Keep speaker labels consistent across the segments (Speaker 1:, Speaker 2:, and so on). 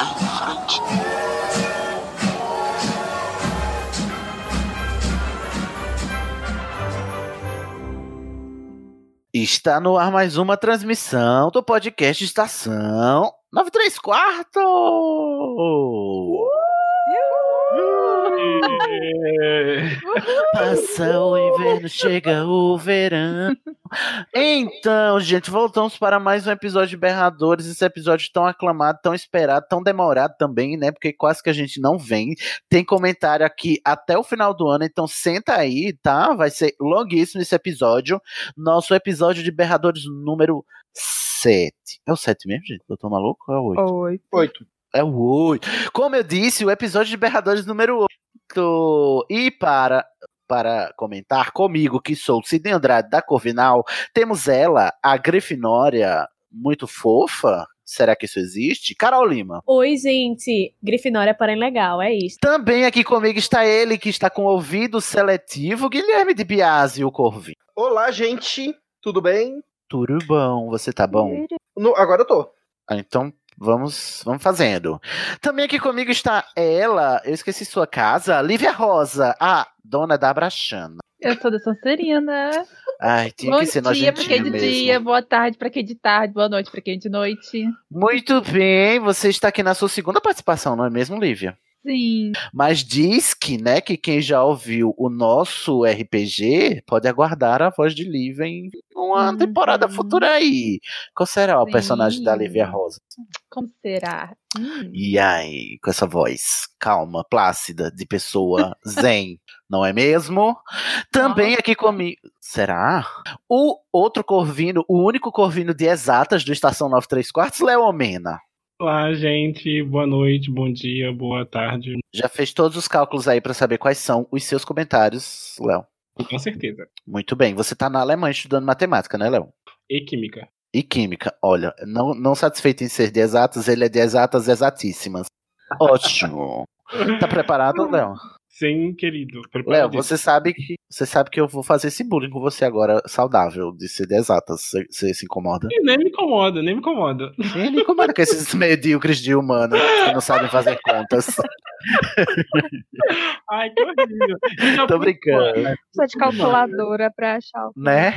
Speaker 1: em frente.
Speaker 2: Está no ar mais uma transmissão do podcast Estação 93 Quartos. Passa o inverno, chega o verão. Então, gente, voltamos para mais um episódio de Berradores. Esse episódio tão aclamado, tão esperado, tão demorado também, né? Porque quase que a gente não vem. Tem comentário aqui até o final do ano, então senta aí, tá? Vai ser longuíssimo esse episódio. Nosso episódio de Berradores número 7. É o 7 mesmo, gente? Eu tô maluco? Ou É o 8.
Speaker 3: Oi.
Speaker 2: É o 8. Como eu disse, o episódio de Berradores número 8. E para para comentar comigo, que sou Sidney Andrade da Corvinal, temos ela, a Grifinória, muito fofa. Será que isso existe? Carol Lima.
Speaker 4: Oi, gente. Grifinória, porém legal, é isso.
Speaker 2: Também aqui comigo está ele, que está com ouvido seletivo, Guilherme de Biasi, o Corvin.
Speaker 5: Olá, gente, tudo bem?
Speaker 2: Tudo bom, você tá bom?
Speaker 5: No- agora eu tô.
Speaker 2: Ah, Então vamos, vamos fazendo. Também aqui comigo está ela, eu esqueci sua casa, Lívia Rosa, a dona da Abraxana.
Speaker 3: Eu sou da Sonserina.
Speaker 2: Ai, tinha
Speaker 3: Bom
Speaker 2: que ser
Speaker 3: dia pra quem é
Speaker 2: nojentinho
Speaker 3: de
Speaker 2: mesmo.
Speaker 3: dia, boa tarde pra quem é de tarde, boa noite pra quem é de noite.
Speaker 2: Muito bem, você está aqui na sua segunda participação, não é mesmo, Lívia?
Speaker 3: Sim.
Speaker 2: Mas diz que, né, que quem já ouviu o nosso RPG pode aguardar a voz de Lívia em uma
Speaker 3: Uhum.
Speaker 2: temporada futura aí. Qual será o
Speaker 3: Sim.
Speaker 2: personagem da Lívia Rosa?
Speaker 3: Como será? Hum.
Speaker 2: E aí, com essa voz calma, plácida, de pessoa zen, não é mesmo? Também aqui comigo. Será? O outro corvino, o único corvino de exatas do Estação 93 Quartos, Léo Omena.
Speaker 6: Olá, gente. Boa noite, bom dia, boa tarde.
Speaker 2: Já fez todos os cálculos aí pra saber quais são os seus comentários, Léo.
Speaker 6: Com certeza.
Speaker 2: Muito bem, você tá na Alemanha estudando matemática, né, Léo?
Speaker 6: E química.
Speaker 2: E química. Olha, não, não satisfeito em ser de exatas, ele é de exatas exatíssimas. Ótimo. Tá preparado, Léo?
Speaker 6: Sim, querido.
Speaker 2: Léo,
Speaker 6: Preparadíssimo.
Speaker 2: você sabe que você sabe que eu vou fazer esse bullying com você agora, saudável, de ser de exatas. Você- Você se incomoda?
Speaker 6: Ih, Nem me incomoda, nem me incomoda.
Speaker 2: Ele incomoda com esses medíocres de humano que não sabem fazer contas.
Speaker 6: Ai, que horrível. Eu já
Speaker 2: Tô
Speaker 6: fui-
Speaker 2: brincando,
Speaker 7: Precisa de
Speaker 2: é?
Speaker 7: calculadora pra achar o
Speaker 2: né?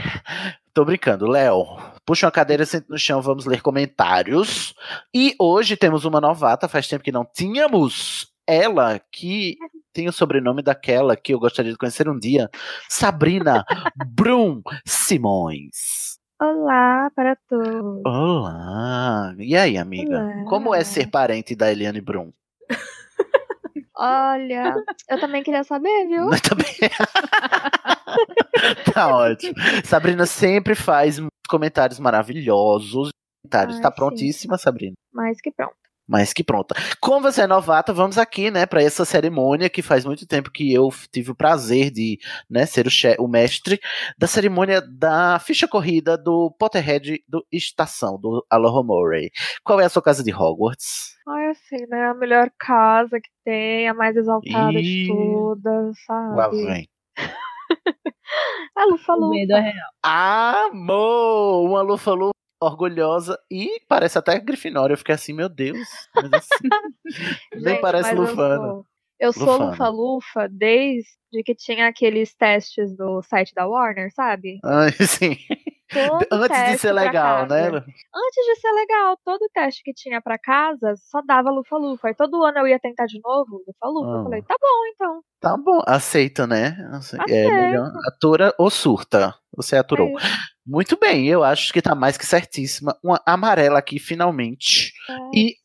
Speaker 2: Tô brincando. Léo, puxa uma cadeira, senta no chão, vamos ler comentários. E hoje temos uma novata, faz tempo que não tínhamos. Ela que tem o sobrenome daquela que eu gostaria de conhecer um dia, Sabrina Brum Simões.
Speaker 7: Olá para todos.
Speaker 2: Olá! E aí, amiga?
Speaker 7: Olá.
Speaker 2: Como é ser parente da Eliane Brum?
Speaker 7: Olha, eu também queria saber, viu?
Speaker 2: Mas também. tá ótimo. Sabrina sempre faz muitos comentários maravilhosos. Comentários.
Speaker 7: Ai,
Speaker 2: tá
Speaker 7: sim.
Speaker 2: prontíssima, Sabrina.
Speaker 7: Mas que pronto.
Speaker 2: Mas que pronta. Como você é novata, vamos aqui, né, para essa cerimônia que faz muito tempo que eu f- tive o prazer de, né, ser o, che- o mestre da cerimônia da ficha corrida do Potterhead do Estação, do Aloha Murray. Qual é a sua casa de Hogwarts?
Speaker 7: Ai, assim, né? A melhor casa que tem, a mais exaltada
Speaker 2: Ih,
Speaker 7: de todas, sabe?
Speaker 2: Lá vem.
Speaker 7: A Lu falou.
Speaker 3: O medo é real.
Speaker 2: Amor! Uma Lufa Lu orgulhosa e parece até Grifinória. Eu fiquei assim, meu Deus. mas assim, nem
Speaker 7: Gente,
Speaker 2: parece
Speaker 7: mas eu
Speaker 2: Lufana.
Speaker 7: sou- Eu sou
Speaker 2: Lufana.
Speaker 7: Lufa-Lufa desde que tinha aqueles testes do site da Warner, sabe?
Speaker 2: Ai, sim.
Speaker 7: Todo
Speaker 8: Antes de
Speaker 7: teste
Speaker 8: ser
Speaker 7: pra
Speaker 8: legal,
Speaker 7: casa.
Speaker 8: né?
Speaker 7: Antes de ser legal, todo teste que tinha pra casa só dava lufa-lufa. E todo ano eu ia tentar de novo lufa-lufa.
Speaker 8: Ah.
Speaker 7: Eu falei, tá bom então.
Speaker 8: Tá bom, aceita, né? Ace- É
Speaker 7: Aceito.
Speaker 8: melhor atura ou surta. Você aturou.
Speaker 7: É isso.
Speaker 8: Muito bem, eu acho que tá mais que certíssima. Uma amarela aqui, finalmente.
Speaker 7: é."
Speaker 8: E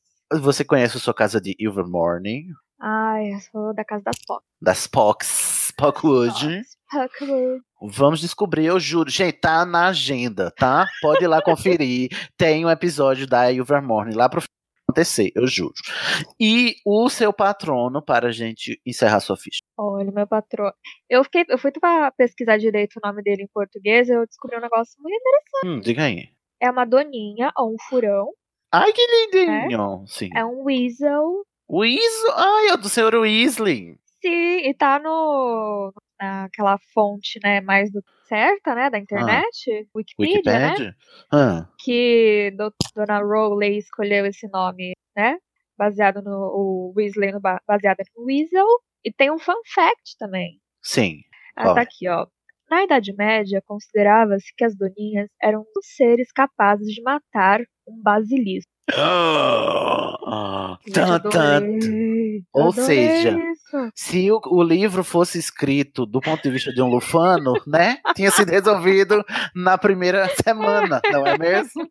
Speaker 8: você conhece a sua casa de Ilvermorning,
Speaker 7: Ai, eu sou da casa das focas.
Speaker 8: das Pox, Pockwood.
Speaker 7: Huckleberry.
Speaker 8: Vamos descobrir, eu juro. Gente, tá na agenda, tá? Pode ir lá conferir. Tem um episódio da Ilvermorning lá pro acontecer, eu juro. E o seu patrono para a gente encerrar sua ficha.
Speaker 7: Olha, meu patrão. Eu, fiquei, eu fui pra pesquisar direito o nome dele em português eu descobri um negócio muito interessante.
Speaker 8: Hum, diga aí.
Speaker 7: É uma doninha, ou um furão,
Speaker 8: Ai, que lindinho! Sim.
Speaker 7: é um weasel.
Speaker 8: O Weasley. Ai, é do senhor Weasley.
Speaker 7: Sim, e tá no. naquela fonte, né, mais do, certa, né, da internet, Wikipedia, né?
Speaker 8: Ah. Wikipedia? Ah,
Speaker 7: Que do, Dona Rowley escolheu esse nome, né? Baseado no. O Weasley no, ba- baseado no Weasel. E tem um fun fact também.
Speaker 8: sim.
Speaker 7: Ah,
Speaker 8: Ó.
Speaker 7: tá aqui, ó. Na Idade Média, considerava-se que as doninhas eram os seres capazes de matar um basilisco.
Speaker 8: Ah, tan,
Speaker 7: Gente,
Speaker 8: tan.
Speaker 7: adorei,
Speaker 8: Ou
Speaker 7: adorei
Speaker 8: seja,
Speaker 7: isso.
Speaker 8: Se o, o livro fosse escrito do ponto de vista de um lufano, né? Tinha sido resolvido na primeira semana, não é mesmo?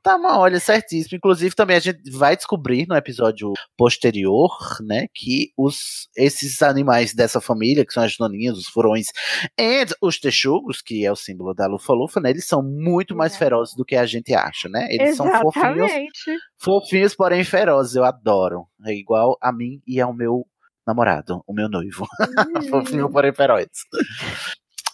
Speaker 8: Tá uma olha certíssimo. Inclusive, também a gente vai descobrir no episódio posterior, né? Que os, esses animais dessa família, que são as noninhas, os furões e os texugos, que é o símbolo da lufa-lufa, né? Eles são muito mais
Speaker 7: Exato.
Speaker 8: ferozes do que a gente acha, né? Eles são fofinhos,
Speaker 7: Exatamente.
Speaker 8: Fofinhos, porém ferozes, eu adoro. É igual a mim e ao meu namorado, o meu noivo. Fofinho, porém feroz.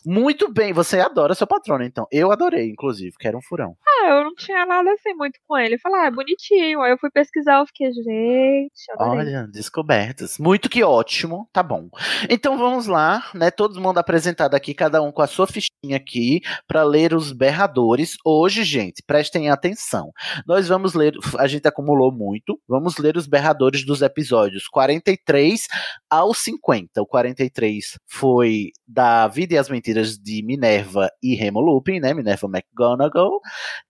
Speaker 8: Muito bem, você adora seu patrono, então. Eu adorei, inclusive, que era um furão.
Speaker 7: Ah, eu não tinha nada assim muito com ele. Eu falei, ah, é bonitinho. Aí eu fui pesquisar, eu fiquei, gente, adorei.
Speaker 8: Olha, descobertas. Muito que ótimo, tá bom. Então vamos lá, né? Todo mundo apresentado aqui, cada um com a sua fichinha aqui, para ler os berradores. Hoje, gente, prestem atenção. Nós vamos ler, a gente acumulou muito, vamos ler os berradores dos episódios 43 ao 50. O 43 foi da Vida e as Mentiras de Minerva e Remo Lupin, né? Minerva McGonagall.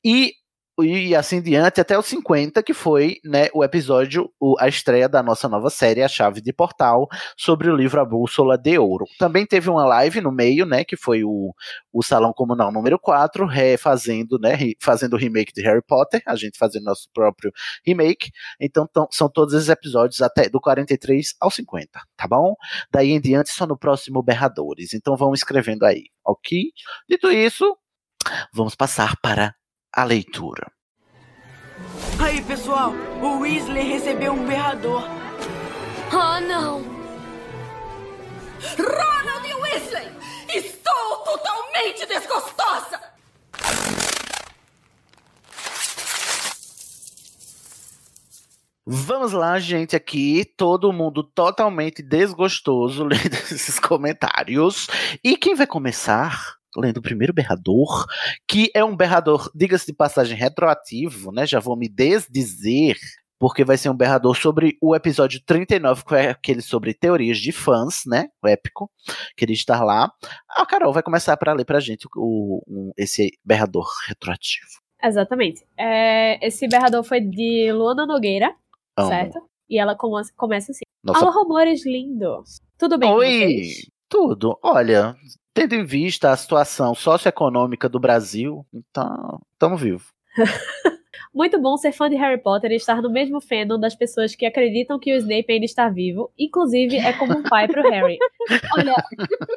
Speaker 8: E e assim diante até o 50, que foi né, o episódio, o- a estreia da nossa nova série, A Chave de Portal, sobre o livro A Bússola de Ouro. Também teve uma live no meio, né, que foi o, o Salão Comunal número 4, refazendo, né, re- fazendo o remake de Harry Potter, a gente fazendo nosso próprio remake. Então tão- são todos esses episódios até do 43 ao 50, tá bom? Daí em diante, só no próximo Berradores. Então vão escrevendo aí, ok? Dito isso, vamos passar para a leitura.
Speaker 9: Aí, pessoal, o Weasley recebeu um berrador.
Speaker 10: Oh, não!
Speaker 9: Ronald e Weasley! Estou totalmente desgostosa!
Speaker 8: Vamos lá, gente, aqui, todo mundo totalmente desgostoso lendo esses comentários. E quem vai começar lendo o primeiro berrador, que é um berrador, diga-se de passagem, retroativo, né? Já vou me desdizer, porque vai ser um berrador sobre o episódio 39, que é aquele sobre teorias de fãs, né? O épico, que ele está lá. A Carol vai começar para ler pra gente o, um- esse berrador retroativo.
Speaker 11: Exatamente. É, esse berrador foi de Luana Nogueira,
Speaker 8: Amo.
Speaker 11: certo? E ela come- começa assim.
Speaker 8: Nossa.
Speaker 11: Alô, rumores lindos. Tudo bem
Speaker 8: Oi!
Speaker 11: com vocês?
Speaker 8: Tudo. Olha, tendo em vista a situação socioeconômica do Brasil, então, estamos vivos.
Speaker 11: Muito bom ser fã de Harry Potter e estar no mesmo fandom das pessoas que acreditam que o Snape ainda está vivo. Inclusive, é como um pai pro Harry. Olha,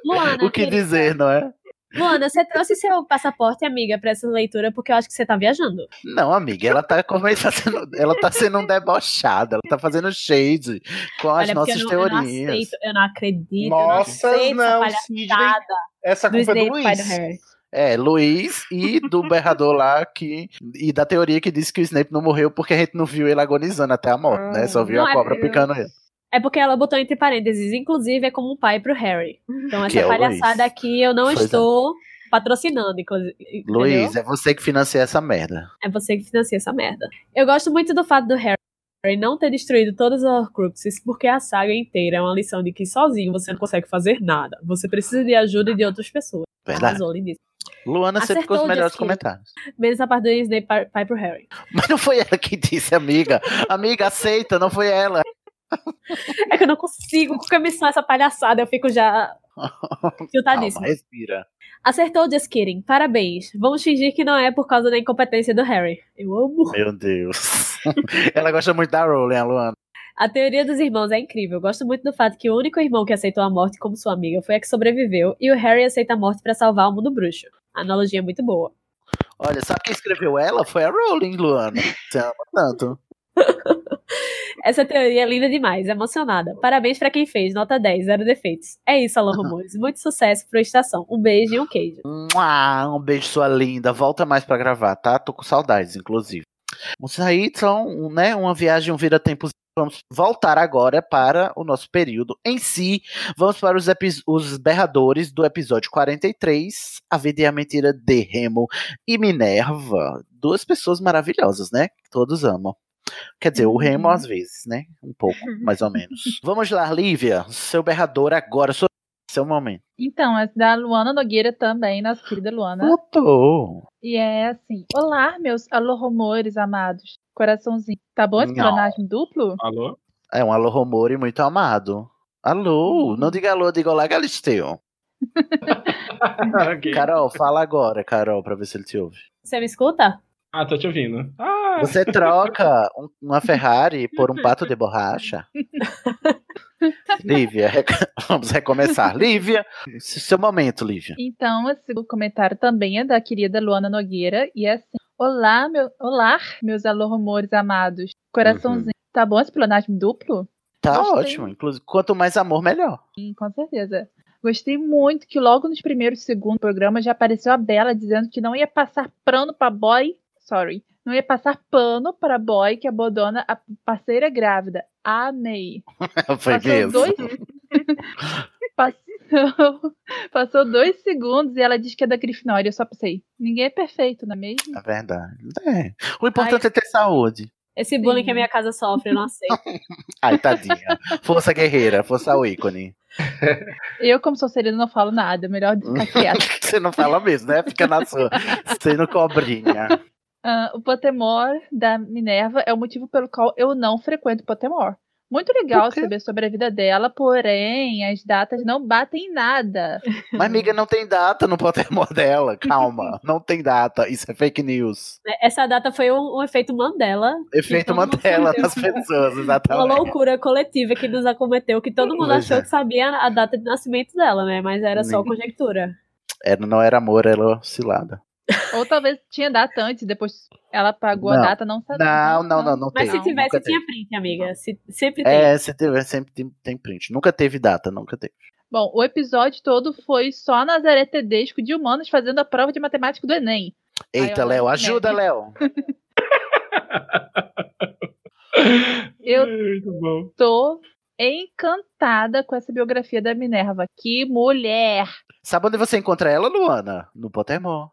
Speaker 11: Luana,
Speaker 8: o que
Speaker 11: Ah, querida,
Speaker 8: dizer, não é?
Speaker 11: Luana, você trouxe seu passaporte, amiga, pra essa leitura, porque eu acho que você tá viajando.
Speaker 8: Não, amiga, ela tá, como ele tá sendo, ela tá sendo um debochada, ela tá fazendo shade com as
Speaker 11: Olha, porque
Speaker 8: nossas
Speaker 11: eu não, Eu não,
Speaker 8: teorias.
Speaker 11: aceito, eu não acredito.
Speaker 5: Nossa,
Speaker 11: eu não, aceito
Speaker 5: não,
Speaker 11: essa
Speaker 5: Sidney.
Speaker 11: palhaçada
Speaker 5: Essa
Speaker 11: do
Speaker 5: culpa é do
Speaker 11: Snape, pai do
Speaker 5: Luiz.
Speaker 11: Harry.
Speaker 8: É, Luiz e do berrador lá que, e da teoria que disse que o Snape não morreu porque a gente não viu ele agonizando até a morte, né? Só viu
Speaker 11: Não,
Speaker 8: a
Speaker 11: é
Speaker 8: cobra
Speaker 11: porque-
Speaker 8: picando ele.
Speaker 11: É porque ela botou entre parênteses, inclusive é como um pai pro Harry. Então
Speaker 8: Que
Speaker 11: essa
Speaker 8: é o
Speaker 11: palhaçada
Speaker 8: Luiz.
Speaker 11: aqui eu não
Speaker 8: Pois é.
Speaker 11: estou patrocinando, inclusive. entendeu?
Speaker 8: Luiz, é você que financia essa merda.
Speaker 11: É você que financia essa merda. Eu gosto muito do fato do Harry não ter destruído todas as Horcruxes, porque a saga inteira é uma lição de que sozinho você não consegue fazer nada. Você precisa de ajuda de outras pessoas.
Speaker 8: Verdade.
Speaker 11: Arrasou, lindíssimo.
Speaker 8: Luana sempre com
Speaker 11: Acertou
Speaker 8: os
Speaker 11: o
Speaker 8: melhores
Speaker 11: desfile.
Speaker 8: comentários.
Speaker 11: Menos a parte do Snape pai pai pro Harry.
Speaker 8: Mas não foi ela que disse, amiga. Amiga, aceita, não foi ela.
Speaker 11: É que eu não consigo com a missão essa palhaçada, eu fico já tiltadíssima.
Speaker 8: Calma, respira.
Speaker 11: Acertou Just Kidding, parabéns. Vamos fingir que não é por causa da incompetência do Harry. Eu amo.
Speaker 8: Meu Deus. ela gosta muito da Rowling, a Luana.
Speaker 11: A teoria dos irmãos é incrível. Gosto muito do fato que o único irmão que aceitou a morte como sua amiga foi a que sobreviveu e o Harry aceita a morte pra salvar o mundo bruxo. A analogia é muito boa.
Speaker 8: Olha, sabe quem escreveu ela? Foi a Rowling, Luana. Você ama tanto.
Speaker 11: Essa teoria é linda demais, emocionada. Parabéns pra quem fez, nota 10, zero defeitos. É isso, Alô Rumores. Muito sucesso pro Estação. Um beijo e um queijo.
Speaker 8: Mua, um beijo, sua linda. Volta mais pra gravar, tá? Tô com saudades, inclusive. Vamos aí, então, um, né? Uma viagem, um vira-tempo. Vamos voltar agora para o nosso período em si. Vamos para os, epi- os berradores do episódio 43, A Vida e a Mentira de Remo e Minerva. Duas pessoas maravilhosas, né? Que todos amam. Quer dizer, o Remo às vezes, né? Um pouco, mais ou menos. Vamos lá, Lívia. Seu berrador agora, sua- seu momento.
Speaker 3: Então, essa da Luana Nogueira também, nossa querida Luana.
Speaker 8: Voltou.
Speaker 3: E é assim: Olá, meus alô rumores amados. Coraçãozinho. Tá bom esse
Speaker 8: Não.
Speaker 3: planagem duplo?
Speaker 8: Alô? É um alô Romori muito amado. Alô,
Speaker 3: Uhum.
Speaker 8: não diga alô, diga olá, Galisteu. Carol, fala agora, Carol, pra ver se ele te ouve.
Speaker 11: Você me escuta?
Speaker 6: Ah, tô te ouvindo. Ah,
Speaker 8: Você troca um- uma Ferrari por um pato de borracha? Lívia, rec- vamos recomeçar. Lívia, esse é o seu momento, Lívia.
Speaker 3: Então, esse comentário também é da querida Luana Nogueira. E é assim: Olá, meu, olá meus alô rumores amados.
Speaker 2: Uhum.
Speaker 3: Coraçãozinho. Tá bom esse planagem duplo?
Speaker 8: Tá
Speaker 3: Gostei.
Speaker 8: ótimo, inclusive, quanto mais amor, melhor.
Speaker 3: Sim, com certeza. Gostei muito que logo nos primeiros segundos do programa já apareceu a Bela dizendo que não ia passar pano pra boy. Sorry. Não ia passar pano pra boy que abandona a parceira grávida. Amei.
Speaker 8: Foi mesmo.
Speaker 3: Dois... passou... passou dois segundos e ela diz que é da Grifinória. Eu só pensei, ninguém é perfeito, não é mesmo?
Speaker 8: É verdade. É. O importante é ter saúde.
Speaker 11: Esse bullying que a minha casa sofre, eu não aceito.
Speaker 8: Ai, tadinha. Força guerreira, força ao ícone.
Speaker 3: Eu, como Sonserina, não falo nada. Melhor ficar quieta.
Speaker 8: Você não fala mesmo, né? Fica na sua, sendo cobrinha.
Speaker 3: Ah, o Pottermore da Minerva é o motivo pelo qual eu não frequento Pottermore. Muito legal saber sobre a vida dela, porém as datas não batem em nada.
Speaker 8: Mas, amiga, não tem data no Pottermore dela. Calma, não tem data. Isso é fake news.
Speaker 11: né? Essa data foi um, um efeito Mandela.
Speaker 8: Efeito
Speaker 11: Então,
Speaker 8: Mandela
Speaker 11: meu
Speaker 8: das
Speaker 11: Deus.
Speaker 8: pessoas,
Speaker 11: Uma
Speaker 8: exatamente.
Speaker 11: loucura coletiva que nos acometeu, que todo mundo
Speaker 8: Tá Pois
Speaker 11: achou
Speaker 8: é.
Speaker 11: que sabia a data de nascimento dela, né? Mas era só
Speaker 8: Ninguém.
Speaker 11: conjectura.
Speaker 8: Era, É, não era amor, era cilada.
Speaker 3: Ou talvez tinha data antes, depois ela pagou a
Speaker 8: Não.
Speaker 3: data, não sabia.
Speaker 8: Não, não, não, não
Speaker 11: Mas
Speaker 8: tem.
Speaker 11: se tivesse,
Speaker 8: nunca teve.
Speaker 11: tinha print, amiga. Se- sempre tem.
Speaker 8: É, se tiver, sempre tem, tem print. Nunca teve data, nunca teve.
Speaker 3: Bom, o episódio todo foi só a Nazaré Tedesco de humanos fazendo a prova de matemática do Enem.
Speaker 8: Eita, Léo, ajuda, Léo.
Speaker 3: Eu tô encantada com essa biografia da Minerva. Que mulher!
Speaker 8: Sabe onde você encontra ela, Luana? No Pottermore.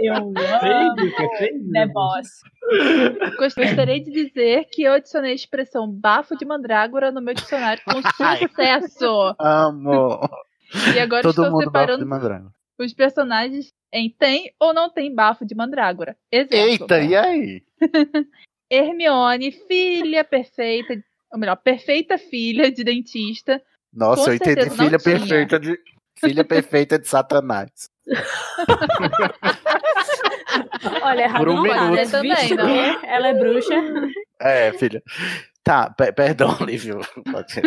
Speaker 11: Eu é amo.
Speaker 6: é
Speaker 11: Deboche.
Speaker 3: Gost- Gostaria de dizer que eu adicionei a expressão bafo de mandrágora no meu dicionário com sucesso.
Speaker 8: Amo.
Speaker 3: E agora
Speaker 8: Todo
Speaker 3: estou
Speaker 8: mundo bafo de
Speaker 3: separando
Speaker 8: mandrágora.
Speaker 3: os personagens em tem ou não tem bafo de mandrágora. Exemplo.
Speaker 8: Eita, e aí?
Speaker 3: Hermione, filha perfeita, ou melhor, perfeita filha de dentista.
Speaker 8: Nossa,
Speaker 3: Com
Speaker 8: eu entendi
Speaker 3: certeza não
Speaker 8: filha
Speaker 3: tinha.
Speaker 8: perfeita de. Filha perfeita de Satanás.
Speaker 11: Olha, errado
Speaker 8: Por um
Speaker 11: não tá, né?
Speaker 8: minuto.
Speaker 11: Visto que ela é bruxa.
Speaker 8: É, filha. Tá, pe- perdão, Lívio. Pode ser.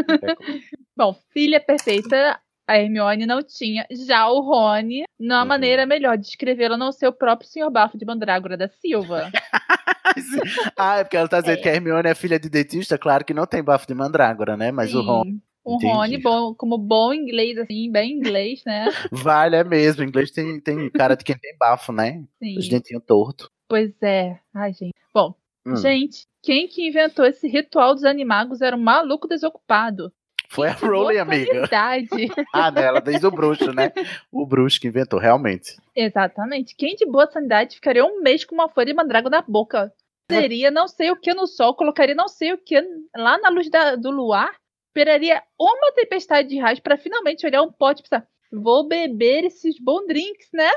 Speaker 3: Bom, filha perfeita, a Hermione não tinha. Já o Rony, não
Speaker 8: Uhum.
Speaker 3: há maneira melhor de escrevê-la a não ser o próprio senhor bafo de mandrágora da Silva.
Speaker 8: Ah, é porque ela tá dizendo que a Hermione é filha de dentista, claro que não tem bafo de mandrágora, né? Mas o
Speaker 3: Sim,
Speaker 8: Ron.
Speaker 3: Um
Speaker 8: Entendi.
Speaker 3: Rony bom, como bom inglês, assim, bem inglês, né?
Speaker 8: Vale, é mesmo. Em inglês tem, tem cara de quem tem bafo, né?
Speaker 3: Sim.
Speaker 8: Os dentinhos tortos.
Speaker 3: Pois é. Ai, gente. Bom,
Speaker 8: Hum.
Speaker 3: gente, quem que inventou esse ritual dos animagos era um maluco desocupado.
Speaker 8: Foi a Rowley, amiga.
Speaker 3: Verdade.
Speaker 8: Ah, né? Ela desde o bruxo, né? O bruxo que inventou, realmente.
Speaker 3: Exatamente. Quem de boa sanidade ficaria um mês com uma folha de mandrago na boca? Seria não sei o que no sol, colocaria não sei o que lá na luz da- do luar, esperaria uma tempestade de raios para finalmente olhar um pote e pensar: Vou beber esses bons drinks, né?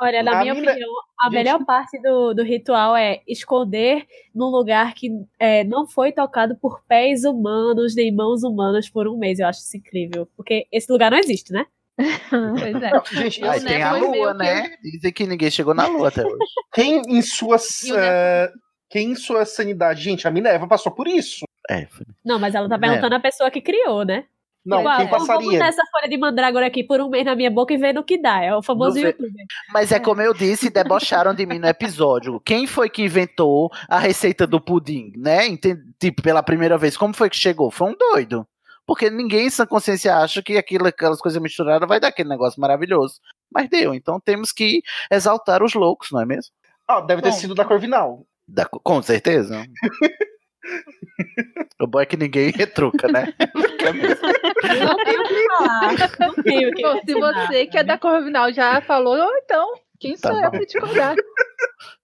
Speaker 11: Olha, na
Speaker 3: A
Speaker 11: minha
Speaker 3: mina-
Speaker 11: opinião, a
Speaker 3: Gente.
Speaker 11: melhor parte do, do ritual é esconder num lugar que é, não foi tocado por pés humanos nem mãos humanas por um mês. Eu acho isso incrível. Porque esse lugar não existe, né?
Speaker 3: Pois é.
Speaker 5: gente,
Speaker 8: Aí tem a lua, né? Dizem que ninguém chegou na lua até hoje.
Speaker 5: Quem em sua. eh, quem em sua sanidade. Gente, a Minerva passou por isso.
Speaker 8: É,
Speaker 11: Não, mas ela tá perguntando à pessoa que criou, né?
Speaker 5: Não,
Speaker 11: Igual,
Speaker 5: quem
Speaker 11: eu Vou
Speaker 5: passaria?
Speaker 11: botar essa folha de mandrágora aqui por um mês na minha boca e vendo o que dá. É o famoso
Speaker 8: Não vê-
Speaker 11: YouTube.
Speaker 8: Mas é como eu disse, debocharam de mim no episódio. Quem foi que inventou a receita do pudim, né? Enten- Tipo, pela primeira vez, como foi que chegou? Foi um doido. Porque ninguém em sã consciência acha que aquilo, aquelas coisas misturadas vai dar aquele negócio maravilhoso. Mas deu, então temos que exaltar os loucos, não é mesmo?
Speaker 5: Ah, deve ter
Speaker 8: Bom.
Speaker 5: sido da Corvinal.
Speaker 8: Da- com certeza. o bom é que ninguém retruca, né?
Speaker 11: Não tenho o que falar. Não tenho o que
Speaker 8: Então,
Speaker 11: né?
Speaker 3: Bom, se
Speaker 11: adicionar.
Speaker 3: você que é da Corvinal já falou, ou então, quem
Speaker 8: Tá
Speaker 3: sou eu
Speaker 8: bom.
Speaker 3: pra te cobrar?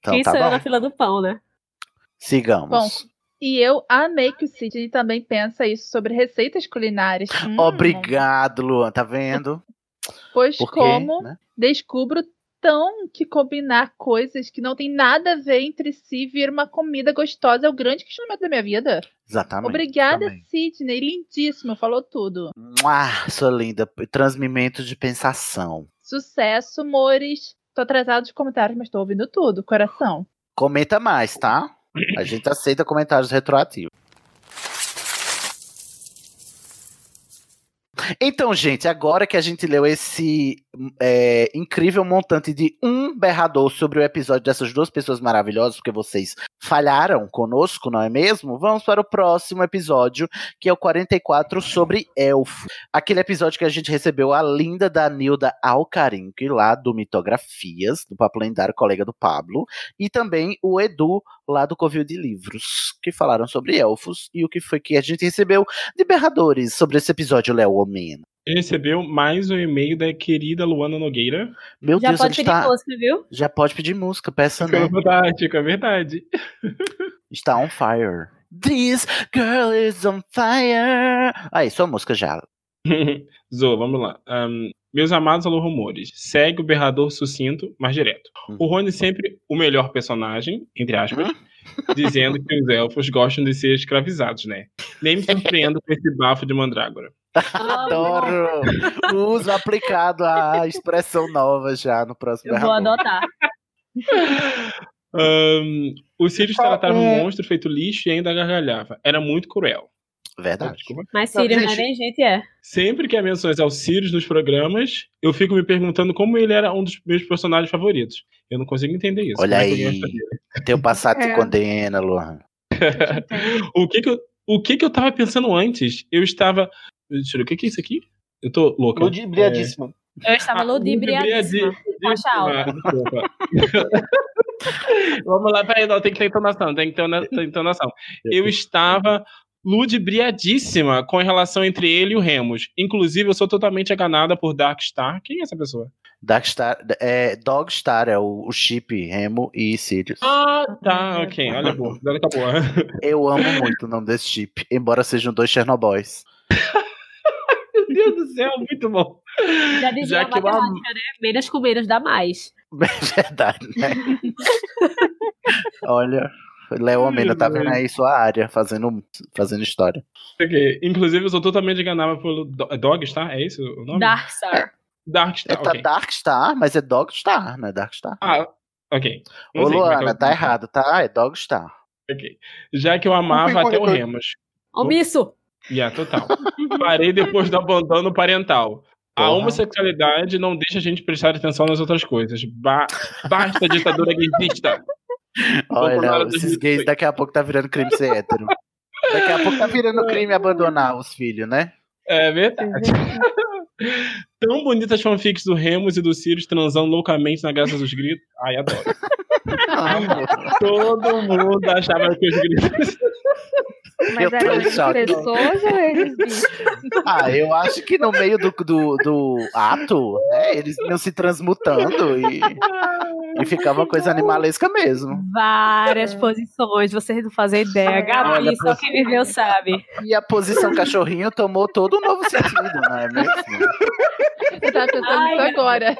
Speaker 8: Então,
Speaker 11: Quem
Speaker 8: tá
Speaker 11: sou eu
Speaker 8: bom.
Speaker 11: na fila do pão, né?
Speaker 8: Sigamos.
Speaker 3: é Bom, e eu amei que o Sidney também pensa isso sobre receitas culinárias. Hum,
Speaker 8: Obrigado, Luan, tá vendo?
Speaker 3: Pois
Speaker 8: Porque,
Speaker 3: como
Speaker 8: né?
Speaker 3: descubro tão que combinar coisas que não tem nada a ver entre si vira uma comida gostosa é o grande questionamento da minha vida.
Speaker 8: Exatamente.
Speaker 3: Obrigada,
Speaker 8: também.
Speaker 3: Sidney. Lindíssimo, falou tudo.
Speaker 8: Mua, sua Ah, linda. Transmimento de pensação.
Speaker 3: Sucesso, amores. Tô atrasado de comentários, mas tô ouvindo tudo, coração.
Speaker 8: Comenta mais, tá? A gente aceita comentários retroativos. Então, gente, agora que a gente leu esse é, incrível montante de um berrador sobre o episódio dessas duas pessoas maravilhosas, porque vocês falharam conosco, não é mesmo? Vamos para o próximo episódio, que é o 44 sobre Elfo. Aquele episódio que a gente recebeu a linda da Nilda Alcarinque, lá do Mitografias, do Papo Lendário, colega do Pablo, e também o Edu, lá do Covil de Livros, que falaram sobre elfos e o que foi que a gente recebeu de berradores sobre esse episódio, Léo Omena.
Speaker 6: Ele recebeu mais um e-mail da querida Luana Nogueira.
Speaker 8: Meu
Speaker 11: Já
Speaker 8: Deus,
Speaker 11: pode
Speaker 8: ele
Speaker 11: pedir
Speaker 1: tá?
Speaker 8: está...
Speaker 11: música, viu?
Speaker 8: Já pode pedir música, peça
Speaker 6: Ficou
Speaker 8: não.
Speaker 6: fantástico, é verdade.
Speaker 8: Está on fire. This girl is on fire. Aí, sua música já.
Speaker 6: Zo, vamos lá. Ahn, meus amados alô rumores, segue o berrador sucinto, mas direto.
Speaker 8: Hum.
Speaker 6: O Rony sempre o melhor personagem, entre aspas, dizendo que os elfos gostam de ser escravizados, né? Nem me surpreendo com esse bafo de mandrágora.
Speaker 8: Ah, Adoro. Uso aplicado a expressão nova já no próximo
Speaker 11: Eu vou
Speaker 8: berrador.
Speaker 11: adotar.
Speaker 6: Ahn, os Sirius trataram um
Speaker 11: é.
Speaker 6: monstro feito lixo e ainda gargalhava. Era muito cruel.
Speaker 8: Verdade.
Speaker 11: Mas Sirius, não, é nem gente é.
Speaker 6: Sempre que há menções ao Sirius nos programas, eu fico me perguntando como ele era um dos meus personagens favoritos. Eu não consigo entender isso.
Speaker 8: Olha
Speaker 6: Como é que eu
Speaker 8: aí.
Speaker 6: gosto dele?
Speaker 8: Teu passado te
Speaker 6: É.
Speaker 8: condena, Luan.
Speaker 6: o que que eu, o que que eu tava pensando antes? Eu estava... Deixa eu ver, o que que é isso aqui? Eu tô louca.
Speaker 5: Ludibriadíssima.
Speaker 11: Eu estava ludibriadíssima. Faixa
Speaker 6: Ah,
Speaker 11: alta.
Speaker 6: desculpa. Vamos lá, peraí, não, tem que ter entonação, tem que ter una- ter entonação. Eu estava ludibriadíssima com a relação entre ele e o Remus. Inclusive, eu sou totalmente enganada por Darkstar. Quem é essa pessoa?
Speaker 8: Darkstar, é, Dogstar é o, o chip, Remo e Sirius.
Speaker 6: Ah, tá, ok. Olha, a boa, olha que boa.
Speaker 8: Eu amo muito o nome desse chip, embora sejam dois Chernobyls.
Speaker 6: Meu Deus do céu, muito bom.
Speaker 11: Já dizia
Speaker 6: Já
Speaker 11: a
Speaker 6: que eu
Speaker 11: matemática,
Speaker 6: amo-
Speaker 11: né? Menos com menos dá mais.
Speaker 8: É verdade, né? Olha, Léo Amena tá vendo aí sua área, fazendo, fazendo história.
Speaker 6: Ok, Inclusive, eu sou totalmente enganada pelo Do- é Dogstar, é esse o nome?
Speaker 11: Darkstar.
Speaker 6: Darkstar,
Speaker 8: É, tá
Speaker 6: ok.
Speaker 8: Darkstar, mas é Dogstar, não é Darkstar.
Speaker 6: Ah, ok. Não
Speaker 8: Ô,
Speaker 6: sei como é que
Speaker 8: Luana,
Speaker 6: eu-
Speaker 8: tá errado, tá? É Dogstar.
Speaker 6: Ok. Já que eu amava
Speaker 8: Desculpa,
Speaker 6: até o
Speaker 8: corretor.
Speaker 6: Remus.
Speaker 11: Omisso!
Speaker 6: Yeah, total. Parei depois do abandono parental. A
Speaker 8: Porra.
Speaker 6: homossexualidade não deixa a gente prestar atenção nas outras coisas. Ba basta ditadura gaysista.
Speaker 8: Olha,
Speaker 6: Bolsonaro
Speaker 8: esses gays daqui a pouco tá virando crime ser hétero. Daqui a pouco tá virando crime abandonar os filhos, né?
Speaker 6: É verdade. Tão bonitas fanfics do Remus e do Sirius transando loucamente na graça dos gritos. Ai, adoro.
Speaker 8: Ah,
Speaker 6: Todo mundo achava que os gritos
Speaker 7: Mas eram as
Speaker 8: pensado.
Speaker 7: pessoas ou eles bichos?
Speaker 8: Ah, eu acho que no meio do, do, do ato, né, eles iam se transmutando e, e ficava uma coisa animalesca mesmo.
Speaker 11: Várias posições, vocês não fazem ideia. Gabi,
Speaker 8: Olha,
Speaker 11: só quem viveu sabe.
Speaker 8: E a posição cachorrinho tomou todo um novo sentido, não é mesmo?
Speaker 3: Eu tava pensando
Speaker 11: Ai,
Speaker 3: nisso Tá agora.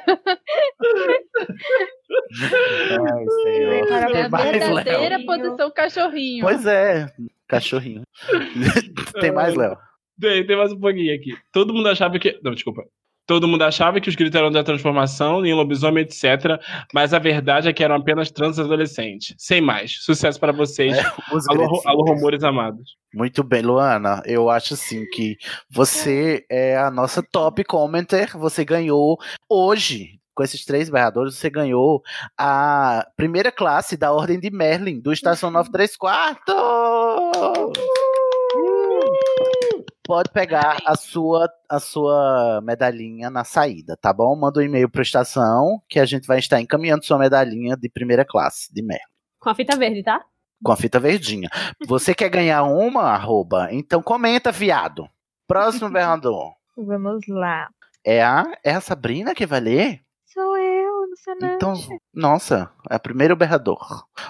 Speaker 8: Ai, senhor.
Speaker 3: Era
Speaker 8: Tem
Speaker 3: a
Speaker 8: mais,
Speaker 3: verdadeira
Speaker 8: Léo?
Speaker 3: posição cachorrinho.
Speaker 8: Pois é, cachorrinho. Tem mais, Léo?
Speaker 6: Tem, tem mais um pouquinho aqui. Todo mundo achava que. Não, desculpa. Todo mundo achava que os gritos eram da transformação, em lobisomem, etc. Mas a verdade é que eram apenas trans adolescentes. Sem mais. Sucesso para vocês.
Speaker 8: os
Speaker 6: alô,
Speaker 8: gritos.
Speaker 6: alô, rumores amados.
Speaker 8: Muito bem, Luana. Eu acho assim que você é a nossa top commenter. Você ganhou hoje, com esses três berradores, você ganhou a primeira classe da Ordem de Merlin, do Estação 934. Pode pegar a sua, a sua medalhinha na saída, tá bom? Manda um e-mail para estação que a gente vai estar encaminhando sua medalhinha de primeira classe de Merlin
Speaker 11: Com a fita verde, tá?
Speaker 8: com a fita verdinha. Você quer ganhar uma arroba? Então comenta, viado. Próximo berrador.
Speaker 7: Vamos lá.
Speaker 8: É a, é a Sabrina que vai ler?
Speaker 7: Sou eu, emocionante.
Speaker 8: Então, nossa, é o primeiro berrador.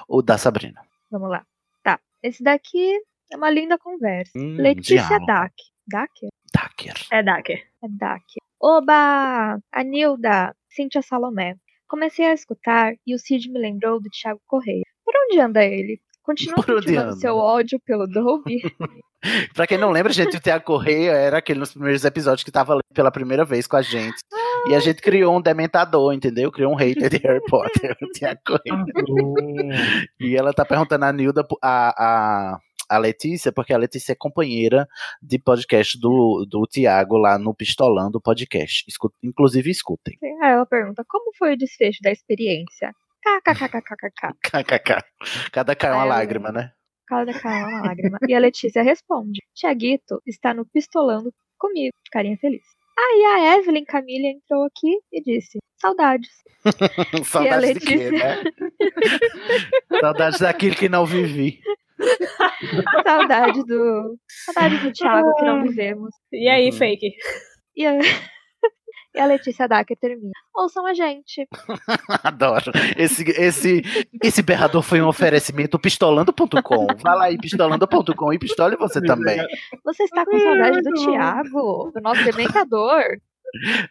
Speaker 8: O da Sabrina.
Speaker 7: Vamos lá. Tá. Esse daqui é uma linda conversa.
Speaker 8: Hum,
Speaker 7: Letícia
Speaker 8: diálogo.
Speaker 7: Dac. Dacker?
Speaker 8: Tá Dacker.
Speaker 11: É Dacker.
Speaker 7: É Dacker. Oba! A Nilda, Cíntia Salomé. Comecei a escutar e o Cid me lembrou do Thiago Correia. Por onde anda ele? Continua
Speaker 8: Por onde
Speaker 7: cultivando
Speaker 8: anda?
Speaker 7: seu ódio pelo Dolby?
Speaker 8: Pra quem não lembra, gente, o Tiago Correia era aquele nos primeiros episódios que tava lendo pela primeira vez com a gente. E a gente criou um dementador, entendeu? Criou um hater de Harry Potter, o Tiago Correia. E ela tá perguntando a Nilda, a, a, a Letícia, porque a Letícia é companheira de podcast do, do Tiago lá no Pistolando Podcast. Escu- inclusive, escutem.
Speaker 7: Aí ela pergunta, como foi o desfecho da experiência? KKKKKKK.
Speaker 8: KKK. Cada cai uma lágrima, né?
Speaker 7: Cada cara é uma lágrima. E a Letícia responde, Tiaguito está no pistolando comigo. Carinha feliz. Aí a Evelyn Camille entrou aqui e disse, saudades.
Speaker 8: Saudades de quê,
Speaker 7: Letícia?
Speaker 8: né? Saudades daquilo que não vivi.
Speaker 7: Saudade do. Saudade do Thiago que não vivemos.
Speaker 11: E aí, fake?
Speaker 7: E a, e a Letícia Dacker termina. Ouçam a gente.
Speaker 8: Adoro. Esse, esse, esse berrador foi um oferecimento pistolando.com. Vá lá aí, pistolando.com e pistole você também.
Speaker 7: Você está com saudade do Thiago, do nosso dementador.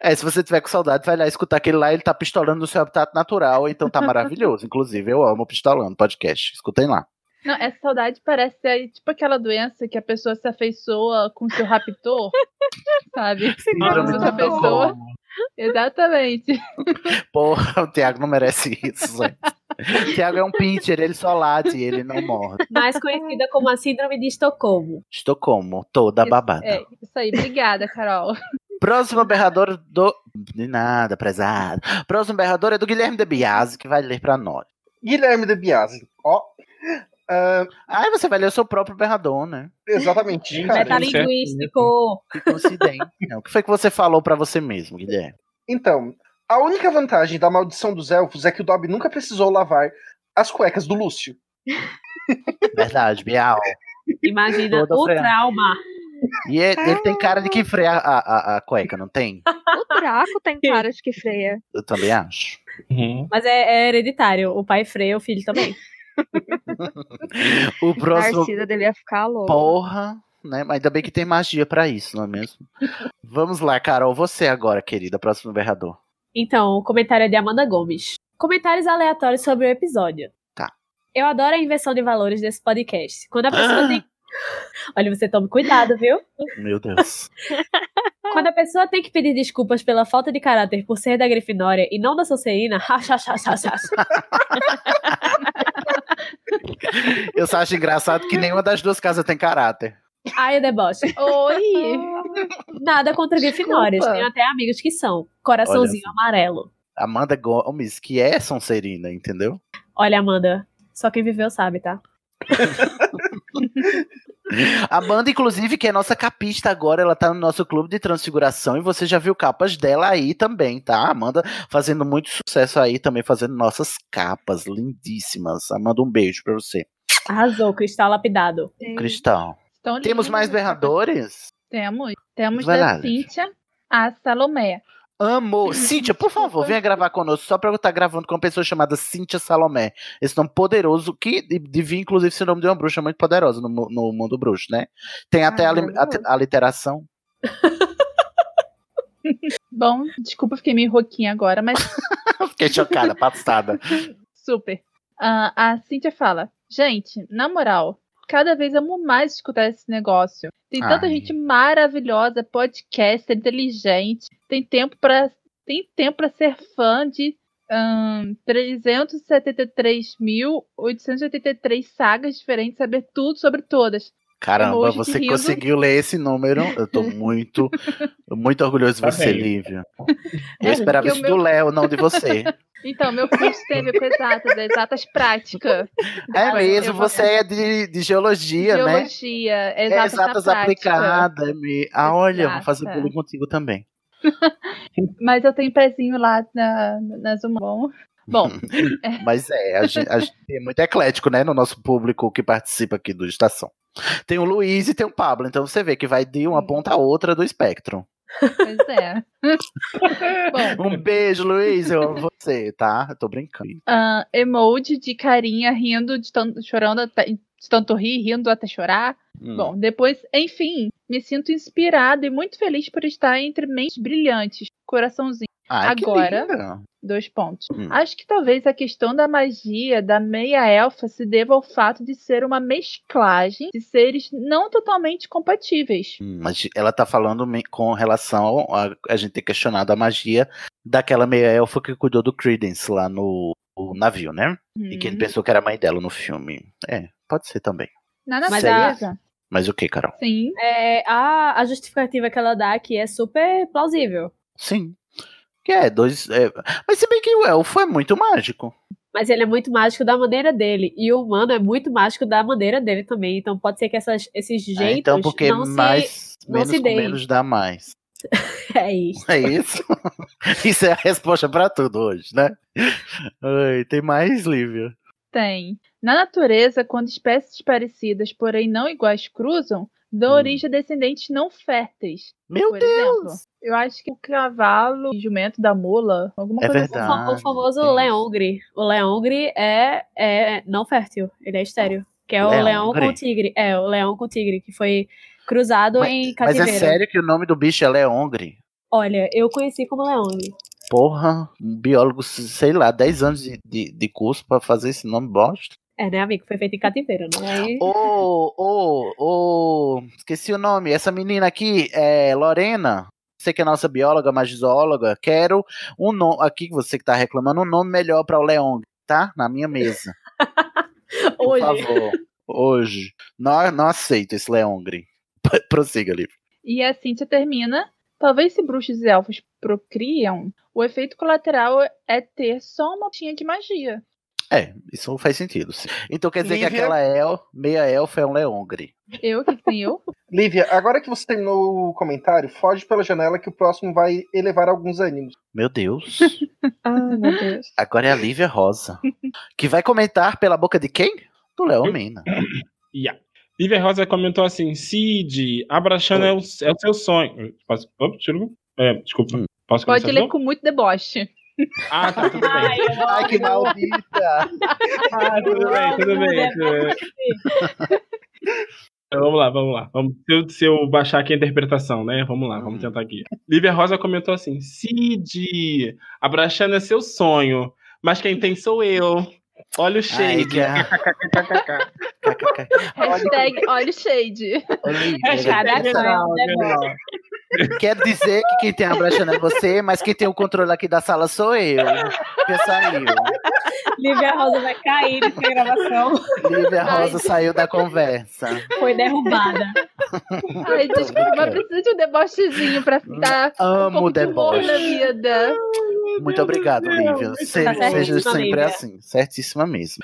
Speaker 8: É, se você tiver com saudade, vai lá escutar aquele lá, ele tá pistolando no seu habitat natural, então tá maravilhoso. Inclusive, eu amo pistolando podcast. Escutem lá.
Speaker 3: Não, essa saudade parece ser tipo aquela doença que a pessoa se afeiçoa com seu raptor, sabe?
Speaker 8: Síndrome
Speaker 3: Essa
Speaker 8: de
Speaker 3: pessoa. Exatamente.
Speaker 8: Porra, o Thiago não merece isso. gente. O Thiago é um pincher, ele só late, ele não morde.
Speaker 11: Mais conhecida como a Síndrome de Estocolmo.
Speaker 8: Estocolmo, toda babada.
Speaker 3: É, isso aí. Obrigada, Carol.
Speaker 8: Próximo berrador do. De nada, prezado. Próximo berrador é do Guilherme de Biasi, que vai ler pra nós.
Speaker 5: Guilherme de Biasi, ó. Ah,
Speaker 8: Aí você vai ler o seu próprio berrador, né?
Speaker 5: Exatamente. de cara.
Speaker 11: Metalinguístico.
Speaker 8: Que coincidência. O que foi que você falou pra você mesmo, Guilherme?
Speaker 5: Então, a única vantagem da maldição dos elfos é que o Dobby nunca precisou lavar as cuecas do Lúcio.
Speaker 8: Verdade, Bial.
Speaker 11: Imagina
Speaker 8: Toda
Speaker 11: o
Speaker 8: freada.
Speaker 11: trauma.
Speaker 8: E ele, ele tem cara de que freia a, a, a cueca, não tem?
Speaker 7: O buraco tem cara de que freia.
Speaker 8: Eu também acho.
Speaker 11: Mas é, é hereditário. O pai freia, o filho também.
Speaker 8: O próximo.
Speaker 7: Narcisa devia ficar louca.
Speaker 8: Porra, né? Mas ainda bem que tem magia pra isso, não é mesmo? Vamos lá, Carol, você agora, querida, próximo berrador.
Speaker 11: Então, o comentário é de Amanda Gomes. Comentários aleatórios sobre o episódio.
Speaker 8: Tá.
Speaker 11: Eu adoro a inversão de valores desse podcast. Quando a pessoa tem. Olha, você tome cuidado, viu?
Speaker 8: Meu Deus.
Speaker 11: Quando a pessoa tem que pedir desculpas pela falta de caráter por ser da Grifinória e não da Sonserina, racha, racha, racha, racha.
Speaker 8: Eu só acho engraçado que nenhuma das duas casas tem caráter.
Speaker 11: Ai, o deboche.
Speaker 3: Oi!
Speaker 11: Nada contra Grifinórias.
Speaker 8: Desculpa.
Speaker 11: Tenho até amigos que são. Coraçãozinho
Speaker 8: Olha.
Speaker 11: amarelo.
Speaker 8: Amanda Gomes, que é Sonserina, entendeu?
Speaker 11: Olha, Amanda, só quem viveu sabe, tá?
Speaker 8: Amanda, inclusive, que é nossa capista agora, ela tá no nosso clube de transfiguração e você já viu capas dela aí também, tá? Amanda fazendo muito sucesso aí também, fazendo nossas capas lindíssimas. Amanda, um beijo pra você.
Speaker 11: Arrasou, cristal lapidado.
Speaker 8: Cristal.
Speaker 3: Tão
Speaker 8: Temos
Speaker 3: lindos
Speaker 8: mais
Speaker 3: esses
Speaker 8: berradores?
Speaker 3: Temos. Temos
Speaker 8: Vai
Speaker 3: da
Speaker 8: lá, Leti.
Speaker 3: Cíntia a Salomé.
Speaker 8: Amo. Cíntia, por favor, venha gravar conosco. Só pra eu estar gravando com uma pessoa chamada Cíntia Salomé. Esse nome poderoso, que de- devia, inclusive, ser o nome de uma bruxa muito poderosa no, mu- no mundo bruxo, né? Tem até a, li- a- a literação.
Speaker 3: Bom, desculpa, fiquei meio roquinha agora, mas
Speaker 8: Fiquei chocada, passada.
Speaker 3: super. Ah, a Cíntia fala: Gente, na moral, cada vez amo mais escutar esse negócio. Tem tanta
Speaker 8: Ai.
Speaker 3: gente maravilhosa, podcaster, inteligente. Tem tempo pra tem tempo para ser fã de ahn, 373.883 sagas diferentes, saber tudo sobre todas.
Speaker 8: Caramba,
Speaker 3: Emoji de
Speaker 8: você
Speaker 3: riso.
Speaker 8: conseguiu ler esse número. Eu tô muito, muito orgulhoso de
Speaker 6: Tá
Speaker 8: você,
Speaker 6: bem.
Speaker 8: Lívia.
Speaker 3: É,
Speaker 8: Eu esperava
Speaker 3: porque o
Speaker 8: isso
Speaker 3: meu-
Speaker 8: do Léo, não de você. É
Speaker 3: Então, meu curso tem a ver com exatas, é exatas práticas.
Speaker 8: É
Speaker 3: Mas eu
Speaker 8: mesmo,
Speaker 3: vou-
Speaker 8: você é de, de geologia, né?
Speaker 3: Geologia, é
Speaker 8: É
Speaker 3: exatas, na
Speaker 8: exatas
Speaker 3: prática.
Speaker 8: aplicadas. Me... Ah, olha, vou fazer
Speaker 3: Exata.
Speaker 8: bullying contigo também.
Speaker 3: Mas eu tenho pezinho lá na, na Zumba. Bom, Bom,
Speaker 8: Mas é, a gente, a gente é muito eclético, né? No nosso público que participa aqui do Estação. Tem o Luiz e tem o Pablo, então você vê que vai de uma ponta a outra do espectro.
Speaker 3: pois é. Bom,
Speaker 8: Um beijo, Luiz, eu amo você, tá? Eu tô brincando.
Speaker 3: ah, emoji de carinha rindo, de tanto, chorando, até, de tanto rir, rindo até chorar.
Speaker 8: Hum.
Speaker 3: Bom, depois, enfim, me sinto inspirada e muito feliz por estar entre mentes brilhantes. Coraçãozinho.
Speaker 8: Ai, Ah, é que né?
Speaker 3: Agora,
Speaker 8: linda.
Speaker 3: Dois pontos.
Speaker 8: Hum.
Speaker 3: Acho que talvez a questão da magia da meia-elfa se deva ao fato de ser uma mesclagem de seres não totalmente compatíveis.
Speaker 8: Hum, Mas ela tá falando me- com relação a a gente ter questionado a magia daquela meia elfa que cuidou do Credence lá no o navio, né? E
Speaker 3: Hum,
Speaker 11: Uhum.
Speaker 8: que ele pensou que era a mãe dela no filme. É, pode ser também.
Speaker 3: Na
Speaker 11: Mas
Speaker 3: natureza,
Speaker 8: Mas o que, Carol?
Speaker 3: sim.
Speaker 11: É, a, a justificativa que ela dá aqui é super plausível.
Speaker 8: Sim. Que é, dois. é, Mas se bem que o elfo é muito mágico.
Speaker 11: Mas ele é muito mágico da maneira dele. E o humano é muito mágico da maneira dele também. Então pode ser que essas- esses
Speaker 8: né?
Speaker 11: jeitos
Speaker 8: então, porque
Speaker 11: não se.
Speaker 8: mais.
Speaker 11: não
Speaker 8: menos
Speaker 11: se
Speaker 8: com
Speaker 11: deem.
Speaker 8: menos dá mais.
Speaker 11: É isso.
Speaker 8: É isso? isso é a resposta pra tudo hoje, né? Ai, tem mais, Lívia.
Speaker 3: Tem. Na natureza, quando espécies parecidas, porém não iguais, cruzam, dão origem a descendentes não férteis.
Speaker 8: Hum. Meu
Speaker 3: Por
Speaker 8: Deus!
Speaker 3: exemplo, eu acho que o cavalo e o jumento da mula, alguma
Speaker 8: É
Speaker 3: coisa assim.
Speaker 11: O,
Speaker 8: verdade.
Speaker 11: fa- o famoso
Speaker 8: tem isso.
Speaker 11: leongre. O leongre é, é não fértil. Ele é estéreo. Que é o
Speaker 8: Leongre?
Speaker 11: leão com o tigre. É, o leão com o tigre, que foi cruzado em
Speaker 8: Mas
Speaker 11: cativeiro.
Speaker 8: é sério que o nome do bicho é Leongre?
Speaker 11: Olha, eu conheci como leongre.
Speaker 8: Porra, um biólogo, sei lá, 10 anos de, de, de curso pra fazer esse nome bosta.
Speaker 11: É, né, amigo? Foi feito em cativeiro, né? Aí-
Speaker 8: Ô, ô, ô, esqueci o nome. Essa menina aqui é Lorena. Você que é nossa bióloga, mas zoóloga, quero um nome. Aqui, você que tá reclamando, um nome melhor pra o Leongre, tá? Na minha mesa. Por
Speaker 11: Hoje.
Speaker 8: favor. Hoje. Não, não aceito esse Leongre. Prossiga, Liv.
Speaker 3: E a Cíntia termina. Talvez se bruxos e elfos procriam, o efeito colateral é ter só uma tinha de magia.
Speaker 8: É, isso faz sentido. sim. Então quer dizer que
Speaker 5: Lívia?
Speaker 8: aquela el, meia elfa é um Leongre.
Speaker 3: Eu, o que, que tem eu?
Speaker 5: Lívia, agora que você terminou o comentário, foge pela janela que o próximo vai elevar alguns ânimos.
Speaker 8: Meu Deus.
Speaker 7: Ai, Ah, meu Deus.
Speaker 8: Agora é a Lívia Rosa. Que vai comentar pela boca de quem? Do Léo Mina.
Speaker 6: Yeah. Lívia Rosa comentou assim: Cid, abraçando é o, é o seu sonho. Posso, ops, desculpa. É, desculpa.
Speaker 3: Pode
Speaker 6: Posso começar de
Speaker 3: ler
Speaker 6: novo?
Speaker 3: com muito deboche.
Speaker 6: Ah, tá, tudo bem.
Speaker 8: Ai, que maldita!
Speaker 6: Ah, tudo bem, tudo bem. tudo bem. Então, Vamos lá, vamos lá. Vamos, se, eu, se eu baixar aqui a interpretação, né? Vamos lá, vamos tentar aqui. Lívia Rosa comentou assim: Cid, abraçando é seu sonho, mas quem tem sou eu. Olha o
Speaker 8: Ai,
Speaker 6: shade.
Speaker 8: cara.
Speaker 3: Hashtag olha o shade.
Speaker 8: Olivia,
Speaker 11: Cada
Speaker 8: essa-
Speaker 11: coisa é bom.
Speaker 8: Quer dizer que quem tem a brecha não é você, mas quem tem o controle aqui da sala sou eu. Porque saiu.
Speaker 11: Lívia Rosa vai cair nessa gravação.
Speaker 8: Lívia
Speaker 3: Ai,
Speaker 8: Rosa saiu da conversa.
Speaker 11: Foi derrubada.
Speaker 3: Ai, desculpa, mas preciso de um debochezinho pra ficar um
Speaker 8: Amo
Speaker 3: pouco de humor na
Speaker 8: deboche.
Speaker 3: vida.
Speaker 8: Muito obrigado, Lívia. Se-
Speaker 11: Tá
Speaker 8: seja
Speaker 11: certíssima,
Speaker 8: sempre
Speaker 11: Lívia.
Speaker 8: assim. Certíssima mesmo.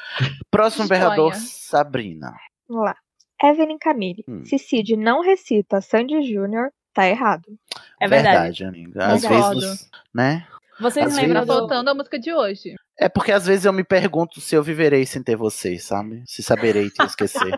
Speaker 8: Próximo
Speaker 3: Disponha.
Speaker 8: berrador, Sabrina.
Speaker 7: Vamos lá. Evelyn Camille.
Speaker 8: Hum.
Speaker 7: Se Cid não recita Sandy Júnior, tá errado.
Speaker 11: É verdade.
Speaker 8: amiga. Às vezes,
Speaker 3: Concordo.
Speaker 8: nos- né?
Speaker 11: Vocês
Speaker 8: Às
Speaker 11: lembram
Speaker 8: vezes-
Speaker 11: do-
Speaker 3: Voltando à música de hoje.
Speaker 8: É porque às vezes eu me pergunto se eu viverei sem ter vocês, sabe? Se saberei te esquecer.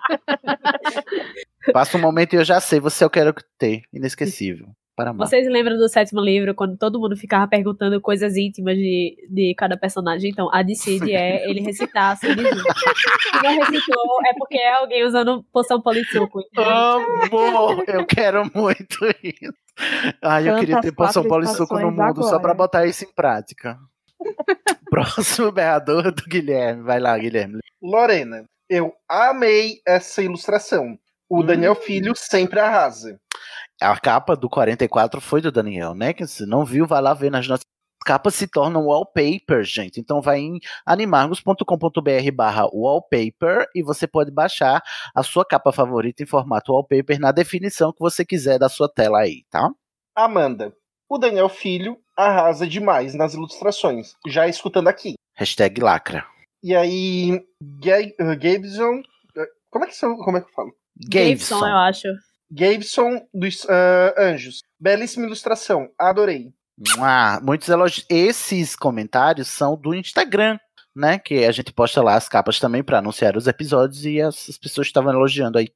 Speaker 8: Passa um momento e eu já sei, você eu quero ter. Inesquecível. Para amar.
Speaker 11: Vocês lembram do sétimo livro, quando todo mundo ficava perguntando coisas íntimas de, de cada personagem? Então, a de Cid é ele recitar a Cid junto. Se não recitou, é porque é alguém usando poção polissuco.
Speaker 8: Amor, eu quero muito isso. Ai, eu
Speaker 11: Canta
Speaker 8: queria
Speaker 11: as
Speaker 8: ter
Speaker 11: quatro
Speaker 8: Poção Polissuco no
Speaker 11: estações
Speaker 8: mundo só
Speaker 11: agora.
Speaker 8: pra botar isso em prática. Próximo berrador do Guilherme. Vai lá, Guilherme.
Speaker 5: Lorena, eu amei essa ilustração. O Daniel Filho sempre arrasa.
Speaker 8: A capa do 44 foi do Daniel, né? Que se não viu, vai lá ver nas nossas capas se tornam wallpaper, gente. Então vai em animargos.com.br barra wallpaper e você pode baixar a sua capa favorita em formato wallpaper na definição que você quiser da sua tela aí, tá?
Speaker 5: Amanda, o Daniel Filho arrasa demais nas ilustrações, já escutando aqui.
Speaker 8: Hashtag lacra.
Speaker 5: E aí, Ga- uh, Gabeson. uh, Como é que, são, como é que eu falo?
Speaker 8: Gabeson, Gabeson, eu
Speaker 11: acho.
Speaker 5: Gabeson dos uh, Anjos. Belíssima ilustração, adorei.
Speaker 8: Mua, muitos elogios. Esses comentários são do Instagram, né? Que a gente posta lá as capas também pra anunciar os episódios e as, as pessoas estavam elogiando aí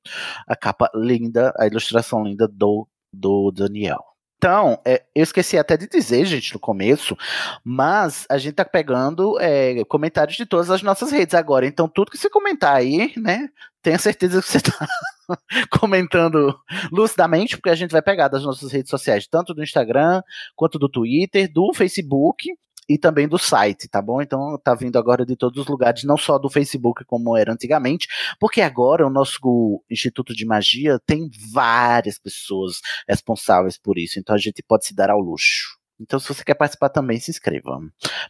Speaker 8: a capa linda, a ilustração linda do, do Daniel. Então, é, eu esqueci até de dizer, gente, no começo, mas a gente tá pegando é, comentários de todas as nossas redes agora. Então, tudo que você comentar aí, né? Tenha certeza que você tá comentando lucidamente, porque a gente vai pegar das nossas redes sociais, tanto do Instagram, quanto do Twitter, do Facebook e também do site, tá bom? Então tá vindo agora de todos os lugares, não só do Facebook como era antigamente, porque agora o nosso Instituto de Magia tem várias pessoas responsáveis por isso, então a gente pode se dar ao luxo. Então se você quer participar também, se inscreva.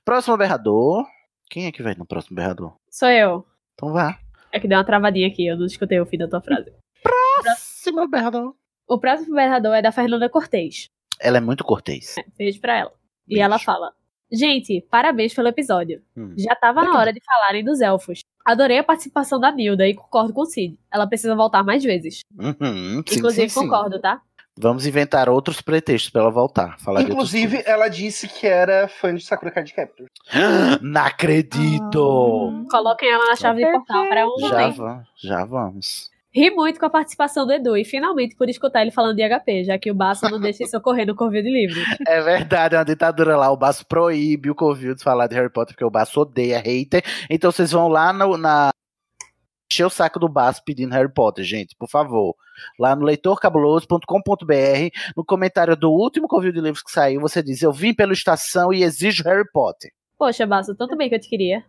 Speaker 8: Próximo berrador. Quem é que vai no próximo berrador?
Speaker 11: Sou eu.
Speaker 8: Então vá.
Speaker 11: É que deu uma travadinha aqui, eu não escutei o fim da tua frase.
Speaker 8: Próximo berrador.
Speaker 11: O próximo berrador é da Fernanda Cortez.
Speaker 8: Ela é muito cortês.
Speaker 11: Beijo pra ela. E ela fala: Gente, parabéns pelo episódio.
Speaker 8: Hum.
Speaker 11: Já tava na hora de falarem dos elfos. Adorei a participação da Nilda e concordo com o Cid. Ela precisa voltar mais vezes.
Speaker 8: Uhum, sim,
Speaker 11: Inclusive,
Speaker 8: sim, sim.
Speaker 11: concordo, tá?
Speaker 8: Vamos inventar outros pretextos pra ela voltar. Falar de outros
Speaker 5: Inclusive, ela disse que era fã de Sakura Card Captor.
Speaker 8: Não acredito!
Speaker 11: Coloquem ela na chave de portal para um
Speaker 8: já,
Speaker 11: momento.
Speaker 8: va- já vamos.
Speaker 11: Ri muito com a participação do Edu e finalmente por escutar ele falando de HP, já que o Basso não deixa isso ocorrer no Covid Livre.
Speaker 8: É verdade, é uma ditadura lá. O Baço proíbe o Covil de falar de Harry Potter, porque o Baço odeia hater. Então vocês vão lá no- na. Encher o saco do Baço pedindo Harry Potter, gente, por favor. Lá no leitorcabuloso.com.br, no comentário do último Covil de livros que saiu, você diz: Eu vim pela estação e exijo Harry Potter.
Speaker 11: Poxa, Basso, tanto bem que eu te queria.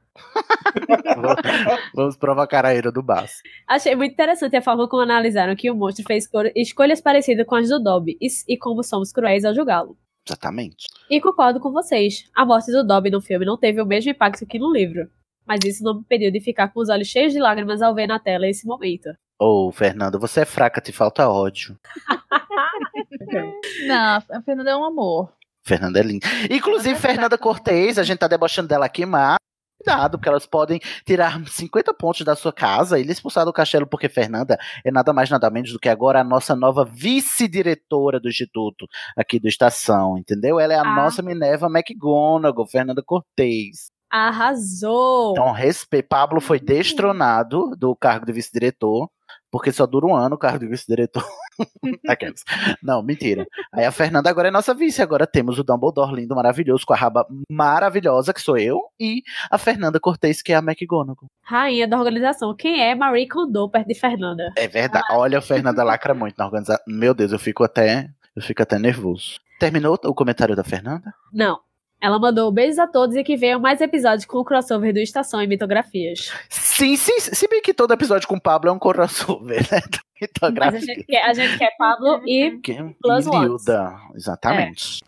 Speaker 8: Vamos provocar a ira do Baço.
Speaker 11: Achei muito interessante a forma como analisaram que o monstro fez escol- escolhas parecidas com as do Dobby e, s- e como somos cruéis ao julgá-lo.
Speaker 8: Exatamente.
Speaker 11: E concordo com vocês, a morte do Dobby no filme não teve o mesmo impacto que no livro. Mas isso não me impediu de ficar com os olhos cheios de lágrimas ao ver na tela esse momento.
Speaker 8: Ô, Fernando, você é fraca, te falta ódio.
Speaker 3: Não, a Fernanda é um amor.
Speaker 8: Fernanda é linda. Inclusive, Fernanda Cortez, a gente tá debochando dela aqui, mas cuidado, porque elas podem tirar 50 pontos da sua casa e lhe expulsar do castelo, porque Fernanda é nada mais, nada menos do que agora a nossa nova vice-diretora do Instituto aqui do Estação, entendeu? Ela é a
Speaker 11: Ah.
Speaker 8: nossa Minerva McGonagall, Fernanda Cortez.
Speaker 11: Arrasou!
Speaker 8: Então, respeito. Pablo
Speaker 11: Uhum.
Speaker 8: foi destronado do cargo de vice-diretor, porque só dura um ano o cargo de vice-diretor. Aquelas. Não, mentira. Aí a Fernanda agora é nossa vice. Agora temos o Dumbledore lindo, maravilhoso, com a raba maravilhosa, que sou eu, e a Fernanda Cortez, que é a McGonagall.
Speaker 11: Rainha da organização. Quem é Marie Kondo perto de Fernanda?
Speaker 8: É verdade.
Speaker 11: Ah.
Speaker 8: Olha, a Fernanda lacra muito na organização. Meu Deus, eu fico até. Eu fico até nervoso. Terminou o comentário da Fernanda?
Speaker 11: Não. Ela mandou beijos a todos e que venham mais episódios com o crossover do Estação e Mitografias.
Speaker 8: Sim, sim, sim. Se bem que todo episódio com o Pablo é um crossover, né? Então,
Speaker 11: Mas a gente, quer, a gente quer Pablo e
Speaker 8: Que é
Speaker 11: Plus Ones.
Speaker 8: Ilda, exatamente.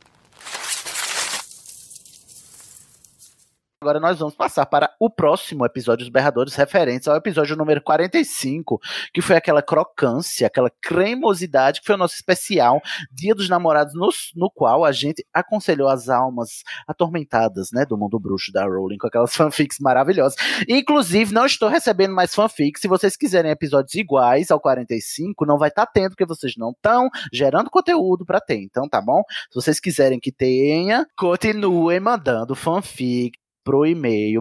Speaker 8: Agora nós vamos passar para o próximo episódio dos Berradores, referência ao episódio número 45, que foi aquela crocância, aquela cremosidade, que foi o nosso especial Dia dos Namorados, no, no qual a gente aconselhou as almas atormentadas, né, do mundo bruxo da Rowling, com aquelas fanfics maravilhosas. Inclusive, não estou recebendo mais fanfics, se vocês quiserem episódios iguais ao 45, não vai estar tá tendo, porque vocês não estão gerando conteúdo para ter, então tá bom? Se vocês quiserem que tenha, continuem mandando fanfic pro e-mail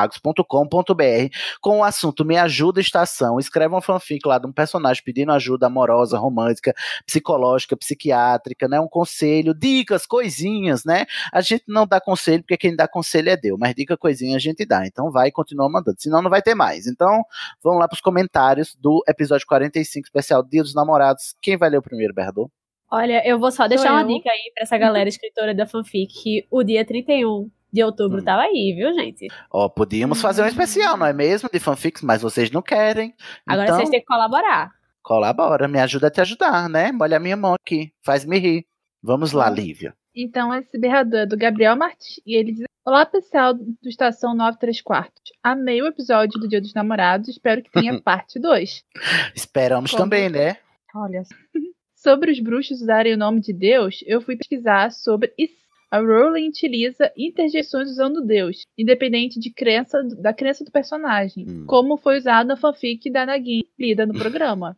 Speaker 8: berrador.934@animagos.com.br com o assunto Me ajuda estação. Escreva uma fanfic lá de um personagem pedindo ajuda amorosa, romântica, psicológica, psiquiátrica, né? Um conselho, dicas, coisinhas, né? A gente não dá conselho porque quem dá conselho é Deus, mas dica coisinha a gente dá. Então vai e continua mandando, senão não vai ter mais. Então, vamos lá pros comentários do episódio 45 especial Dia dos Namorados. Quem vai ler o primeiro, berrador?
Speaker 11: Olha, eu vou só deixar Sou uma eu. dica aí pra essa galera escritora da fanfic que o dia 31 de outubro hum. tava aí, viu, gente?
Speaker 8: Ó, oh, podíamos
Speaker 11: Hum.
Speaker 8: fazer um especial, não é mesmo? De fanfics, mas vocês não querem.
Speaker 11: Agora então, vocês têm que colaborar.
Speaker 8: Colabora, me ajuda a te ajudar, né? Molha a minha mão aqui, faz-me rir. Vamos
Speaker 11: Hum.
Speaker 8: lá, Lívia.
Speaker 3: Então, esse berrador é do Gabriel Martins, e ele diz Olá, pessoal do Estação 93 Quartos. Amei o episódio do Dia dos Namorados, espero que tenha parte 2.
Speaker 8: Esperamos Como... também, né?
Speaker 7: Olha só.
Speaker 3: Sobre os bruxos usarem o nome de Deus, eu fui pesquisar sobre isso. A Rowling utiliza interjeições usando Deus, independente de crença, da crença do personagem, hum. como foi usado na fanfic da Nagini lida no programa.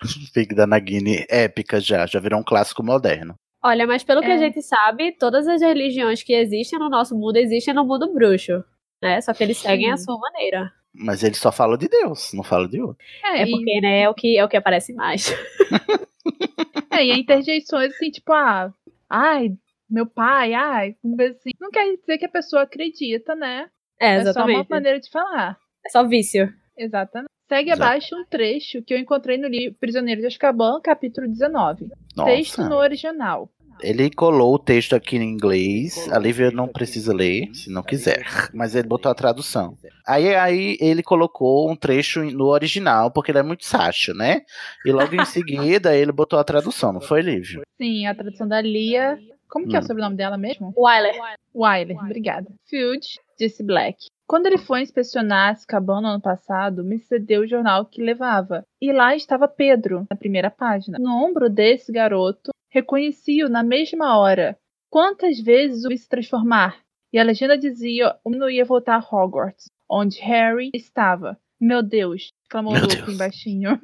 Speaker 8: fanfic da Nagini épica já, já virou um clássico moderno.
Speaker 11: Olha, mas pelo é. que a gente sabe, todas as religiões que existem no nosso mundo existem no mundo bruxo, né? Só que eles seguem Sim. a sua maneira.
Speaker 8: Mas ele só fala de Deus, não fala de outro.
Speaker 11: É, é porque, e... né, é o que, é o que aparece mais.
Speaker 3: é, e interjeições assim, tipo, ah, ai, meu pai, ai, uma coisa assim. Não quer dizer que a pessoa acredita, né?
Speaker 11: É, exatamente.
Speaker 3: É só uma maneira de falar.
Speaker 11: É só vício.
Speaker 3: Exatamente. Segue Exato. abaixo um trecho que eu encontrei no livro Prisioneiro de Azkaban, capítulo 19. Nossa. Texto no original.
Speaker 8: Ele colou o texto aqui em inglês. A Lívia não precisa ler, se não quiser. Mas ele botou a tradução. Aí, aí ele colocou um trecho no original, porque ele é muito sacho, né? E logo em seguida ele botou a tradução, não foi, Lívia?
Speaker 3: Sim, a tradução da Lia. Como que é o sobrenome dela mesmo?
Speaker 11: Wyler.
Speaker 3: Wyler, obrigada. Field, disse Black. Quando ele foi inspecionar Azkaban no ano passado, me cedeu o jornal que levava. E lá estava Pedro, na primeira página. No ombro desse garoto, reconheci-o na mesma hora. Quantas vezes o vi se transformar? E a legenda dizia como não ia voltar a Hogwarts, onde Harry estava. Meu Deus! exclamou meu Lupin Deus. baixinho.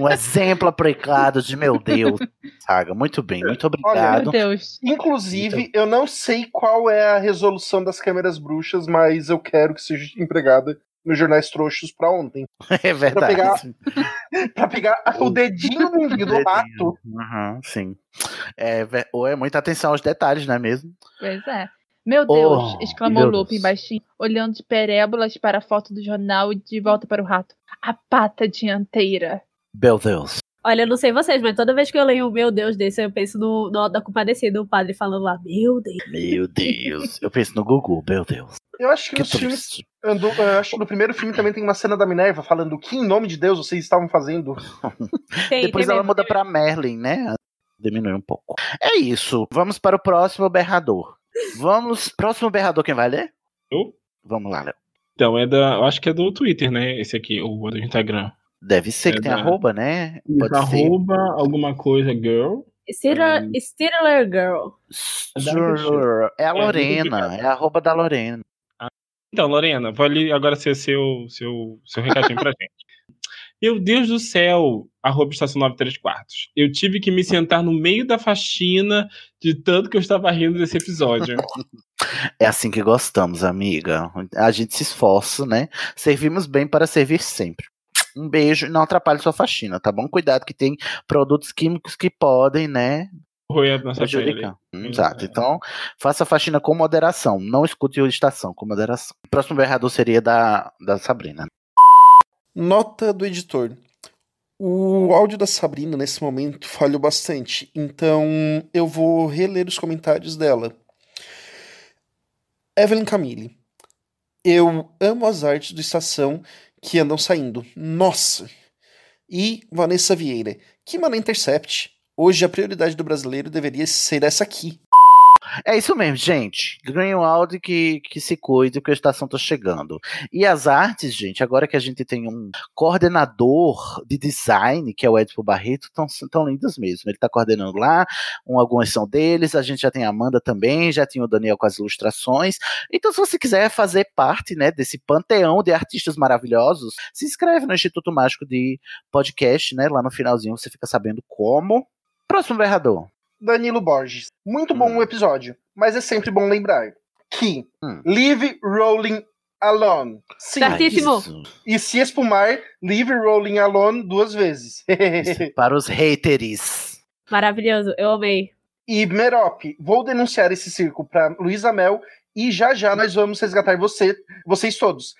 Speaker 8: um exemplo aplicado de meu Deus, Saga. Muito bem, muito obrigado.
Speaker 3: Olha,
Speaker 5: Inclusive, então... eu não sei qual é a resolução das câmeras bruxas, mas eu quero que seja empregada nos jornais trouxos pra ontem.
Speaker 8: É verdade.
Speaker 5: Pra pegar, pra pegar o dedinho do umbigo do mato.
Speaker 8: Uhum, sim. É, ou é muita atenção aos detalhes, não é mesmo?
Speaker 3: Pois é. Meu Deus! Oh, exclamou meu Lupin Deus. baixinho, olhando de perébolas para a foto do jornal e de volta para o rato. A pata dianteira.
Speaker 8: Meu Deus.
Speaker 11: Olha, eu não sei vocês, mas toda vez que eu leio o meu Deus desse, eu penso no, no da compadecida, o padre falando lá, meu Deus.
Speaker 8: Meu Deus. eu penso no Gugu, meu Deus.
Speaker 5: Eu acho que, que nos filmes. Ando, eu acho que no primeiro filme também tem uma cena da Minerva falando o que em nome de Deus vocês estavam fazendo.
Speaker 8: Tem, Depois tem ela mesmo. muda pra Merlin, né? Diminui um pouco. É isso. Vamos para o próximo berrador. Vamos. Próximo berrador, quem vai ler?
Speaker 6: Eu?
Speaker 8: Vamos lá, Léo.
Speaker 6: Então, é da. Eu acho que é do Twitter, né? Esse aqui, ou do Instagram.
Speaker 8: Deve ser é que tem da... arroba, né?
Speaker 6: Pode arroba ser. alguma coisa, girl.
Speaker 8: Hum.
Speaker 11: Steeler um... Girl.
Speaker 8: Sure. É a Lorena, é a arroba da Lorena.
Speaker 6: Então, Lorena, vou ali agora ser seu, seu, seu recadinho pra gente. Meu Deus do céu, arroba estação 93 quartos. Eu tive que me sentar no meio da faxina de tanto que eu estava rindo desse episódio.
Speaker 8: É assim que gostamos, amiga. A gente se esforça, né? Servimos bem para servir sempre. Um beijo e não atrapalhe sua faxina, tá bom? Cuidado que tem produtos químicos que podem, né?
Speaker 6: Rui a nossa prejudicar.
Speaker 8: Pele. Exato. Então, faça a faxina com moderação. Não escute o estação com moderação. O próximo berrador seria da, da Sabrina. né?
Speaker 5: Nota do editor. O áudio da Sabrina nesse momento falhou bastante, então eu vou reler os comentários dela. Evelyn Camille. Eu amo as artes do Estação que andam saindo. Nossa! E Vanessa Vieira. Que mana Intercept. Hoje a prioridade do brasileiro deveria ser essa aqui.
Speaker 8: É isso mesmo, gente. Greenwald que, que se cuide, porque a estação tá chegando. E as artes, gente, agora que a gente tem um coordenador de design, que é o Edipo Barreto, tão, tão lindas mesmo. Ele tá coordenando lá, um, algumas são deles, a gente já tem a Amanda também, já tem o Daniel com as ilustrações. Então, se você quiser fazer parte, né, desse panteão de artistas maravilhosos, se inscreve no Instituto Mágico de Podcast, né, lá no finalzinho você fica sabendo como. Próximo berrador.
Speaker 1: Danilo Borges. Muito bom o episódio, mas é sempre bom lembrar que hum. live rolling alone.
Speaker 11: Sim. Certíssimo.
Speaker 1: E se espumar, live rolling alone duas vezes.
Speaker 8: É para os haters.
Speaker 11: Maravilhoso, eu amei.
Speaker 1: E Merop, vou denunciar esse circo para Luísa Mel e já já nós vamos resgatar você, vocês todos.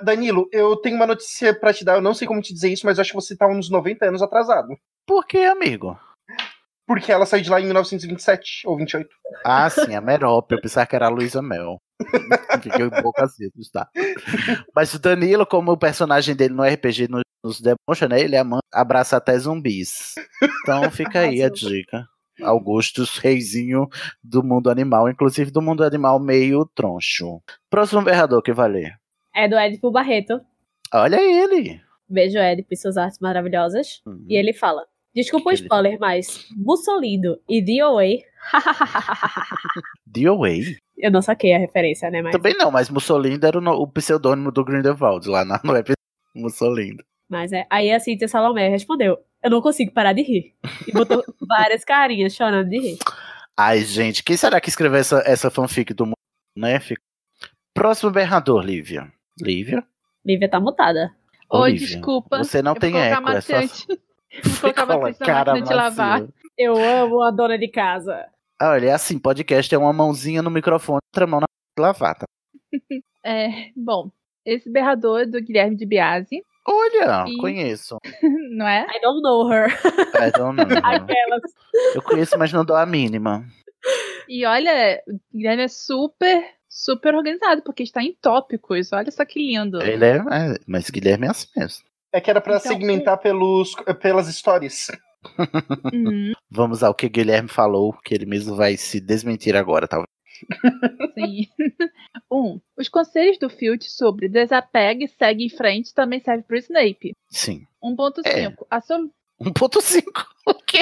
Speaker 1: Uh, Danilo, eu tenho uma notícia para te dar, eu não sei como te dizer isso, mas acho que você tá uns 90 anos atrasado.
Speaker 8: Por que, amigo?
Speaker 1: porque ela saiu de lá em 1927 ou 28.
Speaker 8: Ah, sim, a Merope. Eu pensava que era a Luísa Mel. Fiquei um pouco aceso, tá? Mas o Danilo, como o personagem dele no RPG nos, nos demonstra, né? Ele abraça até zumbis. Então fica aí a dica. Augustus, reizinho do mundo animal, inclusive do mundo animal meio troncho. Próximo berrador que valer.
Speaker 11: É do Edipo Barreto.
Speaker 8: Olha ele!
Speaker 11: Beijo, Edipo, e suas artes maravilhosas. Uhum.
Speaker 8: Hum.
Speaker 11: E ele fala: Desculpa o spoiler, mas Mussolino e DOA.
Speaker 8: DOA?
Speaker 11: Eu não saquei a referência, né? Mas...
Speaker 8: Também não, mas Mussolino era o, o pseudônimo do Grindelwald lá na, no episódio. Mussolino.
Speaker 11: Mas é. Aí a Cintia Salomé respondeu: Eu não consigo parar de rir. E botou várias carinhas chorando de rir.
Speaker 8: Ai, gente, quem será que escreveu essa, essa fanfic do mundo, né? Fica... Próximo berrador, Lívia. Lívia?
Speaker 11: Lívia tá mutada.
Speaker 3: Oi, Lívia, desculpa.
Speaker 8: Você não tem eco, amaciante. é só...
Speaker 3: Vou colocar vocês na máquina macio. de lavar.
Speaker 11: Eu amo a dona de casa.
Speaker 8: Olha, é assim, podcast é uma mãozinha no microfone, outra mão tá? na lavata.
Speaker 3: é, bom, esse berrador é do Guilherme de Biasi.
Speaker 8: Olha, e... conheço.
Speaker 3: não é?
Speaker 11: I don't know her.
Speaker 8: I don't know. Aquelas. Eu conheço, mas não dou a mínima.
Speaker 3: E olha, o Guilherme é super, super organizado, porque está em tópicos. Olha só que lindo.
Speaker 8: Ele é, mas Guilherme é assim mesmo.
Speaker 1: É que era para então, segmentar que... pelos, pelas histórias.
Speaker 8: Uhum. Vamos ao que Guilherme falou, que ele mesmo vai se desmentir agora, tá? talvez.
Speaker 3: Sim. assim. Um, os conselhos do Filch sobre desapegue e segue em frente também serve para o Snape.
Speaker 8: Sim.
Speaker 3: 1.5. É. A so...
Speaker 8: 1.5? O quê?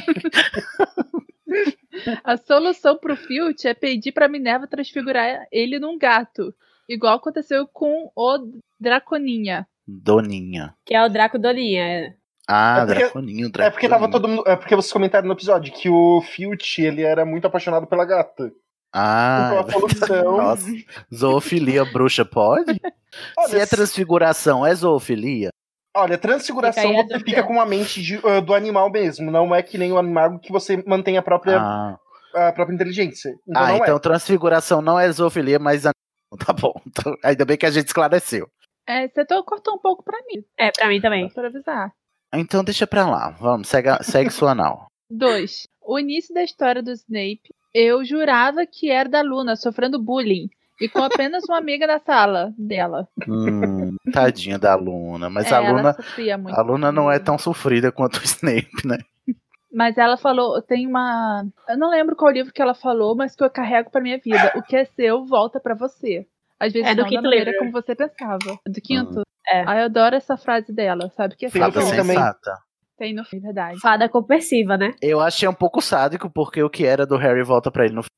Speaker 3: A solução para o Filch é pedir para Minerva transfigurar ele num gato, igual aconteceu com o Draconinha.
Speaker 8: Doninha.
Speaker 11: Que é o Draco Doninha.
Speaker 8: Ah, é hum. porque, Draconinho, Draco.
Speaker 1: É porque tava todo mundo. É porque vocês comentaram no episódio que o Filch ele era muito apaixonado pela gata.
Speaker 8: Ah,
Speaker 1: então, a solução...
Speaker 8: nossa. Zoofilia bruxa pode? Olha, Se é transfiguração, é zoofilia?
Speaker 1: Olha, transfiguração fica você fica com a mente de, uh, do animal mesmo. Não é que nem o animago que você mantém a própria, ah. a própria inteligência.
Speaker 8: É, Então, ah, então é. transfiguração não é zoofilia, mas. Tá bom. Ainda bem que a gente esclareceu.
Speaker 3: É, você cortou um pouco pra mim. tá?
Speaker 11: É, pra mim também.
Speaker 3: Pra avisar.
Speaker 8: Então deixa pra lá. Vamos, segue, segue sua anal.
Speaker 3: Dois. O início da história do Snape, eu jurava que era da Luna, sofrendo bullying. E com apenas uma amiga na sala dela.
Speaker 8: Hum, tadinha da Luna. Mas é, a Luna. A Luna não é tão sofrida quanto o Snape, né?
Speaker 3: Mas ela falou, tem uma. Eu não lembro qual livro que ela falou, mas que eu carrego pra minha vida. O que é seu, volta para você. Às vezes é do não da maneira livro. como você pensava. Do quinto. Hum. É. Ah, eu adoro essa frase dela, sabe? Que é
Speaker 8: Fada sensata.
Speaker 3: Tem no fim, verdade.
Speaker 11: Fada compressiva, né?
Speaker 8: Eu achei um pouco sádico, porque o que era do Harry volta pra ele no fim.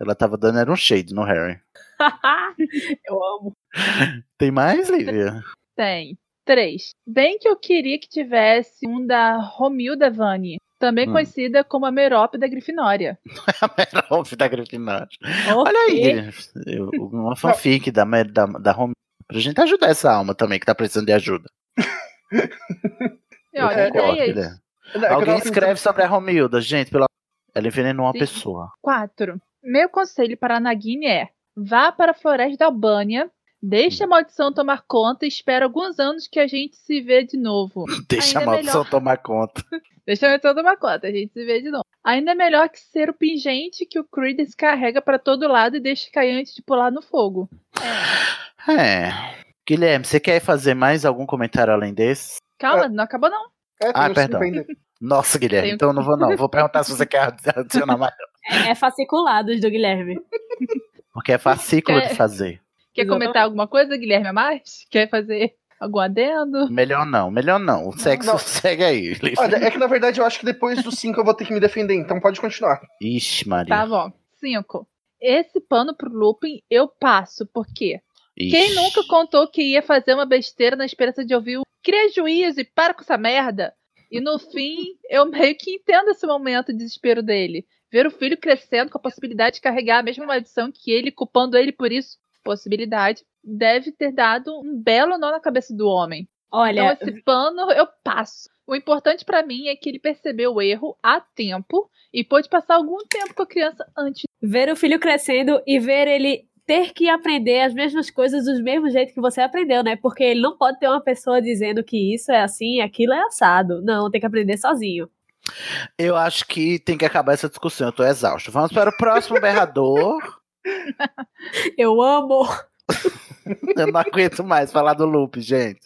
Speaker 8: Ela tava dando era um shade no Harry.
Speaker 11: eu amo.
Speaker 8: Tem mais, Lívia?
Speaker 3: Tem. Três. Bem que eu queria que tivesse um da Romilda Vani. Também hum. conhecida como a Merope da Grifinória.
Speaker 8: a Merope da Grifinória. Oh, Olha aí, eu, uma fanfic da, da, da Home, pra gente ajudar essa alma também que tá precisando de ajuda. eu Olha, concordo, é né? Não, Alguém escreve pensando... sobre a Romilda, gente, pela... ela envenenou uma Sim. pessoa.
Speaker 3: Quatro. Meu conselho para a Nagini é, vá para a floresta da Albânia, Deixa a maldição tomar conta e espera alguns anos que a gente se vê de novo.
Speaker 8: Deixa Ainda a maldição melhor... tomar conta.
Speaker 3: Deixa a maldição tomar conta, a gente se vê de novo. Ainda é melhor que ser o pingente que o Creedence carrega para todo lado e deixa cair antes de pular no fogo.
Speaker 8: É. é. Guilherme, você quer fazer mais algum comentário além desse?
Speaker 3: Calma, é. não acabou não.
Speaker 8: É, ah, perdão. Nossa, Guilherme, então eu não vou não. Vou perguntar se você quer adicionar mais.
Speaker 11: É, é fasciculados do Guilherme.
Speaker 8: Porque é fascículo de fazer.
Speaker 3: Quer comentar alguma coisa, Guilherme, a mais? Quer fazer algum adendo?
Speaker 8: Melhor não, melhor não. O sexo
Speaker 1: Não.
Speaker 8: segue aí.
Speaker 1: Olha, é que na verdade eu acho que depois do 5 eu vou ter que me defender, então pode continuar.
Speaker 8: Ixi, Maria.
Speaker 3: Tá bom. Cinco. Esse pano pro Lupin eu passo, por quê?
Speaker 8: Ixi.
Speaker 3: Quem nunca contou que ia fazer uma besteira na esperança de ouvir o cria juízo e para com essa merda? E no fim, eu meio que entendo esse momento de desespero dele. Ver o filho crescendo com a possibilidade de carregar a mesma maldição que ele, culpando ele por isso, possibilidade, deve ter dado um belo nó na cabeça do homem.
Speaker 11: Olha-
Speaker 3: Então, esse pano eu passo. O importante pra mim é que ele percebeu o erro a tempo e pôde passar algum tempo com a criança antes.
Speaker 11: Ver o filho crescendo e ver ele ter que aprender as mesmas coisas do mesmo jeito que você aprendeu, né? Porque ele não pode ter uma pessoa dizendo que isso é assim, aquilo é assado. Não, tem que aprender sozinho.
Speaker 8: Eu acho que tem que acabar essa discussão, eu tô exausto. Vamos para o próximo berrador.
Speaker 11: Eu amo.
Speaker 8: Eu não aguento mais falar do loop, gente.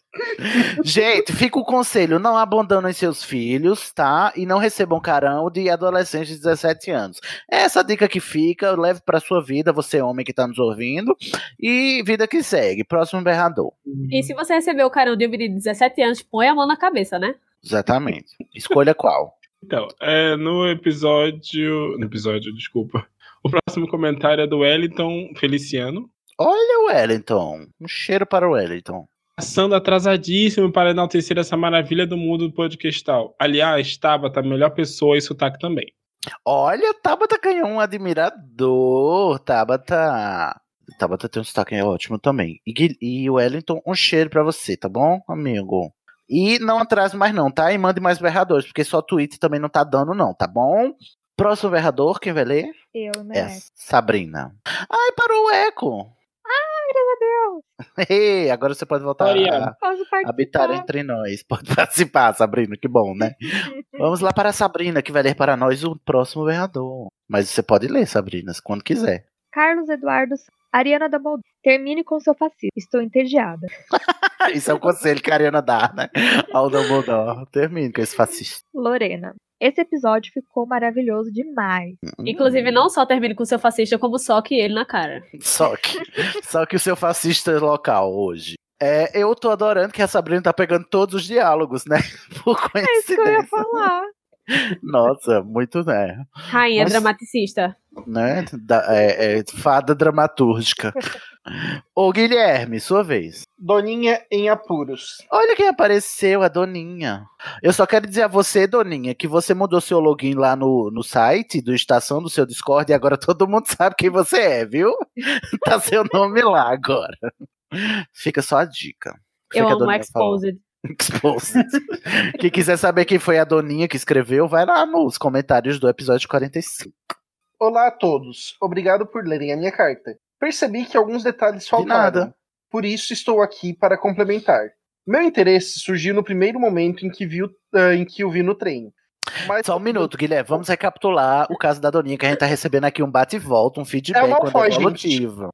Speaker 8: Gente, fica o conselho: não abandonem seus filhos, tá? E não recebam carão de adolescentes de 17 anos. Essa é a dica que fica, leve pra sua vida, você homem que tá nos ouvindo. E vida que segue. Próximo berrador.
Speaker 11: E se você recebeu o carão de um menino de 17 anos, põe a mão na cabeça, né?
Speaker 8: Exatamente. Escolha qual.
Speaker 6: Então, é, no episódio. No episódio, desculpa. O próximo comentário é do Wellington Feliciano.
Speaker 8: Olha o Wellington. Um cheiro para o Wellington.
Speaker 6: Passando atrasadíssimo para enaltecer essa maravilha do mundo do podcastal. Aliás, Tabata, a melhor pessoa e sotaque também.
Speaker 8: Olha, Tabata ganhou um admirador. Tabata. Tabata tem um sotaque ótimo também. E, Gui- e Wellington, um cheiro pra você, tá bom, amigo? E não atrase mais não, tá? E mande mais berradores, porque só Twitter também não tá dando não, tá bom? Próximo berrador, quem vai ler?
Speaker 7: Eu,
Speaker 8: É
Speaker 7: né?
Speaker 8: a Sabrina. Ai, parou o eco!
Speaker 7: Ai, graças a Deus.
Speaker 8: Ei, agora você pode voltar a
Speaker 7: Posso
Speaker 8: a habitar
Speaker 7: participar.
Speaker 8: entre nós. Pode participar, Sabrina, que bom, né? Vamos lá para a Sabrina, que vai ler para nós o próximo berrador. Mas você pode ler, Sabrina, quando quiser.
Speaker 7: Carlos Eduardo, Ariana da Moldova. Termine com seu fascismo. Estou entediada.
Speaker 8: Isso é o conselho que a Ariana dá, né? Ao Dumbledore. Termine com esse fascista.
Speaker 7: Lorena. Esse episódio ficou maravilhoso demais.
Speaker 11: Inclusive, não só termina com seu fascista, como soque ele na cara.
Speaker 8: Só que, só que o seu fascista local hoje. É, eu tô adorando que a Sabrina tá pegando todos os diálogos, né? Por
Speaker 7: É isso que eu ia
Speaker 8: coincidência.
Speaker 7: falar.
Speaker 8: Nossa, muito, né?
Speaker 11: Rainha
Speaker 8: Mas-
Speaker 11: dramaticista.
Speaker 8: né? Da- é- é fada dramatúrgica. Ô, Guilherme, sua vez.
Speaker 1: Doninha em apuros.
Speaker 8: Olha quem apareceu, a Doninha. Eu só quero dizer a você, Doninha, que você mudou seu login lá no, no site do Estação do seu Discord e agora todo mundo sabe quem você é, viu? Tá seu nome lá agora. Fica só a dica.
Speaker 11: Eu
Speaker 8: Fica a
Speaker 11: amo
Speaker 8: Doninha
Speaker 11: Exposed.
Speaker 8: falando. Exposed. quem quiser saber quem foi a Doninha que escreveu, vai lá nos comentários do episódio 45.
Speaker 1: Olá a todos. Obrigado por lerem a minha carta. Percebi que alguns detalhes faltaram.
Speaker 8: nada.
Speaker 1: Por isso estou aqui para complementar. Meu interesse surgiu no primeiro momento em que, vi o, ah, em que o vi no trem.
Speaker 8: Só um minuto, Guilherme. Vamos recapitular o caso da Doninha, que a gente tá recebendo aqui um bate e volta, um feedback
Speaker 1: É o Malfoy, gente.
Speaker 8: evolutivo.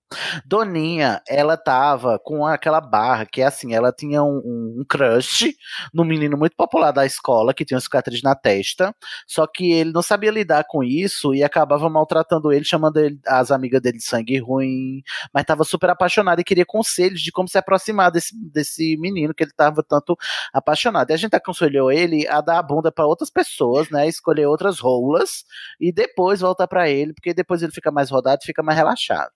Speaker 8: Doninha, ela tava com aquela barra que é assim, ela tinha um, um- um crush num menino muito popular da escola, que tinha uma cicatriz na testa, só que ele não sabia lidar com isso e acabava maltratando ele, chamando ele- as amigas dele de sangue ruim, mas tava super apaixonada e queria conselhos de como se aproximar desse, desse menino que ele tava tanto apaixonado. E a gente aconselhou ele a dar a bunda para outras pessoas, né? Escolher outras rolas e depois voltar para ele, porque depois ele fica mais rodado, e fica mais relaxado.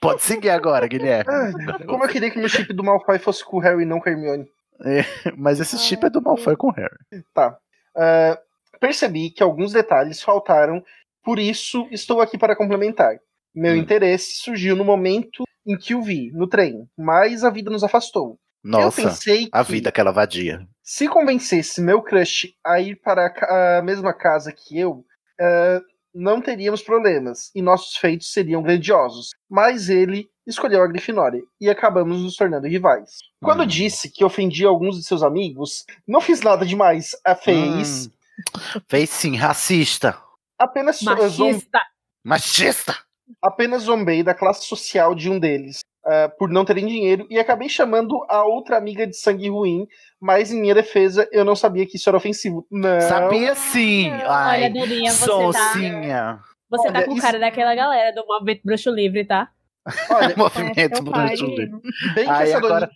Speaker 8: Pode seguir agora, Guilherme.
Speaker 1: Ah, como eu queria que meu chip do Malfoy fosse com o Harry e não com a Hermione.
Speaker 8: É, mas esse chip é do Malfoy com o Harry.
Speaker 1: Tá. Ah, percebi que alguns detalhes faltaram, por isso estou aqui para complementar. Meu
Speaker 8: Hum.
Speaker 1: interesse surgiu no momento em que o vi, no trem, mas a vida nos afastou.
Speaker 8: Nossa,
Speaker 1: eu pensei
Speaker 8: a
Speaker 1: que
Speaker 8: vida aquela vadia.
Speaker 1: se convencesse meu crush a ir para a ca- a mesma casa que eu, ah, não teríamos problemas e nossos feitos seriam grandiosos. Mas ele escolheu a Grifinória e acabamos nos tornando rivais. Quando
Speaker 8: Hum.
Speaker 1: disse que ofendi alguns de seus amigos, não fiz nada demais. A
Speaker 8: Hum.
Speaker 1: fez
Speaker 8: Fez sim, racista,
Speaker 1: apenas zo- zom-
Speaker 11: Machista.
Speaker 8: machista.
Speaker 1: apenas zombei da classe social de um deles. Uh, por não terem dinheiro, e acabei chamando a outra amiga de sangue ruim, mas em minha defesa, eu não sabia que isso era ofensivo. Não.
Speaker 8: Sabia sim! Ai,
Speaker 11: Olha, Durinha, você
Speaker 8: Sonsinha!
Speaker 11: tá. Você tá
Speaker 1: Olha,
Speaker 11: com
Speaker 1: isso-
Speaker 11: cara daquela galera do movimento bruxo livre, tá?
Speaker 1: Olha,
Speaker 7: É
Speaker 8: movimento
Speaker 11: pai,
Speaker 8: bruxo livre.
Speaker 1: Bem que
Speaker 8: Aí
Speaker 1: essa
Speaker 8: agora, né,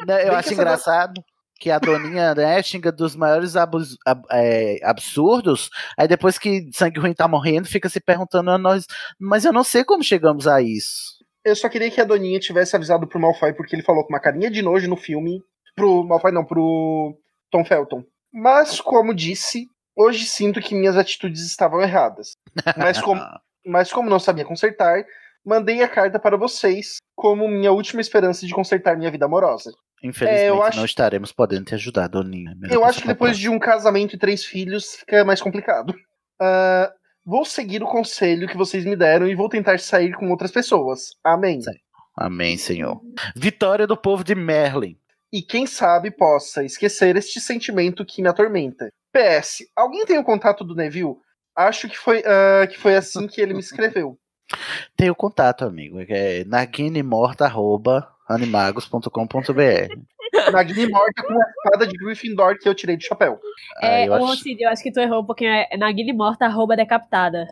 Speaker 8: eu
Speaker 1: que
Speaker 8: acho
Speaker 1: essa dona-
Speaker 8: engraçado que a doninha né, xinga dos maiores abus- ab- é, absurdos, aí depois que sangue ruim tá morrendo, fica se perguntando a nós, mas eu não sei como chegamos a isso.
Speaker 1: Eu só queria que a Doninha tivesse avisado pro Malfoy, porque ele falou com uma carinha de nojo no filme. Pro Malfoy, não, pro Tom Felton. Mas, como disse, hoje sinto que minhas atitudes estavam erradas. Mas como,
Speaker 8: Ah,
Speaker 1: mas como não sabia consertar, mandei a carta para vocês como minha última esperança de consertar minha vida amorosa.
Speaker 8: Infelizmente,
Speaker 1: É, eu acho-
Speaker 8: não estaremos podendo te ajudar, Doninha. Melhor
Speaker 1: Eu
Speaker 8: você
Speaker 1: acho que depois de um casamento e três filhos fica mais complicado. Ah, vou seguir o conselho que vocês me deram e vou tentar sair com outras pessoas. Amém.
Speaker 8: Amém, Senhor. Vitória do povo de Merlin.
Speaker 1: E quem sabe possa esquecer este sentimento que me atormenta. PS, alguém tem o contato do Neville? Acho que foi, ah, que foi assim que ele me escreveu.
Speaker 8: Tem o contato, amigo. que É naguinimorta.animagos.com.br.
Speaker 1: Nagini morta com a espada de Gryffindor que eu tirei do chapéu.
Speaker 11: É,
Speaker 8: Ah, eu
Speaker 11: ô,
Speaker 8: acho-
Speaker 11: Cid, eu acho que tu errou um pouquinho. É na Guilherme Morta, arroba decapitada.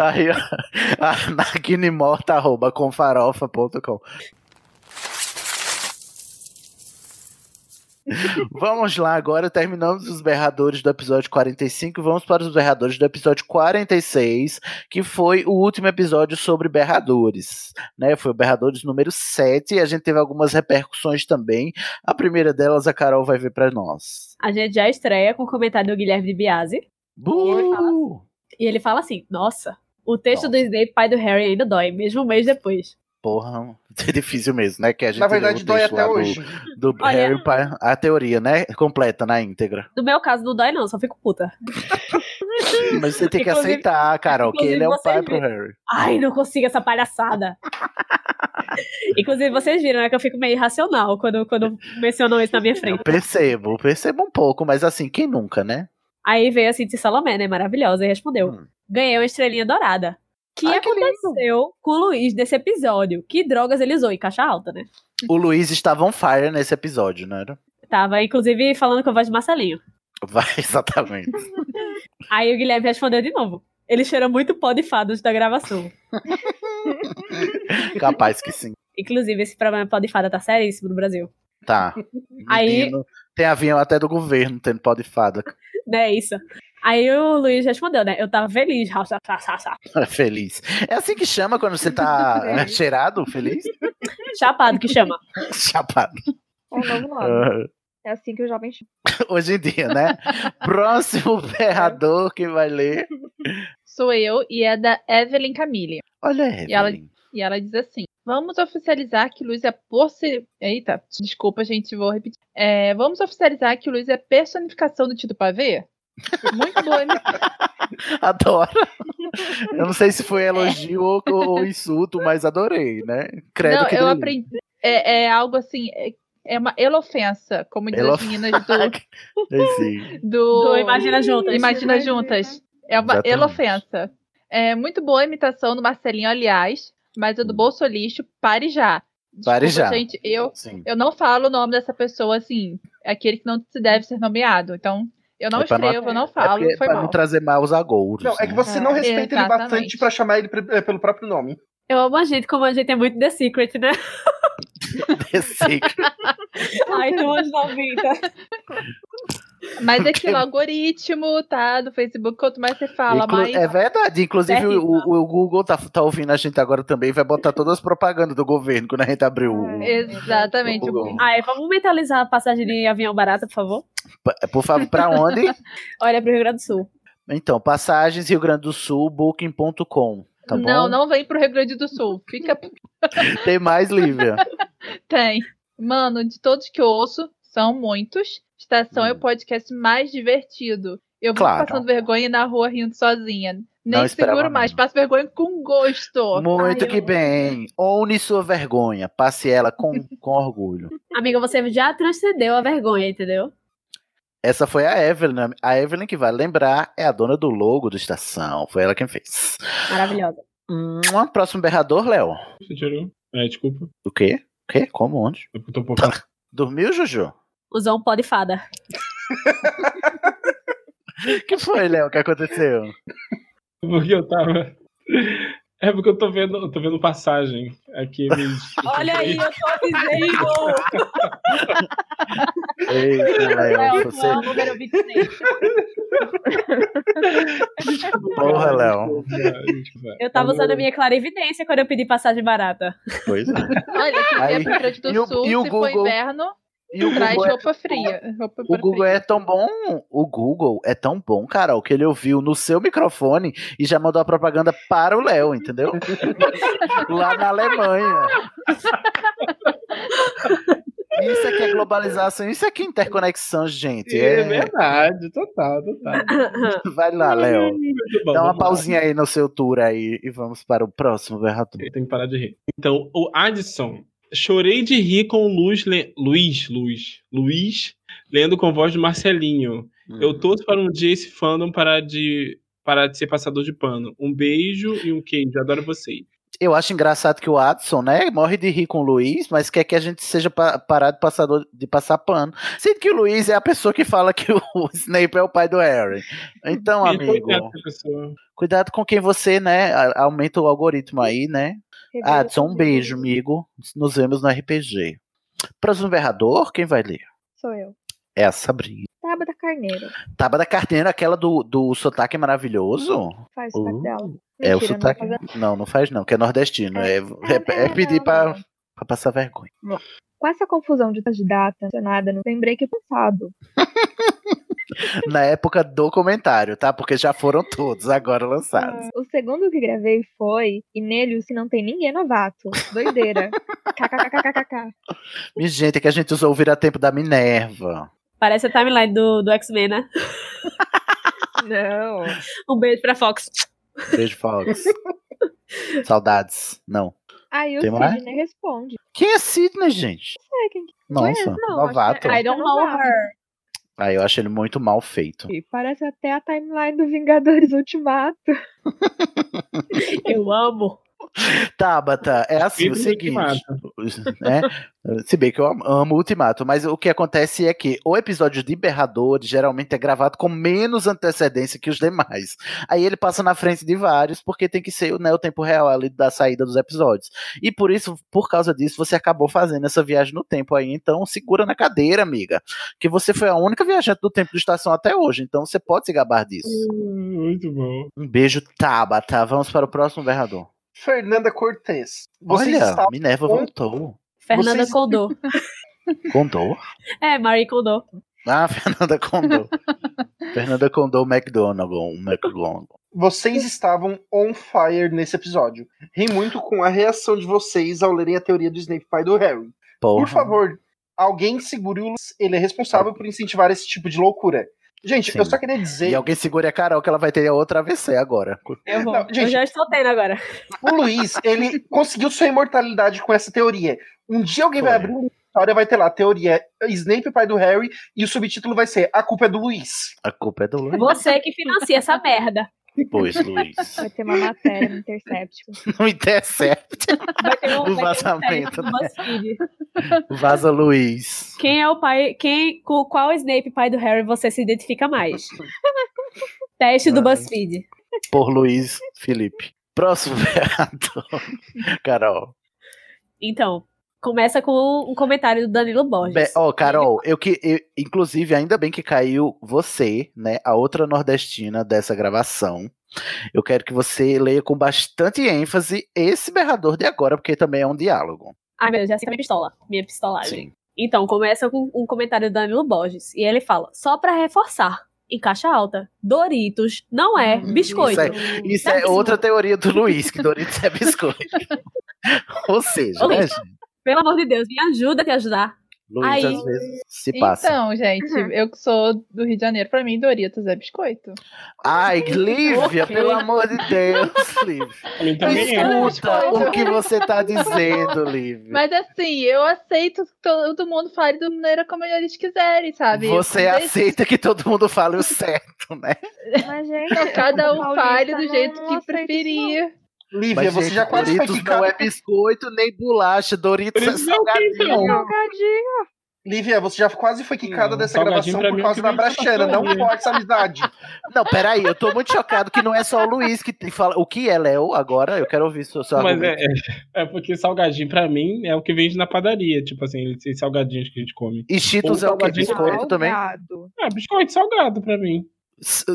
Speaker 8: Aí, ó, a naguinimorta, arroba, comfarofa.com. Vamos lá, agora terminamos os berradores do episódio 45 e vamos para os berradores do episódio 46, que foi o último episódio sobre berradores. Né? Foi o berradores número 7 e a gente teve algumas repercussões também. A primeira delas a Carol vai ver para nós.
Speaker 11: A gente já estreia com o comentário do Guilherme de Biasi.
Speaker 8: Bu!
Speaker 11: E ele fala assim: Nossa, o texto do Snape, pai do Harry, ainda dói, mesmo um mês depois.
Speaker 8: Porra, é difícil mesmo, né? Que a gente
Speaker 1: Na verdade,
Speaker 8: leu o
Speaker 1: dói
Speaker 8: texto
Speaker 1: até
Speaker 8: lá do-
Speaker 1: hoje.
Speaker 8: Do,
Speaker 11: Olha-
Speaker 8: Harry Pai, a teoria, né? Completa, na íntegra.
Speaker 11: No meu caso, não dói, não, só fico puta.
Speaker 8: Mas você tem que
Speaker 11: Inclusive-
Speaker 8: aceitar, Carol, que ele é o
Speaker 11: inclusive
Speaker 8: pai
Speaker 11: vocês
Speaker 8: pro
Speaker 11: viram.
Speaker 8: Harry.
Speaker 11: Ai, não consigo essa palhaçada. Inclusive, vocês viram, né? Que eu fico meio irracional quando, quando mencionam isso na minha frente.
Speaker 8: Percebo, percebo um pouco, mas assim, quem nunca, né?
Speaker 11: Aí veio a Cintia Salomé, né? Maravilhosa, e respondeu:
Speaker 8: Hum.
Speaker 11: Ganhei uma estrelinha dourada. Que aconteceu com o Luiz desse episódio? Que drogas ele usou? Em caixa alta, né?
Speaker 8: O Luiz estava on fire nesse episódio, não era?
Speaker 11: Tava, inclusive, falando com a voz de Marcelinho.
Speaker 8: Vai, exatamente.
Speaker 11: Aí o Guilherme respondeu de novo. Ele cheira muito pó de fado antes da gravação.
Speaker 8: Capaz que sim.
Speaker 11: Inclusive, esse problema pó de fada tá seríssimo no Brasil.
Speaker 8: Tá.
Speaker 11: Aí-
Speaker 8: Menino, tem avião até do governo tendo pó de fada.
Speaker 11: Né, isso. Aí o Luiz respondeu, né? Eu tava feliz. ha, ha, ha, ha, ha.
Speaker 8: Feliz. É assim que chama quando você tá
Speaker 11: É.
Speaker 8: cheirado, feliz?
Speaker 11: Chapado que chama.
Speaker 8: Chapado.
Speaker 7: É o novo nome.
Speaker 8: Ah.
Speaker 7: É assim que o jovem chama.
Speaker 8: Hoje em dia, né? Próximo
Speaker 3: É.
Speaker 8: berrador que vai ler.
Speaker 3: Sou eu e é da Evelyn Camille.
Speaker 8: Olha,
Speaker 3: E ela,
Speaker 8: Evelyn.
Speaker 3: e ela diz assim: Vamos oficializar que Luiz é possi... Eita, desculpa, gente, vou repetir. É, vamos oficializar que Luiz é personificação do Tito Pavê? Muito boa, né? hein?
Speaker 8: Adoro. Eu não sei se
Speaker 3: É.
Speaker 8: foi elogio ou, ou insulto, mas adorei, né? Credo
Speaker 3: Não,
Speaker 8: que
Speaker 3: eu
Speaker 8: dele.
Speaker 3: aprendi. É, é algo assim, é, é uma elofensa, como diz
Speaker 8: Elo-
Speaker 3: as meninas do.
Speaker 8: É Sim.
Speaker 3: do,
Speaker 11: Do Então, Imagina Juntas.
Speaker 3: Imagina Juntas. É uma
Speaker 8: Exatamente.
Speaker 3: elofensa. É muito boa a imitação do Marcelinho, aliás, mas a do Bolso Lixo, pare já.
Speaker 8: Hum. Pare
Speaker 3: Desculpa,
Speaker 8: já.
Speaker 3: Gente, eu,
Speaker 8: Sim.
Speaker 3: eu não falo o nome dessa pessoa assim, aquele que não se deve ser nomeado. Então, eu não
Speaker 8: É pra não-
Speaker 3: escrevo, eu não
Speaker 8: É
Speaker 3: falo,
Speaker 8: porque-
Speaker 3: foi
Speaker 8: pra
Speaker 3: mal.
Speaker 8: não trazer maus agouros.
Speaker 1: Não, é
Speaker 8: né?
Speaker 1: que você não
Speaker 3: Ah,
Speaker 1: respeita ele
Speaker 3: exatamente.
Speaker 1: bastante pra chamar ele pre- eh, pelo próprio nome.
Speaker 11: Eu amo a gente, como a gente é muito The Secret, né?
Speaker 8: Sim.
Speaker 11: Ai, então anos 90.
Speaker 3: Mas é que o algoritmo, tá? Do Facebook, quanto mais você fala,
Speaker 8: Inclu-
Speaker 3: mais.
Speaker 8: É verdade. Inclusive, o, o- o Google tá, tá ouvindo a gente agora também. Vai botar todas as propagandas do governo quando a gente abrir o.
Speaker 3: É. Exatamente.
Speaker 8: Google.
Speaker 11: Ai, vamos mentalizar a passagem de avião barata, por favor?
Speaker 8: P- Por favor, pra onde?
Speaker 11: Olha pro Rio Grande do Sul.
Speaker 8: Então, passagens Rio Grande do Sul, booking.com. Tá bom?
Speaker 3: Não, não vem pro Rio Grande do Sul. Fica
Speaker 8: Tem mais, Lívia.
Speaker 3: Tem. Mano, de todos que eu ouço, são muitos. Estação é o podcast mais divertido. Eu vou
Speaker 8: Hum. Claro.
Speaker 3: passando vergonha na rua rindo sozinha. Nem
Speaker 8: Não esperava
Speaker 3: seguro mais, passo vergonha com gosto.
Speaker 8: Muito que bem. One sua vergonha. Passe ela com, com orgulho.
Speaker 11: Amiga, você já transcendeu a vergonha, entendeu?
Speaker 8: Essa foi a Evelyn. A Evelyn, que vai lembrar, é a dona do logo do Estação. Foi ela quem fez.
Speaker 11: Maravilhosa.
Speaker 8: Mua, Próximo berrador, Léo.
Speaker 6: Você tirou? É, desculpa.
Speaker 8: O quê? O quê? Como? Onde?
Speaker 6: Eu tô um pouco...
Speaker 1: Tá.
Speaker 8: Dormiu, Juju?
Speaker 11: Usou um pó de fada.
Speaker 8: que foi, Léo? O que aconteceu?
Speaker 6: Porque eu tava. É porque eu tô vendo, eu tô vendo passagem aqui.
Speaker 11: Olha aí, eu tô avisando!
Speaker 8: Eita, Léo,
Speaker 11: Léo,
Speaker 8: você.
Speaker 11: João, número 23.
Speaker 8: Porra, Léo.
Speaker 11: Eu tava usando a minha clarividência quando eu pedi passagem barata.
Speaker 8: Pois é.
Speaker 3: Olha, que
Speaker 8: Aí,
Speaker 3: vier pro Grande do
Speaker 8: e o-
Speaker 3: Sul,
Speaker 8: e o
Speaker 3: se for
Speaker 8: Google?
Speaker 3: inverno,
Speaker 8: E o
Speaker 3: traz
Speaker 8: Google é
Speaker 3: roupa fria. Roupa
Speaker 8: O
Speaker 3: pra
Speaker 8: Google
Speaker 3: frio.
Speaker 8: é tão bom, o Google é tão bom, Carol, que ele ouviu no seu microfone e já mandou a propaganda para o Léo, entendeu? Lá na Alemanha. Isso aqui é globalização, isso aqui é interconexão, gente.
Speaker 6: É
Speaker 8: É.
Speaker 6: verdade, total, total.
Speaker 8: Vai lá, Léo.
Speaker 6: Muito tá bom,
Speaker 8: Dá uma
Speaker 6: vamos lá.
Speaker 8: pausinha aí no seu tour aí e vamos para o próximo, Verrato.
Speaker 6: Tem que parar de rir. Então, o Addison. Chorei de rir com o Luiz, le... Luiz, Luiz, Luiz, lendo com voz de Marcelinho.
Speaker 8: Uhum.
Speaker 6: Eu torço para um dia esse fandom parar de, parar de ser passador de pano. Um beijo e um queijo. Adoro vocês.
Speaker 8: Eu acho engraçado que o Adson, né, morre de rir com o Luiz, mas quer que a gente seja pa parado de, passador, de passar pano. Sendo que o Luiz é a pessoa que fala que o Snape é o pai do Harry. Então,
Speaker 6: E
Speaker 8: amigo,
Speaker 6: coitada da pessoa.
Speaker 8: cuidado com quem você, né, a- aumenta o algoritmo aí, né? Adson, um beijo, amigo. Nos vemos no RPG. Próximo berrador, quem vai ler?
Speaker 7: Sou eu.
Speaker 8: É a Sabrina.
Speaker 7: Tábua da Carneiro.
Speaker 8: Taba da Carteira, aquela do, do sotaque maravilhoso?
Speaker 7: Faz o sotaque
Speaker 8: Uh,
Speaker 7: dela.
Speaker 8: É
Speaker 7: Mentira,
Speaker 8: o
Speaker 7: não
Speaker 8: sotaque.
Speaker 7: faz ela.
Speaker 8: Não, não faz não, que é nordestino. É, é- é pedir pra, pra passar vergonha.
Speaker 7: Com essa confusão de de data mencionada, não lembrei que é passado.
Speaker 8: Na época do comentário, tá? Porque já foram todos agora lançados.
Speaker 7: O segundo que gravei foi, e nele o se não tem ninguém é novato. Doideira. KKKKKK.
Speaker 8: Minha gente, é que a gente usou o Vira Tempo da Minerva.
Speaker 11: Parece a timeline do, do X-Men, né?
Speaker 7: Não.
Speaker 11: Um beijo pra Fox.
Speaker 8: Um Beijo, Fox. Saudades. Não.
Speaker 7: Aí o
Speaker 8: Tem mais?
Speaker 7: Sidney responde.
Speaker 8: Quem é Sidney, gente?
Speaker 7: Não sei É, quem que
Speaker 8: Nossa,
Speaker 7: conhece, não,
Speaker 8: novato.
Speaker 7: acho que- é
Speaker 11: I
Speaker 3: Então,
Speaker 11: don't know her.
Speaker 8: Ah, eu acho ele muito mal feito.
Speaker 7: E Parece até a timeline do Vingadores Ultimato.
Speaker 11: Eu amo.
Speaker 8: Tabata, é assim
Speaker 6: Filho
Speaker 8: o
Speaker 6: do
Speaker 8: seguinte.
Speaker 6: Ultimato.
Speaker 8: né? Se bem que eu am- amo o Ultimato, mas o que acontece é que o episódio de Berradores geralmente é gravado com menos antecedência que os demais. Aí ele passa na frente de vários, porque tem que ser né, o tempo real ali da saída dos episódios. E por isso, por causa disso, você acabou fazendo essa viagem no tempo aí. Então segura na cadeira, amiga. Que você foi a única viajante do tempo de estação até hoje. Então você pode se gabar disso.
Speaker 6: Hum, Muito bom.
Speaker 8: Um beijo, Tabata. Vamos para o próximo berrador.
Speaker 1: Fernanda Cortez. Você
Speaker 8: Olha,
Speaker 1: está
Speaker 8: Minerva
Speaker 1: com-
Speaker 8: voltou.
Speaker 11: Fernanda
Speaker 1: Vocês-
Speaker 11: Condor.
Speaker 8: Condor?
Speaker 11: É, Marie Condor.
Speaker 8: Ah, Fernanda Condor. Fernanda Condor um McDonald. McDonald. Hum.
Speaker 1: Vocês estavam on fire nesse episódio. Ri muito com a reação de vocês ao lerem a teoria do Snape pai do Harry.
Speaker 8: Porra.
Speaker 1: Por favor, alguém segure o Luz. Ele é responsável por incentivar esse tipo de loucura. Gente, eu só queria dizer.
Speaker 8: E alguém segure a Carol que ela vai ter outra AVC agora.
Speaker 11: Eu vou.
Speaker 1: Não,
Speaker 11: eu
Speaker 1: gente.
Speaker 11: já estou tendo agora.
Speaker 1: O Luiz, ele conseguiu sua imortalidade com essa teoria. Um dia alguém vai abrir uma história, vai ter lá a teoria Snape, pai do Harry, e o subtítulo vai ser A culpa é do Luiz.
Speaker 8: A culpa é do Luiz.
Speaker 11: Você que financia essa merda.
Speaker 8: Pois, Luiz.
Speaker 7: Vai ter uma matéria no Intercept.
Speaker 8: Não intercepte.
Speaker 11: Vai ter
Speaker 8: O
Speaker 11: um, vai ter um
Speaker 8: vazamento,
Speaker 11: teste do BuzzFeed.
Speaker 8: Vaza, Luiz.
Speaker 11: Quem é o pai. Quem, com qual Snape, pai do Harry, você se identifica mais? Teste do BuzzFeed.
Speaker 8: Por Luiz Felipe. Próximo berrador. Carol.
Speaker 11: Então, começa com um comentário do Danilo
Speaker 8: Be-
Speaker 11: Borges.
Speaker 3: é
Speaker 8: Ó, Carol, eu que. eu- inclusive, ainda bem que caiu você, né? A outra nordestina dessa gravação. Eu quero que você leia com bastante ênfase esse berrador de agora, porque também é um diálogo.
Speaker 11: Ai, meu Deus, essa é minha pistola. Minha pistolagem.
Speaker 8: Sim.
Speaker 11: Então, começa com um comentário do Danilo Borges. E ele fala: só pra reforçar, em caixa alta, Doritos não é biscoito.
Speaker 8: Isso é, isso
Speaker 3: Tá
Speaker 8: é outra teoria do Luiz, que Doritos é biscoito. Ou seja,
Speaker 11: Ô,
Speaker 8: né,
Speaker 11: Luiz,
Speaker 8: gente?
Speaker 11: Pelo amor de Deus, me ajuda a te ajudar.
Speaker 8: Luiz
Speaker 11: aí-
Speaker 8: às vezes se passa.
Speaker 3: Então, gente,
Speaker 11: Uhum.
Speaker 3: eu que sou do Rio de Janeiro, pra mim, Doritos é biscoito.
Speaker 8: Ai, Lívia,
Speaker 3: Ok.
Speaker 8: pelo amor de Deus, Lívia.
Speaker 6: Pra mim também é.
Speaker 3: Escuta.
Speaker 8: Escuta o que você tá dizendo, Lívia.
Speaker 3: Mas assim, eu aceito que todo mundo fale da maneira como eles quiserem, sabe?
Speaker 8: Você
Speaker 3: Desde-
Speaker 8: aceita que todo mundo fale o certo, né?
Speaker 7: Mas, gente, tá
Speaker 3: Não, cada um
Speaker 7: Paulista
Speaker 3: fale do
Speaker 7: não-
Speaker 3: jeito
Speaker 7: não
Speaker 3: que
Speaker 7: aceita isso,
Speaker 3: preferir.
Speaker 1: Lívia, você já quase foi
Speaker 8: Doritos
Speaker 1: quicada.
Speaker 8: não é biscoito nem bolacha, Doritos é
Speaker 1: Doritos é o que, então?
Speaker 7: né?
Speaker 8: salgadinho.
Speaker 7: Salgadinho.
Speaker 1: Lívia, você já foi quase foi quicada dessa
Speaker 8: Hum, salgadinho
Speaker 1: gravação
Speaker 8: pra
Speaker 1: por
Speaker 8: mim
Speaker 1: causa
Speaker 8: é
Speaker 1: da
Speaker 8: o que vem
Speaker 1: bracheira, não
Speaker 8: salgadinho.
Speaker 1: força a amizade.
Speaker 8: Não, peraí, eu tô muito chocado que não é só o Luiz que te fala. O que é, Léo? Agora eu quero ouvir seu, seu
Speaker 6: Mas é,
Speaker 8: argumento.
Speaker 6: é, é porque salgadinho, pra mim, é o que vende na padaria. Tipo assim, esses salgadinhos que a gente come.
Speaker 8: E Cheetos
Speaker 6: Ou
Speaker 8: é o quê?
Speaker 6: salgadinho
Speaker 8: Biscoito também?
Speaker 6: É, biscoito salgado pra mim.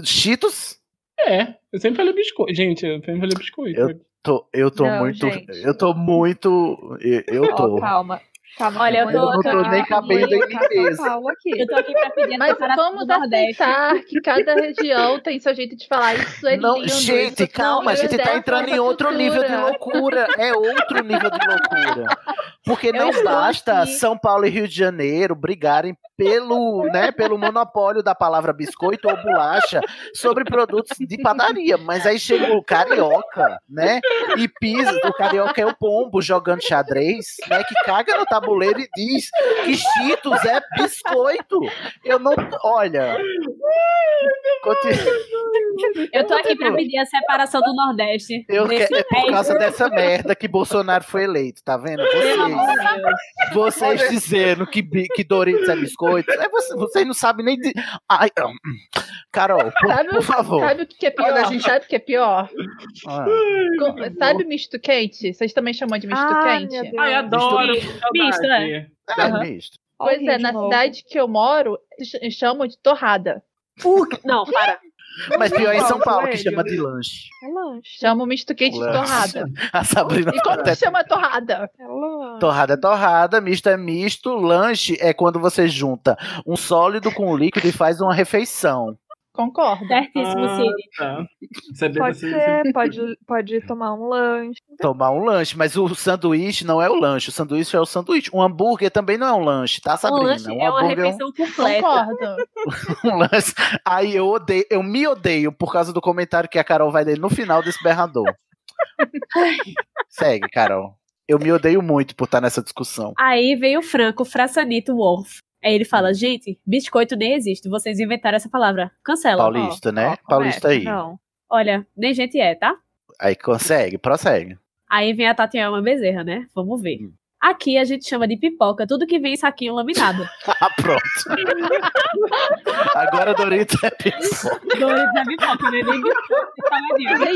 Speaker 8: Cheetos?
Speaker 6: É, eu sempre falei biscoito. Gente, eu sempre falei biscoito.
Speaker 8: Eu tô, eu tô
Speaker 6: Não,
Speaker 8: muito.
Speaker 6: gente.
Speaker 8: Eu tô muito. Eu, eu tô.
Speaker 7: calma. Calma,
Speaker 11: Olha, eu tô,
Speaker 8: Eu não tô nem cabendo em mim mesmo.
Speaker 11: Eu tô aqui pra pedir a
Speaker 3: Mas
Speaker 11: separação
Speaker 3: vamos
Speaker 11: do Nordeste.
Speaker 3: aceitar que cada região tem seu jeito de falar. Isso é
Speaker 8: Não,
Speaker 3: lindo.
Speaker 8: gente,
Speaker 3: isso
Speaker 8: calma, a gente tá
Speaker 3: obedece
Speaker 8: entrando em
Speaker 3: nossa
Speaker 8: outro
Speaker 3: cultura.
Speaker 8: nível de loucura. É outro nível de loucura. Porque
Speaker 3: Eu
Speaker 8: não
Speaker 3: estou
Speaker 8: basta
Speaker 3: aqui.
Speaker 8: São Paulo e Rio de Janeiro brigarem pelo, né, pelo monopólio da palavra biscoito ou bolacha sobre produtos de padaria. Mas aí chega o carioca, né? E pisa, o carioca é o pombo jogando xadrez, né? Que caga no tabuleiro e diz que Cheetos é biscoito. Eu não. Olha. Continua.
Speaker 11: Eu tô aqui pra pedir a separação do Nordeste.
Speaker 8: Eu
Speaker 11: Desse
Speaker 8: quero, é por
Speaker 11: país.
Speaker 8: causa dessa merda que Bolsonaro foi eleito, tá vendo? Vocês, vocês dizendo que, bi- que Doritos é biscoito, é você, vocês não sabem nem. De... Ai, ah, hum. Carol, por,
Speaker 3: Sabe, o-
Speaker 8: por favor.
Speaker 3: sabe o que que é pior?
Speaker 8: Olha, a gente-
Speaker 3: Sabe o que é pior?
Speaker 8: Ah.
Speaker 3: Com- sabe misto quente? Vocês também chamam de misto
Speaker 11: Ai, Ah, meu
Speaker 3: quente?
Speaker 11: Deus. Ai, adoro, Misto. que saudade. Misto, é.
Speaker 8: É
Speaker 3: Aham.
Speaker 8: misto.
Speaker 3: Pois
Speaker 11: Olha
Speaker 3: é,
Speaker 11: de
Speaker 3: na
Speaker 11: novo.
Speaker 3: cidade que eu moro, ch- chamam de torrada.
Speaker 11: não, para.
Speaker 8: Mas pior é em São Paulo, que chama de lanche.
Speaker 7: É
Speaker 3: Chama o misto quente de
Speaker 8: Lanche.
Speaker 3: torrada.
Speaker 8: A Sabrina
Speaker 3: E como
Speaker 8: até
Speaker 3: que chama torrada?
Speaker 8: Torrada é torrada, misto é misto, lanche é quando você junta um sólido com um líquido e faz uma refeição.
Speaker 3: Concordo.
Speaker 11: Certíssimo,
Speaker 6: Ah,
Speaker 11: Cid.
Speaker 6: tá.
Speaker 7: Pode
Speaker 8: assim,
Speaker 7: ser, pode, pode tomar um lanche.
Speaker 8: Tomar um lanche, mas o sanduíche não é o lanche, o sanduíche é o sanduíche. Um hambúrguer também não é um lanche, tá, Sabrina?
Speaker 11: Um lanche é uma
Speaker 8: hambúrguer é um-
Speaker 11: refeição completa.
Speaker 3: Concordo.
Speaker 8: um lance. Aí eu odeio, eu me odeio por causa do comentário que a Carol vai ler no final desse berrador. Segue, Carol. Eu me odeio muito por estar nessa discussão.
Speaker 11: Aí vem o Franco, Fraçanito Wolf. Aí ele
Speaker 8: Hum.
Speaker 11: fala, gente, biscoito nem existe, vocês inventaram essa palavra. Cancela.
Speaker 8: Paulista,
Speaker 11: Ó,
Speaker 8: né?
Speaker 11: ó, como
Speaker 8: Paulista
Speaker 11: é?
Speaker 8: aí.
Speaker 11: Não. Olha, nem gente é, tá?
Speaker 8: Aí consegue, prossegue.
Speaker 11: Aí vem a Tatiana Bezerra, né? Vamos ver.
Speaker 8: Hum.
Speaker 11: Aqui a gente chama de pipoca tudo que vem em saquinho laminado.
Speaker 8: Ah, pronto. Agora Doritos é pipoca.
Speaker 11: Dois da pipoca, né? Nem biscoito, nem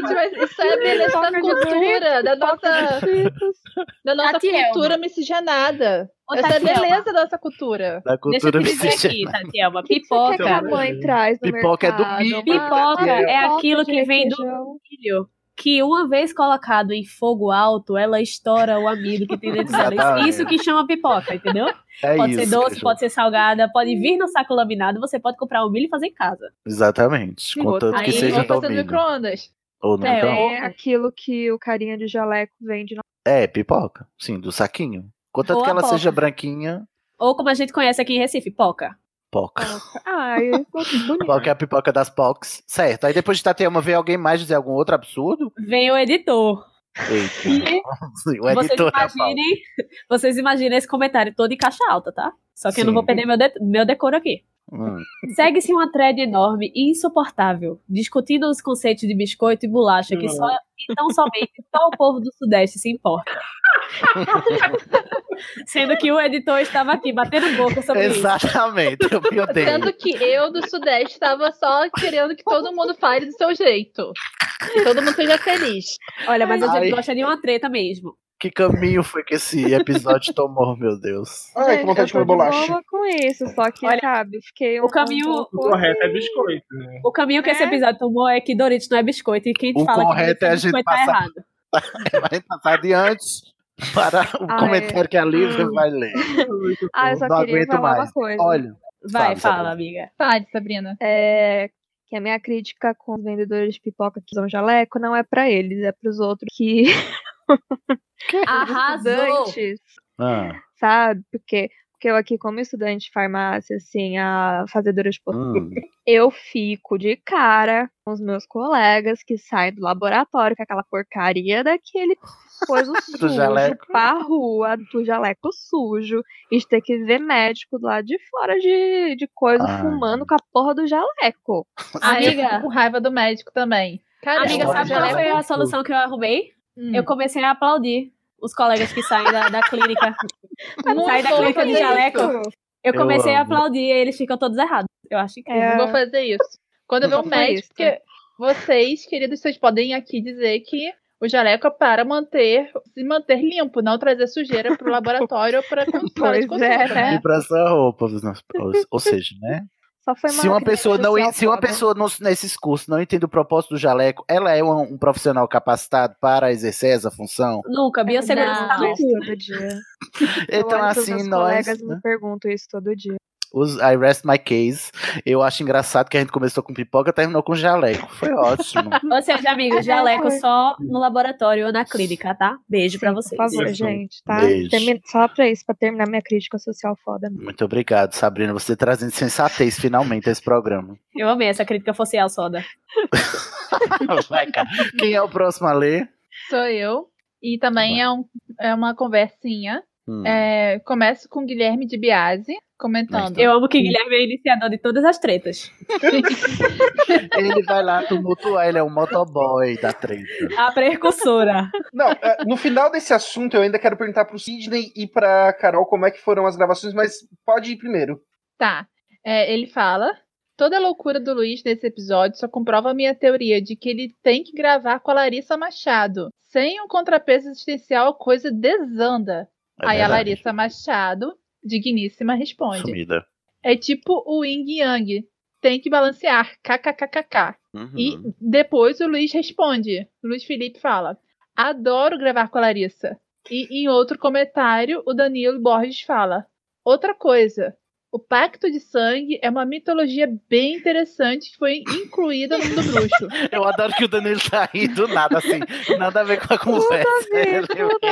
Speaker 11: salgadinho.
Speaker 3: Gente, mas isso é a beleza da cultura, da nossa, da nossa
Speaker 11: Tatielma.
Speaker 3: cultura miscigenada.
Speaker 11: Ô,
Speaker 3: Essa é a
Speaker 11: Tatielma.
Speaker 3: beleza da nossa cultura.
Speaker 8: Da
Speaker 11: Deixa eu
Speaker 8: cultura
Speaker 11: te dizer aqui,
Speaker 8: mexicana.
Speaker 11: Tatielma.
Speaker 7: O que, que a
Speaker 11: Pipoca.
Speaker 7: mãe traz no
Speaker 8: Pipoca é do
Speaker 7: mercado?
Speaker 8: milho.
Speaker 11: Pipoca é
Speaker 7: Pipoca
Speaker 11: aquilo
Speaker 7: de
Speaker 11: que vem do
Speaker 7: requeijão.
Speaker 11: milho, que uma vez colocado em fogo alto, ela estoura o amido que tem dentro dela. Isso-
Speaker 8: Exatamente.
Speaker 11: Isso que chama pipoca, entendeu?
Speaker 8: É
Speaker 11: pode ser
Speaker 8: isso,
Speaker 11: doce,
Speaker 8: Caju.
Speaker 11: pode ser salgada, pode vir no saco laminado, você pode comprar o milho e fazer em casa.
Speaker 8: Exatamente.
Speaker 3: Tipo,
Speaker 8: Contanto que
Speaker 11: Aí,
Speaker 8: seja
Speaker 11: vou
Speaker 8: do
Speaker 11: fazer no
Speaker 8: milho.
Speaker 3: micro-ondas.
Speaker 8: Ou no
Speaker 7: É,
Speaker 8: micro
Speaker 7: é aquilo que o carinha de jaleco vende. na-
Speaker 8: É, pipoca. Sim, do saquinho. Contanto
Speaker 11: Ou
Speaker 8: que
Speaker 11: a
Speaker 8: ela
Speaker 11: poca.
Speaker 8: seja branquinha,
Speaker 11: Ou como a gente conhece aqui em Recife, poca.
Speaker 8: poca.
Speaker 7: Ai, eu tô bonito.
Speaker 8: Pipoca é a pipoca das pocs. Certo. Aí depois de Tatiana ver alguém mais dizer algum outro absurdo.
Speaker 11: Vem o editor.
Speaker 8: Eita. o
Speaker 11: Vocês
Speaker 8: editor é da pauta.
Speaker 11: imaginem, vocês imaginem esse comentário todo em caixa alta, tá? Só que eu não
Speaker 8: Sim.
Speaker 11: vou perder meu, de- meu decoro aqui.
Speaker 8: Hum.
Speaker 11: Segue-se uma thread enorme e insuportável, discutindo os conceitos de biscoito e bolacha que só,
Speaker 3: Não.
Speaker 11: e tão somente só o povo do Sudeste se importa. Sendo que o editor estava aqui batendo boca sobre isso.
Speaker 8: Exatamente, eu me odeio.
Speaker 3: Sendo que eu do Sudeste estava só querendo que todo mundo fale do seu jeito. Que todo mundo seja feliz.
Speaker 11: Olha, mas a gente
Speaker 8: Ai.
Speaker 11: gosta de uma treta mesmo.
Speaker 8: Que caminho foi que esse episódio tomou, meu Deus.
Speaker 1: Ai, que vontade de comer bolacha.
Speaker 7: boa com isso, só que, sabe, fiquei um,
Speaker 11: O caminho-
Speaker 7: um pouco
Speaker 6: O correto é biscoito, né?
Speaker 11: O caminho que esse episódio tomou é que Doritos não é biscoito e quem
Speaker 8: O
Speaker 11: fala
Speaker 8: correto
Speaker 11: que
Speaker 8: é a
Speaker 11: Doritos
Speaker 8: gente
Speaker 11: biscoito tá
Speaker 8: passar
Speaker 11: errado.
Speaker 8: vai passar adiante para o
Speaker 11: Ah, é.
Speaker 8: comentário que a Lívia vai ler.
Speaker 7: Ah, eu só
Speaker 8: não
Speaker 7: queria
Speaker 8: aguento
Speaker 7: falar
Speaker 8: mais.
Speaker 7: uma coisa.
Speaker 8: Olha,
Speaker 11: Vai,
Speaker 8: sabe,
Speaker 11: fala,
Speaker 8: sabe.
Speaker 11: amiga.
Speaker 3: Fale, Sabrina.
Speaker 7: É, que a minha crítica com os vendedores de pipoca que usam jaleco não é pra eles, é pros outros que.
Speaker 11: Arrasou.
Speaker 7: estudantes,
Speaker 8: Ah,
Speaker 7: sabe? Porque, porque eu aqui, como estudante de farmácia, assim, a fazedora de poção,
Speaker 8: hum.
Speaker 7: eu fico de cara com os meus colegas que saem do laboratório com aquela porcaria daquele coisa sujo
Speaker 8: jaleco.
Speaker 7: pra rua, do jaleco sujo, e de ter que ver médico do lado de fora de, de coisa
Speaker 8: Ah.
Speaker 7: fumando com a porra do jaleco.
Speaker 3: Amiga, com raiva do médico também. é Caramba,
Speaker 11: Amiga, sabe
Speaker 3: já
Speaker 11: qual
Speaker 3: leva-
Speaker 11: foi a solução que eu arrumei? Eu comecei a aplaudir os colegas que saem da, da clínica.
Speaker 3: Não
Speaker 11: saem da
Speaker 3: vou
Speaker 11: clínica de
Speaker 3: fazer
Speaker 11: jaleco.
Speaker 3: isso.
Speaker 11: Eu
Speaker 3: Eu
Speaker 11: comecei a
Speaker 3: amo.
Speaker 11: aplaudir e eles ficam todos errados. Eu acho que
Speaker 3: Eu
Speaker 7: É.
Speaker 3: Vou fazer isso. Quando eu ver um
Speaker 11: Vou fazer
Speaker 3: médico,
Speaker 11: isso.
Speaker 3: porque vocês, queridos, vocês podem aqui dizer que o jaleco é para manter, se manter limpo, não trazer sujeira pro laboratório ou pra sala de
Speaker 7: Pois
Speaker 3: consulta,
Speaker 7: é,
Speaker 3: né?
Speaker 8: E pra essa roupa, os nossos- os- ou seja, né?
Speaker 7: Só foi
Speaker 8: Se uma
Speaker 7: crítica
Speaker 8: pessoa não,
Speaker 7: social
Speaker 8: se uma
Speaker 7: foda.
Speaker 8: pessoa não- nesses cursos não entende o propósito do jaleco, ela é um, um profissional capacitado para exercer essa função?
Speaker 11: Nunca, biossegurança tá no
Speaker 7: Mas
Speaker 11: cu.
Speaker 7: todo dia.
Speaker 8: Então,
Speaker 7: Eu olho pros
Speaker 8: assim,
Speaker 7: meus
Speaker 8: nós,
Speaker 7: colegas
Speaker 8: né?
Speaker 7: me perguntam isso todo dia.
Speaker 8: Os I rest my case. Eu acho engraçado que a gente começou com pipoca, terminou com jaleco. Foi ótimo.
Speaker 11: Ou seja, amigos, jaleco só no laboratório ou na clínica, tá? Beijo pra vocês.
Speaker 7: Tipo, Por favor, gente, tá?
Speaker 8: Beijo.
Speaker 7: Termi- Só pra isso, pra terminar minha crítica social foda. mesmo.
Speaker 8: Muito obrigado, Sabrina, você trazendo sensatez finalmente a esse programa.
Speaker 11: Eu amei essa crítica social soda.
Speaker 8: Vai, cara. Quem é o próximo a ler?
Speaker 3: Sou eu. E também é, um- é uma conversinha.
Speaker 8: Hum.
Speaker 3: É, começo com Guilherme de Biase comentando.
Speaker 11: Eu amo que Guilherme é iniciador de todas as tretas.
Speaker 8: Ele vai lá tumultuar, ele é um motoboy da treta.
Speaker 11: A precursora.
Speaker 1: Não, é, no final desse assunto, eu ainda quero perguntar pro Sidney e pra Carol como é que foram as gravações, mas pode ir primeiro.
Speaker 3: Tá. É, ele fala. Toda a loucura do Luiz nesse episódio só comprova a minha teoria de que ele tem que gravar com a Larissa Machado. Sem um contrapeso existencial, a coisa desanda.
Speaker 8: É
Speaker 3: Aí a
Speaker 8: verdade.
Speaker 3: Larissa Machado, digníssima, responde.
Speaker 8: Sumida.
Speaker 3: É tipo o Yin e Yang. Tem que balancear. KKKKK.
Speaker 8: Uhum.
Speaker 3: E depois o Luiz responde. O Luiz Felipe fala: Adoro gravar com a Larissa. E em outro comentário, o Danilo Borges fala: Outra coisa. O Pacto de Sangue é uma mitologia bem interessante que foi incluída no mundo bruxo.
Speaker 8: Eu adoro que o Danilo tá aí do nada, assim. Nada a ver com a conversa.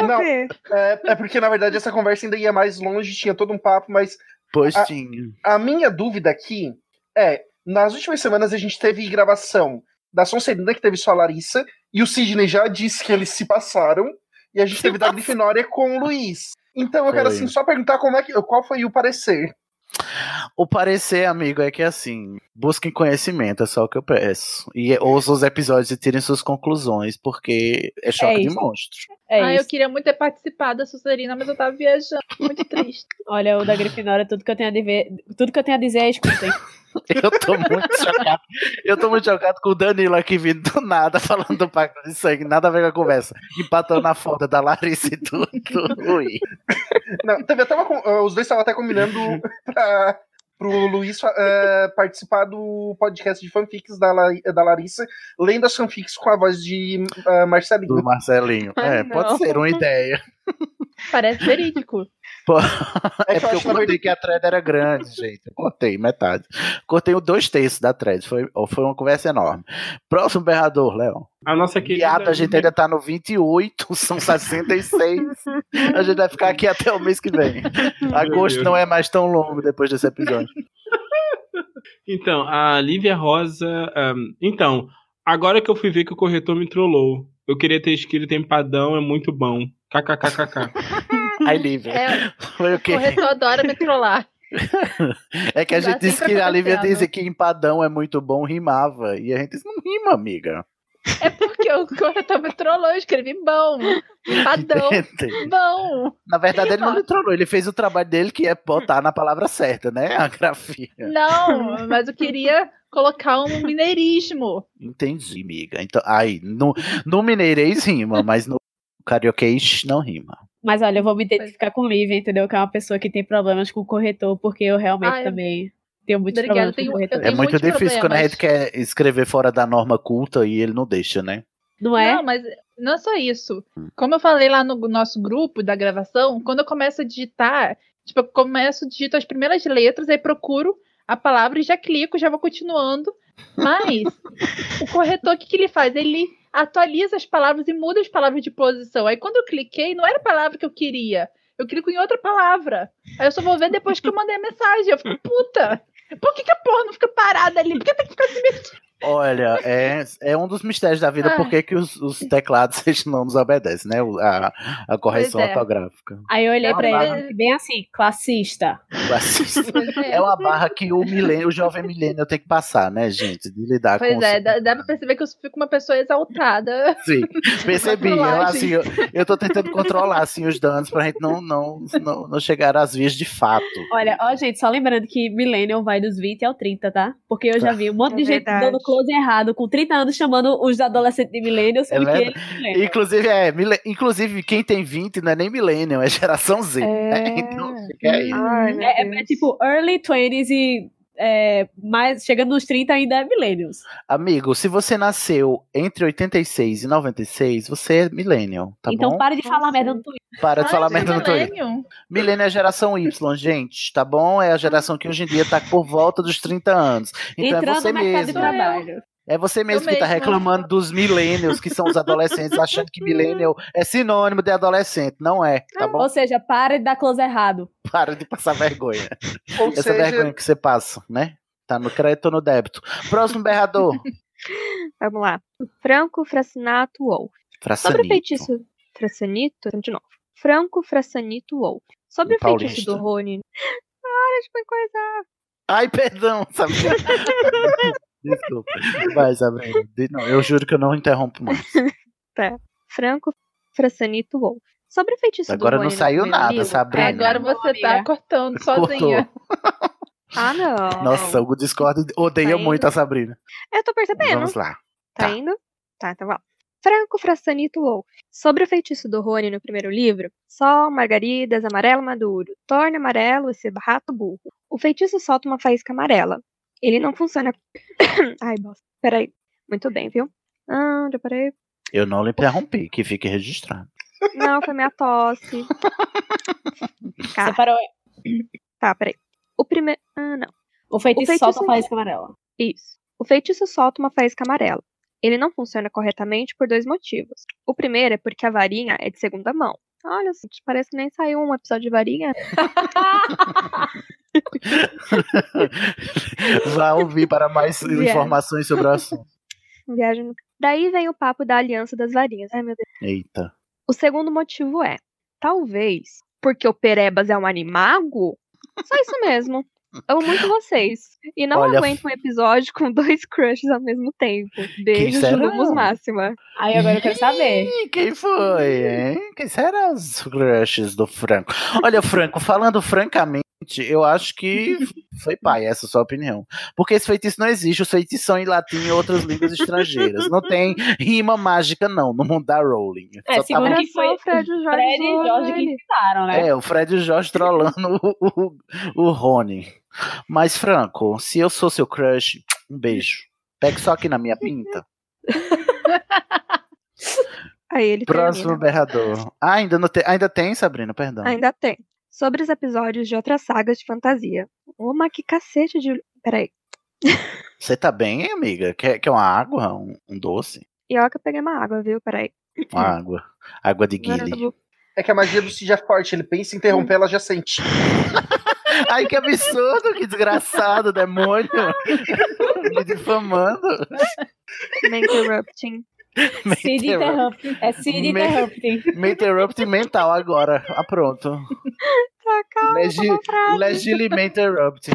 Speaker 1: Não, é, é porque, na verdade, essa conversa ainda ia mais longe, tinha todo um papo, mas.
Speaker 8: Pois
Speaker 1: a,
Speaker 8: tinha.
Speaker 1: A minha dúvida aqui é: nas últimas semanas a gente teve gravação da Sonserina, que teve só a Larissa, e o Sidney já disse que eles se passaram, e a gente teve da Grifinória com o Luiz. Então eu quero
Speaker 8: Foi.
Speaker 1: assim só perguntar como é que, qual foi o parecer.
Speaker 8: O parecer, amigo, é que assim, busquem conhecimento, é só o que eu peço. E ouçam os episódios e tirem suas conclusões, porque é choque de
Speaker 3: isso.
Speaker 8: monstro.
Speaker 11: É
Speaker 3: ah, eu queria muito ter participado da Sucerina, mas eu tava viajando. Muito triste.
Speaker 11: Olha, o da Grifinória, tudo que eu tenho a, dizer, tudo que eu tenho a dizer é escutem.
Speaker 8: Eu tô muito chocado. Eu tô muito chocado com o Danilo aqui vindo do nada falando do pacto de sangue, nada a ver com a conversa. Empatando a foto da Larissa e tudo. Ui.
Speaker 1: Não, teve até uma con- ah, os dois estavam até combinando pra, pro Luiz fa- ah, participar do podcast de fanfics da, La- da Larissa, lendo as fanfics com a voz de ah, Marcelinho.
Speaker 8: Do Marcelinho. É,
Speaker 1: Ai,
Speaker 8: pode
Speaker 1: não.
Speaker 8: ser uma ideia.
Speaker 3: Parece verídico.
Speaker 8: Pô,
Speaker 1: que
Speaker 8: É
Speaker 1: eu
Speaker 8: porque eu
Speaker 1: acho que na
Speaker 8: contei
Speaker 1: verdade-
Speaker 8: que a thread era grande, gente. Eu cortei metade. Cortei o dois terços da thread. Foi, foi uma conversa enorme. Próximo berrador, Léo.
Speaker 6: A nossa querida.
Speaker 8: Piada, a gente ainda tá no 28, são 66. a gente vai ficar aqui até o mês que vem. Agosto
Speaker 6: Deus.
Speaker 8: não é mais tão longo depois desse episódio.
Speaker 6: Então, a Lívia Rosa. ahn, então, agora que eu fui ver que o corretor me trollou. Eu queria ter escrito empadão, é muito bom. KKKKK.
Speaker 8: Aí, Lívia.
Speaker 3: É,
Speaker 8: Foi o
Speaker 3: o
Speaker 8: quê?
Speaker 3: corretor adora me trollar.
Speaker 8: É que a
Speaker 3: Dá
Speaker 8: gente disse
Speaker 3: sempre
Speaker 8: que a Lívia
Speaker 3: acontecendo.
Speaker 8: disse que empadão é muito bom, rimava. E a gente disse, não rima, amiga.
Speaker 3: Porque o corretor me trollou, eu escrevi bom. Padão.
Speaker 8: Entendi.
Speaker 3: Bom.
Speaker 8: Na verdade, ele não me trollou, ele fez o trabalho dele, que é botar na palavra certa, né? A grafia.
Speaker 3: Não, mas eu queria colocar um mineirismo.
Speaker 8: Entendi, amiga. Então, aí, no, no mineirês rima, mas no carioquês não rima.
Speaker 11: Mas olha, eu vou me
Speaker 3: é.
Speaker 11: identificar com o Lívia, entendeu? Que é uma pessoa que tem problemas com o corretor, porque eu realmente
Speaker 3: Ai,
Speaker 11: também tenho muitos
Speaker 3: Ah, é. obrigada,
Speaker 11: problemas com o
Speaker 3: eu tenho-
Speaker 11: corretor.
Speaker 8: É muito
Speaker 3: muitos
Speaker 8: difícil quando a
Speaker 3: problemas.
Speaker 8: gente quer escrever fora da norma culta e ele não deixa, né?
Speaker 11: Não é?
Speaker 3: Não, mas não é só isso. Como eu falei lá no nosso grupo da gravação, quando eu começo a digitar, tipo, eu começo, digito as primeiras letras, aí procuro a palavra e já clico, já vou continuando. Mas o corretor, o que, que ele faz? Ele atualiza as palavras e muda as palavras de posição. Aí quando eu cliquei, não era a palavra que eu queria. Eu clico em outra palavra. Aí eu só vou ver depois que eu mandei a mensagem. Eu fico, puta! Por Ah. que, que a porra não fica parada ali? Por que tem que ficar se mexendo?
Speaker 8: Olha, é, é um dos mistérios da vida, por que que os, os teclados eles não nos obedecem, né? O- A, a correção
Speaker 11: Pois é.
Speaker 8: ortográfica.
Speaker 11: Aí eu olhei
Speaker 8: É uma
Speaker 11: pra
Speaker 8: barra-
Speaker 11: ele, bem assim, classista.
Speaker 8: Classista. É uma barra que o, milênio, o jovem milênio tem que passar, né, gente? De lidar com
Speaker 3: Pois
Speaker 8: os-
Speaker 3: é, dá, dá pra perceber que eu fico uma pessoa exaltada.
Speaker 8: Sim, percebi. Eu, assim,
Speaker 3: Controlagem.
Speaker 8: eu, eu tô tentando controlar assim, os danos pra gente não, não, não, não chegar às vias de fato.
Speaker 11: Olha, ó, gente, só lembrando que Millennium vai dos 20 ao 30, tá? Porque eu já vi um monte
Speaker 8: É
Speaker 11: de gente
Speaker 8: verdade.
Speaker 11: dando close errado, com 30 anos chamando os adolescentes de Millennium,
Speaker 8: É
Speaker 11: sendo que
Speaker 8: verdade.
Speaker 11: eles são millennials.
Speaker 8: inclusive, é, mile- inclusive, quem tem 20 não é nem millennial, é geração Z. né? Então, fica aí.
Speaker 7: Uhum.
Speaker 11: É, é tipo early 20s e é, mais, chegando nos 30 ainda é Millennials.
Speaker 8: Amigo, se você nasceu entre 86 e 96, você é millennial, tá
Speaker 11: então
Speaker 8: bom?
Speaker 11: para de falar merda no Twitter.
Speaker 8: Para de falar merda no Twitter. Milênio é a geração Y, gente, tá bom? É a geração que hoje em dia tá por volta dos 30 anos. Então
Speaker 11: Entrando
Speaker 8: é você
Speaker 11: no mercado
Speaker 8: mesmo.
Speaker 11: de trabalho.
Speaker 8: É você mesmo que tá
Speaker 11: mesma.
Speaker 8: reclamando dos millennials, que são os adolescentes, achando que millennial é sinônimo de adolescente. Não é, tá bom?
Speaker 11: Ou seja, para de dar close errado.
Speaker 8: Para de passar vergonha.
Speaker 1: Ou
Speaker 8: Essa
Speaker 1: seja-
Speaker 8: vergonha que você passa, né? Tá no crédito ou no débito. Próximo berrador.
Speaker 7: Vamos lá. Franco Fracinato Wolff. Sobre o
Speaker 8: Frassanito.
Speaker 7: feitiço. Frassanito? De novo. Franco Frassanito Wolff. Sobre
Speaker 8: Um
Speaker 7: o feitiço
Speaker 8: paulista.
Speaker 7: do Rony. Para de me coisar.
Speaker 8: Ai, perdão, Sabrina. Desculpa. Vai, Sabrina. De- Não, eu juro que eu não interrompo mais.
Speaker 7: Tá. Franco Frassanito Wolff. Sobre o feitiço
Speaker 8: Agora
Speaker 7: do
Speaker 8: não
Speaker 7: Rony.
Speaker 8: saiu
Speaker 7: meu
Speaker 8: nada,
Speaker 7: amigo.
Speaker 8: Sabrina. Agora
Speaker 3: você tá cortando sozinha.
Speaker 7: Ah, não.
Speaker 8: Nossa, o Discord odeia
Speaker 7: Vai.
Speaker 8: muito a Sabrina.
Speaker 7: Eu tô percebendo.
Speaker 8: Vamos lá.
Speaker 7: Tá, indo? Tá, então vamos. Franco Frassanito Wolff. Sobre o feitiço do Rony no primeiro livro, sol, margaridas, amarelo maduro, torna amarelo esse rato burro. O feitiço solta uma faísca amarela. Ele não funciona... Ai, bosta. Peraí. Muito bem, viu? Ah, já parei.
Speaker 8: Eu não lhe interrompi, que fique registrado.
Speaker 7: Não, foi minha tosse. Você
Speaker 11: parou.
Speaker 7: Tá, peraí. O primeiro... Ah, não.
Speaker 11: O feitiço é solta uma faísca amarela.
Speaker 7: Isso. O feitiço solta uma faísca amarela. Ele não funciona corretamente por dois motivos. O primeiro é porque a varinha é de segunda mão. Olha, gente, parece que nem saiu um episódio de varinha.
Speaker 8: Vá ouvir para mais
Speaker 7: Yeah.
Speaker 8: informações sobre o assunto.
Speaker 7: Viagem no... Daí vem o papo da aliança das varinhas. Ai, meu Deus.
Speaker 8: Eita.
Speaker 7: O segundo motivo é, talvez, porque o Perebas é um animago? Só isso mesmo. Amo muito vocês. E não
Speaker 8: Olha,
Speaker 7: aguento um episódio com dois crushes ao mesmo tempo. Beijos de
Speaker 8: será?
Speaker 7: Lumos Máxima.
Speaker 11: Aí agora eu quero saber.
Speaker 8: Ih, quem foi, hein? Quem será os crushes do Franco? Olha, Franco, falando francamente, eu acho que foi pai, essa é a sua opinião. Porque esse feitiço não existe, os feitiços são em latim e outras línguas estrangeiras. Não tem rima mágica, não, no mundo da Rowling.
Speaker 11: É,
Speaker 8: Só tá
Speaker 11: segundo
Speaker 8: muito-
Speaker 11: que foi Fred e Jorge, que inventaram, né?
Speaker 8: É, o Fred e o Jorge trollando o, o, o Rony. Mas, Franco, se eu sou seu crush, um beijo. Pegue só aqui na minha pinta.
Speaker 7: Aí ele
Speaker 8: Próximo
Speaker 7: termina.
Speaker 8: berrador. Ah, ainda, não tem, ainda tem, Sabrina, perdão.
Speaker 7: Ainda tem. Sobre os episódios de outras sagas de fantasia. Uma que cacete de. Peraí.
Speaker 8: Você tá bem, amiga? Quer, quer uma água? Um, um doce?
Speaker 7: E olha que eu peguei uma água, viu? Peraí.
Speaker 8: Uma
Speaker 7: Hum.
Speaker 8: água. Água de guile.
Speaker 1: É que a magia do Cid é forte, ele pensa em interromper, ela já sente.
Speaker 8: Ai, que absurdo, que desgraçado, demônio. Me difamando.
Speaker 7: Me interrupting.
Speaker 11: Cid interrupt. É Cid
Speaker 8: Me-
Speaker 11: interrupting.
Speaker 8: Me interrupt mental agora. Ah, pronto.
Speaker 7: Tá, calma,
Speaker 8: Legi,
Speaker 7: tá uma frase.
Speaker 8: legili me interrupt.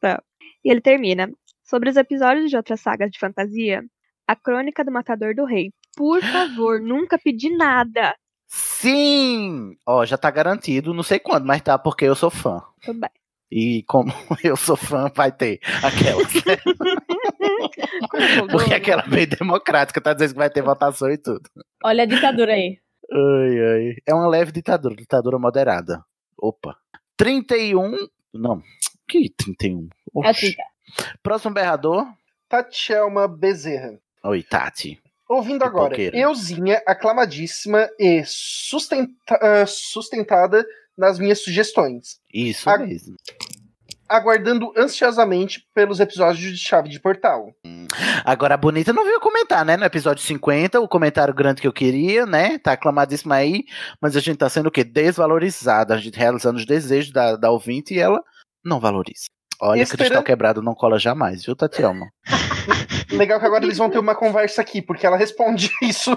Speaker 7: Tá. E ele termina. Sobre os episódios de outras sagas de fantasia. A Crônica do Matador do Rei. Por favor, nunca pedi nada.
Speaker 8: Sim! Ó, já tá garantido, não sei quando, mas tá, porque eu sou fã.
Speaker 7: Tudo bem.
Speaker 8: E como eu sou fã, vai ter aquelas. né?
Speaker 7: é
Speaker 8: Porque aquela bem democrática, tá dizendo que vai ter votação e tudo.
Speaker 11: Olha a ditadura aí.
Speaker 8: Ai, ai. É uma leve ditadura, ditadura moderada. Opa. 31. Não, que 31?
Speaker 11: É
Speaker 8: Oxi.
Speaker 11: 30.
Speaker 8: Próximo berrador.
Speaker 1: Tatielma Bezerra.
Speaker 8: Oi, Tati.
Speaker 1: Ouvindo agora,
Speaker 8: Pipoqueira.
Speaker 1: euzinha aclamadíssima e sustenta- ah, sustentada nas minhas sugestões.
Speaker 8: Isso
Speaker 1: A-
Speaker 8: mesmo.
Speaker 1: Aguardando ansiosamente pelos episódios de Chave de Portal.
Speaker 8: Agora a bonita não veio comentar, né? No episódio 50, o comentário grande que eu queria, né? Tá aclamadíssimo aí, mas a gente tá sendo o quê? Desvalorizada. A gente realizando os desejos da, da ouvinte e ela não valoriza. Olha,
Speaker 1: Esperando-
Speaker 8: cristal quebrado não cola jamais, viu, Tatiana?
Speaker 1: Legal que agora eles vão ter uma conversa aqui, porque ela responde isso,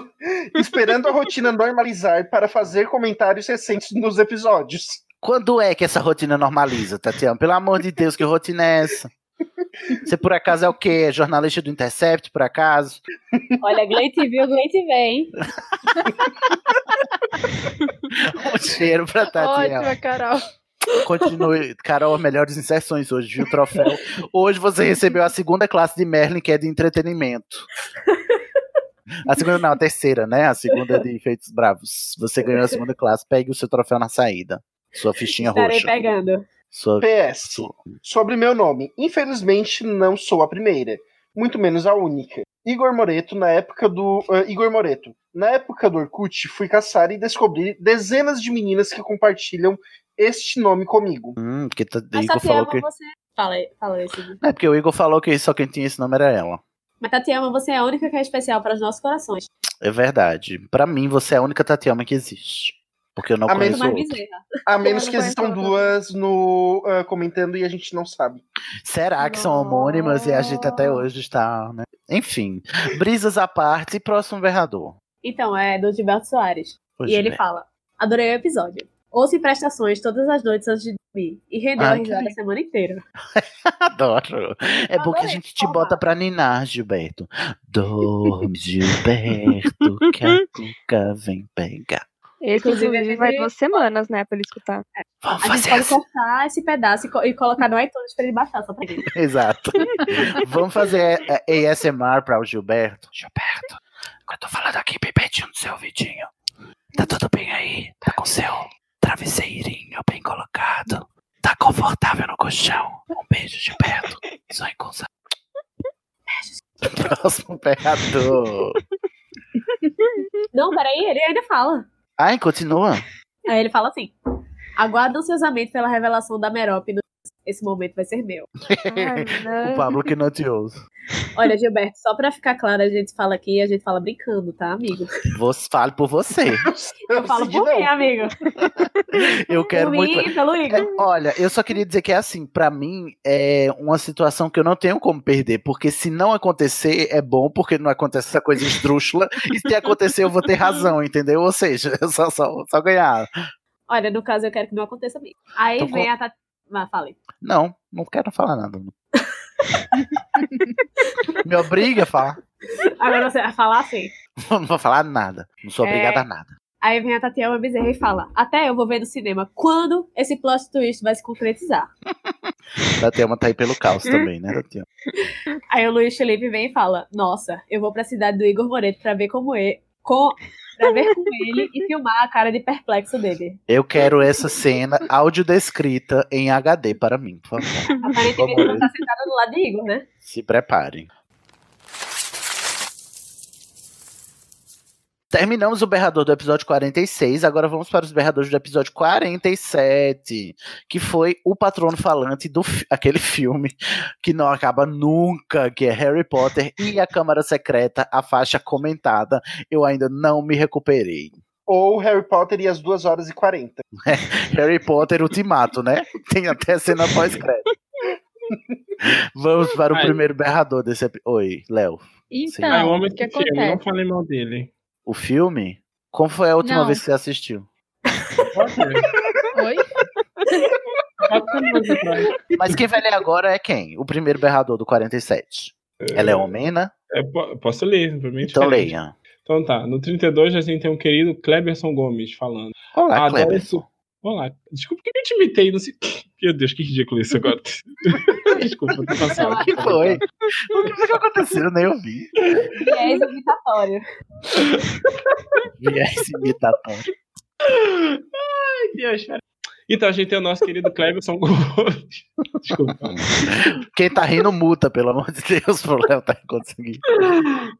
Speaker 1: esperando a rotina normalizar para fazer comentários recentes nos episódios.
Speaker 8: Quando é que essa rotina normaliza, Tatiana? Pelo amor de Deus, que rotina é essa? Você por acaso é o quê? É Jornalista do Intercept, por acaso?
Speaker 11: Olha, Gleite viu, Gleite vem.
Speaker 8: Um cheiro pra
Speaker 3: Ótima,
Speaker 8: Tatiana.
Speaker 3: Carol.
Speaker 8: Continue. Carol, melhores inserções hoje, viu? Troféu. Hoje você recebeu a segunda classe de Merlin, que é de entretenimento. A segunda, não, a terceira, né? A segunda é de efeitos bravos. Você ganhou a segunda classe. Pegue o seu troféu na saída. Sua fichinha
Speaker 11: Estarei
Speaker 8: roxa.
Speaker 11: pegando.
Speaker 8: Sua...
Speaker 1: PS. Sobre meu nome. Infelizmente, não sou a primeira. Muito menos a única. Igor Moreto, na época do. ah, Igor Moreto. Na época do Orkut, fui caçar e descobri dezenas de meninas que compartilham este nome comigo.
Speaker 8: Hum, porque tá-
Speaker 11: Mas
Speaker 8: Igor falou
Speaker 11: Tatiana,
Speaker 8: que.
Speaker 11: você. Fala, aí- fala aí, Cid.
Speaker 8: É porque o Igor falou que só quem tinha esse nome era ela.
Speaker 11: Mas Tatiana, você é a única que é especial para os nossos corações.
Speaker 8: É verdade. Pra mim, você é a única Tatiana que existe. Porque eu não
Speaker 1: A menos-
Speaker 8: conheço
Speaker 11: Mas
Speaker 8: outro.
Speaker 11: bezerra.
Speaker 1: A menos
Speaker 11: Eu
Speaker 1: que
Speaker 11: não
Speaker 1: existam
Speaker 11: conheço
Speaker 1: duas no ah, comentando e a gente não sabe.
Speaker 8: Será que são homônimas e a gente até hoje está, né? Enfim, brisas à parte e próximo berrador.
Speaker 11: Então, é do Gilberto Soares.
Speaker 8: Ô,
Speaker 11: e ele
Speaker 8: Gilberto.
Speaker 11: fala: Adorei o episódio. Ouço prestações todas as noites antes de dormir. E rendeu
Speaker 8: Ah,
Speaker 11: a
Speaker 8: que
Speaker 11: risada a semana inteira.
Speaker 8: Adoro. É bom que a
Speaker 11: Adorei,
Speaker 8: gente te bota pra ninar, Gilberto. Dorme, Gilberto, que a cuca vem pegar.
Speaker 7: Esse,
Speaker 11: Inclusive,
Speaker 7: inclusive,
Speaker 11: ele-
Speaker 7: vai duas semanas, né, pra ele escutar.
Speaker 8: Vamos
Speaker 11: a gente
Speaker 8: fazer assim.
Speaker 11: pode
Speaker 8: essa.
Speaker 11: cortar esse pedaço e, co- e colocar no iTunes pra ele baixar só pra ele.
Speaker 8: Exato. Vamos fazer é, ASMR pra o Gilberto. Gilberto, eu tô falando aqui bem pertinho do seu ouvidinho. Tá tudo bem aí? Tá com seu travesseirinho bem colocado? Tá confortável no colchão? Um beijo, Gilberto. Sonhe com sa- Próximo pegador.
Speaker 11: Não, peraí, ele ainda fala.
Speaker 8: Ai, continua.
Speaker 11: Aí ele fala assim: Aguardo ansiosamente pela revelação da Merope. no- Esse momento vai ser meu.
Speaker 8: o Pablo que é não te ouça.
Speaker 11: Olha, Gilberto, só pra ficar claro, a gente fala aqui, a gente fala brincando, tá, amigo?
Speaker 8: Você fale por você.
Speaker 11: Eu falo por mim, amigo.
Speaker 8: Eu quero
Speaker 11: por
Speaker 8: muito.
Speaker 11: mim, pelo Igor.
Speaker 8: É, Olha, eu só queria dizer que é assim, pra mim é uma situação que eu não tenho como perder, porque se não acontecer é bom, porque não acontece essa coisa esdrúxula, e se acontecer eu vou ter razão, entendeu? Ou seja, eu só, só, só ganhar.
Speaker 11: Olha, no caso, eu quero que não aconteça mesmo. Aí
Speaker 8: Então,
Speaker 11: vem
Speaker 8: qual-
Speaker 11: a Tati. Ah, falei.
Speaker 8: Não, não quero falar nada. não. Me obriga a falar.
Speaker 11: Agora você vai falar assim.
Speaker 8: Não vou falar nada. Não sou obrigada
Speaker 11: É.
Speaker 8: a nada.
Speaker 11: Aí vem a Tatiana Bezerra e fala: Até eu vou ver no cinema quando esse plot twist vai se concretizar.
Speaker 8: Tatiana tá aí pelo caos também, né, Tatiana?
Speaker 11: Aí o Luiz Felipe vem e fala: Nossa, eu vou pra cidade do Igor Moreto pra ver como é. Com... Pra ver com ele e filmar a cara de perplexo dele.
Speaker 8: Eu quero essa cena audiodescrita em HD para mim, por favor.
Speaker 11: Aparentemente
Speaker 8: Vamos
Speaker 11: ele tá sentado do lado de Igor, né?
Speaker 8: Se preparem. Terminamos o berrador do episódio 46, agora vamos para os berradores do episódio 47, que foi o patrono falante do fi- aquele filme que não acaba nunca, que é Harry Potter e a Câmara Secreta, a faixa comentada. Eu ainda não me recuperei.
Speaker 1: Ou Harry Potter e as 2 horas e 40.
Speaker 8: Harry Potter Ultimato, né? Tem até cena pós-crédito. Vamos para o
Speaker 6: Ai.
Speaker 8: primeiro berrador desse episódio. Oi, Léo.
Speaker 3: Então,
Speaker 6: Ai, eu amo
Speaker 3: o que
Speaker 6: esse filme,
Speaker 3: acontece?
Speaker 6: não falei mal dele.
Speaker 8: O filme? Como foi a última
Speaker 3: Não.
Speaker 8: vez que você assistiu?
Speaker 3: Oi?
Speaker 8: Mas quem vai ler agora é quem? O primeiro berrador do 47. Ela é homem, né?
Speaker 6: É, po- posso ler, pra mim é
Speaker 8: Então
Speaker 6: diferente.
Speaker 8: leia.
Speaker 6: Então tá, no 32 a gente tem um querido Kleberson Gomes falando.
Speaker 8: Olá,
Speaker 6: Adoro
Speaker 8: Kleberson.
Speaker 6: esse- Olá, desculpa que eu te imitei, não sei. Meu Deus, que ridículo isso agora. desculpa, tô cansado.
Speaker 8: O que foi? O que foi que aconteceu? Eu nem ouvi.
Speaker 11: Viés imitatório.
Speaker 8: Viés imitatório.
Speaker 6: Ai, Deus, pera. Então a gente tem o nosso querido Kleberson Gomes. Desculpa.
Speaker 8: Quem tá rindo muta, pelo amor de Deus, pro Léo tá conseguindo.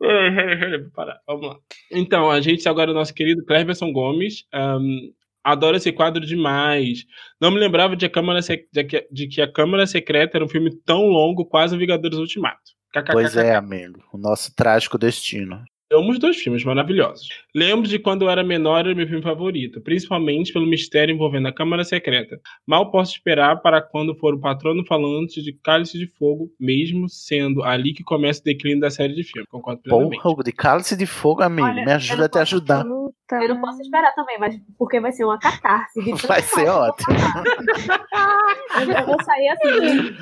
Speaker 6: É, Vou parar, Vamos lá. Então, a gente agora, o nosso querido Cleberson Gomes. ahn, adoro esse quadro demais. Não me lembrava de, a Câmara Sec- de que- de que a Câmara Secreta era um filme
Speaker 8: é.
Speaker 6: tão longo, quase Vingadores Ultimato. KKKK.
Speaker 8: Pois é, amigo. O nosso trágico destino.
Speaker 6: Amo os dois filmes maravilhosos. Lembro de quando eu era menor era meu filme favorito, principalmente pelo mistério envolvendo a Câmara Secreta. Mal posso esperar para quando for o patrono falante de Cálice de Fogo, mesmo sendo ali que começa o declínio da série de filmes. Concordo plenamente.
Speaker 8: Porra, o de Cálice de Fogo, amigo,
Speaker 11: Olha,
Speaker 8: me ajuda a te ajudar.
Speaker 11: Eu não posso esperar também, mas porque vai ser uma catarse. de
Speaker 8: Vai ser ótimo.
Speaker 11: Eu vou sair assim.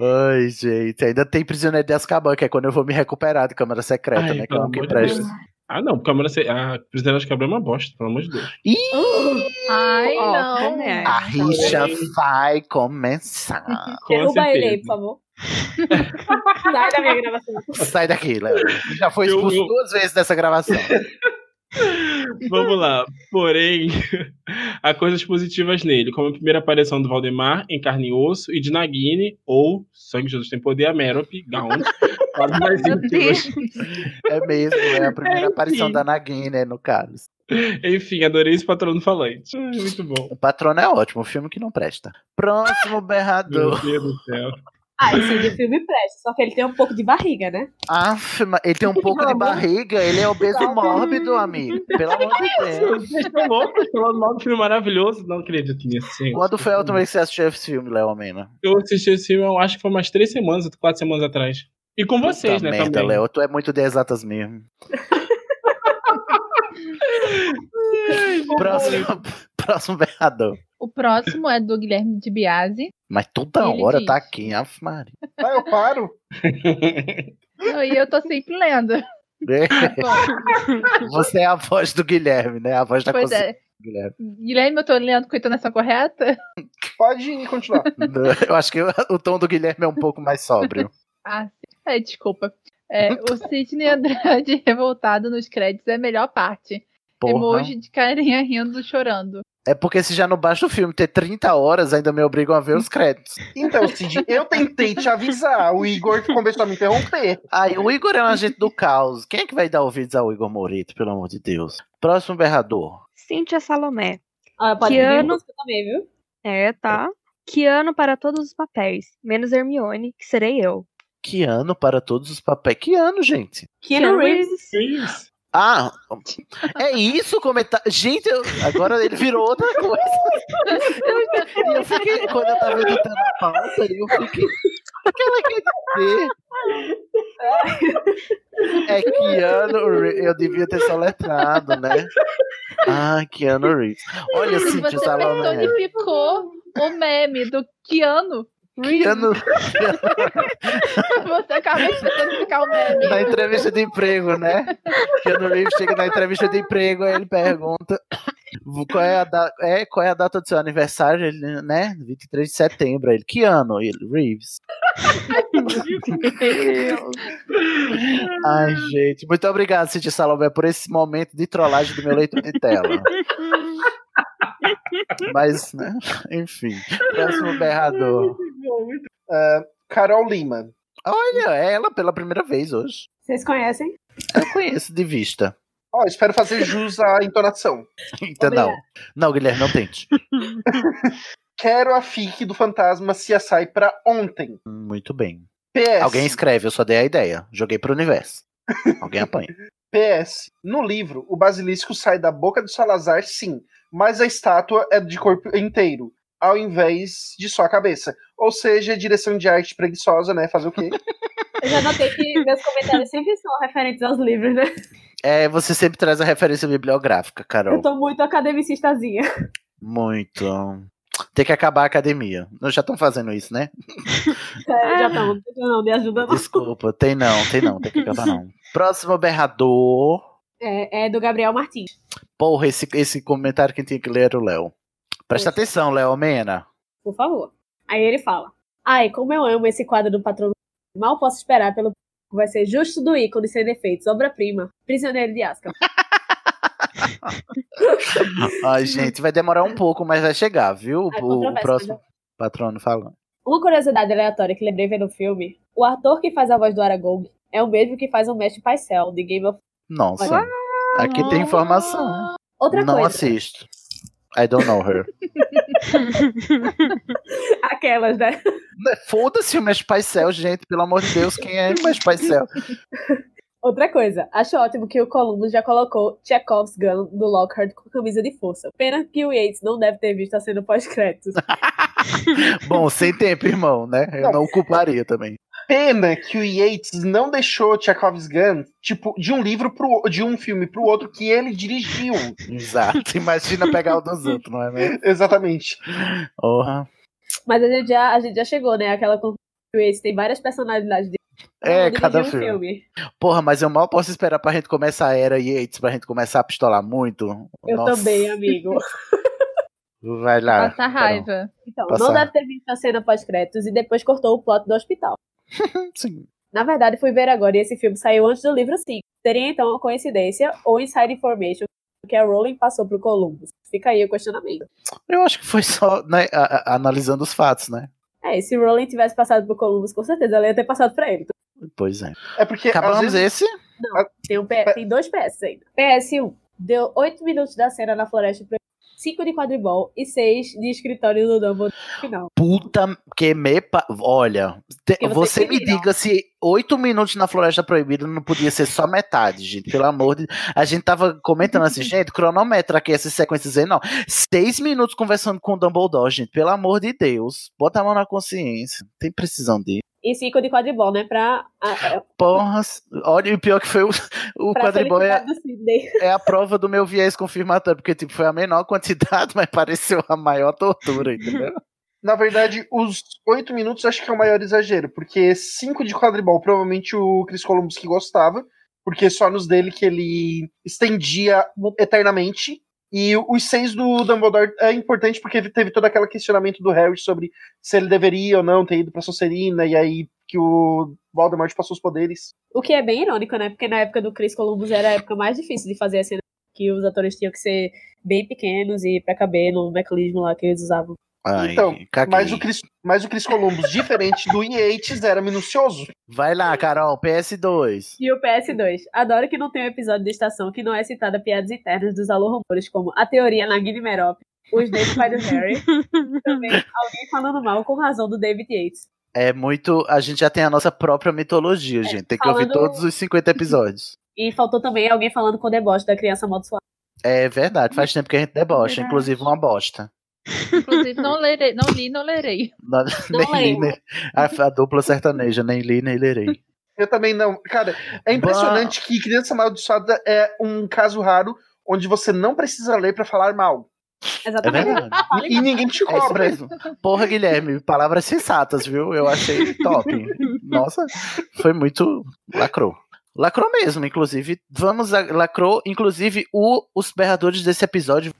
Speaker 8: Ai, gente, ainda tem Prisioneiro de Azkaban, que é quando eu vou me recuperar de Câmara Secreta,
Speaker 6: Ai,
Speaker 8: né? Que é
Speaker 6: pelo
Speaker 8: um que
Speaker 6: amor de
Speaker 8: presta.
Speaker 6: Deus. Ah, não, Câmara Secreta. A Prisioneira de Cabral é uma bosta, pelo amor de Deus.
Speaker 3: Ai,
Speaker 11: Ó,
Speaker 6: tá
Speaker 3: não.
Speaker 11: também.
Speaker 8: A rixa vai começar.
Speaker 11: Derruba ele aí, por favor. Sai
Speaker 8: Ah.
Speaker 11: da minha gravação.
Speaker 8: Sai daqui, Léo. Já foi expulso duas vezes dessa gravação.
Speaker 6: Vamos lá. Porém, há coisas positivas nele, como a primeira aparição do Valdemar em Carne e Osso e de Nagini, ou Sangue de Jesus Tem Poder, a Merope, Gaunt. Para mais íntimas.
Speaker 8: É mesmo, é a primeira
Speaker 6: É,
Speaker 8: aparição
Speaker 6: sim.
Speaker 8: da Nagini, né, no Carlos.
Speaker 6: Enfim, adorei esse patrono falante. Ai, Muito bom.
Speaker 8: O Patrono é ótimo, o filme que não presta. Próximo
Speaker 6: Meu
Speaker 8: berrador.
Speaker 6: Deus do céu.
Speaker 11: Ah, esse de filme presta, só que ele tem um pouco de barriga, né?
Speaker 8: Aff, ma- ele tem um pouco de barriga, ele é obeso e mórbido, amigo. Pelo amor de Deus.
Speaker 6: Vocês estão loucos falando mal do filme maravilhoso. Não acredito nisso. gente.
Speaker 8: Quando foi a última vez que você assistiu esse filme, Léo Amena?
Speaker 6: Eu assisti esse filme, eu acho que foi umas três semanas, quatro semanas atrás. E com vocês,
Speaker 8: Puta
Speaker 6: né?
Speaker 8: merda,
Speaker 6: também.
Speaker 8: Léo, tu é muito de exatas mesmo. Próximo, próximo berrador.
Speaker 3: O próximo é do Guilherme de Biasi.
Speaker 8: Mas toda
Speaker 3: Ele
Speaker 8: hora
Speaker 3: diz.
Speaker 8: tá aqui, af Maria.
Speaker 1: Ah, eu paro.
Speaker 3: Não, E eu tô sempre lendo. Bom,
Speaker 8: É, Você é a voz do Guilherme, né? A voz da
Speaker 3: Pois
Speaker 8: consciência
Speaker 3: é.
Speaker 8: do Guilherme.
Speaker 3: Guilherme, eu tô lendo com a entonação correta?
Speaker 1: Pode continuar.
Speaker 8: Eu acho que o tom do Guilherme é um pouco mais sóbrio.
Speaker 3: Ah, sim. é, desculpa. É, o Sidney Andrade revoltado nos créditos é a melhor parte.
Speaker 8: Porra.
Speaker 3: Emoji de carinha rindo, chorando.
Speaker 8: É porque se já não basta o filme ter 30 horas, ainda me obrigam a ver os créditos.
Speaker 1: Então, Cid, eu tentei te avisar. O Igor começou a me interromper.
Speaker 8: Aí, o Igor é um agente do caos. Quem é que vai dar ouvidos ao Igor Morito, pelo amor de Deus? Próximo berrador.
Speaker 7: Cíntia Salomé.
Speaker 11: Ah, pode
Speaker 7: que
Speaker 11: pedir
Speaker 7: ano...
Speaker 11: música também, viu?
Speaker 7: É, tá. Que ano para todos os papéis, menos Hermione, que serei eu.
Speaker 8: Que ano para todos os papéis? Que ano, gente?
Speaker 7: Keanu Reeves.
Speaker 8: Ah, é isso o comentário. Gente, eu- agora ele virou outra coisa. Eu, eu fiquei, quando eu tava editando a pauta, eu fiquei. O que ela quer dizer? É Keanu Reeves. Eu devia ter soletrado, né? Ah, Keanu Reeves. Olha,
Speaker 3: Você
Speaker 8: Cíntia Salomé.
Speaker 3: personificou o meme do Keanu Reeves.
Speaker 8: Keanu,
Speaker 3: Você acabou de personificar o meme.
Speaker 8: na entrevista de emprego, né? Keanu Reeves chega na entrevista de emprego, aí ele pergunta qual é a, da- é, qual é a data do seu aniversário, ele, né? 23 de setembro. Aí Ele, que ano? Ele, Reeves. Ai, gente. Muito obrigado, Cid Salomé, por esse momento de trollagem do meu leitor de tela. Mas, né? Enfim. Próximo berrador.
Speaker 1: Ah, Carol Lima.
Speaker 8: Olha, é ela pela primeira vez hoje.
Speaker 11: Vocês conhecem?
Speaker 8: Eu conheço de vista.
Speaker 1: Ó, espero fazer jus à entonação.
Speaker 8: Então, não. Não, Guilherme, não tente.
Speaker 1: Quero a FIC do fantasma CSI pra ontem.
Speaker 8: Muito bem.
Speaker 1: PS.
Speaker 8: Alguém escreve, eu só dei a ideia. Joguei pro universo. Alguém apanha.
Speaker 1: PS. No livro, o basilisco sai da boca do Salazar, sim, mas a estátua é de corpo inteiro, ao invés de só a cabeça. Ou seja, direção de arte preguiçosa, né? Fazer o quê?
Speaker 11: Eu já notei que meus comentários sempre são referentes aos livros, né?
Speaker 8: É, você sempre traz a referência bibliográfica, Carol.
Speaker 11: Eu tô muito academicistazinha.
Speaker 8: Muito. Tem que acabar a academia. Não, Já estão fazendo isso, né?
Speaker 11: É, já não, não, me ajuda não.
Speaker 8: Desculpa, tem não, tem não, tem que acabar não. Próximo berrador.
Speaker 11: É, é do Gabriel Martins.
Speaker 8: Porra, esse, esse comentário que tinha que ler era o Léo. Presta atenção, Léo Mena.
Speaker 11: Por favor. Aí ele fala: Ai, como eu amo esse quadro do patrono. Mal posso esperar pelo. Vai ser justo do ícone sem defeitos, obra-prima, prisioneiro de Asca.
Speaker 8: Ai, gente, vai demorar um pouco, mas vai chegar, viu?
Speaker 11: Ai,
Speaker 8: O, o
Speaker 11: controverso, né?
Speaker 8: próximo patrono falando.
Speaker 11: Uma curiosidade aleatória que lembrei vendo o filme: o ator que faz a voz do Aragog é o mesmo que faz o Mestre Paisel de Game of
Speaker 8: Nossa,
Speaker 11: Uau!
Speaker 8: aqui tem informação.
Speaker 11: Outra
Speaker 8: Não
Speaker 11: coisa,
Speaker 8: assisto. I don't know her.
Speaker 11: aquelas, né?
Speaker 8: Foda-se o Mesh Paisel, gente, pelo amor de Deus, quem é o Mesh Paisel?
Speaker 11: Outra coisa, acho ótimo que o Columbus já colocou Chekhov's Gun do Lockhart com camisa de força. Pena que o Yates não deve ter visto a cena pós-créditos.
Speaker 8: Bom, sem tempo, irmão, né? Eu não, o culparia também.
Speaker 1: Pena que o Yates não deixou Chekhov's Gun, tipo, de um livro pro de um filme pro outro que ele dirigiu.
Speaker 8: Exato. Imagina pegar o dos outros, não é mesmo?
Speaker 1: Exatamente.
Speaker 8: Orra.
Speaker 11: Mas a gente já, a gente já chegou, né? Aquela conclusão que o Yates tem várias personalidades dele.
Speaker 8: É, cada um filme. filme. Porra, mas eu mal posso esperar pra gente começar a era Yates, pra gente começar a pistolar muito.
Speaker 11: Eu Nossa. também, amigo.
Speaker 8: Vai lá.
Speaker 3: Passa raiva.
Speaker 11: Então,
Speaker 8: Tá
Speaker 11: Passar. não deve ter visto a cena pós-créditos e depois cortou o plot do hospital.
Speaker 8: Sim.
Speaker 11: Na verdade, fui ver agora e esse filme saiu antes do livro 5. Seria então uma coincidência ou inside information que a Rowling passou pro Columbus? Fica aí o questionamento.
Speaker 8: Eu acho que foi só né, a, a, analisando os fatos, né?
Speaker 11: É, e se Rowling tivesse passado pro Columbus, com certeza ela ia ter passado pra ele.
Speaker 8: Pois é.
Speaker 1: É porque.
Speaker 8: Acabamos vezes... esse?
Speaker 11: Não, tem, um P... tem dois PS ainda. PS1 deu 8 minutos da cena na floresta pra 5 de quadribol e 6 de escritório do Dumbledore no final.
Speaker 8: Puta que me. Pa... Olha, te... você, você me virar. diga se 8 minutos na Floresta Proibida não podia ser só metade, gente. Pelo amor de. A gente tava comentando assim, gente, cronometra aqui essas sequências aí, não. 6 minutos conversando com o Dumbledore, gente. Pelo amor de Deus. Bota a mão na consciência. Tem precisão disso.
Speaker 11: E 5 de quadribol, né? Pra.
Speaker 8: Porra, olha, o pior que foi o, o quadribol é, é a prova do meu viés confirmatório, porque tipo, foi a menor quantidade, mas pareceu a maior tortura, entendeu?
Speaker 1: Na verdade, os oito minutos acho que é o maior exagero, porque cinco de quadribol, provavelmente o Chris Columbus que gostava, porque só nos dele que ele estendia eternamente. E os seis do Dumbledore é importante porque teve todo aquele questionamento do Harry sobre se ele deveria ou não ter ido pra Sonserina, e aí que o Voldemort passou os poderes.
Speaker 11: O que é bem irônico, né? Porque na época do Chris Columbus era a época mais difícil de fazer a cena que os atores tinham que ser bem pequenos e pra caber no mecanismo lá que eles usavam.
Speaker 8: Ai,
Speaker 1: então, caguei. mas o, Chris, mas o Chris Columbus, diferente do Yates, era minucioso.
Speaker 8: Vai lá, Carol, PS2.
Speaker 11: E o PS2. Adoro que não tem um episódio de estação que não é citada piadas internas dos alô-rumores, como a teoria na Guilherme os David pai do Harry, também alguém falando mal com razão do David Yates.
Speaker 8: É muito. A gente já tem a nossa própria mitologia, é, gente. Tem falando... que ouvir todos os 50 episódios.
Speaker 11: E faltou também alguém falando com o deboche da criança amaldiçoada.
Speaker 8: É verdade, faz tempo que a gente debocha, é inclusive uma bosta.
Speaker 3: Inclusive, não, lerei, não li, não lerei.
Speaker 8: Não, não nem li, nem, a, a, dupla sertaneja, nem li, nem lerei.
Speaker 1: Eu também não. Cara, é impressionante bah. que Criança Amaldiçoada é um caso raro onde você não precisa ler para falar mal.
Speaker 11: Exatamente.
Speaker 1: É e ninguém te cobra.
Speaker 8: É Porra, Guilherme, palavras sensatas, viu? Eu achei top. Nossa, foi muito lacrou. Lacrou mesmo, inclusive. Vamos a, lacrou, inclusive, o, os berradores desse episódio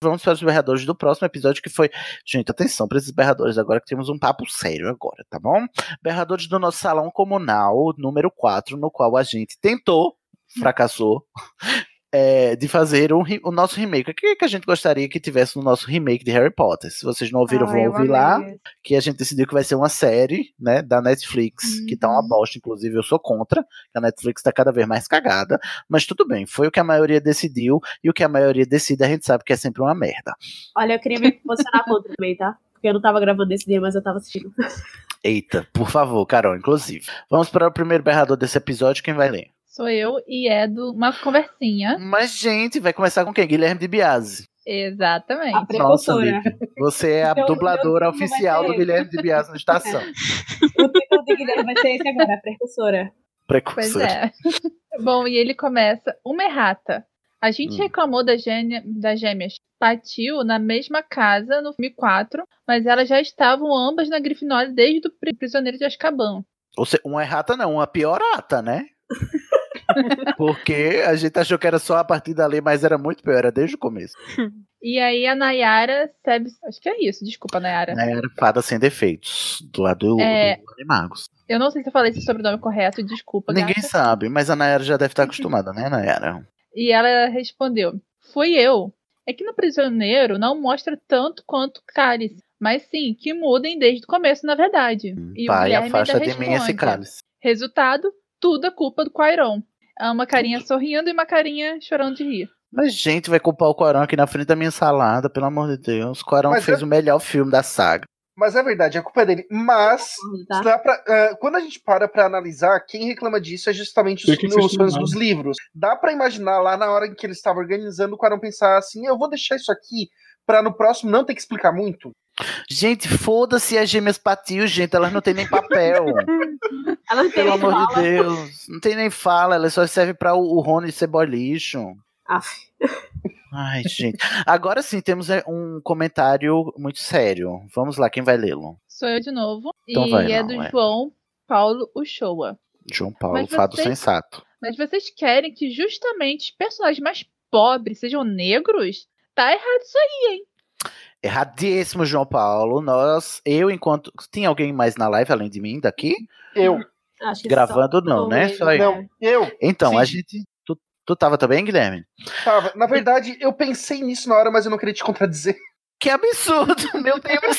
Speaker 8: Vamos para os berradores do próximo episódio, que foi. Gente, atenção para esses berradores agora, que temos um papo sério agora, tá bom? Berradores do nosso salão comunal, número 4, no qual a gente tentou, fracassou, é, de fazer um, o nosso remake. O que, que a gente gostaria que tivesse no nosso remake de Harry Potter? Se vocês não ouviram, ah, vão ouvir lá. Que a gente decidiu que vai ser uma série, né, da Netflix, uhum. que tá uma bosta, inclusive eu sou contra, a Netflix tá cada vez mais cagada. Mas tudo bem, foi o que a maioria decidiu, e o que a maioria decide a gente sabe que é sempre uma merda.
Speaker 11: Olha, eu queria me posicionar contra também, tá? Porque eu não tava gravando esse dia, mas eu tava assistindo.
Speaker 8: Eita, por favor, Carol, inclusive. Vamos para o primeiro berrador desse episódio, quem vai ler?
Speaker 3: Sou eu e é do uma conversinha.
Speaker 8: Mas, gente, vai começar com quem? Guilherme de Biase.
Speaker 3: Exatamente. A
Speaker 8: precursora. Nossa, Nick, você é a então, dubladora oficial do Guilherme de Biase na estação.
Speaker 11: o título de Guilherme vai ser esse agora, a precursora.
Speaker 8: é. Precursora.
Speaker 3: Pois é. Bom, e ele começa. Uma errata. A gente hum. reclamou da gêmea, das gêmeas Patil na mesma casa no filme 4, mas elas já estavam ambas na Grifinória desde o Prisioneiro de Azkaban.
Speaker 8: Ou seja, uma errata não, uma piorata, né? Porque a gente achou que era só a partir dali, mas era muito pior, era desde o começo.
Speaker 3: E aí a Nayara Sebes, acho que é isso, desculpa, Nayara.
Speaker 8: Nayara Né? Fada Sem Defeitos, do lado é... do Animagos.
Speaker 3: Eu não sei se eu falei esse sobrenome correto, desculpa.
Speaker 8: Ninguém gata. sabe, mas a Nayara já deve estar acostumada, né, Nayara?
Speaker 3: E ela respondeu: Fui eu. É que no Prisioneiro não mostra tanto quanto Cálice, mas sim que mudem desde o começo, na verdade.
Speaker 8: E Hum, Um Pai, afasta de mim esse cálice.
Speaker 3: Resultado: tudo a culpa do Quairon. É Uma carinha sorrindo e uma carinha chorando de rir.
Speaker 8: Mas, gente, vai culpar o Quarão aqui na frente da minha salada, pelo amor de Deus. O Quarão Mas fez eu... o melhor filme da saga.
Speaker 1: Mas é verdade, a culpa é dele. Mas,
Speaker 11: Tá.
Speaker 1: se dá pra- ah, quando a gente para pra analisar, quem reclama disso é justamente
Speaker 6: Por
Speaker 1: os,
Speaker 6: que que
Speaker 1: os
Speaker 6: vocês
Speaker 1: fãs
Speaker 6: chamaram?
Speaker 1: dos livros. Dá pra imaginar lá na hora em que eles estavam organizando, o Quarão pensar assim: eu vou deixar isso aqui pra no próximo não ter que explicar muito.
Speaker 8: Gente, foda-se as gêmeas patios, gente. Elas não têm nem papel.
Speaker 11: Ela não tem
Speaker 8: Pelo
Speaker 11: nem
Speaker 8: amor de
Speaker 11: fala.
Speaker 8: Deus. Não tem nem fala. Ela só serve pra o, o Rony ser boy lixo.
Speaker 11: Aff.
Speaker 8: Ai, gente. Agora sim, temos é, um comentário muito sério. Vamos lá, quem vai lê-lo?
Speaker 3: Sou eu de novo.
Speaker 8: Então
Speaker 3: e
Speaker 8: vai,
Speaker 3: é
Speaker 8: não,
Speaker 3: do
Speaker 8: vai.
Speaker 3: João Paulo Uchoa.
Speaker 8: João Paulo,
Speaker 3: Mas
Speaker 8: fado
Speaker 3: você-
Speaker 8: sensato.
Speaker 3: Mas vocês querem que justamente os personagens mais pobres sejam negros? Tá errado isso aí, hein?
Speaker 8: Erradíssimo, João Paulo. Nós, eu, enquanto. Tem alguém mais na live além de mim daqui?
Speaker 1: Eu.
Speaker 11: Acho que
Speaker 8: Gravando,
Speaker 11: só-
Speaker 8: não, né? Só eu.
Speaker 1: Não, eu.
Speaker 8: Então,
Speaker 1: Sim.
Speaker 8: a gente. Tu, tu tava também, Guilherme?
Speaker 1: Tava. Na verdade, eu pensei nisso na hora, mas eu não queria te contradizer.
Speaker 8: Que absurdo, meu Deus!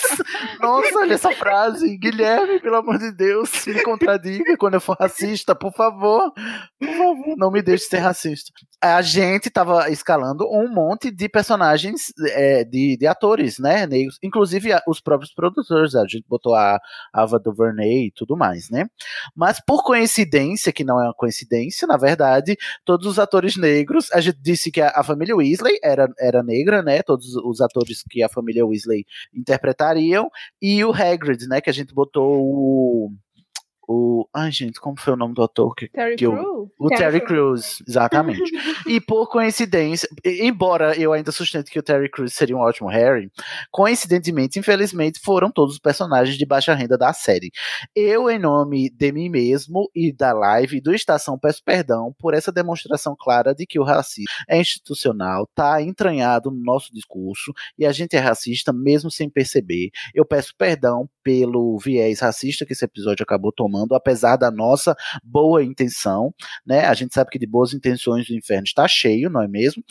Speaker 8: Nossa, olha essa frase. Guilherme, pelo amor de Deus, me contradiga quando eu for racista, por favor. Por favor, não me deixe ser racista. A gente tava escalando um monte de personagens, é, de, de atores, né, negros. Inclusive a- os próprios produtores, a gente botou a Ava DuVernay e tudo mais, né. Mas por coincidência, que não é uma coincidência, na verdade, todos os atores negros, a gente disse que a, a família Weasley era, era negra, né, todos os atores que a família Weasley interpretariam, e o Hagrid, né, que a gente botou o... o ai, gente, como foi o nome do ator? Que,
Speaker 3: Terry
Speaker 8: que eu-
Speaker 3: Crews?
Speaker 8: o
Speaker 3: Terry
Speaker 8: Terry Crews, exatamente. e por coincidência, e- embora eu ainda sustente que o Terry Crews seria um ótimo Harry, coincidentemente, infelizmente, foram todos os personagens de baixa renda da série. Eu, em nome de mim mesmo e da live e do Estação, peço perdão por essa demonstração clara de que o racismo é institucional, tá entranhado no nosso discurso e a gente é racista mesmo sem perceber. Eu peço perdão pelo viés racista que esse episódio acabou tomando, apesar da nossa boa intenção, né? A gente sabe que de boas intenções o inferno está cheio, não é mesmo?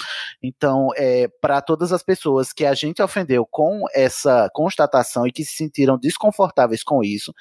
Speaker 8: Então, é, para todas as pessoas que a gente ofendeu com essa constatação e que se sentiram desconfortáveis com isso,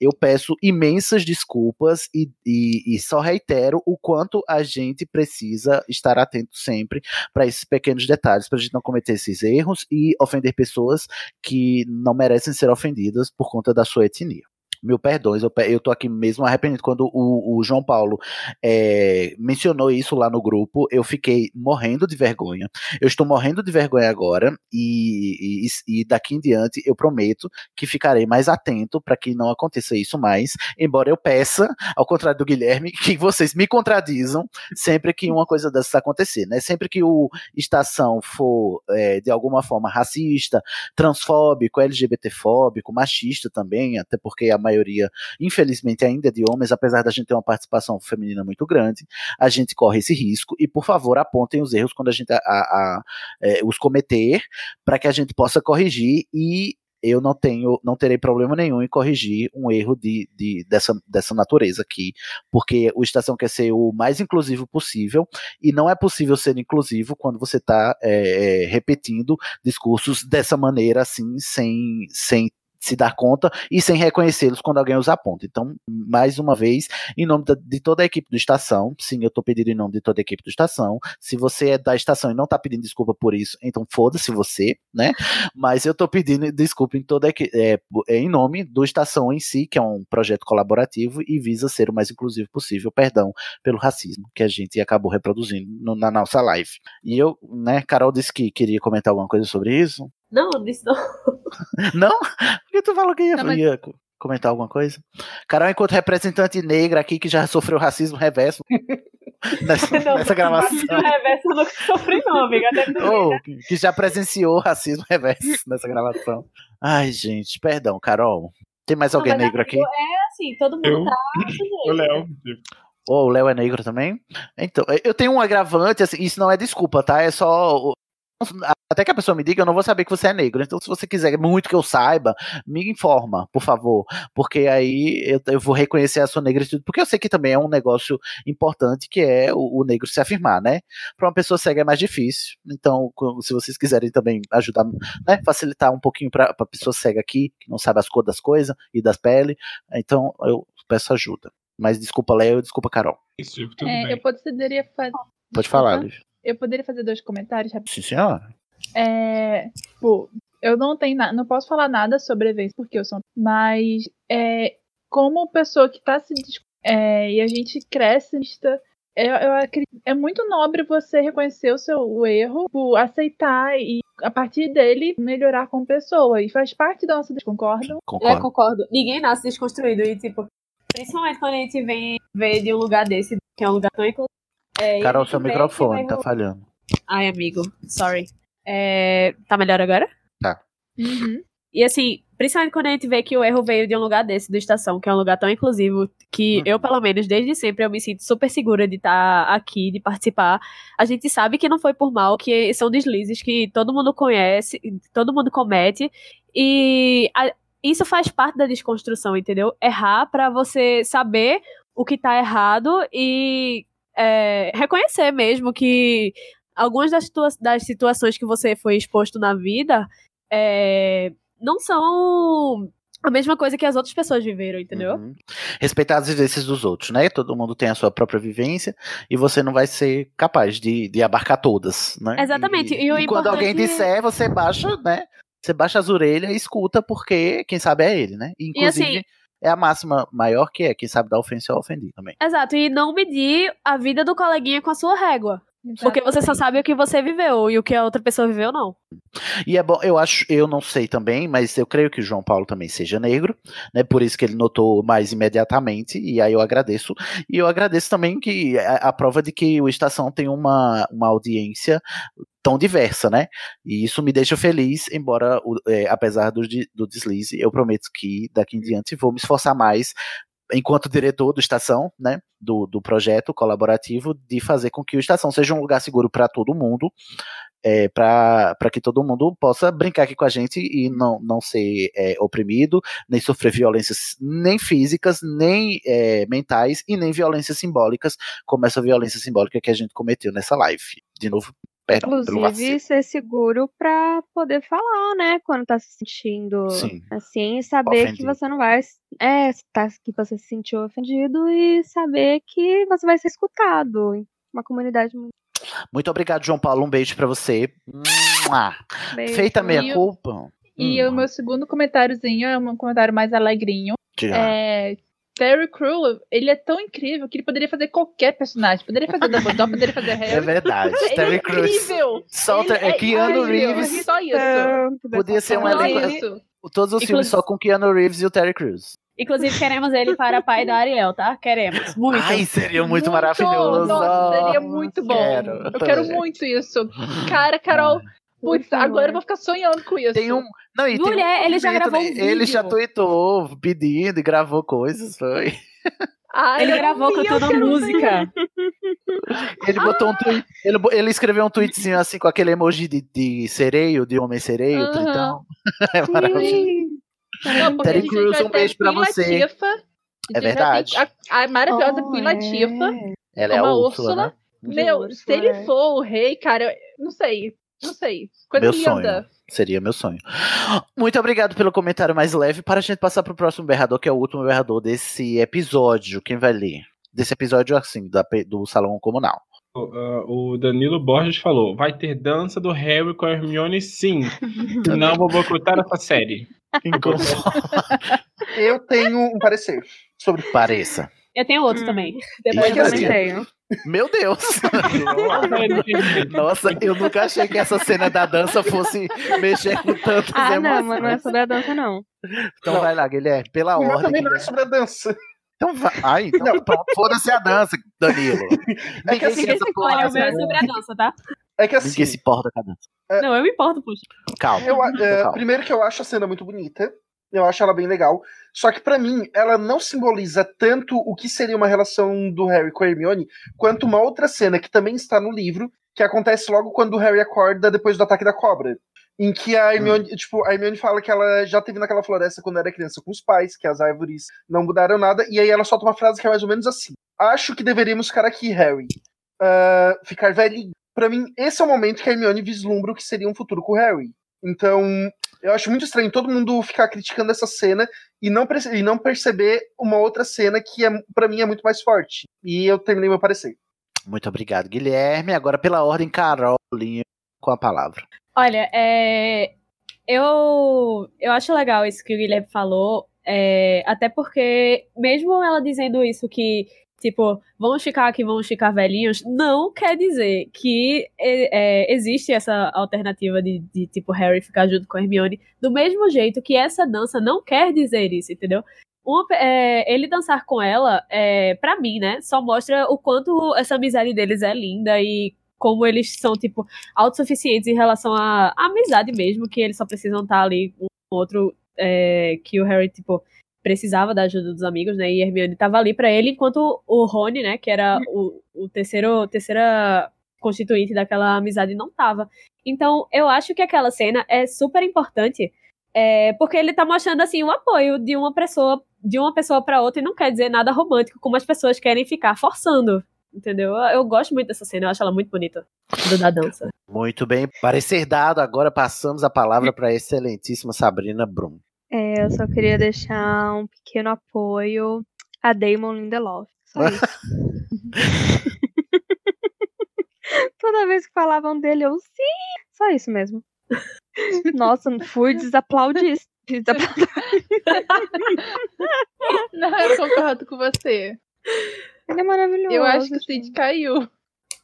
Speaker 8: eu peço imensas desculpas e, e- e só reitero o quanto a gente precisa estar atento sempre para esses pequenos detalhes, para a gente não cometer esses erros e ofender pessoas que não merecem ser ofendidas por conta da sua etnia. Mil perdões, eu, pe- eu tô aqui mesmo arrependido. Quando o, o João Paulo é, mencionou isso lá no grupo, eu fiquei morrendo de vergonha. Eu estou morrendo de vergonha agora, e, e- e daqui em diante eu prometo que ficarei mais atento para que não aconteça isso mais. Embora eu peça, ao contrário do Guilherme, que vocês me contradizam sempre que uma coisa dessas acontecer, né? Sempre que o Estação for é, de alguma forma racista, transfóbico, LGBTfóbico, machista também, até porque a maioria, infelizmente, ainda é de homens, apesar da gente ter uma participação feminina muito grande, a gente corre esse risco e, por favor, apontem os erros quando a gente a- a- a, é, os cometer, para que a gente possa corrigir e eu não tenho, não terei problema nenhum em corrigir um erro de, de- dessa, dessa natureza aqui, porque o Estação quer ser o mais inclusivo possível, e não é possível ser inclusivo quando você está repetindo discursos dessa maneira, assim, sem, sem se dar conta e sem reconhecê-los quando alguém os aponta. Então, mais uma vez, em nome da- de toda a equipe do Estação, sim, eu tô pedindo em nome de toda a equipe do Estação. Se você é da Estação e não tá pedindo desculpa por isso, então foda-se você, né? Mas eu tô pedindo desculpa em toda a equi- é, po- é, em nome do Estação em si, que é um projeto colaborativo e visa ser o mais inclusivo possível, perdão pelo racismo que a gente acabou reproduzindo no- na nossa live. E eu, né, Carol disse que queria comentar alguma coisa sobre isso.
Speaker 11: Não, disse não.
Speaker 8: Não? Por que tu falou que ia,
Speaker 11: Não, mas-
Speaker 8: ia co- comentar alguma coisa? Carol, enquanto representante negra aqui que já sofreu racismo reverso nessa,
Speaker 11: Não,
Speaker 8: nessa gravação.
Speaker 11: No reverso eu nunca sofri, não, amiga. Até porque-
Speaker 8: Oh, que- que já presenciou racismo reverso nessa gravação. Ai, gente, perdão, Carol. Tem mais
Speaker 11: Não,
Speaker 8: alguém
Speaker 11: mas
Speaker 8: negro
Speaker 11: amigo,
Speaker 8: aqui?
Speaker 11: É assim, todo mundo
Speaker 8: Eu?
Speaker 11: tá.
Speaker 6: O Léo.
Speaker 8: Oh, o Léo é negro também? Então, eu tenho um agravante, assim, isso não é desculpa, tá? É só. o- Até que a pessoa me diga, eu não vou saber que você é negro. Então, se você quiser muito que eu saiba, me informa, por favor. Porque aí eu, eu vou reconhecer a sua negritude. Porque eu sei que também é um negócio importante que é o, o negro se afirmar, né? Para uma pessoa cega é mais difícil. Então, co- se vocês quiserem também ajudar, né? Facilitar um pouquinho para a pessoa cega aqui, que não sabe as cores das coisas e das peles. Então, eu peço ajuda. Mas desculpa, Léo, desculpa, Carol.
Speaker 6: tipo,
Speaker 3: É, eu poderia fazer.
Speaker 8: Pode falar, Liv.
Speaker 3: Eu poderia fazer dois comentários rapidinho.
Speaker 8: Sim, senhora.
Speaker 3: É, tipo, Eu não tenho na- não posso falar nada sobre eventos porque eu sou, mas é, como pessoa que tá se dis- é, e a gente cresce, eu, eu acredito, é muito nobre você reconhecer o seu o erro, o aceitar e a partir dele melhorar como pessoa e faz parte da nossa concordam?
Speaker 11: É, concordo. Ninguém nasce desconstruído e, tipo, principalmente quando a gente vem ver de um lugar desse, que é um lugar tão inclusivo. É, e a
Speaker 8: Carol,
Speaker 11: gente
Speaker 8: seu
Speaker 11: vê que
Speaker 8: microfone
Speaker 11: vai
Speaker 8: tá
Speaker 11: rolar-
Speaker 8: falhando.
Speaker 11: Ai, amigo, sorry. É, tá melhor agora?
Speaker 8: Tá.
Speaker 7: Uhum.
Speaker 11: E assim, principalmente quando a gente vê que o erro veio de um lugar desse, do Estação, que é um lugar tão inclusivo, que
Speaker 8: Uhum.
Speaker 11: eu, pelo menos, desde sempre, eu me sinto super segura de estar aqui, de participar. A gente sabe que não foi por mal, que são deslizes que todo mundo conhece, todo mundo comete, e a- isso faz parte da desconstrução, entendeu? Errar pra você saber o que tá errado e é, reconhecer mesmo que algumas das, situa- das situações que você foi exposto na vida é, não são a mesma coisa que as outras pessoas viveram,
Speaker 8: Uhum.
Speaker 11: entendeu?
Speaker 8: Respeitar as vivências dos outros, né? Todo mundo tem a sua própria vivência e você não vai ser capaz de, de abarcar todas, né?
Speaker 11: Exatamente. E, o
Speaker 8: E quando alguém
Speaker 11: importante- é
Speaker 8: disser, você baixa, né? Você baixa as orelhas e escuta, porque quem sabe é ele, né? E,
Speaker 11: E assim-
Speaker 8: inclusive, é a máxima maior que é, quem sabe dar ofensa ao ofendido também.
Speaker 11: Exato, e não medir a vida do coleguinha com a sua régua. Porque você só sabe o que você viveu e o que a outra pessoa viveu, não.
Speaker 8: E é bom, eu acho, eu não sei também, mas eu creio que o João Paulo também seja negro, né? Por isso que ele notou mais imediatamente, e aí eu agradeço. E eu agradeço também que a, a prova de que o Estação tem uma, uma audiência tão diversa, né? E isso me deixa feliz, embora, o- é, apesar do, de- do deslize, eu prometo que daqui em diante vou me esforçar mais enquanto diretor do Estação, né, do, do projeto colaborativo, de fazer com que o Estação seja um lugar seguro para todo mundo, é, para que todo mundo possa brincar aqui com a gente e não, não ser é, oprimido, nem sofrer violências nem físicas, nem é, mentais e nem violências simbólicas, como essa violência simbólica que a gente cometeu nessa live. De novo, perdão Tá pelo vacilo.
Speaker 7: Inclusive, ser seguro pra poder falar, né? Quando tá se sentindo
Speaker 8: Sim.
Speaker 7: assim, e saber que
Speaker 8: Ofendido.
Speaker 7: você não vai. É, tá, que você se sentiu ofendido e saber que você vai ser escutado. Uma comunidade muito.
Speaker 8: Muito obrigado, João Paulo. Um beijo para você. Mua.
Speaker 3: Beijo.
Speaker 8: Feita a
Speaker 3: E
Speaker 8: minha
Speaker 3: eu-
Speaker 8: culpa. Hum,
Speaker 3: E o meu segundo comentáriozinho é um comentário mais alegrinho.
Speaker 8: Diga.
Speaker 3: É, Terry Crew, ele é tão incrível que ele poderia fazer qualquer personagem. Poderia fazer Dumbledore, poderia fazer Harry.
Speaker 8: É verdade.
Speaker 3: Ele
Speaker 8: Terry
Speaker 3: é
Speaker 8: Crews.
Speaker 3: incrível.
Speaker 8: Solta,
Speaker 3: Ele
Speaker 8: é Keanu
Speaker 3: incrível.
Speaker 8: Reeves.
Speaker 3: Só
Speaker 11: É.
Speaker 3: isso.
Speaker 8: Podia ser um
Speaker 11: Só
Speaker 8: elenco.
Speaker 11: isso.
Speaker 8: Todos os filmes
Speaker 11: Inclusive-
Speaker 8: só com Keanu Reeves e o Terry Crews.
Speaker 11: Inclusive, queremos ele para pai da Ariel, tá? Queremos. Muito.
Speaker 8: Ai, seria muito, maravilhoso.
Speaker 3: Nossa, seria muito bom.
Speaker 8: Quero,
Speaker 3: eu
Speaker 8: tô
Speaker 3: quero
Speaker 8: vendo.
Speaker 3: muito isso. Cara, Carol, putz, agora eu vou ficar sonhando com isso.
Speaker 8: Ah. Tem um. Não, e tem um
Speaker 3: Mulher, ele já
Speaker 8: movimento,
Speaker 3: gravou um
Speaker 8: né? Ele já
Speaker 3: vídeo.
Speaker 8: tweetou pedindo e gravou coisas, foi.
Speaker 3: Ai,
Speaker 11: Ele
Speaker 3: eu
Speaker 11: gravou
Speaker 3: vi, eu
Speaker 11: cantando
Speaker 3: quero
Speaker 11: música.
Speaker 8: Ele botou
Speaker 3: Ah!
Speaker 8: um tweet. Ele, bo- ele escreveu um tweetzinho assim com aquele emoji de, de sereio, de homem sereio,
Speaker 3: Aham.
Speaker 8: tritão. É maravilhoso.
Speaker 3: Não, porque
Speaker 8: Terry
Speaker 3: a gente
Speaker 8: Crews,
Speaker 3: vai
Speaker 8: um
Speaker 3: ter
Speaker 8: beijo pra
Speaker 3: Queen
Speaker 8: você.
Speaker 3: Latifah,
Speaker 8: É
Speaker 3: a gente vai ter
Speaker 8: verdade.
Speaker 3: A, a maravilhosa Queen
Speaker 11: Oh,
Speaker 3: Latifa.
Speaker 8: Ela é a
Speaker 3: uma
Speaker 8: Úrsula,
Speaker 3: Úrsula.
Speaker 8: né?
Speaker 3: Meu, se ele for o rei, cara, eu não sei. Não sei. Coisa
Speaker 8: Meu
Speaker 3: linda.
Speaker 8: sonho. Seria meu sonho. Muito obrigado pelo comentário mais leve. Para a gente passar para o próximo berrador, que é o último berrador desse episódio. Quem vai ler? Desse episódio, assim, da pe- do Salão Comunal.
Speaker 6: O, ah, o Danilo Borges falou: vai ter dança do Harry com a Hermione, sim. Não vou boicotar essa série.
Speaker 1: Eu tenho um parecer sobre.
Speaker 8: Pareça.
Speaker 11: Eu tenho
Speaker 8: Hum.
Speaker 11: outro também.
Speaker 1: Depois eu também
Speaker 8: tenho. Meu Deus! Nossa, eu nunca achei que essa cena da dança fosse mexer com tantas
Speaker 7: Ah, não,
Speaker 8: emoções.
Speaker 7: mas não é sobre a dança, não.
Speaker 8: Então vai lá, Guilherme, pela
Speaker 1: Mas
Speaker 8: ordem.
Speaker 1: também não é
Speaker 8: Guilherme.
Speaker 1: sobre a dança.
Speaker 8: Então vai. Ai, então pronto, foda-se a dança, Danilo.
Speaker 1: É que
Speaker 8: Ninguém
Speaker 1: assim,
Speaker 8: se importa
Speaker 11: Olha, o
Speaker 8: com
Speaker 11: meu é
Speaker 8: a
Speaker 11: sobre a
Speaker 8: dança.
Speaker 11: dança, tá?
Speaker 1: É que assim,
Speaker 8: Ninguém se importa com a dança.
Speaker 11: Não, eu me importo, poxa.
Speaker 8: Calma. Então,
Speaker 1: Eu, a- é,
Speaker 8: calma.
Speaker 1: primeiro que eu acho a cena muito bonita. Eu acho ela bem legal. Só que pra mim, ela não simboliza tanto o que seria uma relação do Harry com a Hermione, quanto uma outra cena que também está no livro, que acontece logo quando o Harry acorda depois do ataque da cobra. Em que a Hermione, tipo, a Hermione fala que ela já teve naquela floresta quando era criança com os pais, que as árvores não mudaram nada, e aí ela solta uma frase que é mais ou menos assim: Acho que deveríamos ficar aqui, Harry. Ah, ficar velhinho. Pra mim, esse é o momento que a Hermione vislumbra o que seria um futuro com o Harry. Então, eu acho muito estranho todo mundo ficar criticando essa cena e não, perce- e não perceber uma outra cena que, é, para mim, é muito mais forte. E eu terminei meu parecer.
Speaker 8: Muito obrigado, Guilherme. Agora, pela ordem, Carolinha, com a palavra.
Speaker 11: Olha, é, Eu, eu acho legal isso que o Guilherme falou, é, até porque, mesmo ela dizendo isso, que, tipo, vamos ficar aqui, vamos ficar velhinhos, não quer dizer que é, existe essa alternativa de, de, tipo, Harry ficar junto com Hermione, do mesmo jeito que essa dança não quer dizer isso, entendeu? Uma, é, ele dançar com ela, é, para mim, né, só mostra o quanto essa amizade deles é linda e como eles são, tipo, autossuficientes em relação à, à amizade mesmo, que eles só precisam estar ali um com o outro, é, que o Harry, tipo, precisava da ajuda dos amigos, né, e Hermione tava ali para ele, enquanto o Rony, né, que era o, o terceiro, terceira constituinte daquela amizade, não tava. Então, eu acho que aquela cena é super importante, é, porque ele tá mostrando assim o apoio de uma pessoa de uma pessoa para outra e não quer dizer nada romântico como as pessoas querem ficar forçando. Entendeu? Eu gosto muito dessa cena, eu acho ela muito bonita do, da dança.
Speaker 8: Muito bem, parecer dado, agora passamos a palavra para a excelentíssima Sabrina Brum.
Speaker 7: É, eu só queria deixar um pequeno apoio a Damon Lindelof. Só isso. Toda vez que falavam dele, eu sim! Só isso mesmo. Nossa, fui desaplaudir. desaplaudir.
Speaker 3: Não, eu concordo com você.
Speaker 7: Ele é maravilhoso.
Speaker 3: Eu acho assim. que o Cid caiu.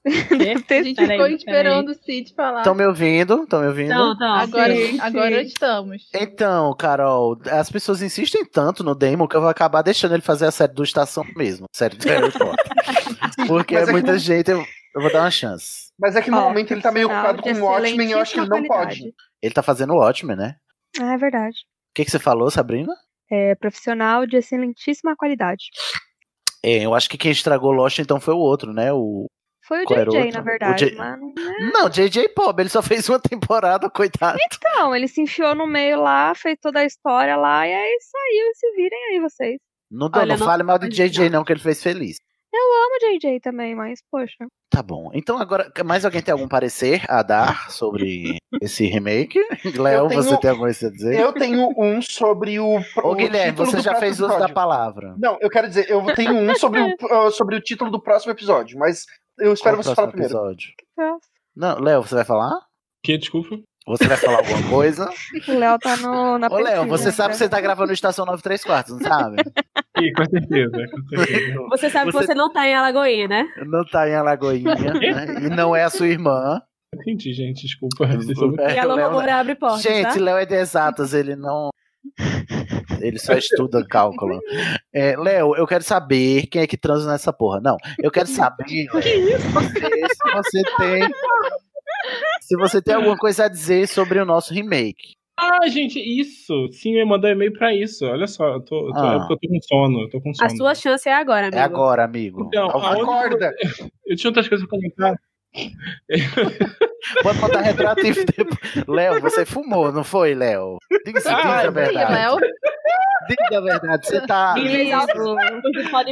Speaker 11: É?
Speaker 3: a gente ficou aí, esperando aí. o Cid falar.
Speaker 8: Estão Então me ouvindo? Estão me ouvindo? Não,
Speaker 3: não. Agora, sim, sim. agora estamos.
Speaker 8: Então, Carol, as pessoas insistem tanto no Damon que eu vou acabar deixando ele fazer a série do Estação mesmo. A série do Harry Potter. Porque é muita gente. Eu, eu vou dar uma chance.
Speaker 1: Mas é que no oh, momento ele tá meio ocupado com o Watchmen, eu acho que ele não pode.
Speaker 8: Ele tá fazendo o Watchmen, né?
Speaker 7: É verdade.
Speaker 8: O que, que você falou, Sabrina?
Speaker 7: É, profissional de excelentíssima qualidade.
Speaker 8: É, eu acho que quem estragou Lost então foi o outro, né? O...
Speaker 7: Foi o Qual JJ, na verdade, J... mano.
Speaker 8: Não, JJ pobre, ele só fez uma temporada, coitado.
Speaker 7: Então, ele se enfiou no meio lá, fez toda a história lá, e aí saiu e se virem aí vocês.
Speaker 8: Não, Olha, não, não fale mal do JJ, não, que ele fez feliz.
Speaker 7: Eu amo JJ também, mas poxa.
Speaker 8: Tá bom. Então agora, mais alguém tem algum parecer a dar sobre esse remake? Léo, tenho... você tem alguma coisa a dizer?
Speaker 1: Eu tenho um sobre o.
Speaker 8: Ô, o Guilherme, você já fez uso da palavra.
Speaker 1: Não, eu quero dizer, eu tenho um sobre o, sobre o título do próximo episódio, mas eu espero Qual você falar primeiro.
Speaker 8: Episódio?
Speaker 7: é?
Speaker 8: Não, Léo, você vai falar?
Speaker 6: Que, desculpa.
Speaker 8: Você vai falar alguma coisa?
Speaker 7: O Léo tá no, na
Speaker 8: Ô, Léo, você né? sabe que você tá gravando no Estação 93 Quartos, não sabe?
Speaker 6: Sim, com certeza, com certeza.
Speaker 11: Você sabe você... que você não tá em Alagoinha, né?
Speaker 8: Não tá em Alagoinha, né? E não é a sua irmã. É,
Speaker 6: Entendi, gente, desculpa. desculpa.
Speaker 11: E a Loura abre porta.
Speaker 8: né? Gente,
Speaker 11: tá?
Speaker 8: Léo é de exatas, ele não. Ele só estuda cálculo. É, Léo, eu quero saber quem é que transa nessa porra. Não, eu quero saber. Que isso? Se você tem se você tem alguma coisa a dizer sobre o nosso remake.
Speaker 6: Ah, gente, isso. Sim, me mandou e-mail pra isso. Olha só, eu tô, eu tô, ah. eu tô com sono, eu tô com sono.
Speaker 11: A sua chance é agora, amigo.
Speaker 8: É agora, amigo.
Speaker 6: Então, acorda. Outra... Eu tinha outras coisas pra comentar.
Speaker 8: Pode botar retrato e depois. Léo, você fumou, não foi, Léo? Diga, ah,
Speaker 3: Então,
Speaker 8: diga a
Speaker 3: é
Speaker 8: verdade. Então Léo. Diga a verdade, você tá.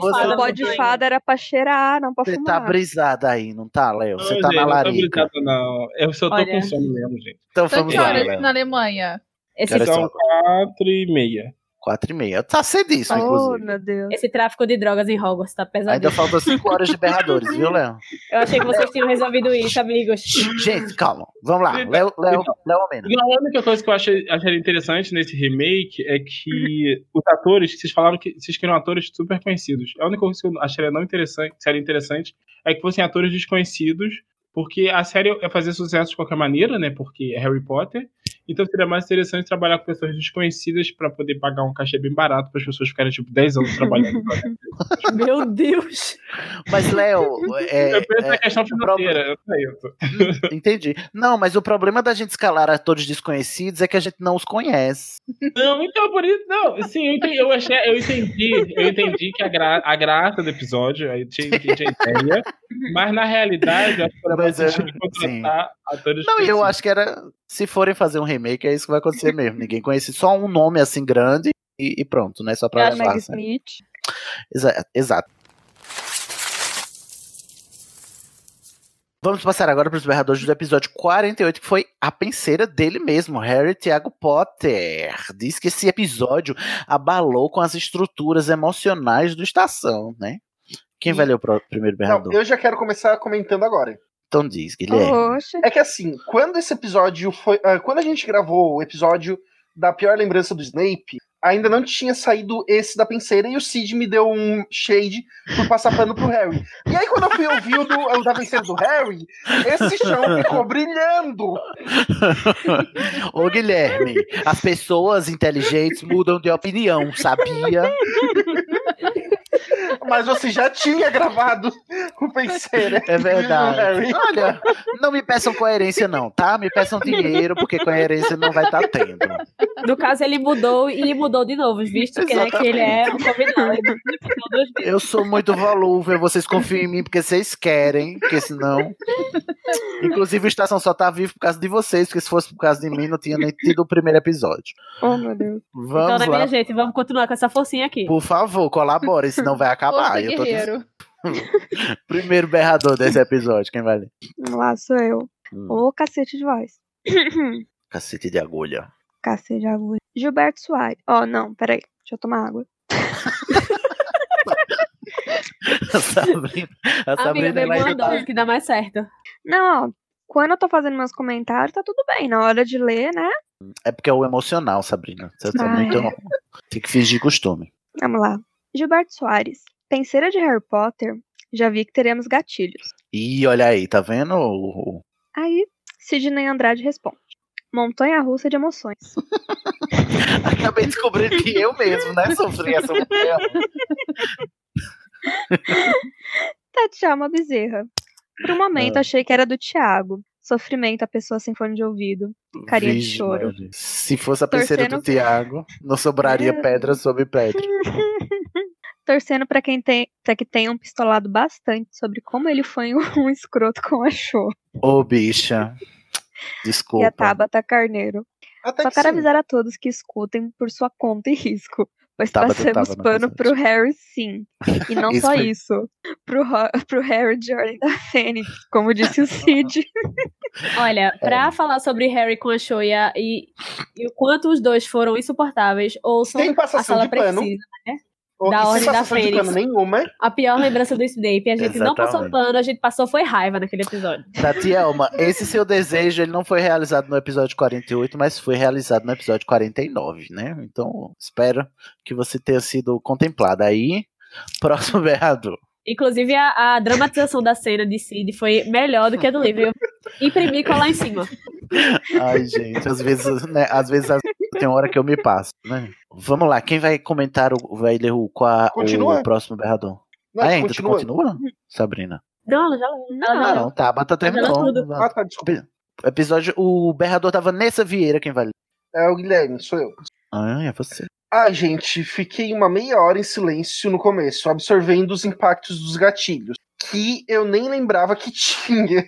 Speaker 7: Você pode fada era pra cheirar, não pra você
Speaker 8: fumar. Você tá brisada aí, não tá, Léo? Você não, tá gente, na larica.
Speaker 6: Não, tô não. Eu só tô Olha. com sono mesmo, gente.
Speaker 8: Então, então vamos
Speaker 3: que horas
Speaker 8: lá,
Speaker 3: na Alemanha?
Speaker 6: Esse são quatro e meia.
Speaker 8: 4 e meia. Tá cedíssimo, oh, inclusive.
Speaker 7: meu Deus.
Speaker 11: Esse tráfico de drogas em Hogwarts tá pesado.
Speaker 8: Ainda faltam 5 horas de berradores, viu, Léo?
Speaker 11: Eu achei que vocês tinham resolvido isso, amigos.
Speaker 8: Gente, calma. Vamos lá. Léo, Léo, Léo Almeida.
Speaker 6: A única coisa que eu achei, achei interessante nesse remake é que os atores, vocês falaram que vocês queriam atores super conhecidos. A única coisa que eu acharia não interessante, seria interessante, é que fossem atores desconhecidos, porque a série é fazer sucesso de qualquer maneira, né? Porque é Harry Potter. Então seria mais interessante trabalhar com pessoas desconhecidas para poder pagar um cachê bem barato para as pessoas ficarem tipo 10 anos trabalhando.
Speaker 11: Meu Deus!
Speaker 8: Mas Léo, é,
Speaker 6: eu penso é, na questão financeira,
Speaker 8: problema... eu Entendi. Não, mas o problema da gente escalar atores desconhecidos é que a gente não os conhece.
Speaker 6: Não, então por isso não. Sim, eu entendi, eu, achei, eu entendi, eu entendi que a, gra, a graça do episódio, aí tinha, tinha ideia, mas na realidade, eu acho que era
Speaker 8: é,
Speaker 6: mais contratar atores.
Speaker 8: Não, eu acho que era se forem fazer um remake, é isso que vai acontecer mesmo. Ninguém conhece só um nome assim grande e, e pronto, né? Só pra é levar. Assim.
Speaker 7: Smith.
Speaker 8: Exa exato. Vamos passar agora para os berradores do episódio 48, que foi a penseira dele mesmo, Harry Tiago Potter. Diz que esse episódio abalou com as estruturas emocionais do estação, né? Quem vai ler o primeiro berrador?
Speaker 1: Não, eu já quero começar comentando agora.
Speaker 8: Então diz, Guilherme.
Speaker 7: Oxe.
Speaker 1: É que assim, quando esse episódio foi. ah, quando a gente gravou o episódio da pior lembrança do Snape, ainda não tinha saído esse da penseira e o Cid me deu um shade por passar pano pro Harry. E aí, quando eu fui ouvir o, do, o da penseira do Harry, esse chão ficou brilhando.
Speaker 8: Ô, Guilherme, as pessoas inteligentes mudam de opinião, sabia?
Speaker 1: Mas você já tinha gravado o Penseira.
Speaker 8: É verdade. Olha, não me peçam coerência, não, tá? Me peçam dinheiro, porque coerência não vai estar tendo.
Speaker 11: No caso, ele mudou e mudou de novo, visto que, né, que ele é um convidado.
Speaker 8: Eu sou muito volúvel, vocês confiam em mim porque vocês querem, porque senão. Inclusive, o Estação só tá vivo por causa de vocês, porque se fosse por causa de mim, não tinha nem tido o primeiro episódio.
Speaker 7: Oh, meu Deus.
Speaker 8: Vamos
Speaker 11: então, né,
Speaker 8: lá.
Speaker 11: minha gente, vamos continuar com essa forcinha aqui.
Speaker 8: Por favor, colaborem, senão vai acabar. Ah, Eu tô dizendo.
Speaker 7: guerreiro.
Speaker 8: Primeiro berrador desse episódio, quem vai ler?
Speaker 7: Lá sou eu.
Speaker 8: Hum.
Speaker 7: Ô, cacete de voz.
Speaker 8: Cacete de agulha.
Speaker 7: Cacete de agulha. Gilberto Soares. Ó, não, peraí. Deixa eu tomar água.
Speaker 8: A Sabrina, a
Speaker 11: Amiga,
Speaker 8: Sabrina
Speaker 11: bebeu
Speaker 8: ela
Speaker 11: uma
Speaker 8: ainda tá-
Speaker 11: dose que dá mais certo.
Speaker 7: Não, ó. Quando eu tô fazendo meus comentários, tá tudo bem. Na hora de ler, né?
Speaker 8: É porque é o emocional, Sabrina. Você tá
Speaker 7: Ah,
Speaker 8: muito...
Speaker 7: é.
Speaker 8: Tem que fingir costume.
Speaker 7: Vamos lá. Gilberto Soares. Penseira de Harry Potter. Já vi que teremos gatilhos.
Speaker 8: Ih, olha aí, tá vendo? O- o-
Speaker 7: Aí, Sidney Andrade responde. Montanha russa de emoções.
Speaker 8: Acabei descobrindo que eu mesmo, né, sofri essa mulher.
Speaker 7: Tatiana Bezerra. Por um momento
Speaker 8: Ah.
Speaker 7: achei que era do Thiago. Sofrimento, a pessoa sem fone de ouvido. Carinha de
Speaker 8: Vixe,
Speaker 7: choro.
Speaker 8: Maria. Se fosse a penseira do
Speaker 7: Torcendo- Ah.
Speaker 8: Tiago, não sobraria pedra sobre pedra.
Speaker 7: Torcendo pra quem tem, pra que tenham pistolado bastante sobre como ele foi um, um escroto com a show.
Speaker 8: Ô, bicha.
Speaker 7: E a
Speaker 8: Desculpa.
Speaker 7: Tabata Carneiro.
Speaker 1: Até
Speaker 7: Só
Speaker 8: É
Speaker 1: que
Speaker 7: quero
Speaker 1: sim.
Speaker 7: avisar a todos que escutem por sua conta e risco. Pois
Speaker 8: Tabata
Speaker 7: passamos
Speaker 8: tava no
Speaker 7: pano pro Harry sim. E não
Speaker 8: Isso
Speaker 7: só
Speaker 8: foi-
Speaker 7: isso. Pro, Ro- pro Harry Jordan da Fênix, como disse o Cid.
Speaker 11: Olha, pra falar sobre Harry com a Shoya e, e o quanto os dois foram insuportáveis, ouçam
Speaker 1: Sem passação
Speaker 11: a sala
Speaker 1: de pano.
Speaker 11: precisa, né?
Speaker 1: Ou-
Speaker 11: Da
Speaker 1: e sem
Speaker 11: Ordem da
Speaker 1: passação de
Speaker 11: Fênix.
Speaker 1: pano nenhuma.
Speaker 11: A pior lembrança do Snape. A gente não passou
Speaker 8: Exatamente.
Speaker 11: pano, a gente passou foi raiva naquele episódio.
Speaker 8: Tatielma, esse seu desejo ele não foi realizado no episódio 48, mas foi realizado no episódio 49, né? Então, espero que você tenha sido contemplada. Aí, próximo berrador.
Speaker 11: Inclusive, a, a dramatização da cena de Cid foi melhor do que a do livro. Eu imprimi e colar em cima.
Speaker 8: Ai, gente, às vezes, né, às vezes as- tem hora que eu me passo, né? Vamos lá, quem vai comentar, o, vai ler o, qual a-
Speaker 1: Continua.
Speaker 8: o próximo berrador?
Speaker 1: Não,
Speaker 8: ah, ainda
Speaker 1: continua.
Speaker 8: tu continua, Sabrina?
Speaker 11: Não, ela já
Speaker 8: Não, não, tá, a Bata terminou.
Speaker 11: Ela Ah, tudo.
Speaker 1: Ah, tá, desculpa.
Speaker 8: O episódio, o berrador tava nessa Vieira, quem vai ler?
Speaker 1: É o Guilherme, sou eu.
Speaker 8: Ah, é você.
Speaker 1: Ah, gente, fiquei uma meia hora em silêncio no começo, absorvendo os impactos dos gatilhos, que eu nem lembrava que tinha.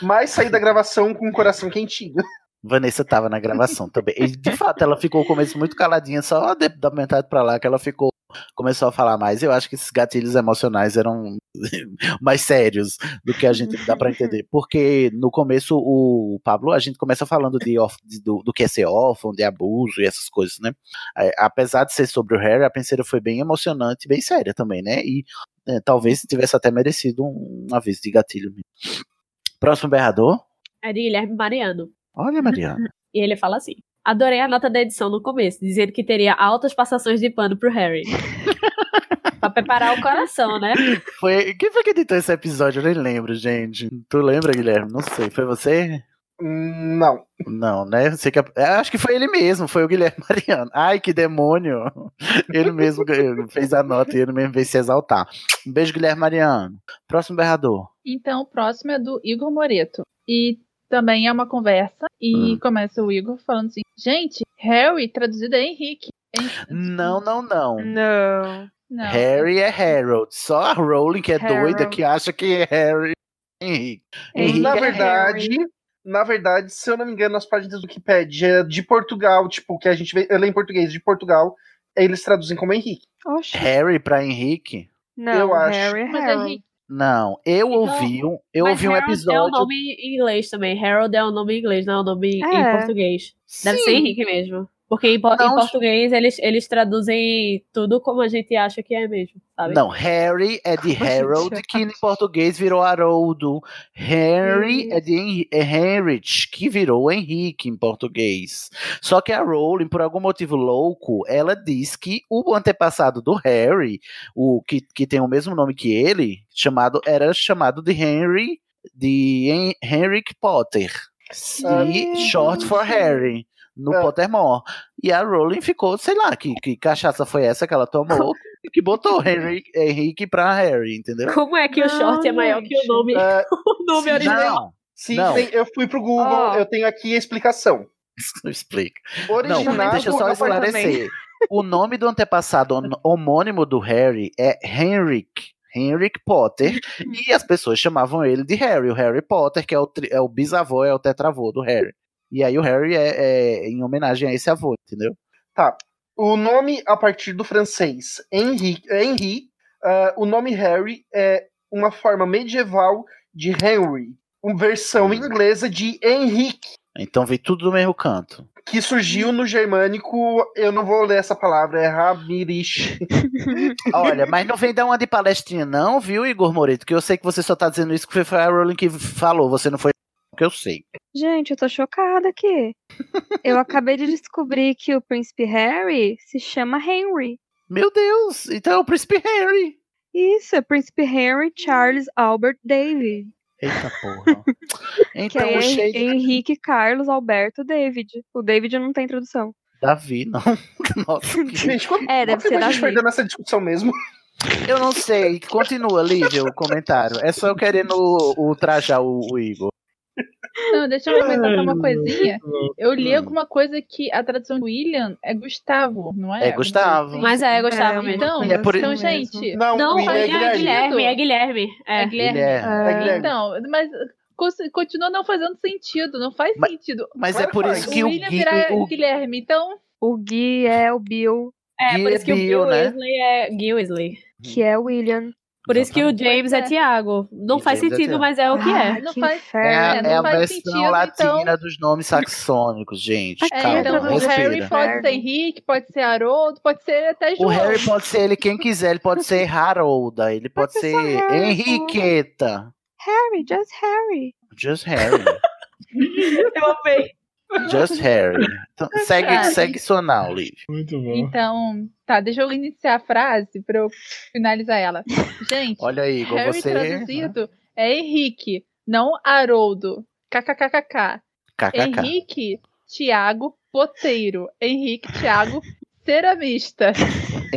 Speaker 1: Mas saí da gravação com o coração quentinho.
Speaker 8: Vanessa tava na gravação também. E de fato, ela ficou o começo muito caladinha, só de- da metade pra lá que ela ficou. Começou a falar mais. Eu acho que esses gatilhos emocionais eram mais sérios do que a gente dá pra entender. Porque no começo, o Pablo, a gente começa falando de, órf- de- do, do que é ser órfão, de abuso e essas coisas, né? É, apesar de ser sobre o Harry, a penseira foi bem emocionante, bem séria também, né? E é, talvez tivesse até merecido um, um aviso de gatilho. mesmo. Próximo berrador.
Speaker 11: É de Guilherme Mariano.
Speaker 8: Olha, Mariana.
Speaker 11: E ele fala assim: Adorei a nota da edição no começo, dizendo que teria altas passações de pano pro Harry. pra preparar o coração, né?
Speaker 8: Foi... Quem foi que editou esse episódio? Eu nem lembro, gente. Tu lembra, Guilherme? Não sei. Foi você?
Speaker 1: Hum, Não.
Speaker 8: Não, né? Eu Sei que... eu Acho que foi ele mesmo, foi o Guilherme Mariano. Ai, que demônio! Ele mesmo ganhou- fez a nota e ele mesmo veio se exaltar. Um beijo, Guilherme Mariano. Próximo berrador.
Speaker 3: Então, o próximo é do Igor Moreto. E também é uma conversa.
Speaker 8: Hum.
Speaker 3: E começa o Igor falando assim: gente, Harry traduzido é Henrique.
Speaker 8: Não, não, não.
Speaker 11: Hum,
Speaker 7: Não.
Speaker 3: Não.
Speaker 8: Harry é Harold. Só a Rowling que é doida
Speaker 3: Harold.
Speaker 8: que acha que é Harry. Henrique. Henrique
Speaker 1: Na
Speaker 8: é
Speaker 1: verdade, na verdade, se eu não me engano, nas páginas do Wikipedia é de Portugal, tipo, que a gente vê, lê em português de Portugal, eles traduzem como Henrique.
Speaker 7: Oxe.
Speaker 8: Harry pra Henrique?
Speaker 7: Não,
Speaker 1: eu acho.
Speaker 7: Harry,
Speaker 3: é
Speaker 11: Mas
Speaker 7: Harry.
Speaker 11: Henrique-
Speaker 8: Não. Eu ouvi um,
Speaker 11: Então,
Speaker 8: eu
Speaker 11: mas
Speaker 8: ouvi um
Speaker 11: Harold É um
Speaker 8: episódio.
Speaker 11: nome em inglês também. Harold é um nome em inglês, não é um nome em
Speaker 7: É.
Speaker 11: português. Deve ser
Speaker 7: Sim.
Speaker 11: Henrique mesmo. Porque em, po- em português eles, eles traduzem tudo como a gente acha que é mesmo, sabe?
Speaker 8: Não, Harry é de Harold, que em português virou Haroldo. Harry é de Hen- é Henrich, que virou Henrique em português. Só que a Rowling, por algum motivo louco, ela diz que o antepassado do Harry, o que, que tem o mesmo nome que ele, chamado era chamado de Henry, de Hen- Henrik Potter. E short for Harry. No Pottermore. E a Rowling ficou, sei lá, que, que cachaça foi essa que ela tomou e que botou Henrique, Henrique pra Harry, entendeu?
Speaker 11: Como é que o short é maior que o nome, o nome
Speaker 1: sim,
Speaker 11: original?
Speaker 8: Não,
Speaker 1: Ah, Sim,
Speaker 8: não.
Speaker 1: tem- eu fui pro Google, eu tenho aqui a explicação.
Speaker 8: Explica.
Speaker 1: Original
Speaker 8: não, deixa eu
Speaker 1: do
Speaker 8: só
Speaker 1: apartamento.
Speaker 8: esclarecer. O nome do antepassado hon- homônimo do Harry é Henrik. Henrik Potter, e as pessoas chamavam ele de Harry, o Harry Potter, que é o, tri- é o bisavô, é o tetravô do Harry. E aí o Harry é, é em homenagem a esse avô, entendeu?
Speaker 1: Tá. O nome a partir do francês Henri. Henri ah, o nome Harry é uma forma medieval de Henry, uma versão inglesa de Henrique,
Speaker 8: Então vem tudo do mesmo canto.
Speaker 1: que surgiu no germânico. Eu não vou ler essa palavra, é Rabirish.
Speaker 8: Olha, mas não vem dar uma de palestrinha, não, viu, Igor Moreto? Que eu sei que você só tá dizendo isso porque foi a Rowling que falou, você não foi que eu sei.
Speaker 7: Gente, eu tô chocada aqui. Eu acabei de descobrir que o príncipe Harry se chama Henry.
Speaker 8: Meu Deus, então é o príncipe Harry.
Speaker 7: Isso, é o príncipe Henry Charles Albert David.
Speaker 8: Eita porra.
Speaker 7: que
Speaker 8: Então
Speaker 7: é
Speaker 8: o Shakespeare-
Speaker 7: Henrique Carlos Alberto David. O David não tem tradução.
Speaker 8: Davi, não. Nossa, que...
Speaker 1: Gente, quanto,
Speaker 7: É, deve
Speaker 1: quanto
Speaker 7: ser
Speaker 1: tempo a gente
Speaker 7: Davi.
Speaker 1: perdeu nessa discussão mesmo?
Speaker 8: Eu não sei. Continua, Lívia, o comentário. É só eu querendo ultrajar o, o Igor.
Speaker 3: Não, deixa eu comentar só uma coisinha.
Speaker 8: Hum.
Speaker 3: Eu li alguma coisa que a tradução de William é Gustavo, não é?
Speaker 8: É Gustavo.
Speaker 11: Mas é, eu gostava mesmo.
Speaker 3: Então,
Speaker 11: É por-
Speaker 3: então
Speaker 11: isso mesmo.
Speaker 3: gente.
Speaker 11: Não, William é
Speaker 3: faz
Speaker 11: Guilherme.
Speaker 3: sentido.
Speaker 11: É Guilherme, é.
Speaker 3: É Guilherme.
Speaker 8: Guilherme. É Guilherme.
Speaker 3: Então, mas cons- continua não fazendo sentido, não faz sentido.
Speaker 8: mas é por isso que o
Speaker 3: William
Speaker 8: Gui-
Speaker 3: virar
Speaker 8: o-
Speaker 3: Guilherme, então.
Speaker 7: O Gui é o Bill.
Speaker 11: É,
Speaker 8: Gui
Speaker 11: por
Speaker 8: é
Speaker 11: isso que
Speaker 8: Bill,
Speaker 11: o Bill
Speaker 8: né?
Speaker 11: Weasley é Gil Weasley.
Speaker 7: Que é William.
Speaker 11: Por isso que o James é, Tiago. Não faz
Speaker 8: James é
Speaker 11: sentido,
Speaker 8: Tiago.
Speaker 11: mas é o que
Speaker 7: Ah,
Speaker 11: é.
Speaker 3: não faz,
Speaker 8: É, a-
Speaker 3: né? não
Speaker 8: é a
Speaker 3: faz
Speaker 8: versão
Speaker 3: sentido,
Speaker 8: latina
Speaker 3: então.
Speaker 8: dos nomes saxônicos, gente.
Speaker 3: É,
Speaker 8: Calma,
Speaker 3: então o
Speaker 8: respira.
Speaker 3: Harry pode ser Henrique, pode ser Haroldo, pode ser até
Speaker 8: O
Speaker 3: João.
Speaker 8: Harry pode ser ele quem quiser, ele pode ser Harolda, ele pode ser
Speaker 7: Harry,
Speaker 8: Henriqueta.
Speaker 7: Harry, just Harry.
Speaker 8: Just Harry.
Speaker 11: Eu amei.
Speaker 8: Just Harry. Então, segue,
Speaker 3: Cara.
Speaker 8: segue sua anal, Liv.
Speaker 6: Muito
Speaker 3: Então, tá, deixa eu iniciar a frase pra eu finalizar ela. Gente,
Speaker 8: Olha aí, Igor,
Speaker 3: Harry
Speaker 8: você. né?
Speaker 3: traduzido é Henrique, não Haroldo. KKKKK.
Speaker 8: KKK.
Speaker 3: Henrique Tiago Poteiro. Henrique Tiago Ceramista.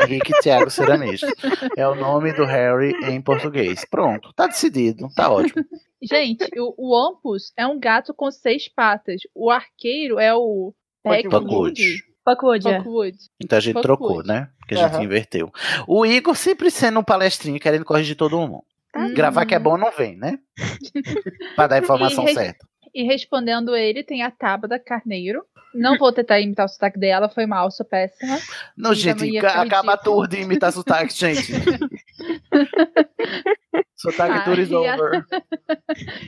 Speaker 8: Henrique Tiago Ceramista. É o nome do Harry em português. Pronto, tá decidido, tá ótimo.
Speaker 3: Gente, o, o Ampus é um gato com seis patas. O arqueiro é o.
Speaker 8: Puckwood.
Speaker 11: Puckwood, é.
Speaker 3: Puckwood.
Speaker 8: Então a gente
Speaker 3: Puckwood.
Speaker 8: trocou, né? Porque a gente
Speaker 3: Aham.
Speaker 8: inverteu. O Igor sempre sendo um palestrinho querendo corrigir todo mundo. Gravar que é bom não vem, né? pra dar a informação
Speaker 3: Hum. E res-
Speaker 8: certa.
Speaker 3: E respondendo ele, tem a Tábada Carneiro. Não vou tentar imitar o sotaque dela, foi mal, sou péssima.
Speaker 8: Não,
Speaker 3: E também
Speaker 8: gente,
Speaker 3: ia
Speaker 8: ca-
Speaker 3: ficar
Speaker 8: acaba
Speaker 3: ridículo.
Speaker 8: tudo de imitar sotaque, gente. sotaque
Speaker 3: Ah,
Speaker 8: tour is
Speaker 3: e a-
Speaker 8: over.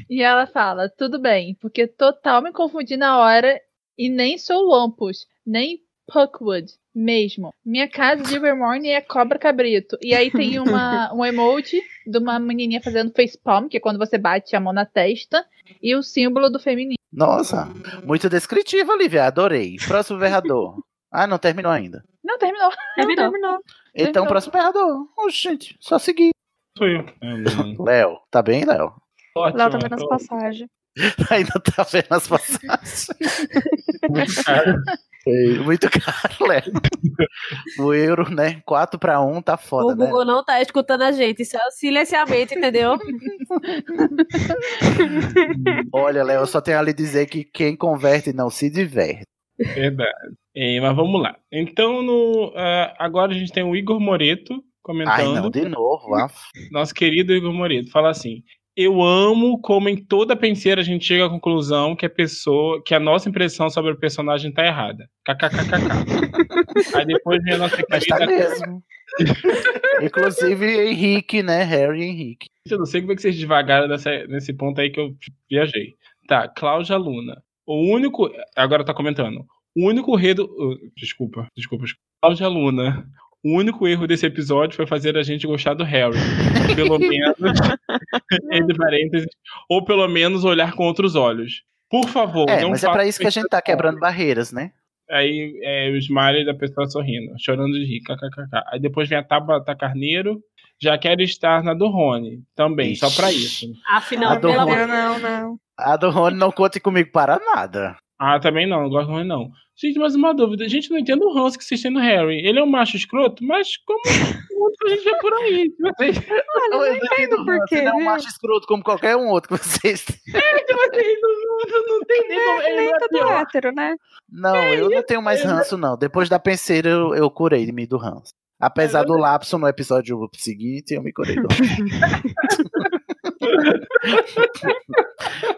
Speaker 3: E ela fala: tudo bem, porque total me confundi na hora e nem sou Lampus, nem Puckwood mesmo. Minha casa de Livermore é cobra cabrito. E aí tem uma, um emoji de uma menininha fazendo facepalm, que é quando você bate a mão na testa, e o símbolo do feminino.
Speaker 8: Nossa, muito descritiva, Lívia, adorei. Próximo berrador. Ah, não terminou ainda.
Speaker 3: Não, terminou.
Speaker 11: Terminou.
Speaker 8: Então,
Speaker 3: Terminou.
Speaker 8: próximo berrador. Ô, gente, só seguir.
Speaker 6: Sou eu.
Speaker 8: Léo, tá bem, Léo?
Speaker 6: um, é Ótimo.
Speaker 7: Léo tá vendo
Speaker 8: então.
Speaker 7: as passagens.
Speaker 8: Ainda tá vendo as passagens. Muito caro, Léo. O euro, né? 4 pra 1 tá foda,
Speaker 11: O
Speaker 8: né?
Speaker 11: Google não tá escutando a gente, isso é silenciamento, entendeu?
Speaker 8: Olha, Léo, eu só tenho a lhe dizer que quem converte não se diverte.
Speaker 6: Verdade. É, mas vamos lá. Então, no, ah, agora a gente tem o Igor Moreto comentando.
Speaker 8: Ai, não, de novo. af.
Speaker 6: Nosso querido Igor Moreto fala assim: Eu amo como em toda penseira a gente chega à conclusão que a pessoa, que a nossa impressão sobre o personagem tá errada. KKKKK. Aí depois vem a nossa
Speaker 8: Mas
Speaker 6: querida.
Speaker 8: tá mesmo. Inclusive Henrique, né? Harry Henrique.
Speaker 6: Eu não sei como é que vocês devagaram nessa- nesse ponto aí que eu viajei. Tá, Cláudia Luna. O único. Agora tá comentando. O único redo. Desculpa, desculpa, desculpa. Cláudia Luna. O único erro desse episódio foi fazer a gente gostar do Harry. Pelo menos. entre parênteses. Ou pelo menos olhar com outros olhos. Por favor, um
Speaker 8: É, mas é pra isso que a gente tá quebrando barreiras, né?
Speaker 6: Aí é, o smile da pessoa sorrindo, chorando de rir, kkkk. Aí depois vem a Tabata Carneiro, já quero estar na do Rony também, só pra isso.
Speaker 11: Afinal,
Speaker 8: A do
Speaker 11: pelo amor
Speaker 8: Rony.
Speaker 11: não, não.
Speaker 8: A do Rony não conta comigo para nada.
Speaker 6: Ah, também não, não gosto do Rony não. Gente, mas uma dúvida, gente, não entendo o ranço que vocês têm no Harry. Ele é um macho escroto, mas como o outro a gente vai por aí? Vocês...
Speaker 8: Eu entendo por quê. Ele é um macho escroto como qualquer um outro que vocês
Speaker 6: É, então assim, não, não, não tem nem como... ele
Speaker 7: Nem
Speaker 6: não é
Speaker 7: todo
Speaker 6: pior.
Speaker 7: hétero, né?
Speaker 8: Não, eu não tenho mais ranço, não. Depois da penseira, eu, eu curei-me do ranço. Apesar do lapso no episódio seguinte, eu me curei do ranço.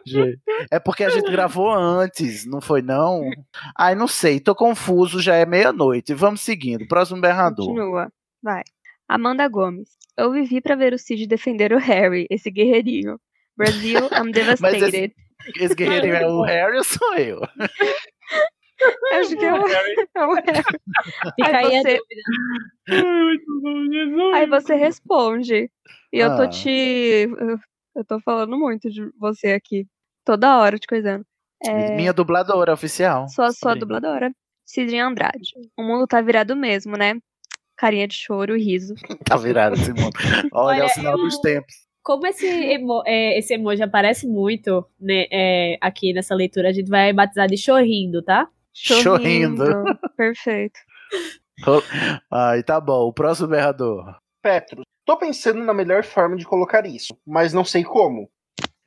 Speaker 8: Gente, é porque a gente gravou antes, não foi não? Ai, não sei, tô confuso, já é meia-noite. Vamos seguindo, próximo berrador.
Speaker 7: Continua. Vai. Amanda Gomes. Eu vivi pra ver o Cid defender o Harry, esse guerreirinho. Brasil, I'm
Speaker 8: Mas
Speaker 7: devastated.
Speaker 8: esse, esse guerreiro é o Harry ou sou eu?
Speaker 6: um
Speaker 7: Acho que é o, é o Harry.
Speaker 11: Fica aí a
Speaker 7: você-
Speaker 11: dúvida.
Speaker 6: Ai, muito bom, Jesus.
Speaker 7: Aí você responde. E eu
Speaker 8: Ah.
Speaker 7: tô te. eu- Eu tô falando muito de você aqui. Toda hora te coisando. É,
Speaker 8: Minha dubladora oficial.
Speaker 7: sua sua
Speaker 8: Sabrina.
Speaker 7: dubladora, Cidrinha Andrade. O mundo tá virado mesmo, né? Carinha de choro, riso.
Speaker 8: Tá virado esse mundo. Olha, é o
Speaker 11: Olha,
Speaker 8: sinal
Speaker 11: eu-
Speaker 8: dos tempos.
Speaker 11: Como esse, emo- é, esse emoji aparece muito né, é, aqui nessa leitura, a gente vai batizar de chorrindo, tá?
Speaker 8: Chorrindo.
Speaker 7: Perfeito.
Speaker 8: Ai, tá bom. O próximo berrador.
Speaker 1: Petros, tô pensando na melhor forma de colocar isso, mas não sei como.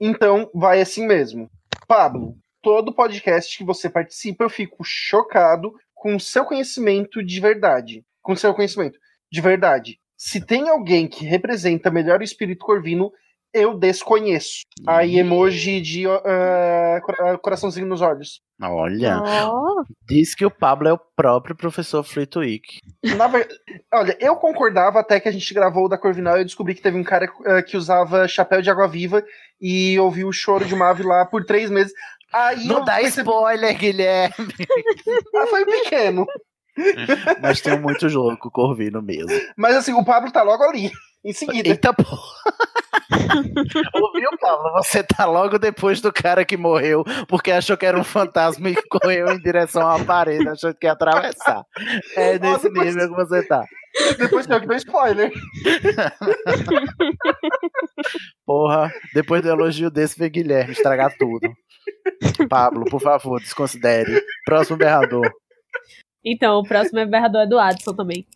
Speaker 1: Então, vai assim mesmo. Pablo, todo podcast que você participa, eu fico chocado com o seu conhecimento de verdade. Com o seu conhecimento de verdade. Se tem alguém que representa melhor o espírito corvino, eu desconheço. Aí, emoji de ah, cora- ah, coraçãozinho nos olhos.
Speaker 8: Olha.
Speaker 7: Ó,
Speaker 8: Diz que o Pablo é o próprio professor Flitwick.
Speaker 1: Na ver- Olha, eu concordava até que a gente gravou o da Corvinal e eu descobri que teve um cara eh, que usava chapéu de água-viva e ouvi o choro de uma ave lá por três meses. Aí
Speaker 8: Não
Speaker 1: eu
Speaker 8: dá
Speaker 1: percebi-
Speaker 8: spoiler, Guilherme!
Speaker 1: Ah, foi pequeno.
Speaker 8: Mas tem muito jogo com o Corvino mesmo.
Speaker 1: Mas assim, o Pablo tá logo ali, em seguida.
Speaker 8: Eita porra! Ouviu, Pablo? Você tá logo depois do cara que morreu porque achou que era um fantasma e correu em direção à parede, achando que ia atravessar. É nesse
Speaker 1: depois-
Speaker 8: nível que você tá.
Speaker 1: Depois tem que dar spoiler.
Speaker 8: Porra, depois do elogio desse, vem Guilherme estragar tudo. Pablo, por favor, desconsidere. Próximo berrador.
Speaker 11: Então, o próximo é berrador é do Adson também.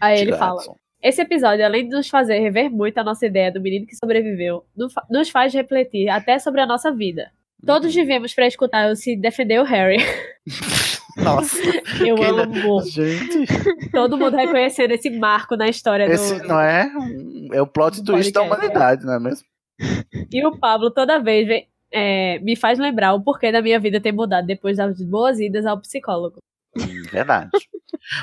Speaker 11: Aí ele fala.
Speaker 8: Gladson.
Speaker 11: Esse episódio, além de nos fazer rever muito a nossa ideia do menino que sobreviveu, no- nos faz refletir até sobre a nossa vida. Todos
Speaker 8: Uhum.
Speaker 11: vivemos pra escutar eu se defender o Harry.
Speaker 8: Nossa.
Speaker 11: Eu
Speaker 8: quem
Speaker 11: amo
Speaker 8: não-
Speaker 11: muito.
Speaker 8: Gente.
Speaker 11: Todo mundo reconhecendo esse marco na história
Speaker 8: Esse
Speaker 11: do.
Speaker 8: não é? É o plot twist da
Speaker 11: podcast,
Speaker 8: humanidade, não é mesmo?
Speaker 11: E o Pablo, toda vez, vem- é, me faz lembrar o porquê da minha vida ter mudado depois das boas idas ao psicólogo.
Speaker 8: Verdade.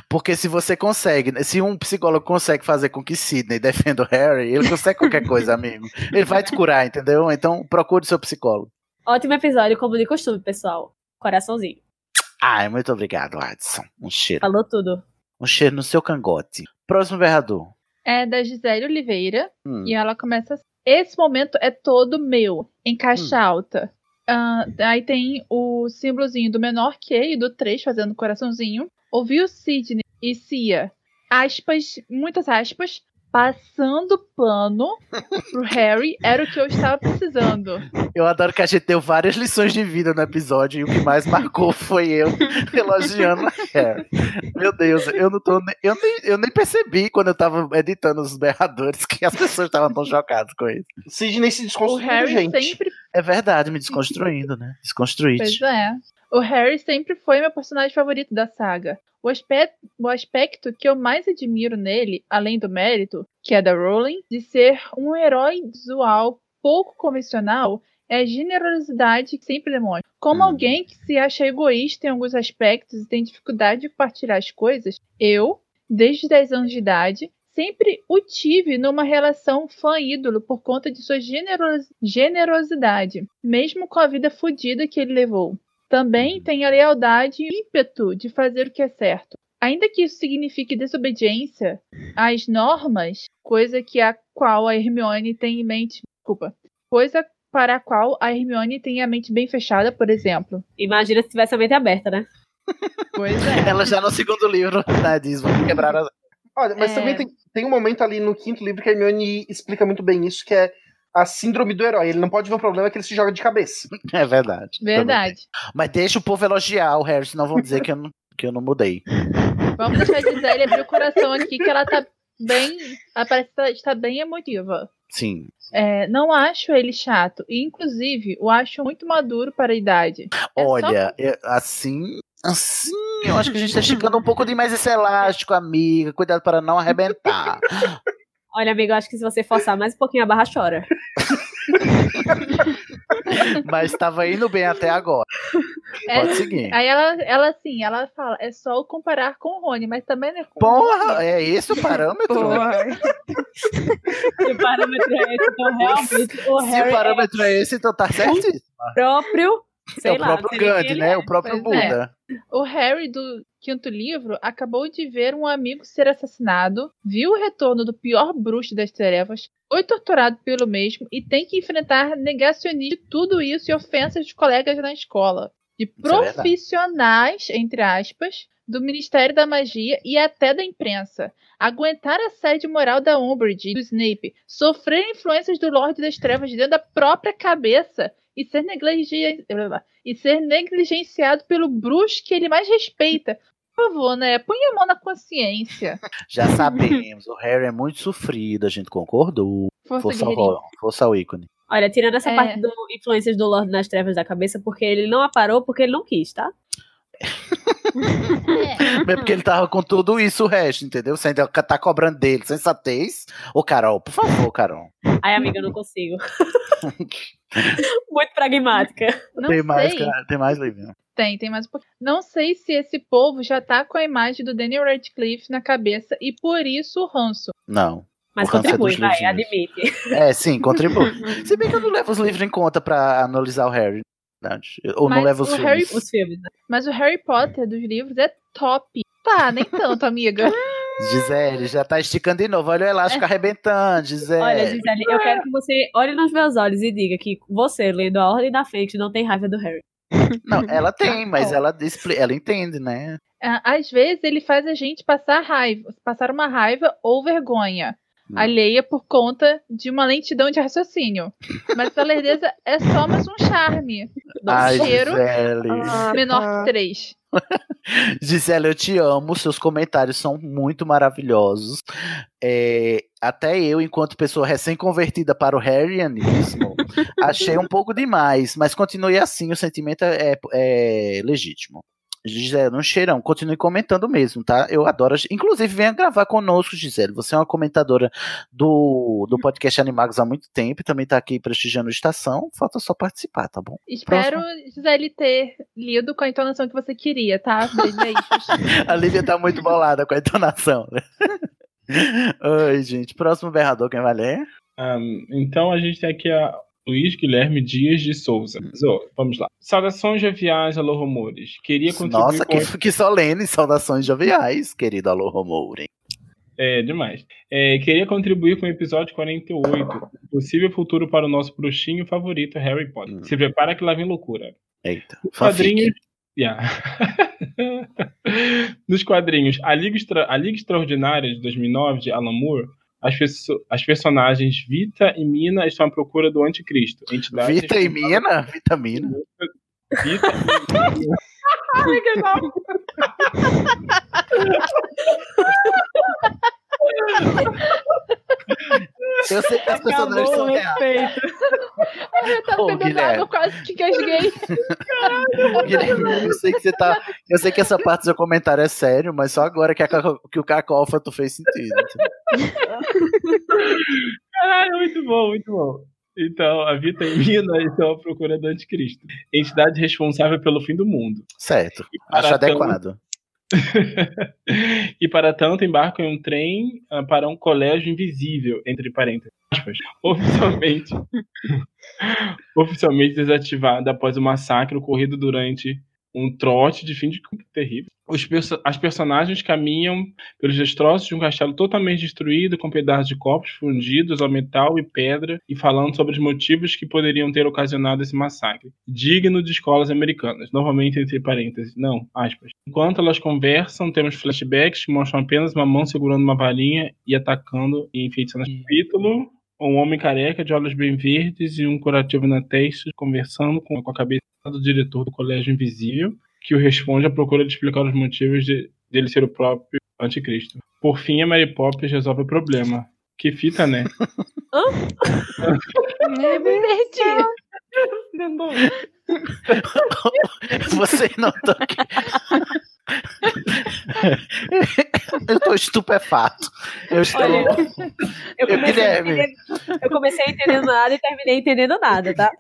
Speaker 8: Porque se você consegue, se um psicólogo consegue fazer com que Sidney defenda o Harry, ele consegue qualquer coisa, amigo. Ele vai te curar, entendeu? Então procure seu psicólogo.
Speaker 11: Ótimo episódio, como de costume, pessoal. Coraçãozinho.
Speaker 8: Ai, muito obrigado, Adson. Um cheiro.
Speaker 11: Falou tudo.
Speaker 8: Um cheiro no seu cangote. Próximo berrador.
Speaker 3: É da Gisele Oliveira.
Speaker 8: Hum.
Speaker 3: E ela começa assim. Esse momento é todo meu, em caixa alta. Ah, aí tem o símbolozinho do menor que e do 3 fazendo coraçãozinho. Ouvi o Sidney e Cia. Aspas, muitas aspas, passando pano pro Harry era o que eu estava precisando.
Speaker 8: Eu adoro que a gente deu várias lições de vida no episódio e o que mais marcou foi eu elogiando a Harry. Meu Deus, eu não tô nem, eu, nem, eu nem percebi quando eu tava editando os berradores que as pessoas estavam tão chocadas com isso.
Speaker 1: Sidney se
Speaker 3: O
Speaker 1: desconstruindo,
Speaker 3: Harry
Speaker 1: gente.
Speaker 3: sempre
Speaker 8: É verdade, me desconstruindo, né?
Speaker 3: Pois
Speaker 8: Desconstruíte.
Speaker 3: é. O Harry sempre foi meu personagem favorito da saga. O, aspe- o aspecto que eu mais admiro nele, além do mérito, que é da Rowling, de ser um herói visual pouco convencional, é a generosidade que sempre demonstra. Como alguém que se acha egoísta em alguns aspectos e tem dificuldade de compartilhar as coisas, eu, desde 10 anos de idade, sempre o tive numa relação fã-ídolo por conta de sua generos- generosidade, mesmo com a vida fodida que ele levou. Também tem a lealdade e ímpeto de fazer o que é certo. Ainda que isso signifique desobediência às normas, coisa que a qual a Hermione tem em mente. Desculpa. Coisa para a qual a Hermione tem a mente bem fechada, por exemplo.
Speaker 11: Imagina se tivesse a mente aberta, né?
Speaker 3: Pois é.
Speaker 8: Ela já no segundo livro, tá? Diz, vamos quebrar as.
Speaker 1: Olha, mas
Speaker 3: É.
Speaker 1: também tem, tem um momento ali no quinto livro que a Hermione explica muito bem isso, que é a síndrome do herói. Ele não pode ver o problema é que ele se joga de cabeça.
Speaker 8: É verdade.
Speaker 3: Verdade.
Speaker 8: Mas deixa o povo elogiar o Harry, senão vão dizer que eu não, que eu não mudei.
Speaker 3: Vamos deixar a Gisele abrir o coração aqui, que ela tá bem. Ela parece que tá- está bem emotiva.
Speaker 8: Sim.
Speaker 3: É, não acho ele chato. E, inclusive, o acho muito maduro para a idade.
Speaker 8: Olha, eu- assim. Assim, eu acho que a gente tá esticando um pouco demais esse elástico, amiga. Cuidado para não arrebentar.
Speaker 11: Olha, amigo, eu acho que se você forçar mais um pouquinho a barra, chora.
Speaker 8: Mas estava indo bem até agora. Pode
Speaker 3: É,
Speaker 8: seguir.
Speaker 3: Aí ela, ela, assim, ela fala, é só o comparar com o Rony, mas também não é com
Speaker 8: Porra, é esse o parâmetro?
Speaker 11: Se o parâmetro é esse, então realmente o
Speaker 8: Se o
Speaker 11: Harry
Speaker 8: parâmetro é esse, então tá certíssimo.
Speaker 11: é próprio. Sei
Speaker 8: é o
Speaker 11: lá,
Speaker 8: próprio
Speaker 11: não sei nem
Speaker 8: Gandhi,
Speaker 11: quem
Speaker 8: né?
Speaker 11: ele é.
Speaker 8: O próprio
Speaker 3: Pois é.
Speaker 8: Buda.
Speaker 3: O Harry do quinto livro acabou de ver um amigo ser assassinado, viu o retorno do pior bruxo das trevas, foi torturado pelo mesmo e tem que enfrentar negacionismo de tudo isso e ofensas de colegas na escola, de
Speaker 8: é verdade.
Speaker 3: profissionais, entre aspas, do Ministério da Magia e até da imprensa. Aguentar assédio moral da Umbridge e do Snape, sofrer influências do Lorde das Trevas dentro da própria cabeça e ser, negligen- e ser negligenciado pelo bruxo que ele mais respeita. Por favor, né? Põe a mão na consciência.
Speaker 8: Já sabemos, o Harry é muito sofrido, a gente concordou.
Speaker 11: Força,
Speaker 8: Força, ao,
Speaker 11: guerreirinho.
Speaker 8: Ron, força ao ícone.
Speaker 11: Olha, tirando essa
Speaker 3: É.
Speaker 11: parte do influências do Lorde nas Trevas da cabeça, porque ele não aparou porque ele não quis, tá?
Speaker 8: Mesmo é porque ele tava com tudo isso, o resto, entendeu? Você ainda tá cobrando dele, sensatez. Ô, Carol, por favor, Carol.
Speaker 11: Ai, amiga, eu não consigo. Muito pragmática.
Speaker 3: Não
Speaker 8: tem,
Speaker 3: sei.
Speaker 8: mais, cara, tem mais livro.
Speaker 3: Tem, tem mais um pouquinho. Não sei se esse povo já tá com a imagem do Daniel Radcliffe na cabeça e por isso o ranço.
Speaker 8: Não.
Speaker 11: Mas
Speaker 8: O Hans é
Speaker 11: contribui,
Speaker 8: dos
Speaker 11: vai,
Speaker 8: livrinhos.
Speaker 11: admite.
Speaker 8: É, sim, contribui. Se bem que eu não levo os livros em conta pra analisar o Harry. na verdade. Ou não
Speaker 3: Mas
Speaker 8: levo os
Speaker 3: o
Speaker 8: filmes.
Speaker 3: Harry-
Speaker 11: Os filmes, né?
Speaker 3: Mas o Harry Potter dos livros é top. Tá, nem tanto, amiga.
Speaker 8: Gisele, já tá esticando de novo. Olha o
Speaker 3: É.
Speaker 8: elástico arrebentando, é. Gisele.
Speaker 11: Olha, Gisele, eu quero que você olhe nos meus olhos e diga que você, lendo a Ordem da Fênix, não tem raiva do Harry.
Speaker 8: Não, ela
Speaker 3: tá
Speaker 8: tem, mas ela, expli- ela entende, né?
Speaker 3: Ah, Às vezes ele faz a gente passar raiva, passar uma raiva ou vergonha
Speaker 8: Hum.
Speaker 3: alheia por conta de uma lentidão de raciocínio. Mas essa lerdeza é só mais um charme.
Speaker 8: Ai,
Speaker 3: Nosso um cheiro Ah,
Speaker 8: Gisele.
Speaker 7: Ah, tá.
Speaker 3: menor que três.
Speaker 8: Gisele, eu te amo. Seus comentários são muito maravilhosos. É, até eu, enquanto pessoa recém-convertida para o Harryanismo, achei um pouco demais. Mas continue assim, o sentimento é, é legítimo. Gisele, um cheirão. Continue comentando mesmo, tá? Eu adoro. Inclusive, venha gravar conosco, Gisele. Você é uma comentadora do, do podcast Animagos há muito tempo e também tá aqui prestigiando a estação. Falta só participar, tá bom?
Speaker 3: Espero, Gisele, ter lido com a entonação que você queria, tá? Beijo aí.
Speaker 8: A Lívia tá muito bolada com a entonação. né? Oi, gente. Próximo berrador, quem vai ler?
Speaker 6: Ahn, então a gente tem aqui a Luiz Guilherme Dias de Souza. Zo, vamos lá. Saudações joviais, alô rumores. Queria contribuir
Speaker 8: Nossa,
Speaker 6: com...
Speaker 8: que, que solene. Saudações joviais, querido Alô Romouren.
Speaker 6: É, demais. É, queria contribuir com o episódio 48, o possível futuro para o nosso bruxinho favorito, Harry Potter.
Speaker 8: Hum.
Speaker 6: Se prepara que lá vem loucura.
Speaker 8: Eita,
Speaker 6: Nos
Speaker 8: fanfic.
Speaker 6: quadrinhos... Yeah. Nos quadrinhos, a Liga, Extra- a Liga Extraordinária de 2009, de Alan Moore, as, perso- as personagens Vita e Mina estão à procura do anticristo. entidade
Speaker 8: Vita e
Speaker 6: responsável-
Speaker 8: Mina? Vitamina?
Speaker 6: Vita
Speaker 3: Amiga, não.
Speaker 8: Eu sei que as personagens são reais.
Speaker 3: Eu tava
Speaker 8: Ô,
Speaker 3: bebendo
Speaker 8: Guilherme.
Speaker 3: água, quase que engasguei.
Speaker 8: Guilherme, eu sei que você tá. Eu sei que essa parte do seu comentário é sério, mas só agora que, a caco- que o cacófato fez sentido.
Speaker 6: Caralho, muito bom, muito bom. Então, a Vita e Mina estão à procura do anticristo. Entidade responsável pelo fim do mundo.
Speaker 8: Certo.
Speaker 6: para
Speaker 8: Acho
Speaker 6: tanto-
Speaker 8: adequado.
Speaker 6: e para tanto embarcam em um trem ah, para um colégio invisível, entre parênteses, aspas, oficialmente, oficialmente desativado após o massacre ocorrido durante um trote de fim de culto terrível. Os perso as personagens caminham pelos destroços de um castelo totalmente destruído, com pedaços de corpos fundidos ao metal e pedra, e falando sobre os motivos que poderiam ter ocasionado esse massacre, digno de escolas americanas. Novamente, entre parênteses, não, aspas. Enquanto elas conversam, temos flashbacks que mostram apenas uma mão segurando uma varinha e atacando e enfeitiçando. Capítulo um homem careca de olhos bem verdes e um curativo na testa, conversando com, a cabeça do diretor do Colégio Invisível, que o responde à procura de explicar os motivos de, dele ser o próprio anticristo. Por fim, a Mary Poppins resolve o problema. Que fita, né?
Speaker 3: Me
Speaker 8: perdi. Você não tá aqui. Eu tô estupefato. Eu estou.
Speaker 11: Olha, eu, comecei a entender- eu comecei entendendo nada e terminei entendendo nada, tá?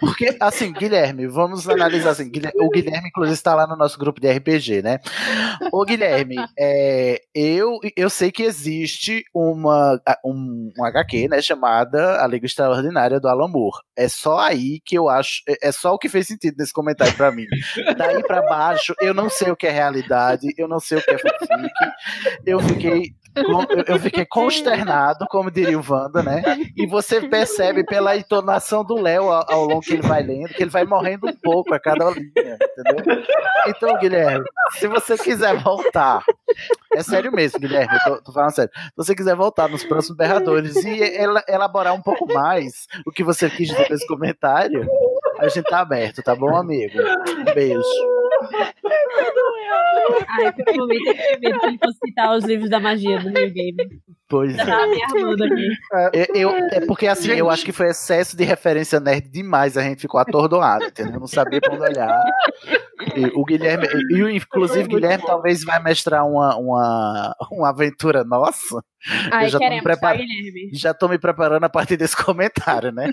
Speaker 8: Porque, assim, Guilherme, vamos analisar assim. Guilher- O Guilherme, inclusive, está lá no nosso grupo de RPG, né? Ô, Guilherme, é, eu, eu sei que existe uma, a- um, um HQ, né, chamada A Liga Extraordinária do Alan Moore. É só aí que eu acho. é- É só o que fez sentido nesse comentário pra mim. Daí pra baixo, eu não sei o que é realidade, eu não sei o que é fanfic. Eu fiquei. con- eu- Eu fiquei consternado, como diria o Wanda, né? E você percebe pela entonação do Léo ao, ao longo que ele vai lendo, que ele vai morrendo um pouco a cada linha, entendeu? Então, Guilherme, se você quiser voltar, é sério mesmo, Guilherme, eu tô, tô falando sério. Se você quiser voltar nos próximos berradores e ela- elaborar um pouco mais o que você quis dizer nesse comentário, a gente tá aberto, tá bom, amigo? Um beijo.
Speaker 11: Ai, por um momento eu tive medo que ele fosse citar tá os livros da magia do New Game.
Speaker 8: Pois
Speaker 3: é.
Speaker 11: Já tava tá? me armando aqui.
Speaker 8: É, eu- é porque assim, eu acho que foi excesso de referência nerd demais, a gente ficou atordoado, entendeu? Não sabia pra onde olhar. E o Guilherme, e o- inclusive, Guilherme talvez vai mestrar uma, uma, uma aventura nossa.
Speaker 3: Ai,
Speaker 8: eu já tô, me
Speaker 3: queremos, tá,
Speaker 8: prepara-
Speaker 3: Guilherme?
Speaker 8: já tô me preparando a partir desse comentário, né?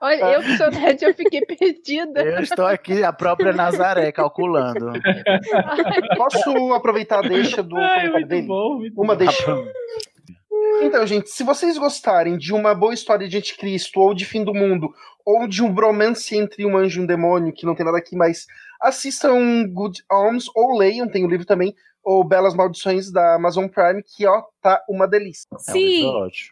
Speaker 3: Olha, eu que sou nerd, eu fiquei perdida.
Speaker 8: Ah. Eu estou aqui, a própria Nazaré, calculando.
Speaker 1: Posso aproveitar a deixa do comentário dele? Uma
Speaker 8: É
Speaker 1: deixa.
Speaker 8: um
Speaker 1: Então, gente, se vocês gostarem de uma boa história de anticristo, ou de fim do mundo, ou de um bromance entre um anjo e um demônio, que não tem nada aqui, mas assistam Good Alms, ou leiam, tem o livro também, ou Belas Maldições da Amazon Prime, que ó, tá uma delícia.
Speaker 11: Sim,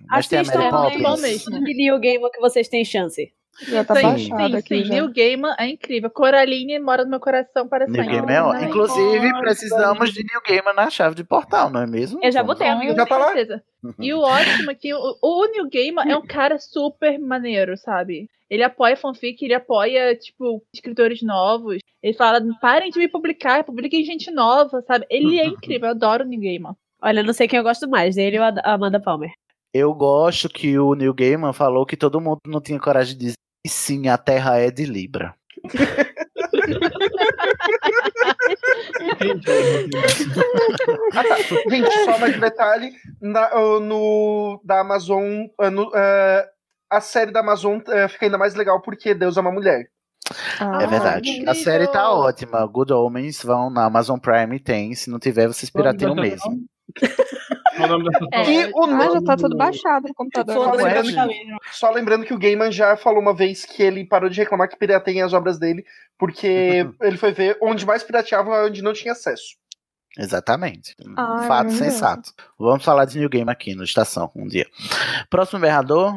Speaker 11: assistam o New Game que vocês têm chance.
Speaker 3: Já
Speaker 8: tá
Speaker 3: sim,
Speaker 8: baixado
Speaker 3: sim,
Speaker 8: aqui
Speaker 3: sim.
Speaker 8: já.
Speaker 3: New Gaiman é incrível. Coraline mora no meu coração para
Speaker 8: New
Speaker 3: sempre.
Speaker 8: Game é ótimo.
Speaker 3: Ai,
Speaker 8: Inclusive,
Speaker 3: nossa.
Speaker 8: precisamos de New Gamer na chave de portal, não é mesmo?
Speaker 3: Eu já botei, amigo.
Speaker 8: Já
Speaker 3: Já
Speaker 8: tá lá?
Speaker 3: certeza. E o ótimo é que o, o New Gaiman é um cara super maneiro, sabe? Ele apoia fanfic, ele apoia, tipo, escritores novos. Ele fala, parem de me publicar, publiquem gente nova, sabe? Ele é incrível, eu adoro o New Gaiman.
Speaker 11: Olha, não sei quem eu gosto mais, dele ou a a Amanda Palmer.
Speaker 8: Eu gosto que o Neil Gaiman falou que todo mundo não tinha coragem de dizer que sim, a Terra é de Libra.
Speaker 1: Ah, tá. Gente, só mais um detalhe: na- o- no, da Amazon. ah, no- ah, a série da Amazon ah, fica ainda mais legal porque Deus é uma mulher.
Speaker 7: Ah,
Speaker 8: é verdade. A série tá ótima. Good Omens vão na Amazon Prime, tem. Se não tiver, vocês pirateiam mesmo.
Speaker 6: O nome dessa
Speaker 3: É,
Speaker 1: E o
Speaker 7: Ah, já tá
Speaker 1: nome-
Speaker 7: tudo baixado no
Speaker 1: Só
Speaker 7: computador.
Speaker 8: né?
Speaker 1: lembrando, que, só lembrando que o Gaiman já falou uma vez que ele parou de reclamar que pirateiem as obras dele, porque ele foi ver onde mais pirateavam é onde não tinha acesso.
Speaker 8: Exatamente. Um
Speaker 1: Ah,
Speaker 8: Fato
Speaker 1: maravilhoso.
Speaker 8: sensato. Vamos falar de New Game aqui no Estação um dia. Próximo berrador.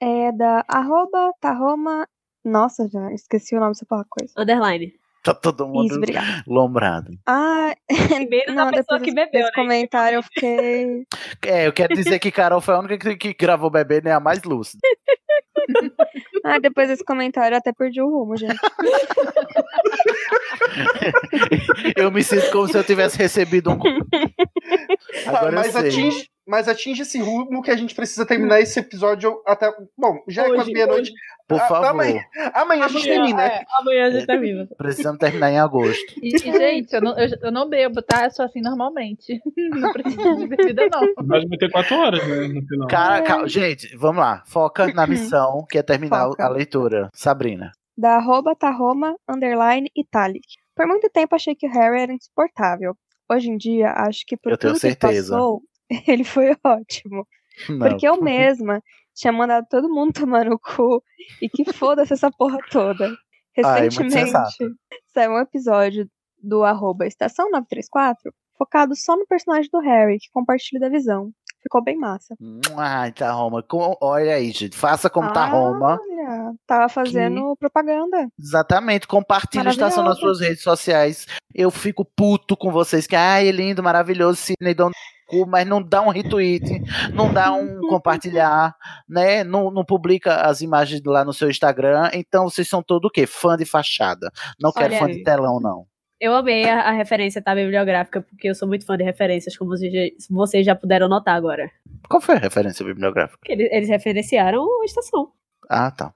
Speaker 7: É da arroba Taroma. Nossa, já esqueci o nome dessa porra coisa.
Speaker 11: Underline.
Speaker 8: Tá todo mundo
Speaker 7: Isso, obrigada.
Speaker 8: lombrado.
Speaker 7: Ah,
Speaker 3: é
Speaker 11: Primeiro da
Speaker 7: não,
Speaker 11: pessoa
Speaker 7: depois
Speaker 11: que
Speaker 3: né?
Speaker 7: desse-
Speaker 11: bebeu,
Speaker 7: desse comentário eu fiquei.
Speaker 8: É, eu quero dizer que Carol foi a única que, que gravou bebê, né? A mais lúcida.
Speaker 7: Ah, depois desse comentário eu até perdi o rumo, gente.
Speaker 8: Eu me sinto como se eu tivesse recebido um. Agora eu
Speaker 1: mas,
Speaker 8: sei.
Speaker 1: atinge, mas atinge esse rumo que a gente precisa terminar esse episódio até. Bom, já é quase meia-noite.
Speaker 8: Por
Speaker 1: Ah,
Speaker 8: favor.
Speaker 1: Amanhã, amanhã a gente
Speaker 3: Amanhã,
Speaker 1: termina.
Speaker 3: é, amanhã a gente termina.
Speaker 8: Precisamos terminar em agosto.
Speaker 3: E, e, gente, eu não, eu, eu não bebo, tá? Eu sou assim normalmente. Não preciso de bebida, não.
Speaker 6: Vai meter quatro horas, né? No final.
Speaker 8: Cara, cal- gente, vamos lá. Foca na missão, que é terminar a leitura. Sabrina.
Speaker 7: Da arroba Taroma underline Italic. Por muito tempo achei que o Harry era insuportável. Hoje em dia, acho que por
Speaker 8: Eu tenho
Speaker 7: tudo que ele
Speaker 8: certeza.
Speaker 7: passou, ele foi ótimo.
Speaker 8: Não.
Speaker 7: Porque eu mesma tinha mandado todo mundo tomar no cu e que foda-se essa porra toda.
Speaker 8: Ah, é muito
Speaker 7: Recentemente
Speaker 8: sensato.
Speaker 7: saiu um episódio do arroba Estação 934 focado só no personagem do Harry, que compartilha da visão. Ficou bem massa.
Speaker 8: Ai, tá Roma. Com- Olha aí, gente. Faça como tá Roma.
Speaker 7: Olha, tava fazendo propaganda.
Speaker 8: Exatamente, compartilha a estação nas
Speaker 7: Maravilhosa.
Speaker 8: suas redes sociais. Eu fico puto com vocês que, ai, lindo, maravilhoso, Sidney, dão no cu, mas não dá um retweet, não dá um compartilhar, né? Não, não publica as imagens lá no seu Instagram. Então vocês são todo o quê? Fã de fachada. Não quero
Speaker 11: Olha
Speaker 8: fã
Speaker 11: aí.
Speaker 8: de telão, não.
Speaker 11: Eu amei a, a referência tá, bibliográfica, porque eu sou muito fã de referências, como vocês já- vocês já puderam notar agora.
Speaker 8: Qual foi a referência bibliográfica?
Speaker 11: Que Eles, eles referenciaram a estação.
Speaker 8: Ah, tá.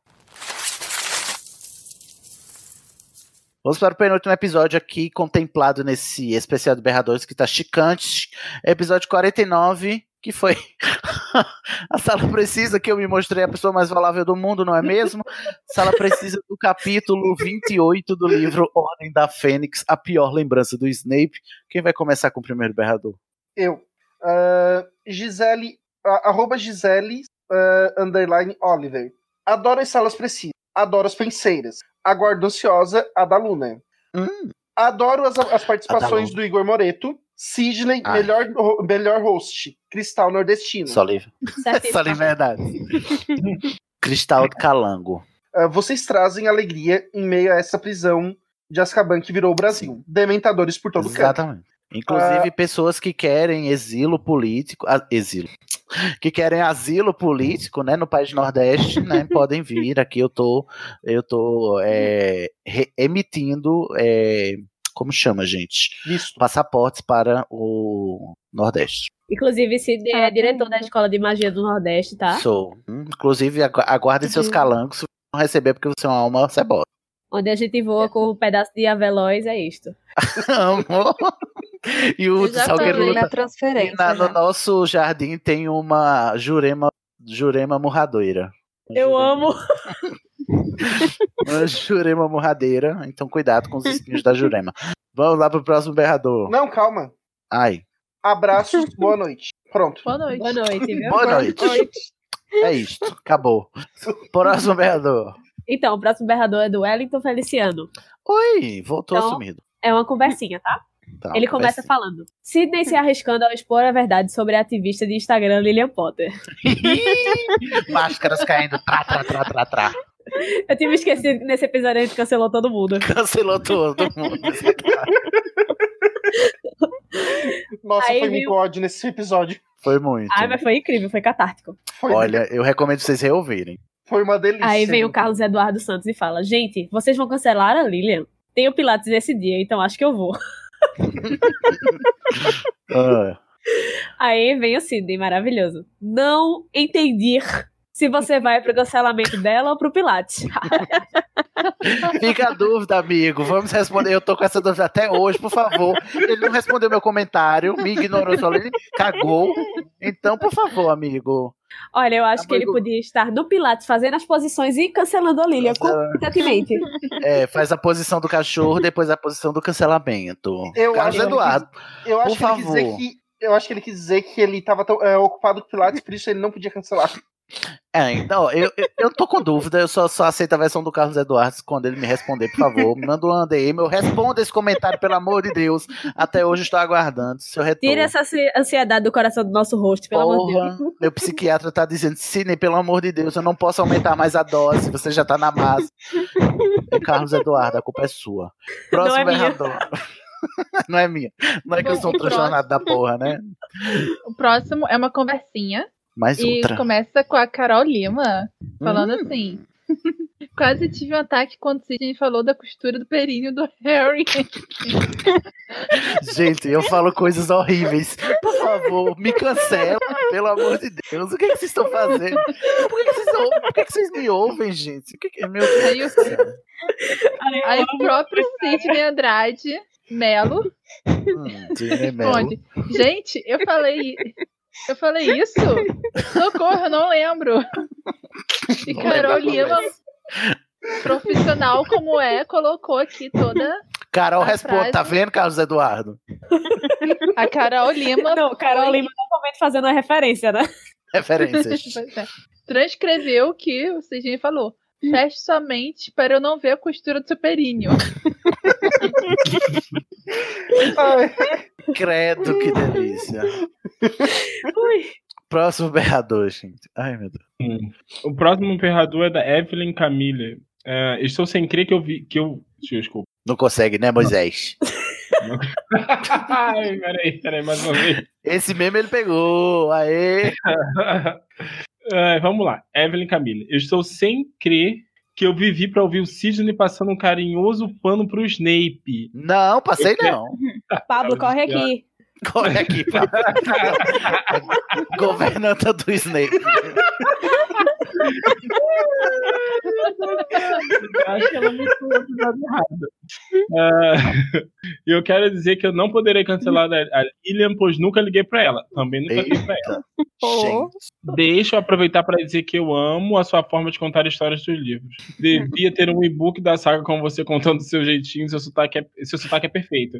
Speaker 8: Vamos para o penúltimo episódio aqui, contemplado nesse especial do Berradores, que tá chicante. Episódio 49, que foi A Sala Precisa, que eu me mostrei a pessoa mais valável do mundo, não é mesmo? Sala Precisa do capítulo 28 do livro Ordem da Fênix, a pior lembrança do Snape. Quem vai começar com o primeiro berrador?
Speaker 1: Eu. Ah, Gisele. ah, arroba Gisele ah, underline Oliver. Adoro as salas precisas. Adoro as penseiras. Aguardo ansiosa a da Luna. Adoro as,
Speaker 8: Ah, tá
Speaker 1: as participações do Igor Moreto. Sidney,
Speaker 8: Ai.
Speaker 1: melhor, ho- melhor host. Cristal Nordestino.
Speaker 8: Ah. Só livro. Só livro é verdade. Cristal do Calango.
Speaker 1: Ah, vocês trazem alegria em meio a essa prisão de Azkaban que virou o Brasil. Dementadores por todo
Speaker 8: Exatamente.
Speaker 1: canto.
Speaker 8: Inclusive,
Speaker 1: Ah.
Speaker 8: pessoas que querem exilo político. a- Exilo. Que querem asilo político, né? No país Nordeste, né? podem vir aqui. Eu tô, eu tô é, re- emitindo. é, como chama, gente? Passaportes para o Nordeste.
Speaker 11: Inclusive, se é diretor da Escola de Magia do Nordeste, tá?
Speaker 8: Sou. Hum, Inclusive, agu- aguardem seus calangos. vocês Vão receber porque você é uma alma cebosa.
Speaker 11: Onde a gente voa com um pedaço de Aveloz, é isto.
Speaker 8: Amor. E o
Speaker 11: já
Speaker 8: Salgueiro
Speaker 11: falei na né?
Speaker 8: Luta-
Speaker 7: transferência,
Speaker 8: e na- no
Speaker 7: já.
Speaker 8: nosso jardim tem uma jurema, jurema murradoira.
Speaker 11: Eu amo.
Speaker 8: Uma jurema murradeira. Então, cuidado com os espinhos da jurema. Vamos lá pro próximo berrador.
Speaker 1: Não, calma.
Speaker 8: Ai.
Speaker 1: Abraços, boa noite. Pronto.
Speaker 11: Boa noite. Boa noite. viu?
Speaker 8: Boa noite. É isto. Acabou. Próximo berrador.
Speaker 11: Então, o próximo berrador é do Wellington Feliciano.
Speaker 8: Oi, voltou
Speaker 11: Então,
Speaker 8: assumido.
Speaker 11: É uma conversinha, tá?
Speaker 8: Tá,
Speaker 11: Ele começa
Speaker 8: conversinha.
Speaker 11: falando: Sidney se arriscando ao expor a verdade sobre a ativista de Instagram Lillian Potter.
Speaker 8: Máscaras caindo. Trá, trá, trá, trá, trá.
Speaker 11: Eu tinha me esquecido que nesse episódio a gente cancelou todo mundo.
Speaker 8: Cancelou todo mundo.
Speaker 1: Nossa,
Speaker 11: Aí
Speaker 1: foi
Speaker 11: veio-
Speaker 1: muito ódio nesse episódio.
Speaker 8: Foi muito.
Speaker 11: Ai, mas foi incrível, foi catártico.
Speaker 8: Olha, eu recomendo vocês reouvirem.
Speaker 1: Foi uma delícia.
Speaker 11: Aí vem o Carlos Eduardo Santos e fala: Gente, vocês vão cancelar a Lilian? Tenho Pilates nesse dia, então acho que eu vou.
Speaker 8: Ah,
Speaker 11: Aí vem o Sidney, maravilhoso. Não entendi se você vai pro cancelamento dela ou pro Pilates.
Speaker 8: Fica a dúvida, amigo. Vamos responder. Eu tô com essa dúvida até hoje, por favor. Ele não respondeu meu comentário, me ignorou, só ele cagou. Então, por favor, amigo.
Speaker 11: Olha, eu acho que ele podia estar no Pilates fazendo as posições e cancelando a Lilian completamente.
Speaker 8: É, faz a posição do cachorro, depois a posição do cancelamento.
Speaker 1: Eu
Speaker 8: Carlos
Speaker 1: acho que-
Speaker 8: Eduardo.
Speaker 1: Eu acho
Speaker 8: por
Speaker 1: que ele quis dizer
Speaker 8: favor.
Speaker 1: que. Eu acho que ele quis dizer que ele tava tão, é, ocupado com Pilates, por isso ele não podia cancelar.
Speaker 8: É, então, eu, eu, eu tô com dúvida, eu só, só aceito a versão do Carlos Eduardo quando ele me responder, por favor. Me manda um DM, eu respondo esse comentário, pelo amor de Deus. Até hoje eu estou aguardando seu retorno.
Speaker 11: Tira essa ansi- ansiedade do coração do nosso host, pelo amor de Deus.
Speaker 8: Porra, meu psiquiatra tá dizendo, Sidney, pelo amor de Deus, eu não posso aumentar mais a dose, você já tá na base. É Carlos Eduardo, a culpa é sua. Próximo
Speaker 11: Não é minha.
Speaker 8: errador. não é minha. Não é que eu
Speaker 3: Bom,
Speaker 8: sou um
Speaker 3: o próximo-
Speaker 8: transtornado da porra, né?
Speaker 3: O próximo é uma conversinha.
Speaker 8: Mais
Speaker 3: e
Speaker 8: outra.
Speaker 3: começa com a Carol Lima, falando
Speaker 8: Hum.
Speaker 3: assim. Quase tive um ataque quando Sidney falou da costura do períneo do Harry.
Speaker 8: Gente, eu falo coisas horríveis. Por favor, me cancela, pelo amor de Deus. O que, é que vocês estão fazendo? Por que, que vocês, ouvem- por que que vocês me ouvem, gente? O que que- meu Deus
Speaker 3: Aí
Speaker 8: do céu.
Speaker 3: Aí o próprio Sidney Andrade Melo
Speaker 8: Hum, Sidney Mello.
Speaker 3: responde: Gente, eu falei. Eu falei isso? Socorro, eu não lembro. E
Speaker 8: Não
Speaker 3: Carol
Speaker 8: lembro
Speaker 3: Lima, profissional como é, colocou aqui toda
Speaker 8: Carol
Speaker 3: A
Speaker 8: responde,
Speaker 3: frase-
Speaker 8: tá vendo, Carlos Eduardo?
Speaker 3: A Carol
Speaker 6: É
Speaker 3: Lima.
Speaker 11: Não, Carol Lima novamente fazendo a referência, né?
Speaker 8: Referências.
Speaker 3: Pois é. Transcreveu o que o Cisne falou. Feche sua mente para eu não ver a costura do seu perinho.
Speaker 8: Credo, que delícia. Próximo berrador, gente. Ai, meu Deus.
Speaker 6: O próximo ferrador é da Evelyn Camille. É, estou sem crer que eu vi. Que eu... Desculpa.
Speaker 8: Não consegue, né, Moisés?
Speaker 6: Ai, peraí, peraí, mais uma vez.
Speaker 8: Esse mesmo ele pegou. Aê!
Speaker 6: É, vamos lá. Evelyn Camille. Eu estou sem crer que eu vivi pra ouvir o Sidney passando um carinhoso pano pro Snape.
Speaker 8: Não, passei não.
Speaker 11: Pablo, corre aqui.
Speaker 8: Corre aqui, Pablo. Governanta do Snape.
Speaker 6: Acho que ela me Ah, E eu quero dizer que eu não poderei cancelar a a Lilian, pois nunca liguei pra ela. Também nunca liguei pra ela.
Speaker 11: Oh.
Speaker 6: Deixa eu aproveitar pra dizer que eu amo a sua forma de contar histórias dos livros. Devia ter um e-book da saga com você contando seu jeitinho, seu sotaque é, seu sotaque é perfeito.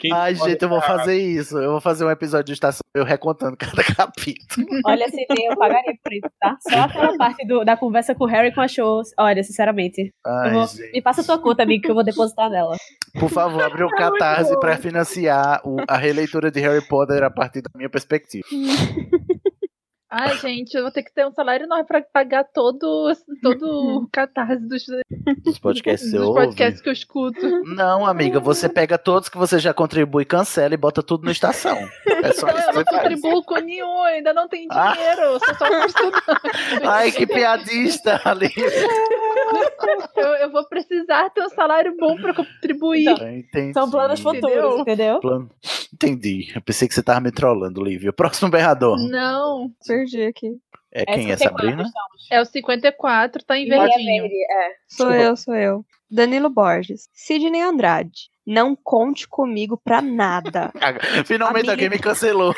Speaker 6: Quem
Speaker 8: Ai,
Speaker 6: olha
Speaker 8: gente, eu vou
Speaker 6: pra-
Speaker 8: fazer isso. Eu vou fazer um episódio de estação, eu recontando cada capítulo.
Speaker 11: Olha, se tem, eu pagaria por isso, tá? Só aquela parte do- da conversa com o Harry com a Cho. Olha, sinceramente.
Speaker 8: Ai,
Speaker 11: eu vou-
Speaker 8: gente.
Speaker 11: me passa a tua conta, amigo, que eu vou depositar nela.
Speaker 8: Por favor, abre o catarse pra financiar o- a releitura de Harry Potter a partir da minha perspectiva.
Speaker 3: Ai, gente, eu vou ter que ter um salário enorme pra pagar todo, todo o catarse dos,
Speaker 8: Os podcasts você
Speaker 3: dos
Speaker 8: ouve.
Speaker 11: é
Speaker 3: podcasts que eu escuto.
Speaker 8: Não, amiga, você pega todos que você já contribui, cancela e bota tudo na estação. É só
Speaker 3: Não, Então,
Speaker 8: isso que
Speaker 3: eu
Speaker 8: você
Speaker 3: não
Speaker 8: faz.
Speaker 3: contribuo com nenhum, ainda não tenho
Speaker 8: Ah.
Speaker 3: dinheiro, eu sou só uma estudante.
Speaker 8: Ai, que piadista ali.
Speaker 3: Eu, eu vou precisar ter um salário bom pra contribuir.
Speaker 8: Tá, Entendi.
Speaker 3: São planos
Speaker 11: futuros, entendeu?
Speaker 8: Plano- Entendi. Eu pensei que você tava me trollando, Lívia. Próximo berrador.
Speaker 3: Hum, Não.
Speaker 7: Perdi aqui.
Speaker 8: É quem é Sabrina?
Speaker 3: É o 54, tá em
Speaker 11: é
Speaker 3: verdinho.
Speaker 7: Sou
Speaker 3: Desculpa.
Speaker 7: eu, sou eu. Danilo Borges. Sidney Andrade. Não conte comigo pra nada.
Speaker 8: Ah, Finalmente alguém me cancelou.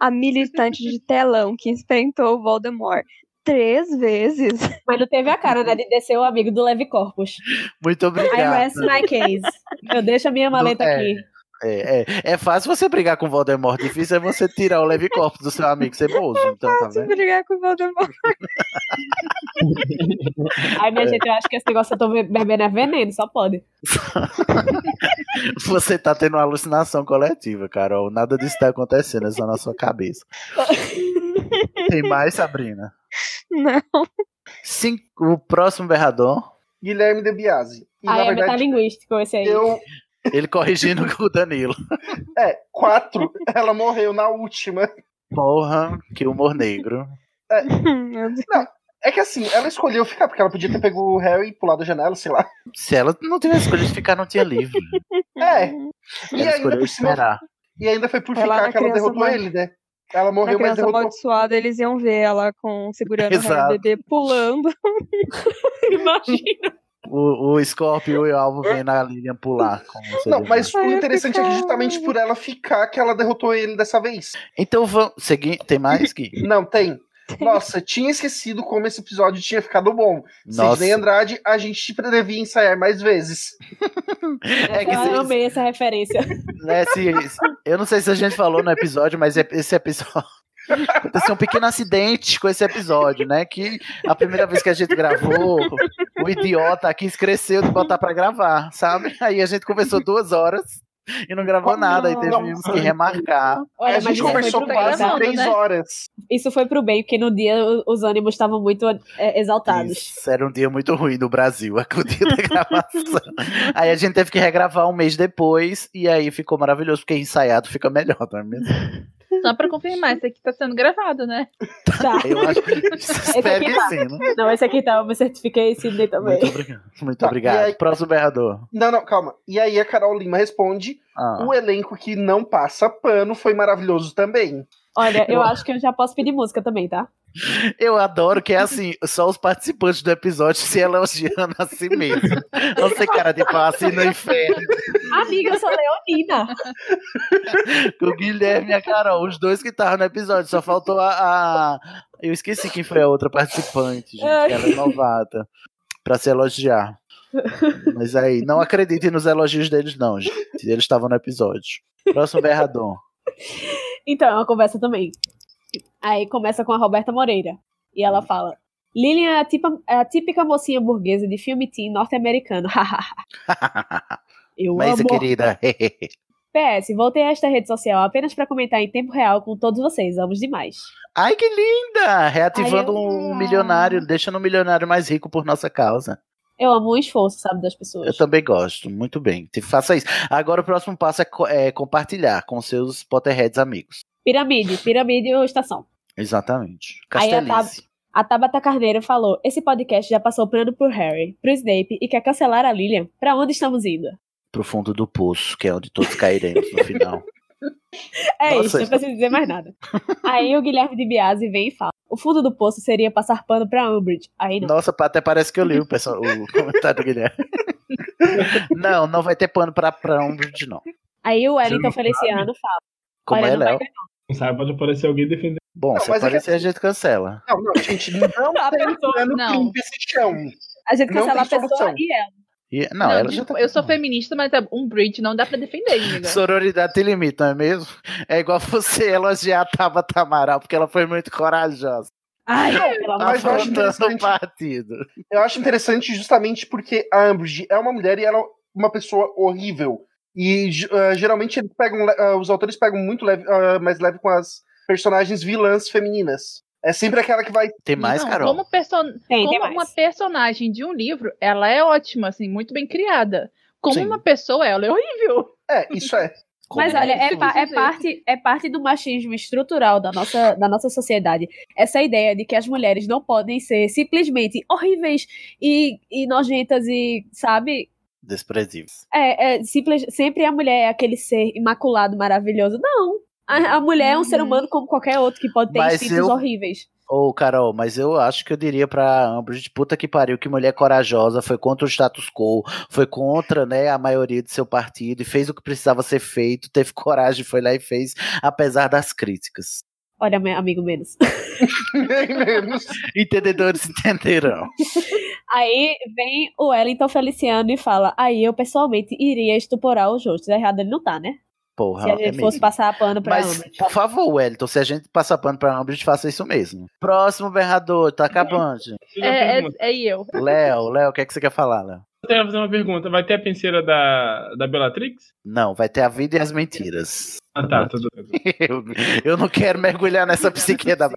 Speaker 7: A militante de telão que enfrentou o Voldemort três vezes.
Speaker 11: Mas não teve a cara, né, de descer o amigo do Leve Corpus.
Speaker 8: Muito
Speaker 11: I
Speaker 8: obrigado.
Speaker 11: rest my case. Eu deixo a minha maleta
Speaker 8: É.
Speaker 11: aqui.
Speaker 8: É, é, é fácil você brigar com o Voldemort, difícil é você tirar o leve corpo do seu amigo ceboso. Então, tá vendo?
Speaker 7: brigar com o Voldemort.
Speaker 11: Ai,
Speaker 8: É.
Speaker 11: minha gente, eu acho que esse negócio eu tô be- bebendo é veneno, só pode.
Speaker 8: Você tá tendo uma alucinação coletiva, Carol. Nada disso tá acontecendo, é só na sua cabeça. Tem mais, Sabrina?
Speaker 7: Não.
Speaker 8: Cinco, o próximo berrador.
Speaker 1: Guilherme de Biasi. E,
Speaker 11: Ai,
Speaker 1: na
Speaker 11: é
Speaker 1: verdade,
Speaker 11: metalinguístico esse aí.
Speaker 1: eu.
Speaker 8: Ele corrigindo o Danilo.
Speaker 1: É, quatro. Ela morreu na última.
Speaker 8: Porra, que humor negro.
Speaker 1: É, não, é que assim, ela escolheu ficar, porque ela podia ter pego o Harry e pulado a janela, sei lá.
Speaker 8: Se ela não tivesse escolhido ficar, não tinha livro.
Speaker 1: É. E
Speaker 8: Ela
Speaker 1: ainda
Speaker 8: escolheu
Speaker 1: por cima.
Speaker 8: esperar.
Speaker 1: E ainda foi por
Speaker 7: Ela
Speaker 1: ficar
Speaker 7: na
Speaker 1: que ela
Speaker 7: criança
Speaker 1: derrotou
Speaker 7: mal-
Speaker 1: ele, né? Ela
Speaker 7: Na
Speaker 1: morreu, mas
Speaker 7: criança
Speaker 1: derrotou.
Speaker 7: amaldiçoada, eles iam ver ela com segurando o
Speaker 8: Exato.
Speaker 7: Harry bebê pulando.
Speaker 11: Imagina.
Speaker 8: O, o Scorpio e o Alvo vêm a Lilian pular. como você
Speaker 1: Não,
Speaker 8: disse.
Speaker 1: mas o interessante é que justamente por ela ficar que ela derrotou ele dessa vez.
Speaker 8: Então vamos. Seguinte, tem mais, Gui?
Speaker 1: Não, tem. Nossa, tinha esquecido como esse episódio tinha ficado bom.
Speaker 8: Nossa.
Speaker 1: Sidney Andrade, a gente devia ensaiar mais vezes.
Speaker 8: É que
Speaker 11: eu
Speaker 8: se-
Speaker 11: amei essa referência.
Speaker 8: né, se- se- eu não sei se a gente falou no episódio, mas é- esse episódio. Aconteceu um pequeno acidente com esse episódio, né? Que a primeira vez que a gente gravou, o idiota aqui esqueceu de botar pra gravar, sabe? Aí a gente conversou duas horas e não gravou nada, aí tivemos que remarcar.
Speaker 11: Olha,
Speaker 3: É,
Speaker 1: a
Speaker 11: mas
Speaker 1: gente
Speaker 11: isso foi
Speaker 1: conversou
Speaker 11: pro
Speaker 1: quase
Speaker 11: bem, tá?
Speaker 1: três
Speaker 11: né?
Speaker 1: horas.
Speaker 11: Isso foi pro bem, porque no dia o- os ânimos estavam muito é, exaltados.
Speaker 8: Isso era um dia muito ruim no Brasil, é que o dia da gravação. aí a gente teve que regravar um mês depois, e aí ficou maravilhoso, porque ensaiado fica melhor, não é mesmo?
Speaker 3: Só pra confirmar, isso aqui tá sendo gravado, né?
Speaker 11: Tá.
Speaker 8: Eu acho que
Speaker 11: Esse
Speaker 8: espero
Speaker 11: aqui
Speaker 8: que
Speaker 11: tá.
Speaker 8: sim, né?
Speaker 11: Não, esse aqui tá, eu me certifiquei Sidney também.
Speaker 8: Muito
Speaker 1: Tá,
Speaker 8: obrigado.
Speaker 1: e aí-
Speaker 8: Próximo berrador.
Speaker 1: Não, não, calma. E aí a Carol Lima responde:
Speaker 3: Tá.
Speaker 8: Ah.
Speaker 1: o elenco que não passa pano foi maravilhoso também.
Speaker 11: Olha, eu acho que eu já posso pedir música também, tá?
Speaker 8: Eu adoro que é assim, só os participantes do episódio se elogiando a si mesmo. Você, cara de pau, assim no inferno.
Speaker 11: Amiga, eu sou Leonina.
Speaker 8: O Guilherme e a Carol, os dois que estavam no episódio. Só faltou a, a- Eu esqueci quem foi a outra participante, gente. que Ela é novata. Pra se elogiar. Mas aí, não acreditem nos elogios deles, não, gente. Eles estavam no episódio. Próximo berrador.
Speaker 11: Então, é uma conversa também. Aí começa com a Roberta Moreira. E ela fala: Lilian é a, tipa- é a típica mocinha burguesa de filme teen norte-americano. Eu
Speaker 8: Mas,
Speaker 11: amo.
Speaker 8: querida.
Speaker 11: PS, voltei a esta rede social apenas pra comentar em tempo real com todos vocês. Amo demais.
Speaker 8: Ai, que linda! Reativando
Speaker 11: Ai, eu-
Speaker 8: um milionário, deixando um milionário mais rico por nossa causa.
Speaker 11: Eu amo o esforço, sabe, das
Speaker 8: Eu
Speaker 11: pessoas.
Speaker 8: também gosto, muito bem. Te faça isso. Agora o próximo passo é, co- é compartilhar com seus Potterheads amigos.
Speaker 11: Pirâmide, pirâmide ou estação.
Speaker 8: Exatamente.
Speaker 11: Aí a, Tab
Speaker 8: Castelice.
Speaker 11: a Tabata Carneiro falou: Esse podcast já passou plano por Harry, pro Snape e quer cancelar a Lilian. Pra onde estamos indo?
Speaker 8: Pro fundo do poço, que é onde todos cairemos no final.
Speaker 11: É
Speaker 8: Nossa,
Speaker 11: isso, não
Speaker 8: isso-
Speaker 11: preciso dizer mais nada. Aí o Guilherme de Biase vem e fala: O fundo do poço seria passar pano pra Umbridge. Aí não.
Speaker 8: Nossa, até parece que eu li o, pessoal, o comentário do Guilherme. não, não vai ter pano pra, pra Umbridge, não.
Speaker 11: Aí o Wellington
Speaker 6: Você não sabe?
Speaker 11: Feliciano fala:
Speaker 8: Como
Speaker 11: Olha,
Speaker 8: é,
Speaker 11: não vai
Speaker 8: Léo?
Speaker 11: ganhar.
Speaker 6: Não sabe, pode aparecer alguém defendendo.
Speaker 8: Bom,
Speaker 6: mas
Speaker 8: se
Speaker 6: é que
Speaker 8: aparecer,
Speaker 11: assim
Speaker 8: a gente cancela.
Speaker 1: Não, não, gente, não tem plano
Speaker 3: Não.
Speaker 1: limpo esse chão.
Speaker 3: A gente
Speaker 1: Não
Speaker 3: cancela a
Speaker 1: tem
Speaker 3: pessoa
Speaker 1: solução.
Speaker 3: e ela.
Speaker 8: E- não, ela já
Speaker 3: tipo,
Speaker 8: tá.
Speaker 3: Eu sou feminista, mas é um bridge não dá pra defender,
Speaker 11: né?
Speaker 3: amiga.
Speaker 8: Sororidade tem limite, não é mesmo? É igual você elogiar a Tabata Amaral, porque ela foi muito corajosa.
Speaker 11: Ai,
Speaker 8: pelo amor de Deus. Afrontando o partido.
Speaker 1: Eu acho interessante justamente porque a Umbridge é uma mulher e ela é uma pessoa horrível. E ge- ah, geralmente eles pegam, le- ah, os autores pegam muito leve, ah, mais leve com as personagens vilãs femininas. É sempre aquela que vai.
Speaker 8: Tem
Speaker 3: Não, Como, perso- como
Speaker 11: tem mais.
Speaker 3: uma personagem de um livro, ela é ótima, assim, muito bem criada. Como
Speaker 8: Sim.
Speaker 3: uma pessoa, ela é horrível.
Speaker 1: É, isso é.
Speaker 11: Mas olha, é,
Speaker 3: Como
Speaker 11: pa- é
Speaker 3: dizer?
Speaker 11: parte, é parte do machismo estrutural da nossa, da nossa sociedade. Essa ideia de que as mulheres não podem ser simplesmente horríveis e, e nojentas e, sabe?
Speaker 8: Desprezíveis.
Speaker 11: É, é simples, sempre a mulher é aquele ser imaculado, maravilhoso. Não. A, a mulher é um
Speaker 3: Uhum.
Speaker 11: ser humano como qualquer outro que pode ter
Speaker 8: Mas
Speaker 11: instintos
Speaker 8: eu-
Speaker 11: horríveis.
Speaker 8: Ô, Carol, mas eu acho que eu diria pra Umbridge, puta que pariu, que mulher corajosa, foi contra o status quo, foi contra, né, a maioria do seu partido e fez o que precisava ser feito, teve coragem, foi lá e fez, apesar das críticas.
Speaker 11: Olha, meu amigo menos.
Speaker 8: Entendedores entenderão.
Speaker 11: Aí vem o Wellington Feliciano e fala: Aí eu pessoalmente iria estuporar o Justus. Errado ele não tá, né?
Speaker 8: Porra,
Speaker 11: Se a
Speaker 8: é
Speaker 11: gente
Speaker 8: mesmo.
Speaker 11: fosse passar pano pra
Speaker 8: Mas,
Speaker 11: Umbridge.
Speaker 8: por favor, Wellington, se a gente passar pano pra Umbridge, faça isso mesmo. Próximo berrador, tá acabando. gente.
Speaker 3: É, é, é eu.
Speaker 8: Léo, Léo, o que, é que você quer falar, Léo?
Speaker 6: Eu quero fazer uma pergunta. Vai ter a penseira da, da Bellatrix?
Speaker 8: Não, vai ter a vida e as mentiras.
Speaker 6: Ah, tá, tudo bem.
Speaker 8: Eu, eu não quero mergulhar nessa psique da.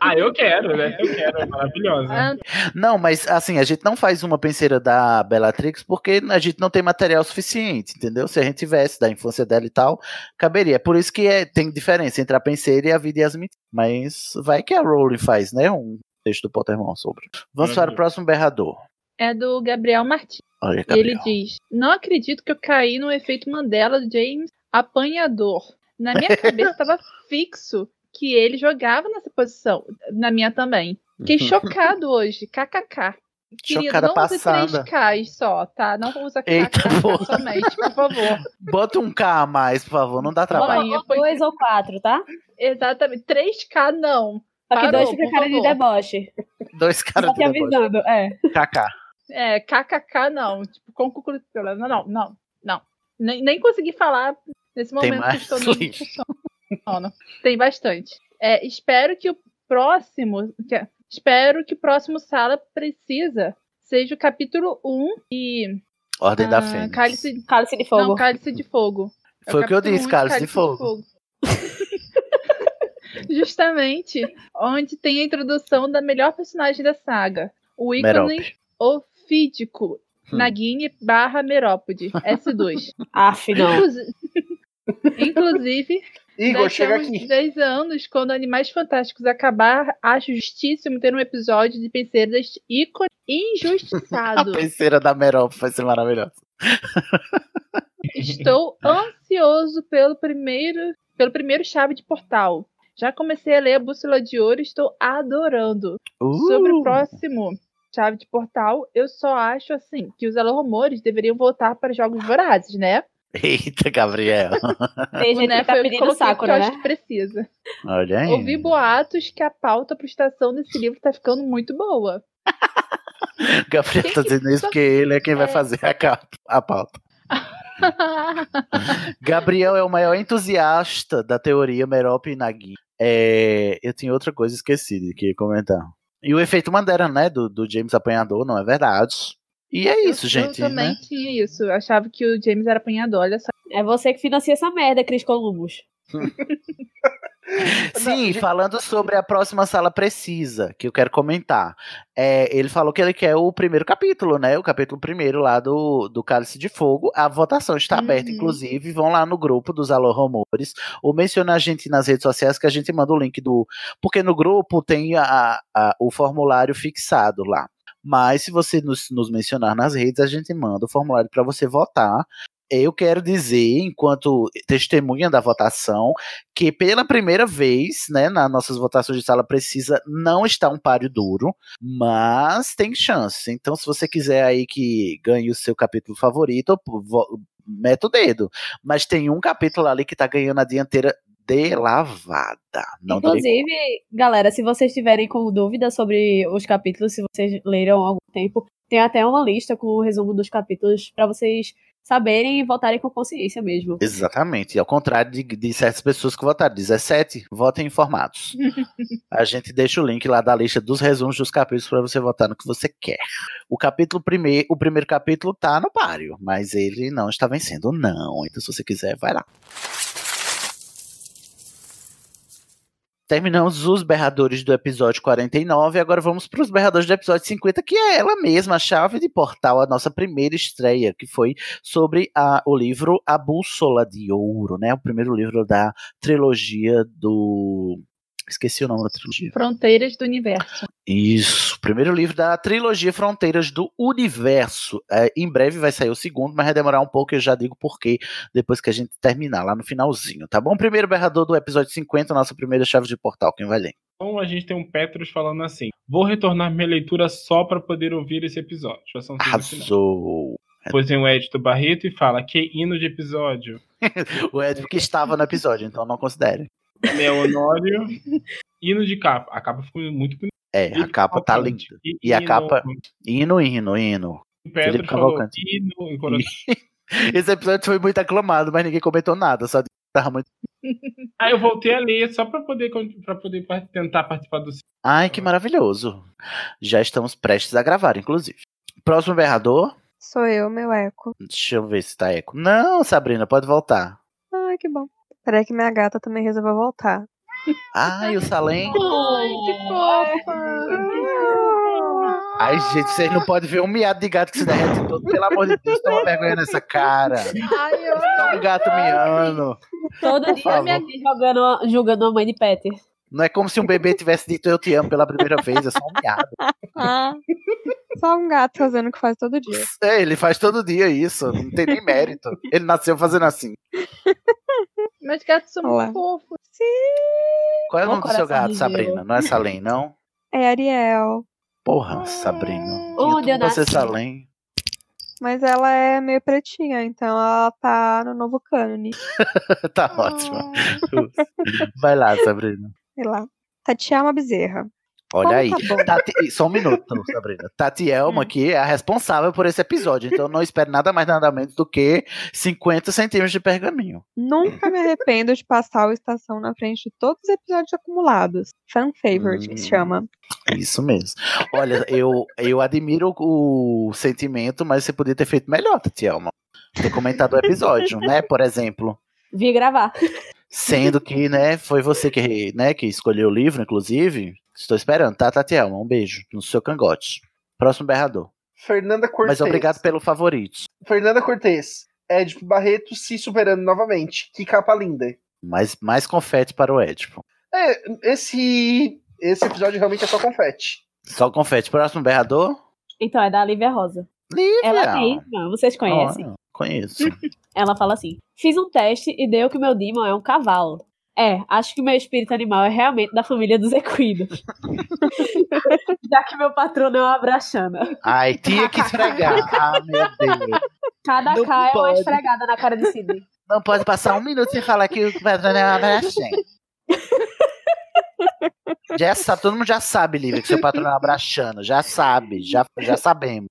Speaker 6: Ah, eu quero, né? Eu quero, é maravilhosa.
Speaker 8: Não, mas assim, a gente não faz uma penseira da Bellatrix porque a gente não tem material suficiente, entendeu? Se a gente tivesse da infância dela e tal, caberia. É Por isso que é- tem diferença entre a penseira e a vida e as mentiras. Mas vai que a Rowling faz, né? Um texto do Pottermon sobre. Vamos para o próximo berrador.
Speaker 3: É do Gabriel Martins.
Speaker 8: Olha,
Speaker 3: E ele diz: Não acredito que eu caí no efeito Mandela do James apanhador. Na minha cabeça estava fixo que ele jogava nessa posição. Na minha também. Fiquei chocado hoje. KKK. Querido,
Speaker 8: Uhum. Chocada
Speaker 3: não tá use
Speaker 8: passada.
Speaker 3: 3K só, tá? Não usa
Speaker 8: Eita, porra.
Speaker 3: KKK somente, por favor.
Speaker 8: Bota um K a mais, por favor, não dá trabalho.
Speaker 11: Ou dois ou quatro, tá?
Speaker 3: Exatamente. 3K não.
Speaker 11: Só que
Speaker 3: Parou,
Speaker 11: dois fica
Speaker 3: por
Speaker 11: cara de
Speaker 3: favor.
Speaker 11: deboche.
Speaker 8: Dois caras
Speaker 11: Só te
Speaker 8: do negócio.
Speaker 11: avisando, é.
Speaker 8: KK.
Speaker 3: É, KKK não. Tipo, com cucurutela. Não, não, não. não. Nem, nem consegui falar nesse
Speaker 8: Tem
Speaker 3: momento que
Speaker 8: mais
Speaker 3: estou no
Speaker 8: livro.
Speaker 3: sono. Tem bastante. É, espero que o próximo. que- espero que o próximo sala precisa seja o capítulo 1 e.
Speaker 8: Ordem da
Speaker 3: ah,
Speaker 8: Fênix.
Speaker 3: Cálice,
Speaker 11: Cálice de Fogo.
Speaker 3: Não, Cálice de Fogo. É
Speaker 8: Foi o que eu
Speaker 3: capítulo
Speaker 8: disse,
Speaker 3: um e
Speaker 8: Cálice de Fogo.
Speaker 3: Justamente, onde tem a introdução da melhor personagem da saga, o ícone
Speaker 8: Merope.
Speaker 3: ofídico,
Speaker 1: Hum.
Speaker 3: Nagini barra Merópode, S2.
Speaker 11: Aff, não.
Speaker 3: Inclusi- Inclusive,
Speaker 1: Igor,
Speaker 3: nós
Speaker 1: chega
Speaker 3: temos
Speaker 1: aqui.
Speaker 3: 10 anos, quando Animais Fantásticos acabar, acho justíssimo ter um episódio de penseiras ícone
Speaker 8: A
Speaker 3: injustiçado.
Speaker 8: penseira da Merope vai ser maravilhosa.
Speaker 3: Estou ansioso pelo primeiro, pelo primeiro chave de portal. Já comecei a ler a Bússola de Ouro e estou adorando.
Speaker 8: Uh!
Speaker 3: Sobre o próximo chave de portal, eu só acho assim que os alô-rumores deveriam voltar para jogos vorazes, né?
Speaker 8: Eita, Gabriel.
Speaker 11: Tem gente que tá
Speaker 3: foi o
Speaker 11: pedindo
Speaker 3: coloquei,
Speaker 11: saco,
Speaker 3: porque eu
Speaker 11: né?
Speaker 3: acho que precisa.
Speaker 8: Olha aí.
Speaker 3: Ouvi boatos que a pauta para estação desse livro tá ficando muito boa.
Speaker 8: Gabriel tá dizendo isso porque ele é quem vai fazer a, capa, a pauta. Gabriel é o maior entusiasta da teoria Merope e Nagui. É, eu tinha outra coisa esquecida que ia comentar. E o efeito Mandera, né? Do, do James apanhador, não é verdade? E é isso,
Speaker 3: eu,
Speaker 8: gente.
Speaker 3: Eu também
Speaker 8: né?
Speaker 3: tinha isso. Eu achava que o James era apanhador, olha só.
Speaker 11: É você que financia essa merda, Cris Columbus.
Speaker 8: Sim, falando sobre a próxima sala precisa, que eu quero comentar. É, ele falou que ele quer o primeiro capítulo, né? O capítulo primeiro lá do, do Cálice de Fogo. A votação está aberta,
Speaker 3: Uhum.
Speaker 8: inclusive. Vão lá no grupo dos Alô Rumores ou menciona a gente nas redes sociais que a gente manda o link do. Porque no grupo tem a, a- o formulário fixado lá. Mas se você nos, nos mencionar nas redes, a gente manda o formulário para você votar. Eu quero dizer, enquanto testemunha da votação, que pela primeira vez, né, nas nossas votações de sala precisa, não está um páreo duro, mas tem chance. Então, se você quiser aí que ganhe o seu capítulo favorito, pô, vo- meta o dedo. Mas tem um capítulo ali que tá ganhando a dianteira de lavada. Não darei
Speaker 11: Inclusive, galera, se vocês tiverem com dúvidas sobre os capítulos, se vocês leram há algum tempo, tem até uma lista com o resumo dos capítulos pra vocês saberem e votarem com consciência mesmo.
Speaker 8: Exatamente, e ao contrário de, de certas pessoas que votaram, 17, votem informados. A gente deixa o link lá da lista dos resumos dos capítulos para você votar no que você quer. O capítulo primeiro, o primeiro capítulo tá no páreo, mas ele não está vencendo, não. Então, se você quiser, vai lá. Terminamos os berradores do episódio 49, agora vamos para os berradores do episódio 50, que é ela mesma, a chave de portal, a nossa primeira estreia, que foi sobre a- o livro A Bússola de Ouro, né? O primeiro livro da trilogia do. Esqueci o nome da trilogia.
Speaker 3: Fronteiras do Universo.
Speaker 8: Isso, primeiro livro da trilogia Fronteiras do Universo. É, em breve vai sair o segundo, mas vai demorar um pouco, eu já digo porquê depois que a gente terminar lá no finalzinho, tá bom? Primeiro berrador do episódio 50, nossa primeira chave de portal, quem vai ler?
Speaker 6: Então a gente tem um Petros falando assim: vou retornar minha leitura só pra poder ouvir esse episódio. Já são
Speaker 8: Ah,
Speaker 6: cinco sinais.
Speaker 8: Arrasou.
Speaker 6: Depois tem o Edito Barreto e fala: que hino de episódio.
Speaker 8: O Edwin que estava no episódio, então não considere.
Speaker 6: Neo Honório, hino de capa. A capa ficou muito bonita.
Speaker 8: É, a capa tá linda. E a
Speaker 6: hino-
Speaker 8: capa. Hino, hino, hino.
Speaker 6: O
Speaker 8: Felipe
Speaker 6: Petros falou:
Speaker 8: Cavalcante.
Speaker 6: hino em coroação.
Speaker 8: Esse episódio foi muito aclamado, mas ninguém comentou nada, só disse que tava muito.
Speaker 6: Aí Ah, eu voltei a ler só pra poder, pra poder par- tentar participar do.
Speaker 8: Ai, que maravilhoso. Já estamos prestes a gravar, inclusive. Próximo berrador.
Speaker 7: Sou eu, meu eco.
Speaker 8: Deixa eu ver se tá eco. Não, Sabrina, pode voltar.
Speaker 7: Ai, que bom. Peraí que minha gata também resolveu voltar.
Speaker 8: Ai, o Salem.
Speaker 3: Ai, que fofa!
Speaker 8: Ai, gente, vocês não podem ver um miado de gato que se derrete todo. Pelo amor de Deus, toma vergonha nessa cara.
Speaker 3: Ai, eu
Speaker 8: Um gato miando.
Speaker 11: Todo
Speaker 8: Por
Speaker 11: dia me
Speaker 8: favor.
Speaker 11: jogando, julgando a mãe de Peter.
Speaker 8: Não é como se um bebê tivesse dito eu te amo pela primeira vez, é só um miado.
Speaker 7: Ah, só um gato fazendo o que faz todo dia.
Speaker 8: É, ele faz todo dia isso, não tem nem mérito. Ele nasceu fazendo assim.
Speaker 3: Meus gatos são
Speaker 8: Olá.
Speaker 3: muito fofos.
Speaker 8: Qual é o
Speaker 3: Ô,
Speaker 8: nome do
Speaker 3: coração
Speaker 8: seu gato,
Speaker 3: de
Speaker 8: Sabrina?
Speaker 3: gelo.
Speaker 8: Não é Salem, não?
Speaker 7: É Ariel.
Speaker 8: Porra, Sabrina.
Speaker 7: Onde eu
Speaker 8: Você é
Speaker 7: nasci?
Speaker 8: Salem.
Speaker 7: Mas ela é meio pretinha, então ela tá no novo cânone.
Speaker 8: tá
Speaker 7: Ah.
Speaker 8: ótimo. Vai lá, Sabrina.
Speaker 7: Sei lá. Tatiana Bezerra.
Speaker 8: Olha
Speaker 7: Como
Speaker 8: aí.
Speaker 7: tá bom. Hum.
Speaker 8: Tati- Só um minuto, Sabrina. Tati Elma aqui é a responsável por esse episódio, então não espere nada mais nada menos do que 50 centímetros de pergaminho.
Speaker 7: Nunca me arrependo de passar o Estação na frente de todos os episódios acumulados. Fan favorite, se chama.
Speaker 8: É Isso mesmo. Olha, eu, eu admiro o sentimento, mas você podia ter feito melhor, Tati Elma. Ter comentado o episódio, né? Por exemplo.
Speaker 11: Vim gravar.
Speaker 8: Sendo que, né, foi você que, né, que escolheu o livro, inclusive. Estou esperando, tá, Tatielma? Um beijo no seu cangote. Próximo berrador.
Speaker 1: Fernanda Cortez.
Speaker 8: Mas obrigado pelo favorito.
Speaker 1: Fernanda Cortez. Édipo Barreto se superando novamente. Que capa linda.
Speaker 8: Mas mais confete para o Edipo.
Speaker 1: É, esse, esse episódio realmente é só confete.
Speaker 8: Só confete. Próximo berrador?
Speaker 11: Então, é da Lívia Rosa.
Speaker 8: Lívia!
Speaker 11: Ela é mesma, vocês conhecem.
Speaker 8: Olha, conheço.
Speaker 11: Ela fala assim: Fiz um teste e deu que meu Demon é um cavalo. É, acho que meu espírito animal é realmente da família dos equinos. Já que meu patrono é uma brachana.
Speaker 8: Ai, tinha que esfregar. Ah, meu Deus.
Speaker 11: Cada
Speaker 8: Não
Speaker 11: K é uma
Speaker 8: pode.
Speaker 11: esfregada na cara de Sidney.
Speaker 8: Não pode passar um minuto sem falar que o patrão é uma brachinha. Já sabe, todo mundo já sabe, Lívia, que seu patrão é uma brachana. Já sabe, já, já sabemos.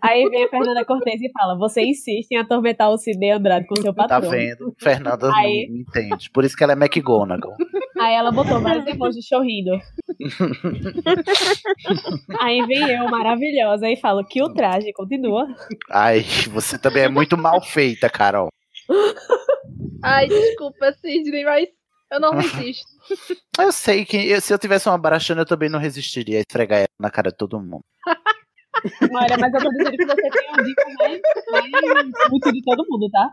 Speaker 11: Aí vem a Fernanda Cortez e fala: Você insiste em atormentar o Cine Andrade com seu patrão.
Speaker 8: Tá vendo? Fernanda Aí... não entende. Por isso que ela é McGonagall.
Speaker 11: Aí ela botou vários emojis sorrindo. Aí vem eu, maravilhosa, e falo que o traje continua.
Speaker 8: Ai, você também é muito mal feita, Carol.
Speaker 3: Ai, desculpa, Sidney, mas eu
Speaker 8: Ah,
Speaker 3: não resisto.
Speaker 8: Eu sei que eu, se eu tivesse uma barachana, eu também não resistiria a esfregar ela na cara de todo mundo.
Speaker 11: Olha, mas eu tô dizendo que você tem um o Dimo mais, mais útil de todo mundo, tá?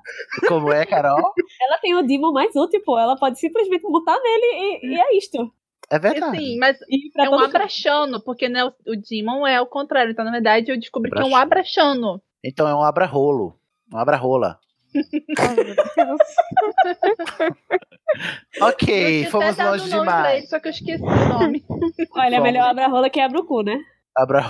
Speaker 8: Como é, Carol?
Speaker 11: Ela tem o Dimo mais útil, pô. Ela pode simplesmente botar nele e, e é isto.
Speaker 8: É verdade.
Speaker 3: Sim, mas é um abraxano, porque né, o, o Demon é o contrário. Então, na verdade, eu descobri abraxano. que é um abraxano.
Speaker 8: Então é um abra-rolo. Um abra-rola. ok, fomos longe
Speaker 3: um
Speaker 8: demais. Dele,
Speaker 3: só que eu esqueci o nome.
Speaker 11: Olha, Vamos. melhor abra-rola que abra o cu, né?
Speaker 8: Abra...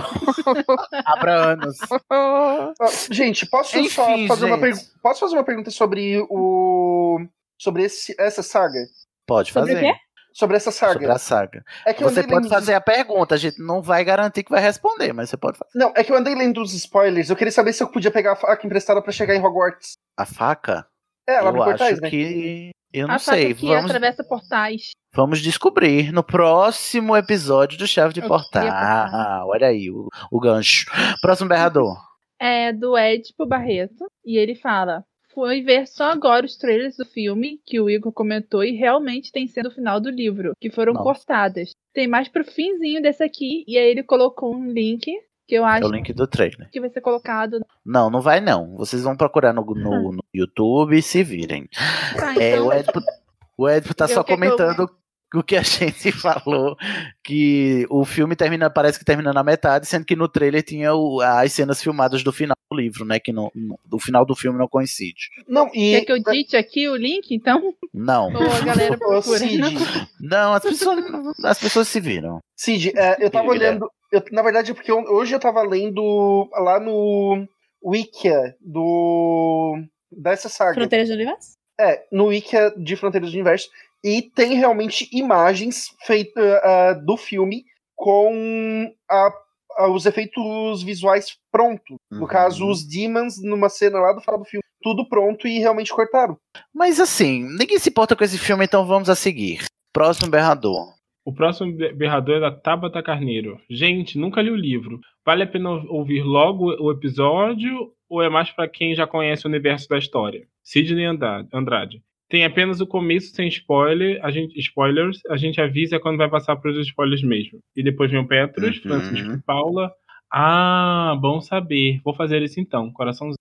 Speaker 8: Abra anos.
Speaker 7: Hum.
Speaker 1: Ah, Gente, posso
Speaker 3: É
Speaker 1: Enfim, só fazer gente. uma pergunta? Posso fazer uma pergunta sobre o. Sobre esse, essa saga?
Speaker 8: Pode fazer.
Speaker 11: Sobre,
Speaker 1: sobre essa saga.
Speaker 8: Sobre a saga. É que você pode lendo... fazer a pergunta, a gente não vai garantir que vai responder, mas você pode fazer.
Speaker 1: Não, é que eu andei lendo os spoilers, eu queria saber se eu podia pegar a faca emprestada para chegar em Hogwarts.
Speaker 8: A faca?
Speaker 1: É, ela
Speaker 8: eu
Speaker 1: portais,
Speaker 8: acho né? que eu não
Speaker 3: a
Speaker 8: sei.
Speaker 3: Faca que é vamos... atravessa portais.
Speaker 8: Vamos descobrir no próxrio episódio do Chave de Portal. Ah, olha aí o, o gancho. Próximo berrador.
Speaker 3: É do Edipo Barreto. E ele fala: Fui ver só agora os trailers do filme que o Igor comentou e realmente tem sendo o final do livro, que foram Nossa. cortadas. Tem mais pro finzinho desse aqui. E aí ele colocou um link que eu acho.
Speaker 8: É o link do trailer.
Speaker 3: Que vai ser colocado.
Speaker 8: Não, não vai não. Vocês vão procurar no, no, no YouTube e se virem.
Speaker 3: Ah,
Speaker 8: Tá, então... é, o Edipo. O Edipo tá eu só comentando eu... o que a gente falou, que o filme termina, parece que termina na metade, sendo que no trailer tinha o, as cenas filmadas do final do livro, né? Que no, no do final do filme não coincide.
Speaker 1: Não, e...
Speaker 3: Quer que eu dite aqui o link, então?
Speaker 8: Não.
Speaker 3: Ou a galera procura.
Speaker 8: não, as pessoas, as pessoas se viram.
Speaker 1: Cid, é, eu tava olhando. Eu, na verdade, é porque eu, hoje eu tava lendo lá no Wikia do. dessa saga.
Speaker 11: Fronteiras do Universo?
Speaker 1: É, no Wikia de Fronteiras do Universo. E tem realmente imagens feitas uh, do filme com a, a, os efeitos visuais prontos. Uhum. No caso, os demons numa cena lá do final do filme. Tudo pronto e realmente cortaram.
Speaker 8: Mas assim, ninguém se importa com esse filme, então vamos a seguir. Próximo berrador.
Speaker 6: O próximo berrador é da Tabata Carneiro. Gente, nunca li o livro. Vale a pena ouvir logo o episódio ou é mais para quem já conhece o universo da história? Sidney Andrade. Tem apenas o começo sem spoiler, a gente, spoilers, a gente avisa quando vai passar para os spoilers mesmo. E depois vem o Petrus, uhum. Francisco e Paula. Ah, bom saber. Vou fazer isso então, coraçãozinho.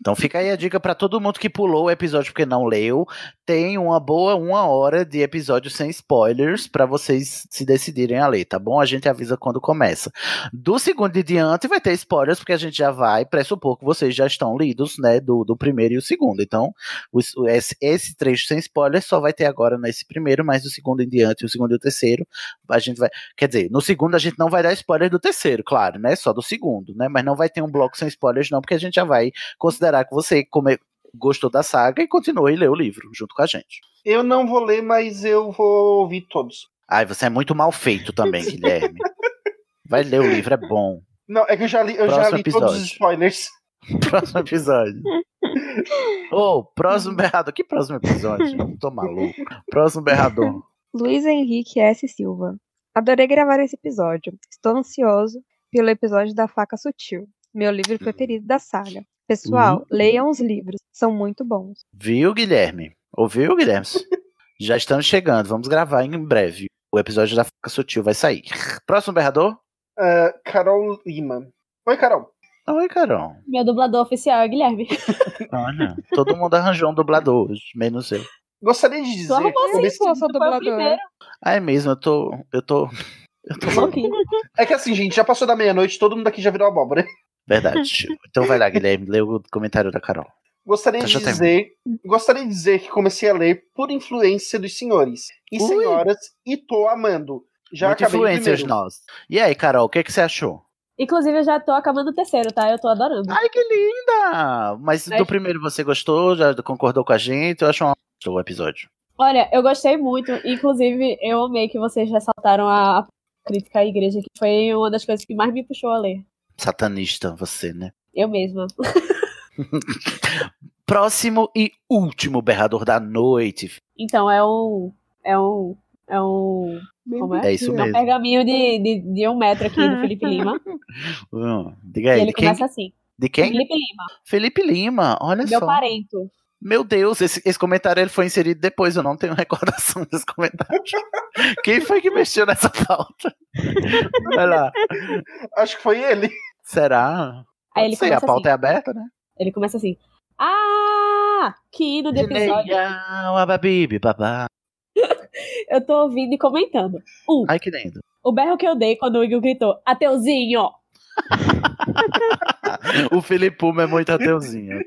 Speaker 8: Então fica aí a dica para todo mundo que pulou o episódio porque não leu. Tem uma boa uma hora de episódio sem spoilers para vocês se decidirem a ler, tá bom? A gente avisa quando começa. Do segundo de diante vai ter spoilers porque a gente já vai pressupor que vocês já estão lidos, né? Do, do primeiro e o segundo. Então os, esse, esse trecho sem spoilers só vai ter agora nesse primeiro, mas do segundo em diante, o segundo e o terceiro a gente vai, quer dizer, no segundo a gente não vai dar spoiler do terceiro, claro, né? Só do segundo, né? Mas não vai ter um bloco sem spoilers não, porque a gente já vai considerar considerar que você come, gostou da saga e continue e lê o livro junto com a gente.
Speaker 1: Eu não vou ler, mas eu vou ouvir todos.
Speaker 8: Ai, você é muito mal feito também, Guilherme. Vai ler o livro, é bom.
Speaker 1: Não, é que eu já li, eu próximo já li episódio. todos os spoilers.
Speaker 8: Próximo episódio. Ou, oh, próximo berrador. Que próximo episódio? Tô maluco. Próximo berrador.
Speaker 7: Luiz Henrique S. Silva. Adorei gravar esse episódio. Estou ansioso pelo episódio da faca sutil. Meu livro preferido da saga. Pessoal, uhum. leiam os livros, são muito bons.
Speaker 8: Viu, Guilherme? Ouviu, Guilherme? Já estamos chegando, vamos gravar em breve. O episódio da Faca Sutil vai sair. Próximo berrador?
Speaker 1: Uh, Carol Lima. Oi, Carol.
Speaker 8: Oi, Carol.
Speaker 11: Meu dublador oficial é Guilherme.
Speaker 8: Olha, todo mundo arranjou um dublador hoje, menos eu.
Speaker 1: Gostaria de dizer.
Speaker 7: Como assim, pô,
Speaker 11: tipo,
Speaker 7: sou dublador?
Speaker 8: Ah, é mesmo, eu tô. Eu tô. Eu
Speaker 11: um
Speaker 8: tô
Speaker 1: louquinho. É que assim, gente, já passou da meia-noite, todo mundo aqui já virou abóbora.
Speaker 8: Verdade. Então vai lá, Guilherme, lê o comentário da Carol.
Speaker 1: Gostaria de, dizer, gostaria de dizer que comecei a ler por influência dos senhores e Ui. senhoras e tô amando. Já
Speaker 8: Muito
Speaker 1: acabei
Speaker 8: influencers nós. E aí, Carol, o que, que você achou?
Speaker 11: Inclusive, eu já tô acabando o terceiro, tá? Eu tô adorando.
Speaker 8: Ai, que linda! Mas, Mas... do primeiro você gostou? Já concordou com a gente? Eu acho um o episódio.
Speaker 11: Olha, eu gostei muito. Inclusive, eu amei que vocês ressaltaram a crítica à igreja, que foi uma das coisas que mais me puxou a ler.
Speaker 8: Satanista, você, né?
Speaker 11: Eu mesma.
Speaker 8: Próximo e último berrador da noite.
Speaker 11: Então, é um. É um. É um. Como é?
Speaker 8: É isso
Speaker 11: um
Speaker 8: mesmo.
Speaker 11: pergaminho de, de, de um metro aqui do Felipe Lima.
Speaker 8: Hum,
Speaker 11: E
Speaker 8: diga aí.
Speaker 11: ele
Speaker 8: de quem?
Speaker 11: começa assim.
Speaker 8: De quem?
Speaker 11: Felipe Lima.
Speaker 8: Felipe Lima, olha
Speaker 11: Meu
Speaker 8: só.
Speaker 11: parento.
Speaker 8: Meu Deus, esse, esse comentário ele foi inserido depois, eu não tenho recordação desse comentário. Quem foi que mexeu nessa pauta? Vai lá.
Speaker 1: Acho que foi ele.
Speaker 8: Será?
Speaker 11: Aí ele
Speaker 8: Não sei, a
Speaker 11: começa assim.
Speaker 8: pauta é aberta, né?
Speaker 11: Ele começa assim. Ah! Que hino do episódio.
Speaker 8: Não, ababibi, babá.
Speaker 11: Eu tô ouvindo e comentando. Um,
Speaker 8: Ai, que lindo.
Speaker 11: o berro que eu dei quando o Igor gritou, Ateuzinho!
Speaker 8: O Felipe Puma é muito ateuzinho.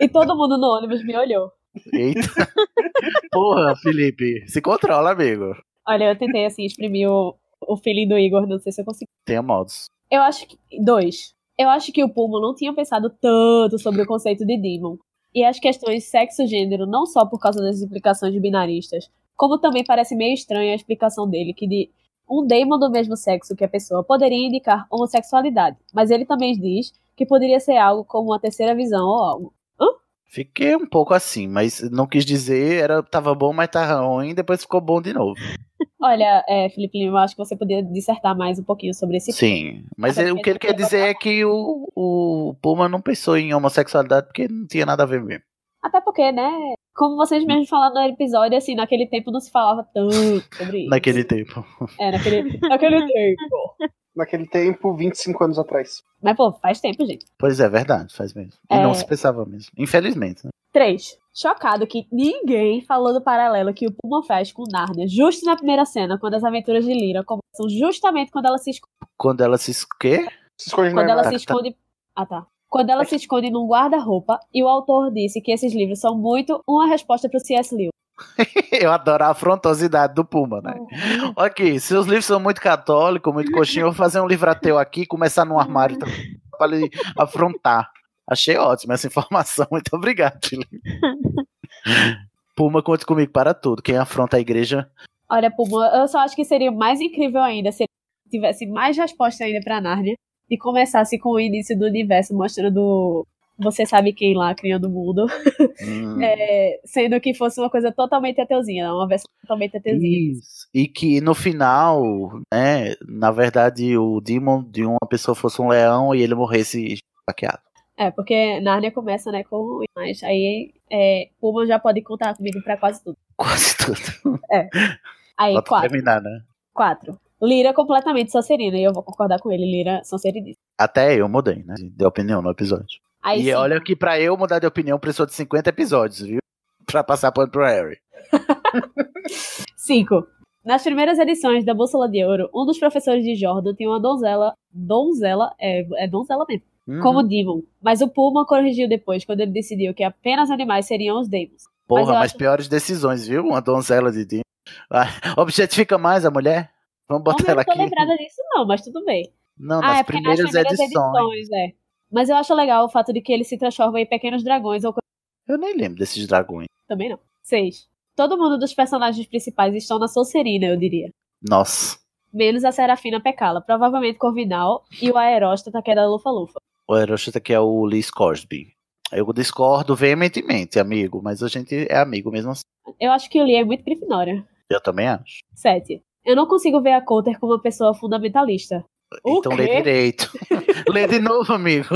Speaker 11: E todo mundo no ônibus me olhou.
Speaker 8: Eita. Porra, Felipe. Se controla, amigo.
Speaker 11: Olha, eu tentei assim exprimir o, o feeling do Igor, não sei se eu consegui.
Speaker 8: Tenha modos.
Speaker 11: Eu acho que. Dois. Eu acho que o Puma não tinha pensado tanto sobre o conceito de Demon. E as questões sexo-gênero, não só por causa das implicações de binaristas, como também parece meio estranha a explicação dele, que de um demon do mesmo sexo que a pessoa poderia indicar homossexualidade. Mas ele também diz que poderia ser algo como uma terceira visão ou algo.
Speaker 8: Fiquei um pouco assim, mas não quis dizer, era, tava bom, mas tava ruim, depois ficou bom de novo.
Speaker 11: Olha, é, Felipe Lima, eu acho que você poderia dissertar mais um pouquinho sobre esse
Speaker 8: Sim. Mas ele- o que ele quer dizer é que o, o Puma não pensou em homossexualidade porque não tinha nada a ver mesmo.
Speaker 11: Até porque, né? Como vocês mesmos falaram no episódio, assim, naquele tempo não se falava tanto sobre isso.
Speaker 8: Naquele tempo.
Speaker 11: É, naquele, naquele tempo.
Speaker 1: Naquele tempo, 25 anos atrás.
Speaker 11: Mas, pô, faz tempo, gente.
Speaker 8: Pois é, verdade, faz mesmo. E
Speaker 11: É.
Speaker 8: não se pensava mesmo. Infelizmente, né?
Speaker 11: Três. Chocado que ninguém falou do paralelo que o Puma faz com Narnia justo na primeira cena, quando as aventuras de Lyra começam justamente quando ela se esconde.
Speaker 8: Quando ela se. es- Quê?
Speaker 1: Se esconde
Speaker 11: Quando ela se esconde. Ah, tá. Quando ela se esconde num guarda-roupa, e o autor disse que esses livros são muito uma resposta pro C.S. Lewis.
Speaker 8: Eu adoro a afrontosidade do Puma, né? Ok, se os livros são muito católicos, muito coxinha, eu vou fazer um livro ateu aqui e começar num armário também, pra lhe afrontar. Achei ótima essa informação, muito obrigado, Felipe. Puma, conte comigo para tudo. Quem afronta a igreja.
Speaker 11: Olha, Puma, eu só acho que seria mais incrível ainda se ele tivesse mais resposta ainda pra Nárnia e começasse com o início do universo mostrando você sabe quem lá criando o mundo,
Speaker 8: Hum.
Speaker 11: É, sendo que fosse uma coisa totalmente ateuzinha, né? uma versão totalmente ateuzinha.
Speaker 8: Isso. E que no final, né, na verdade, o demon de uma pessoa fosse um leão e ele morresse esfaqueado.
Speaker 11: É, porque Nárnia começa, né, com mas aí é, Puma já pode contar comigo pra quase tudo.
Speaker 8: Quase tudo.
Speaker 11: É. Aí,
Speaker 8: Pra
Speaker 11: quatro.
Speaker 8: terminar, né?
Speaker 11: Quatro. Lira completamente Sonserina, e eu vou concordar com ele, Lira Sonserina.
Speaker 8: Até eu mudei, né? De opinião no episódio.
Speaker 11: Aí
Speaker 8: e
Speaker 11: sim.
Speaker 8: olha que pra eu mudar de opinião precisou de 50 episódios, viu? Pra passar pano pro Harry.
Speaker 11: 5. Nas primeiras edições da Bússola de Ouro, um dos professores de Jordan tinha uma donzela. Donzela? É, é donzela mesmo.
Speaker 8: Uhum.
Speaker 11: Como Demon. Mas o Puma corrigiu depois, quando ele decidiu que apenas animais seriam os Demons.
Speaker 8: Porra,
Speaker 11: eu
Speaker 8: mas,
Speaker 11: acho-
Speaker 8: piores decisões, viu? Uma donzela de Dean. Objetifica mais a mulher? Vamos
Speaker 11: Como eu
Speaker 8: botar ela
Speaker 11: não tô
Speaker 8: aqui.
Speaker 11: lembrada disso, não, mas tudo bem. Ah, é
Speaker 8: Não, nas
Speaker 11: porque
Speaker 8: primeiras edições.
Speaker 11: é. Mas eu acho legal o fato de que ele se transforma em pequenos dragões ou coisa.
Speaker 8: Eu nem lembro desses dragões.
Speaker 11: Também não. 6. Todo mundo dos personagens principais estão na Sonserina, eu diria.
Speaker 8: Nossa,
Speaker 11: Menos a Serafina Pecala, provavelmente Corvinal, e o Aeróstata, que é da Lufa-Lufa.
Speaker 8: o Eroshita que é o Liz Cosby. Eu discordo veementemente, amigo, mas a gente é amigo mesmo assim.
Speaker 11: Eu acho que o Lee é muito Grifinória.
Speaker 8: Eu também acho.
Speaker 11: 7. Eu não consigo ver a Coulter como uma pessoa fundamentalista. O
Speaker 8: então lê
Speaker 11: quê?
Speaker 8: direito. lê de novo, amigo.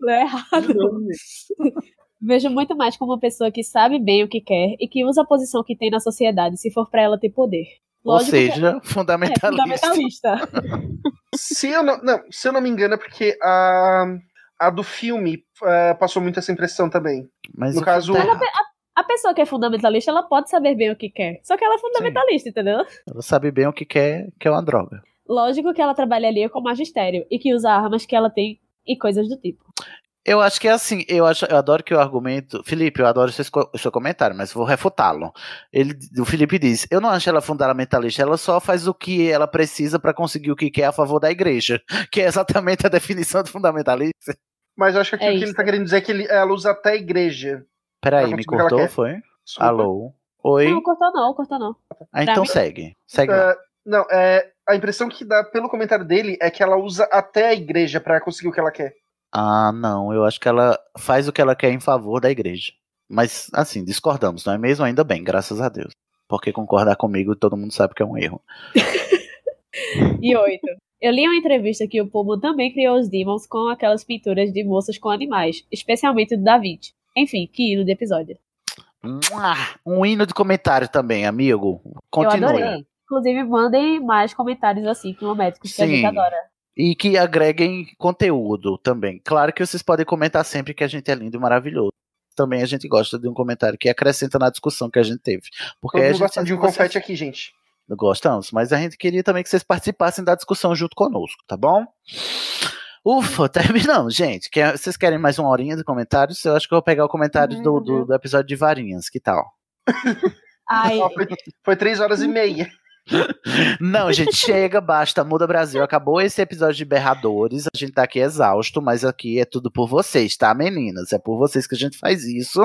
Speaker 11: Lê errado. Vejo muito mais como uma pessoa que sabe bem o que quer e que usa a posição que tem na sociedade se for pra ela ter poder.
Speaker 8: Ou
Speaker 11: Lógico que-
Speaker 8: seja,
Speaker 11: é
Speaker 8: fundamentalista.
Speaker 11: fundamentalista.
Speaker 1: Se eu não, não, se eu não me engano, é porque a, a do filme ah, passou muito essa impressão também.
Speaker 8: Mas
Speaker 1: no
Speaker 8: o tá
Speaker 1: caso,
Speaker 11: Mas a, pe- a- a pessoa que é fundamentalista, ela pode saber bem o que quer. Só que ela é fundamentalista, entendeu?
Speaker 8: Ela sabe bem o que quer, que é uma droga.
Speaker 11: Lógico que ela trabalha ali com magistério e que usa armas que ela tem e coisas do tipo.
Speaker 8: Eu acho que é assim, eu, acho, eu adoro que o argumento. Felipe, eu adoro seu, esco- seu comentário, mas vou refutá-lo. Ele- O Felipe diz: Eu não acho ela fundamentalista, ela só faz o que ela precisa pra conseguir o que quer a favor da igreja, que é exatamente a definição de fundamentalista.
Speaker 1: mas eu acho que
Speaker 11: É
Speaker 1: o que ele
Speaker 11: isso.
Speaker 1: tá querendo dizer é que ele, ela usa até a igreja.
Speaker 8: Peraí,
Speaker 1: Pra
Speaker 8: me
Speaker 1: conseguir o que ela
Speaker 8: cortou,
Speaker 1: quer.
Speaker 8: foi?
Speaker 1: Desculpa.
Speaker 8: Alô? Oi?
Speaker 11: Não, cortou não, cortou não.
Speaker 8: Ah, então
Speaker 11: mim-
Speaker 8: segue. Segue
Speaker 1: Ah,
Speaker 8: lá.
Speaker 1: não, é, a impressão que dá pelo comentário dele é que ela usa até a igreja pra conseguir o que ela quer.
Speaker 8: Ah, não, eu acho que ela faz o que ela quer em favor da igreja. Mas, assim, discordamos, não é mesmo? Ainda bem, graças a Deus. Porque concordar comigo, todo mundo sabe que é um erro.
Speaker 11: E oito. Eu li uma entrevista que o Pullman também criou os Demons com aquelas pinturas de moças com animais, especialmente do Da Vinci. Enfim, que hino do episódio.
Speaker 8: Mua! Um hino de comentário também, amigo.
Speaker 11: Eu
Speaker 8: Continue.
Speaker 11: adorei. Inclusive, mandem mais comentários assim, climométricos, que a
Speaker 8: Sim.
Speaker 11: gente adora.
Speaker 8: E que agreguem conteúdo também. Claro que vocês podem comentar sempre que a gente é lindo e maravilhoso. Também a gente gosta de um comentário que acrescenta na discussão que a gente teve. Porque
Speaker 1: Todo
Speaker 8: a
Speaker 1: mundo
Speaker 8: gente
Speaker 1: gosta
Speaker 8: sabe
Speaker 1: de um
Speaker 8: que vocês-
Speaker 1: confete aqui, gente.
Speaker 8: Gostamos, mas a gente queria também que vocês participassem da discussão junto conosco, tá bom? Ufa, terminamos, gente. Quer- vocês querem mais uma horinha de comentários? Eu acho que eu vou pegar o comentário do,
Speaker 11: Uhum.
Speaker 8: do, do episódio de Varinhas, que tal?
Speaker 11: Ai.
Speaker 1: Foi, assim. foi três horas e meia.
Speaker 8: Não, gente, chega, basta, muda Brasil. Acabou esse episódio de Berradores. A gente tá aqui exausto, mas aqui é tudo por vocês, tá, meninas? É por vocês que a gente faz isso.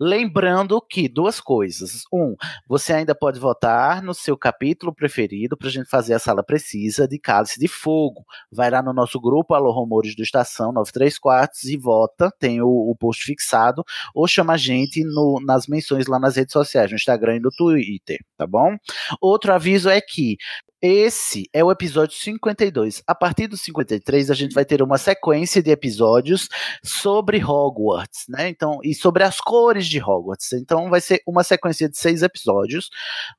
Speaker 8: Lembrando que duas coisas. Um, você ainda pode votar no seu capítulo preferido pra gente fazer a sala precisa de Cálice de Fogo. Vai lá no nosso grupo, Alô Rumores do Estação 93 Quartos e vota. Tem o, o post fixado. Ou chama a gente no- nas menções lá nas redes sociais, no Instagram e no Twitter, tá bom? Outro aviso é que esse é o episódio 52. A partir do 53, a gente vai ter uma sequência de episódios sobre Hogwarts, né? Então, e sobre as cores de Hogwarts. Então, vai ser uma sequência de seis episódios,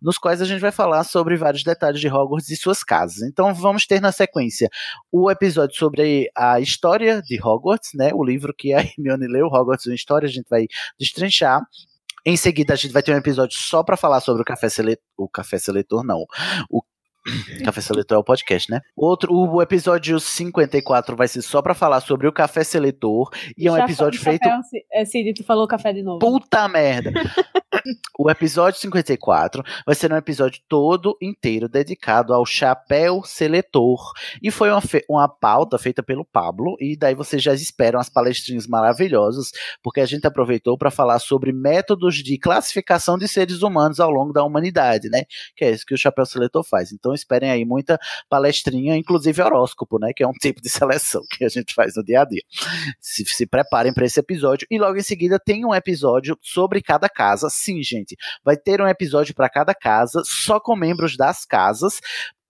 Speaker 8: nos quais a gente vai falar sobre vários detalhes de Hogwarts e suas casas. Então, vamos ter na sequência o episódio sobre a história de Hogwarts, né? O livro que a Hermione leu, Hogwarts uma história, a gente vai destrinchar. Em seguida, a gente vai ter um episódio só pra falar sobre o café seletor. O café seletor, não. O Café Seletor é o podcast, né? Outro, o episódio 54 vai ser só pra falar sobre o Café Seletor. E é um
Speaker 11: Já
Speaker 8: episódio
Speaker 11: falei
Speaker 8: feito.
Speaker 11: café, Ci- é, Cid, tu falou café de novo.
Speaker 8: Puta merda! o episódio 54 vai ser um episódio todo inteiro dedicado ao chapéu seletor. E foi uma, fe- uma pauta feita pelo Pablo, e daí vocês já esperam as palestrinhas maravilhosas, porque a gente aproveitou para falar sobre métodos de classificação de seres humanos ao longo da humanidade, né? Que é isso que o chapéu seletor faz. Então esperem aí muita palestrinha, inclusive horóscopo, né? Que é um tipo de seleção que a gente faz no dia a dia se, se preparem para esse episódio. E logo em seguida tem um episódio sobre cada casa. Sim, gente, vai ter um episódio para cada casa, só com membros das casas.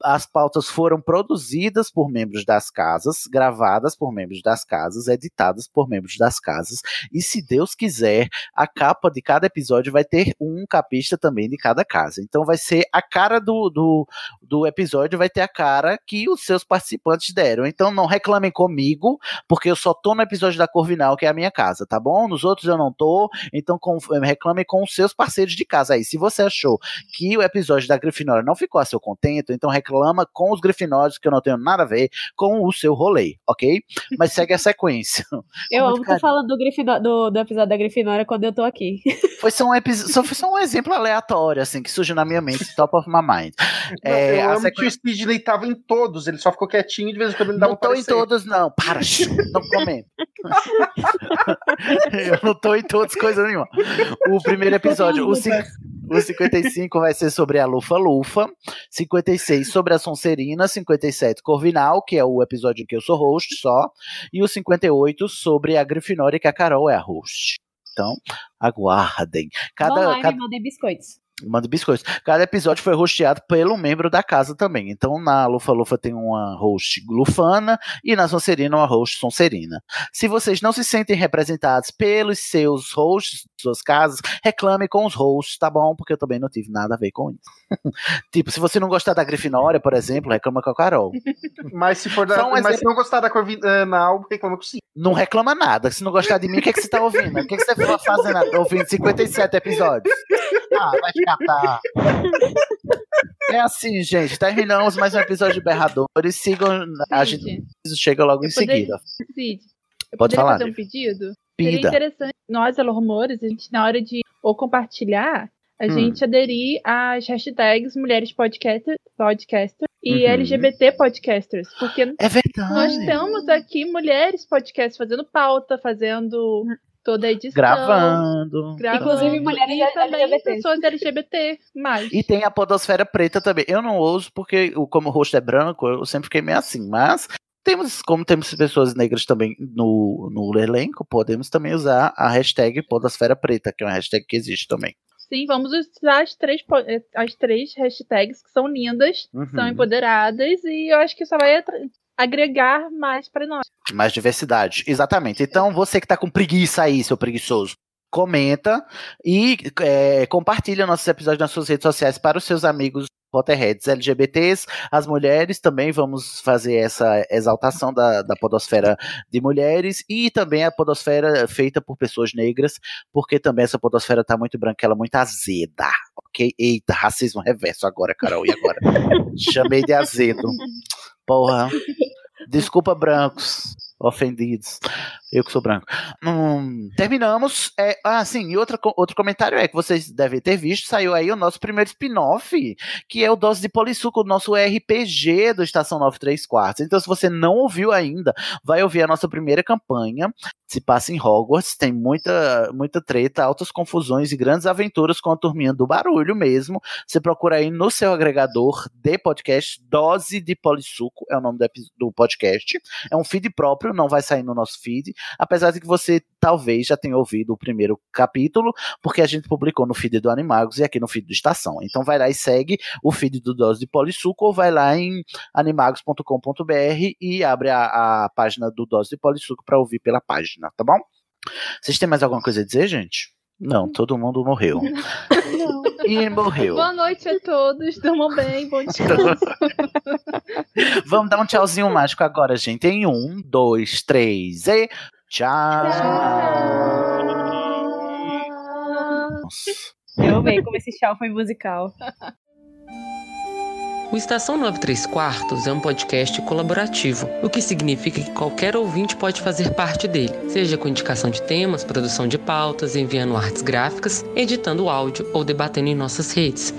Speaker 8: As pautas foram produzidas por membros das casas, gravadas por membros das casas, editadas por membros das casas. E se Deus quiser, a capa de cada episódio vai ter um capista também de cada casa. Então vai ser a cara do, do, do episódio, vai ter a cara que os seus participantes deram. Então não reclamem comigo, porque eu só tô no episódio da Corvinal, que é a minha casa, tá bom? Nos outros eu não tô, então com- reclame com os seus parceiros de casa aí. Se você achou que o episódio da Grifinória não ficou a seu contento, então reclama com os Grifinórios, que eu não tenho nada a ver com o seu rolê, ok? Mas segue a sequência.
Speaker 11: Eu
Speaker 8: Com
Speaker 11: amo
Speaker 8: muito
Speaker 11: tu falando do, Grifinó- do, do episódio da Grifinória quando eu tô aqui.
Speaker 8: Foi só um, episo- só foi só um exemplo aleatório, assim, que surgiu na minha mente, top of my mind. É,
Speaker 1: eu
Speaker 8: a
Speaker 1: amo que
Speaker 8: sequência-
Speaker 1: o Sidney tava em todos, ele só ficou quietinho e de vez em quando ele dava um
Speaker 8: Não tô em todos, não. Para, shh, não comenta. Eu não tô em todas coisa nenhuma. O primeiro episódio, o, cin- o 55 vai ser sobre a Lufa Lufa, 56 sobre a Sonserina, 57 Corvinal, que é o episódio em que eu sou host só, e o 58 sobre a Grifinória, que a Carol é a host. Então, aguardem. Cada,
Speaker 11: Vão lá e
Speaker 8: cada-
Speaker 11: me mandem biscoitos.
Speaker 8: Manda biscoitos. Cada episódio foi hosteado pelo membro da casa também. Então, na Lufa Lufa tem uma host lufana e na Sonserina uma host sonserina. Se vocês não se sentem representados pelos seus hosts, suas casas, reclame com os hosts, tá bom? Porque eu também não tive nada a ver com isso. tipo, se você não gostar da Grifinória, por exemplo, reclama com a Carol.
Speaker 1: Mas se for da,
Speaker 8: Só um
Speaker 1: mas se
Speaker 8: exemplo.
Speaker 1: não gostar da eh, Corvinal, reclama com o Cid.
Speaker 8: Não reclama nada. Se não gostar de mim, o que, é que você tá ouvindo? O que, é que você tá fazendo ouvindo 57 episódios? Ah, vai catar. É assim, gente. Terminamos mais um episódio de Berradores. Sigam. A
Speaker 3: Gente,
Speaker 8: gente chega logo em seguida.
Speaker 3: Cid, eu
Speaker 8: Pode
Speaker 3: poderia
Speaker 8: falar,
Speaker 3: fazer um
Speaker 8: Nívia.
Speaker 3: pedido?
Speaker 8: Pida.
Speaker 3: Seria interessante nós, Alô Rumores, a gente, na hora de ou compartilhar, a
Speaker 8: Hum.
Speaker 3: gente aderir às hashtags Mulheres Podcaster, Podcaster e
Speaker 8: Uhum.
Speaker 3: LGBT Podcasters. Porque
Speaker 8: é verdade.
Speaker 3: então. nós temos aqui mulheres podcasts fazendo pauta, fazendo Toda edição.
Speaker 8: Gravando.
Speaker 3: gravando.
Speaker 11: Inclusive, mulheres
Speaker 3: e é também
Speaker 11: LGBT.
Speaker 3: pessoas LGBT. Mas.
Speaker 8: E tem a podosfera preta também. Eu não ouso, porque o- como o rosto é branco, eu sempre fiquei meio assim. Mas temos, como temos pessoas negras também no, no elenco, podemos também usar a hashtag Podosfera Preta, que é uma hashtag que existe também.
Speaker 3: Sim, vamos usar as três, po- eh, as três hashtags que são lindas,
Speaker 8: Uhum.
Speaker 3: são empoderadas, e eu acho que só vai atra- agregar mais pra nós.
Speaker 8: Mais diversidade. Exatamente. Então, você que tá com preguiça aí, seu preguiçoso, comenta e é, compartilha nossos episódios nas suas redes sociais para os seus amigos Potterheads LGBTs, as mulheres também vamos fazer essa exaltação da, da podosfera de mulheres e também a podosfera feita por pessoas negras, porque também essa podosfera tá muito branquela, muito azeda, ok? Eita, racismo reverso agora, Carol, e agora? Chamei de azedo. Porra. Desculpa, brancos. Ofendidos. Eu que sou branco. Hum, terminamos. É, ah, sim, e outra, co- outro comentário é que vocês devem ter visto, saiu aí o nosso primeiro spin-off, que é o Dose de Polissuco, o nosso RPG do Estação 93 Quartos. Então, se você não ouviu ainda, vai ouvir a nossa primeira campanha. Se passa em Hogwarts, tem muita, muita treta, altas confusões e grandes aventuras com a turminha do barulho mesmo. Você procura aí no seu agregador de podcast, Dose de Polissuco, é o nome do, epi- do podcast. É um feed próprio, não vai sair no nosso feed, apesar de que você talvez já tenha ouvido o primeiro capítulo, porque a gente publicou no feed do Animagos e aqui no feed do Estação. Então vai lá e segue o feed do Dose de Polissuco ou vai lá em animagos.com.br e abre a, a página do Dose de Polissuco para ouvir pela página, tá bom? Vocês têm mais alguma coisa a dizer, gente? Não, todo mundo morreu. E morreu.
Speaker 3: Boa noite a todos, tamo bem, bom descanso.
Speaker 8: Vamos dar um tchauzinho mágico agora, gente. Em um, dois, três e. Tchau.
Speaker 11: Eu amei como esse tchau foi musical.
Speaker 12: O Estação 93 Quartos é um podcast colaborativo, o que significa que qualquer ouvinte pode fazer parte dele, seja com indicação de temas, produção de pautas, enviando artes gráficas, editando áudio ou debatendo em nossas redes.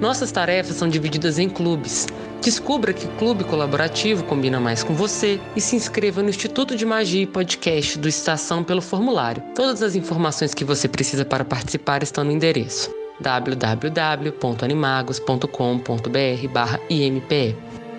Speaker 12: Nossas tarefas são divididas em clubes. Descubra que clube colaborativo combina mais com você e se inscreva no Instituto de Magia e Podcast do Estação pelo formulário. Todas as informações que você precisa para participar estão no endereço www.animagos.com.br barra IMPE.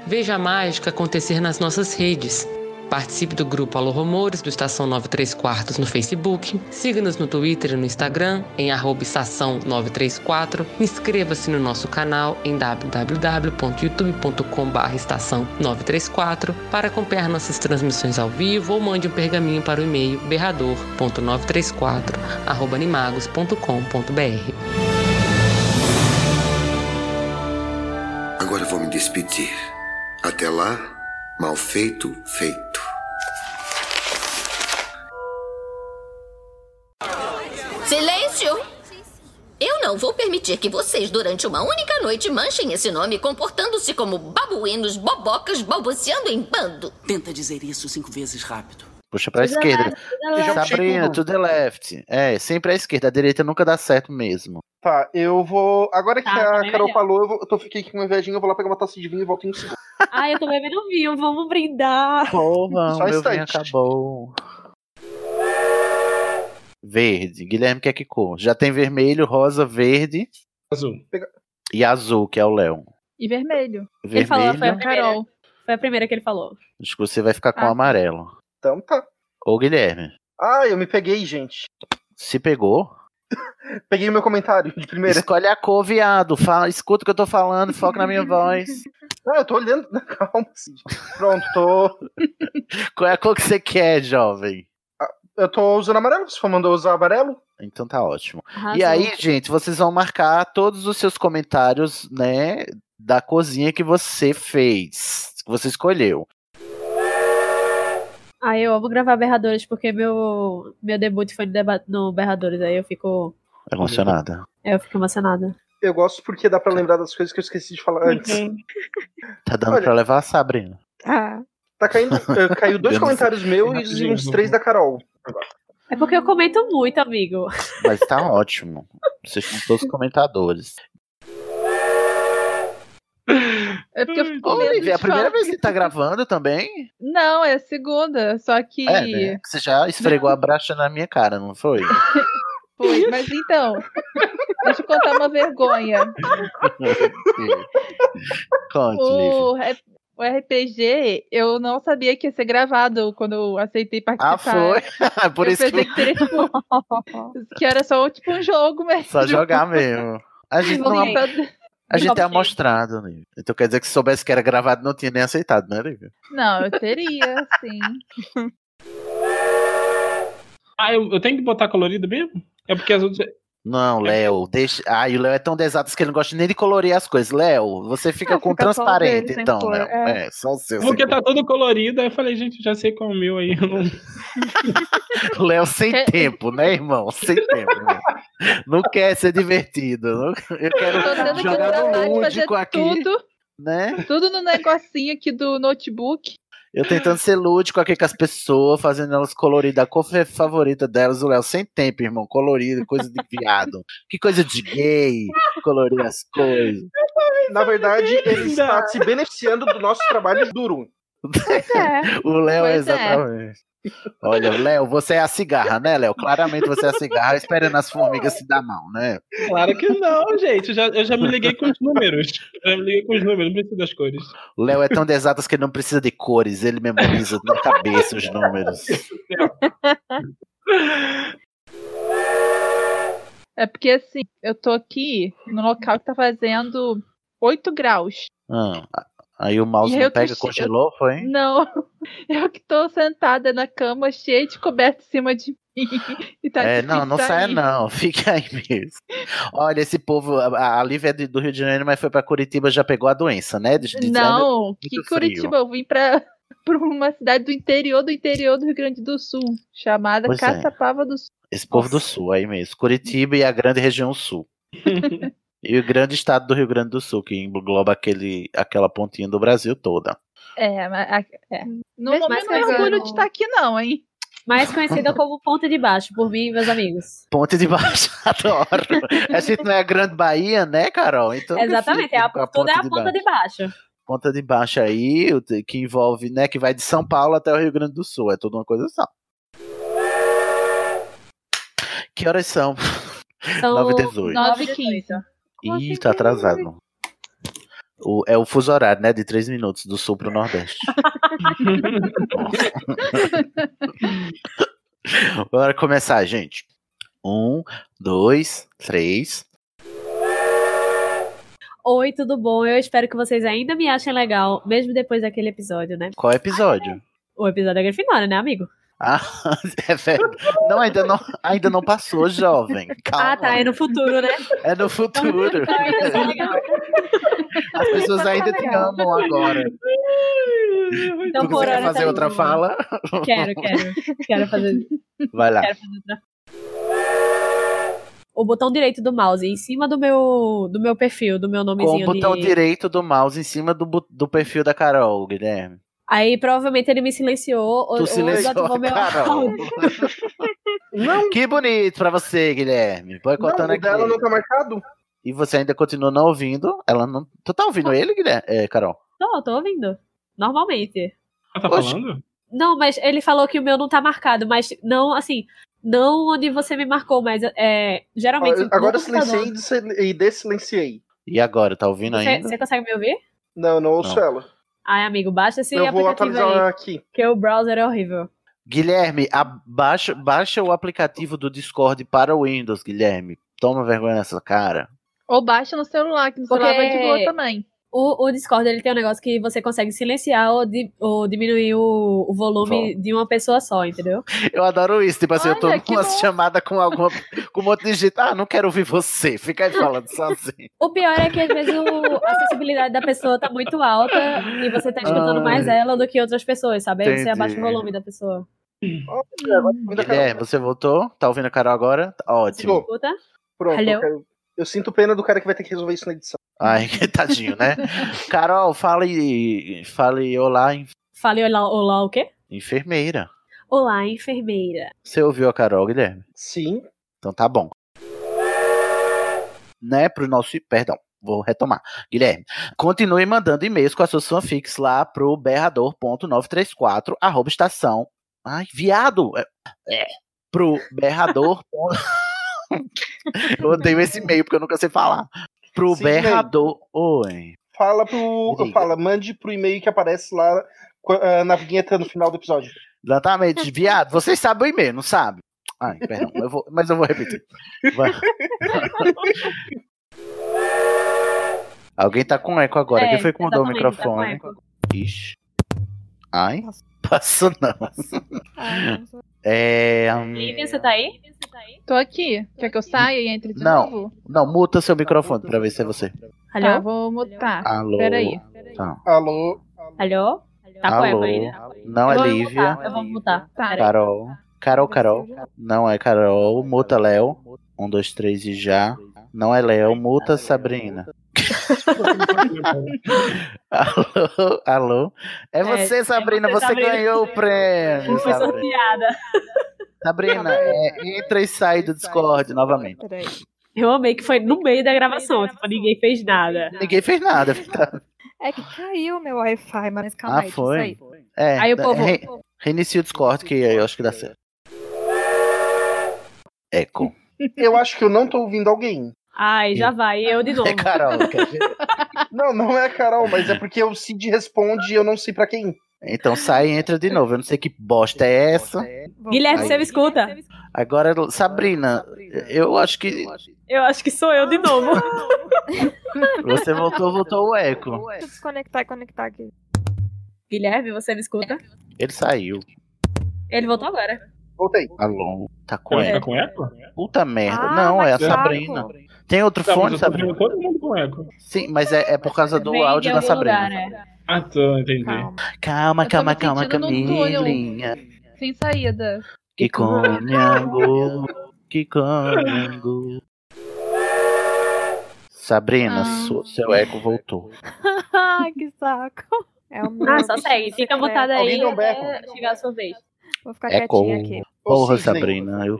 Speaker 12: Veja a mágica acontecer nas nossas redes. Participe do grupo Alô Rumores do Estação 93 Quartos no Facebook. Siga-nos no Twitter e no Instagram em arroba estação 934. Inscreva-se no nosso canal em www.youtube.com barra estação 934 para acompanhar nossas transmissões ao vivo ou mande um pergaminho para o e-mail berrador.934 arroba animagos.com.br.
Speaker 13: Agora vou me despedir. Até lá, mal feito, feito.
Speaker 14: Silêncio! Eu não vou permitir que vocês, durante uma única noite, manchem esse nome comportando-se como babuínos, bobocas, balbuciando em bando.
Speaker 9: Tenta dizer isso cinco vezes rápido.
Speaker 8: Puxa pra
Speaker 14: To the
Speaker 8: esquerda.
Speaker 14: left, to the
Speaker 8: Tá
Speaker 14: left.
Speaker 8: Sabrina, to the left. É, sempre à esquerda. A direita nunca dá certo mesmo.
Speaker 1: Tá, eu vou. Agora que
Speaker 11: Tá, tá
Speaker 1: a
Speaker 11: bem
Speaker 1: Carol
Speaker 11: melhor.
Speaker 1: falou, eu, vou, eu tô, fiquei aqui com uma invejinha, eu vou lá pegar uma taça de vinho e volto em um segundo.
Speaker 11: Ai, eu tô bebendo vinho, vamos brindar.
Speaker 8: Porra,
Speaker 1: Só
Speaker 8: o meu vinho
Speaker 1: instante.
Speaker 8: acabou. Verde. Guilherme quer que cor? Já tem vermelho, rosa, verde.
Speaker 6: Azul.
Speaker 8: E azul, que é o Léo.
Speaker 3: E vermelho.
Speaker 8: Ele falou, Vermelho. foi Ah. a
Speaker 3: primeira. Carol.
Speaker 11: Foi a primeira que ele falou.
Speaker 8: Acho que você vai ficar com o amarelo.
Speaker 1: Então tá.
Speaker 8: Ô, Guilherme,
Speaker 1: Ah, eu me peguei, gente.
Speaker 8: se pegou?
Speaker 1: Peguei meu comentário de primeira.
Speaker 8: Escolhe a cor, viado. Fala, escuta o que eu tô falando, foca na minha voz.
Speaker 1: Ah, eu tô olhando. Calma, Cid. Pronto, tô.
Speaker 8: Qual é a cor que você quer, jovem?
Speaker 1: Eu tô usando amarelo. Você mandou usar amarelo?
Speaker 8: Então tá ótimo.
Speaker 1: Arrasou.
Speaker 8: E aí, gente, vocês vão marcar todos os seus comentários, né, da cozinha que você fez, que você escolheu.
Speaker 11: Ai, eu amo gravar Berradores, porque meu, meu debut foi no, deba- no Berradores, aí eu fico,
Speaker 8: Tá Emocionada.
Speaker 11: eu fico emocionada.
Speaker 1: Eu gosto porque dá pra lembrar das coisas que eu esqueci de falar antes.
Speaker 11: Uhum.
Speaker 8: Tá dando
Speaker 1: Olha.
Speaker 8: pra levar, Sabrina?
Speaker 1: Ah. Tá caindo. eh, Caiu dois
Speaker 8: Eu não sei.
Speaker 1: comentários meus e uns três da Carol.
Speaker 11: É porque
Speaker 8: Ah.
Speaker 11: eu comento muito, amigo.
Speaker 8: Mas tá ótimo. Vocês são todos comentadores.
Speaker 3: É porque eu fico com
Speaker 8: Ô,
Speaker 3: medo de
Speaker 8: Lívia, é a primeira
Speaker 3: falar.
Speaker 8: vez que tá gravando também?
Speaker 3: Não, é a segunda, só que.
Speaker 8: É, né? Você já esfregou a bracha na minha cara, não foi?
Speaker 3: Foi, mas então. Deixa eu contar uma vergonha.
Speaker 8: Conte, Lívia.
Speaker 3: O, re- o RPG, eu não sabia que ia ser gravado quando eu aceitei participar.
Speaker 8: Ah, foi? Por
Speaker 3: Tá. eu
Speaker 8: isso
Speaker 3: pensei
Speaker 8: que-
Speaker 3: que... teria, tipo, que era só tipo um jogo mesmo.
Speaker 8: Só jogar mesmo. A gente, não,
Speaker 3: Sim.
Speaker 8: a gente é amostrado, Lívia. Então quer dizer que se soubesse que era gravado, não tinha nem aceitado, né, Lívia?
Speaker 3: Não, eu teria, sim.
Speaker 6: Ah, eu, eu tenho que botar colorido mesmo? É porque as outras.
Speaker 8: Não, Léo, deixa. Ai, o Léo é tão desatas que ele não gosta nem de colorir as coisas. Léo, você fica com
Speaker 6: fica só o
Speaker 8: transparente,
Speaker 6: dele sem
Speaker 8: então,
Speaker 6: cor,
Speaker 8: Léo.
Speaker 6: é.
Speaker 8: É. só o seu. sem
Speaker 6: Porque tá todo colorido, aí eu falei, gente, já sei qual é o meu aí. eu não-
Speaker 8: O Léo sem
Speaker 6: Quer-
Speaker 8: tempo, né, irmão? Sem tempo. né? Não quer ser divertido. não- Eu quero
Speaker 3: Tô tendo que
Speaker 8: jogar
Speaker 3: tratar
Speaker 8: no
Speaker 3: de fazer
Speaker 8: lúdico aqui,
Speaker 3: tudo,
Speaker 8: né?
Speaker 3: tudo no negocinho aqui do notebook.
Speaker 8: Eu tentando ser lúdico aqui com as pessoas, fazendo elas coloridas. A cor fe- favorita delas, o Léo sem tempo, irmão. Colorido, coisa de viado. Que coisa de gay, colorir as coisas.
Speaker 1: Na verdade, ele está se beneficiando do nosso trabalho duro.
Speaker 8: O Léo,
Speaker 1: Pois é.
Speaker 8: exatamente. Olha, Léo, você é a cigarra, né, Léo? Claramente você é a cigarra, esperando as formigas se dar mal, né?
Speaker 6: Claro que não, gente. Eu já, eu já me liguei com os números. Eu já me liguei com os números, não preciso das cores.
Speaker 8: O Léo é tão desatas que ele não precisa de cores, ele memoriza na cabeça os números.
Speaker 3: É porque assim, eu tô aqui no local que tá fazendo 8 graus.
Speaker 8: Ah, aí o mouse
Speaker 3: E
Speaker 8: não
Speaker 3: eu tô
Speaker 8: pega,
Speaker 3: che-
Speaker 8: congelou, foi? hein?
Speaker 3: Não, eu que tô sentada na cama, cheia de coberta em cima de mim. E tá
Speaker 8: é, não,
Speaker 3: difícil
Speaker 8: não saia
Speaker 3: sair.
Speaker 8: não, fica aí mesmo. Olha, esse povo, a, a Lívia é de- do Rio de Janeiro, mas foi pra Curitiba já pegou a doença, né? De- de-
Speaker 3: Não,
Speaker 8: muito
Speaker 3: que
Speaker 8: frio.
Speaker 3: Curitiba, eu vim pra, pra uma cidade do interior do interior do Rio Grande do Sul, chamada
Speaker 8: Pois é.
Speaker 3: Caçapava do Sul.
Speaker 8: Esse povo do sul aí mesmo. Curitiba e a grande região sul. e o grande estado do Rio Grande do Sul, que engloba aquele, aquela pontinha do Brasil toda.
Speaker 3: É, mas a- é. no
Speaker 11: Mas mais
Speaker 3: momento não é
Speaker 11: conhecida-
Speaker 3: orgulho de estar aqui não, hein?
Speaker 11: Mais conhecida como Ponta de Baixo, por mim e meus amigos.
Speaker 8: Ponte de baixo, adoro. A gente não é a Grande Bahia, né, Carol? Então
Speaker 11: Exatamente, é a,
Speaker 8: com a
Speaker 11: tudo é a
Speaker 8: ponta de
Speaker 11: ponta de baixo.
Speaker 8: ponta de baixo aí, o te- que envolve, né, que vai de São Paulo até o Rio Grande do Sul. É tudo uma coisa só. Que horas são?
Speaker 11: São
Speaker 8: 9 e 18.
Speaker 3: 9 e 15.
Speaker 8: Ih,
Speaker 11: assim,
Speaker 8: tá atrasado. O, é o fuso horário, né? De 3 minutos do sul pro nordeste. Bora começar, gente. Um, dois, três.
Speaker 11: Oi, tudo bom? Eu espero que vocês ainda me achem legal, mesmo depois daquele episódio, né?
Speaker 8: Qual é episódio?
Speaker 11: O episódio da Grifinória, né, amigo?
Speaker 8: Ah, é verdade. Não, ainda não, ainda não passou, jovem. Calma.
Speaker 11: Ah, tá, é no futuro, né?
Speaker 8: É no futuro.
Speaker 11: Então ainda sou legal.
Speaker 8: As pessoas
Speaker 1: tá
Speaker 8: ainda te
Speaker 11: legal.
Speaker 8: amam agora.
Speaker 11: Então,
Speaker 8: tu
Speaker 11: por
Speaker 8: quiser
Speaker 11: hora,
Speaker 8: fazer
Speaker 11: tá
Speaker 8: outra
Speaker 11: bom.
Speaker 8: fala?
Speaker 11: Quero, quero. Quero fazer.
Speaker 8: Vai lá.
Speaker 1: É
Speaker 11: Quero fazer outra. O botão direito do mouse em cima do meu, do meu perfil, do meu
Speaker 8: Com o
Speaker 11: nomezinho.
Speaker 8: botão
Speaker 11: de...
Speaker 8: direito do mouse em cima do, bu- do perfil da Carol, Guilherme.
Speaker 11: Aí provavelmente ele me silenciou ou,
Speaker 8: Tu
Speaker 11: ou
Speaker 8: silenciou
Speaker 11: desativou
Speaker 8: a
Speaker 11: meu
Speaker 8: Carol.
Speaker 11: áudio.
Speaker 8: Que bonito pra você, Guilherme. Boicotando
Speaker 1: Não, o
Speaker 8: aqui.
Speaker 1: dela não tá marcado?
Speaker 8: E você ainda continua não ouvindo. Ela não. Tu tá ouvindo ele, Guilherme? É, Carol?
Speaker 11: Não, tô ouvindo. Normalmente.
Speaker 6: Ela tá
Speaker 8: Oxe.
Speaker 6: falando?
Speaker 11: Não, mas ele falou que o meu não tá marcado, mas não, assim, não onde você me marcou, mas é, geralmente. no
Speaker 1: Agora eu
Speaker 11: computador.
Speaker 1: silenciei e desse- e desilenciei.
Speaker 8: E agora, tá ouvindo
Speaker 11: Você,
Speaker 8: ainda?
Speaker 11: você consegue me ouvir?
Speaker 1: Não, não ouço
Speaker 8: Não.
Speaker 1: ela.
Speaker 11: Ai, amigo, baixa esse
Speaker 1: Eu vou
Speaker 11: aplicativo
Speaker 1: atualizar
Speaker 11: aí,
Speaker 1: aqui.
Speaker 11: que o browser é horrível.
Speaker 8: Guilherme, abaixa, baixa o aplicativo do Discord para o Windows, Guilherme. Toma vergonha nessa cara.
Speaker 3: Ou baixa no celular, que no celular vai de boa também.
Speaker 11: O, o Discord ele tem um negócio que você consegue silenciar ou, di- ou diminuir o, o volume de uma pessoa só, entendeu?
Speaker 8: Eu adoro isso. Tipo assim, eu tô
Speaker 11: Olha, que
Speaker 8: numa
Speaker 11: bom.
Speaker 8: chamada com alguma. com um monte de gente. Ah, não quero ouvir você. Fica aí falando sozinho.
Speaker 11: O pior é que às vezes o- a acessibilidade da pessoa tá muito alta e você tá escutando
Speaker 8: Ai.
Speaker 11: mais ela do que outras pessoas, sabe? Aí você
Speaker 8: Entendi.
Speaker 11: abaixa o volume da pessoa.
Speaker 1: É,
Speaker 8: Guilherme, você voltou? Tá ouvindo a Carol agora? Tá Ótimo.
Speaker 11: Escuta?
Speaker 1: Pronto,
Speaker 11: Hello?
Speaker 1: eu, quero- eu sinto pena do cara que vai ter que resolver isso na edição.
Speaker 8: Ai, que tadinho, né? Carol, fale. Fale olá, en-
Speaker 11: Falei olá, olá o quê?
Speaker 8: enfermeira.
Speaker 11: Olá, enfermeira.
Speaker 8: Você ouviu a Carol, Guilherme?
Speaker 1: Sim.
Speaker 8: Então tá bom. Né, pro nosso. Perdão. vou retomar. Guilherme, continue mandando e-mails com as suas fanfics lá pro berrador.934, arroba estação. Ai, viado! É, é, pro berrador. eu odeio esse e-mail porque eu nunca sei falar. Pro
Speaker 1: Sim,
Speaker 8: berrador. Oi.
Speaker 1: Fala pro.
Speaker 8: Diga.
Speaker 1: Fala, mande pro e-mail que aparece lá ah, na vinheta no final do episódio.
Speaker 8: Exatamente, viado. Vocês sabem o e-mail, não sabem? Ai, perdão, eu vou- mas eu vou repetir. Vai. Alguém tá com eco agora.
Speaker 11: É,
Speaker 8: Quem foi que mandou o
Speaker 11: exatamente, tá com
Speaker 8: microfone?
Speaker 11: eco.
Speaker 8: Ixi. Ai, passou não.
Speaker 7: Ah,
Speaker 8: É, hum,
Speaker 3: Lívia, você tá aí? Tô aqui. Quer que eu saia e entre de
Speaker 8: não,
Speaker 3: novo?
Speaker 8: não, muta
Speaker 11: Tá
Speaker 8: seu microfone pra ver se é você.
Speaker 3: Alô? Tá, vou mutar.
Speaker 8: Alô.
Speaker 3: Peraí.
Speaker 8: Tá.
Speaker 1: Alô?
Speaker 11: Alô? Tá com eco
Speaker 8: Alô.
Speaker 11: ainda?
Speaker 8: Não é
Speaker 11: Eu vou
Speaker 8: Lívia.
Speaker 11: mutar, Eu vou mutar. Peraí.
Speaker 8: Carol. Carol, Carol. Não é Carol. Muta Léo. Um, dois, três e já. Não é Léo. Muta Sabrina. alô, alô. É você,
Speaker 11: é
Speaker 8: Sabrina.
Speaker 11: você,
Speaker 8: Você,
Speaker 11: Sabrina.
Speaker 8: ganhou o prêmio.
Speaker 11: Foi assim.
Speaker 8: Sabrina,
Speaker 11: sorteada.
Speaker 8: Sabrina, é, entra e sai do Discord novamente.
Speaker 11: Eu amei que foi no meio da gravação, tipo, ninguém fez nada.
Speaker 8: Ninguém fez nada. tá?
Speaker 7: É que caiu meu Wi-Fi, mas calma
Speaker 8: Ah,
Speaker 7: aí, deixa eu
Speaker 8: foi.
Speaker 7: sair.
Speaker 8: É,
Speaker 7: Aí o
Speaker 8: da-
Speaker 7: povo-
Speaker 8: re- reinicia o Discord que eu acho que dá certo. É Eco.
Speaker 1: Eu acho que eu não tô ouvindo alguém.
Speaker 11: Ai, já vai, eu de novo.
Speaker 8: É Carol. quer dizer.
Speaker 1: Não, não é a Carol, mas é porque o Cid responde e eu não sei pra quem.
Speaker 8: Então sai e entra de novo. Eu não sei que bosta é essa.
Speaker 11: Guilherme, você me escuta?
Speaker 8: Agora, Sabrina, eu acho que
Speaker 11: Eu acho que sou eu de novo.
Speaker 8: você voltou, voltou o eco.
Speaker 7: Deixa eu desconectar e conectar aqui.
Speaker 11: Guilherme, você me escuta?
Speaker 8: Ele saiu.
Speaker 11: Ele voltou agora.
Speaker 1: Voltei.
Speaker 8: Alô. Tá com
Speaker 6: Ela tá
Speaker 8: eco.
Speaker 6: com eco?
Speaker 8: Puta merda.
Speaker 11: Ah,
Speaker 8: não, é a
Speaker 6: mas tá,
Speaker 8: Sabrina. Tem outro
Speaker 6: Tá, mas
Speaker 8: fone,
Speaker 6: eu tô
Speaker 8: Sabrina?
Speaker 6: vendo todo mundo com eco.
Speaker 8: Sim, mas é, é por causa do áudio da Sabrina.
Speaker 3: né?
Speaker 6: Ah, tô, entendi.
Speaker 8: Calma, calma, calma,
Speaker 3: sentindo num túnel.
Speaker 8: Camilinha.
Speaker 3: Sem saída.
Speaker 8: Que come angu. Que come angu. Sabrina, su- seu eco voltou.
Speaker 7: Ai, que saco. É o meu
Speaker 11: Ah, só segue. Fica botada aí
Speaker 7: Alguém deu um beco?
Speaker 11: até chegar a sua vez.
Speaker 7: Vou ficar
Speaker 8: Eco.
Speaker 7: quietinha aqui.
Speaker 8: Porra, Sabrina. Eu,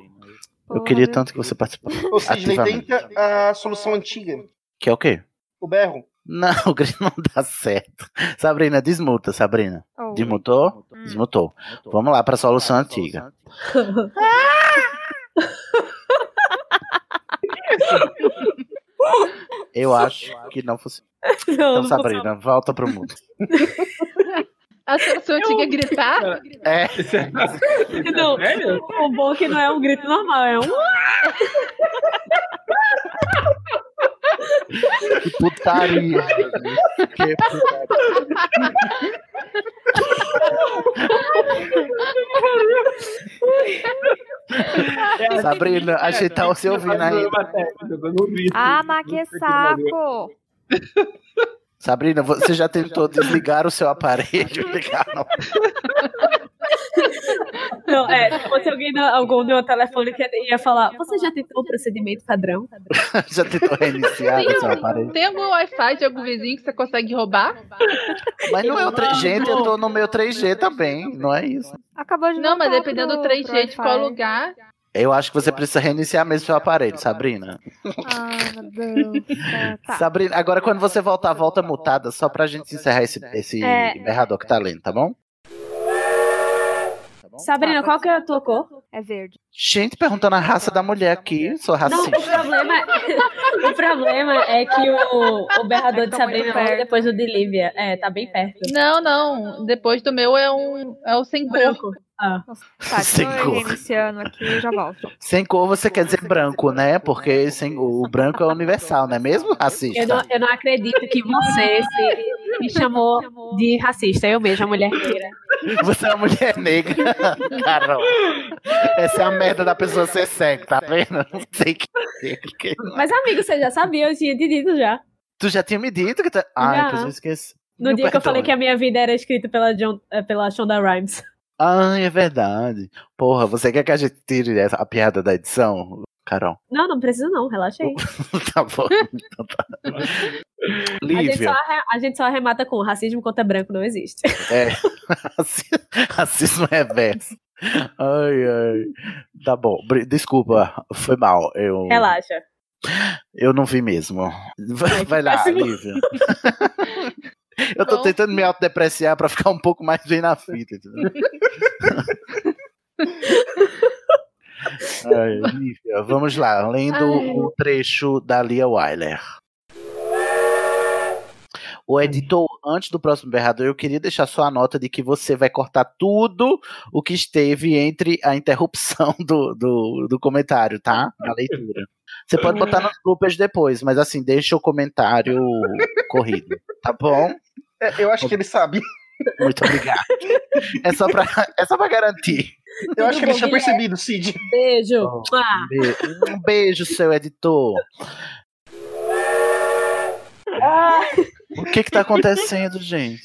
Speaker 8: É eu queria tanto que você participasse.
Speaker 1: Ou Sidney,
Speaker 8: Ativamente.
Speaker 1: tenta a solução antiga.
Speaker 8: Que é o quê?
Speaker 1: O berro.
Speaker 8: Não, o grito não dá certo. Sabrina, desmuta, Sabrina.
Speaker 1: Oh.
Speaker 8: Desmutou? Desmutou. Vamos lá para a solução antiga. Eu acho que não fosse. Então, Sabrina, volta pro mundo.
Speaker 3: A solução antiga é gritar?
Speaker 8: É.
Speaker 11: Não, o bom é que não é um grito normal, é um.
Speaker 8: Que putaria. Que putaria. Sabrina, a gente tá se ouvindo aí.
Speaker 7: Ah, mas que saco.
Speaker 8: Sabrina, você já tentou desligar o seu aparelho? Ligar, não.
Speaker 11: Não, é, se fosse alguém na, algum de um telefone que ia falar, você já tentou o procedimento padrão?
Speaker 8: Já tentou reiniciar o seu aparelho?
Speaker 3: Tem algum Wi-Fi de algum vizinho que você consegue roubar?
Speaker 8: Mas não é o 3G, tentou no meu 3G também, não é isso.
Speaker 7: Acabou de
Speaker 3: Não, mas
Speaker 7: voltar
Speaker 3: dependendo do
Speaker 7: pro-
Speaker 3: 3G de
Speaker 7: pro
Speaker 3: qual
Speaker 7: Wi-Fi.
Speaker 3: lugar.
Speaker 8: Eu acho que você precisa reiniciar mesmo seu aparelho, Sabrina.
Speaker 7: Ah, meu Deus. Tá, tá.
Speaker 8: Sabrina, agora quando você voltar, volta mutada, só pra gente encerrar esse, esse
Speaker 7: É.
Speaker 8: berrador que tá lendo, tá bom?
Speaker 11: Sabrina, qual que é a tua cor?
Speaker 7: É verde.
Speaker 8: Gente, perguntando a raça da mulher aqui, sou
Speaker 11: Não, o
Speaker 8: racista.
Speaker 11: problema, é, o problema é que o, o berrador de Sabrina logo depois do de Lívia. É, tá bem perto.
Speaker 3: Não, não. Depois do meu é um é o sem cor.
Speaker 7: Tá,
Speaker 8: Sem
Speaker 7: deixa eu
Speaker 8: cor.
Speaker 7: reiniciando aqui e já volto.
Speaker 8: Sem cor você quer dizer branco, né? Porque sem, o branco é universal, não é mesmo,
Speaker 11: Eu não,
Speaker 8: racista?
Speaker 11: eu não acredito que você se, me chamou de racista, eu mesma, mulher negra.
Speaker 8: Você é uma mulher negra, Carol. Essa é a merda da pessoa ser cego, tá vendo? Não sei o que. que- é
Speaker 11: Mas, amigo, você já sabia, eu tinha te dito já.
Speaker 8: Tu já tinha me dito que. tá. Ai,
Speaker 11: Já.
Speaker 8: pois eu esqueci.
Speaker 11: No
Speaker 8: Me
Speaker 11: dia que eu
Speaker 8: perdoe.
Speaker 11: falei que a minha vida era escrita pela, John, eh, pela Shonda Rhimes.
Speaker 8: Ai, é verdade. Porra, você quer que a gente tire essa- a piada da edição, Carol?
Speaker 11: Não, não precisa não, relaxa aí.
Speaker 8: tá bom. Então tá.
Speaker 11: A gente, só,
Speaker 8: Lívia.
Speaker 11: arre- a gente só arremata com racismo contra branco, não existe.
Speaker 8: É. Raci- Racismo reverso. Ai, ai. Tá bom. Bri- Desculpa, foi mal. Eu...
Speaker 11: Relaxa.
Speaker 8: Eu não vi mesmo. Vai, vai lá, Lívia. Eu tô tentando me autodepreciar pra ficar um pouco mais bem na fita. entendeu? Ai, Lívia, vamos lá, lendo
Speaker 15: Ai.
Speaker 8: o trecho da Lia Weiler. O editor, antes do próximo berrador, eu queria deixar só a nota de que você vai cortar tudo o que esteve entre a interrupção do, do, do comentário, tá? Da leitura. Você pode botar nos bloopers depois, mas assim, deixa o comentário corrido, tá bom?
Speaker 1: É, eu acho que ele sabe.
Speaker 8: Muito obrigado. É só pra, é só pra garantir.
Speaker 1: Eu acho que ele tinha
Speaker 8: Tudo bom,
Speaker 1: percebido, Cid.
Speaker 11: Beijo. Ah,
Speaker 8: Um be- Um beijo, seu editor. O que que tá acontecendo, gente?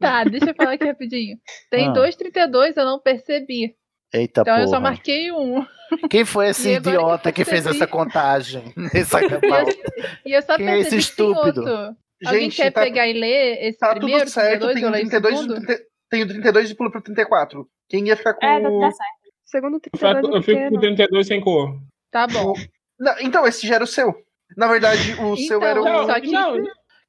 Speaker 3: Tá, deixa eu falar aqui rapidinho. Tem
Speaker 8: Ah.
Speaker 3: 2,32, eu não percebi.
Speaker 8: Eita
Speaker 3: então eu só
Speaker 8: porra.
Speaker 3: marquei um.
Speaker 8: Quem foi esse
Speaker 3: E agora que
Speaker 8: idiota que,
Speaker 3: eu
Speaker 8: fez
Speaker 3: percebi?
Speaker 8: essa contagem? Essa pauta?
Speaker 3: E eu só
Speaker 8: Quem é
Speaker 3: percebi
Speaker 8: esse estúpido?
Speaker 3: Outro. Alguém
Speaker 1: Gente,
Speaker 3: quer
Speaker 1: tá-
Speaker 3: pegar e ler esse
Speaker 1: Tá
Speaker 3: primeiro,
Speaker 1: tudo certo,
Speaker 3: 32,
Speaker 1: tem o
Speaker 3: eu leio o
Speaker 1: 32 e o
Speaker 3: segundo? É,
Speaker 1: 30 tem o 32 e pula pro 34. Quem ia ficar com
Speaker 11: é,
Speaker 1: o.
Speaker 7: certo. Segundo
Speaker 6: Eu fico com 32 sem cor.
Speaker 3: Tá bom.
Speaker 1: Não, então, esse já era o seu. Na verdade, o seu era o.
Speaker 3: Então, só que-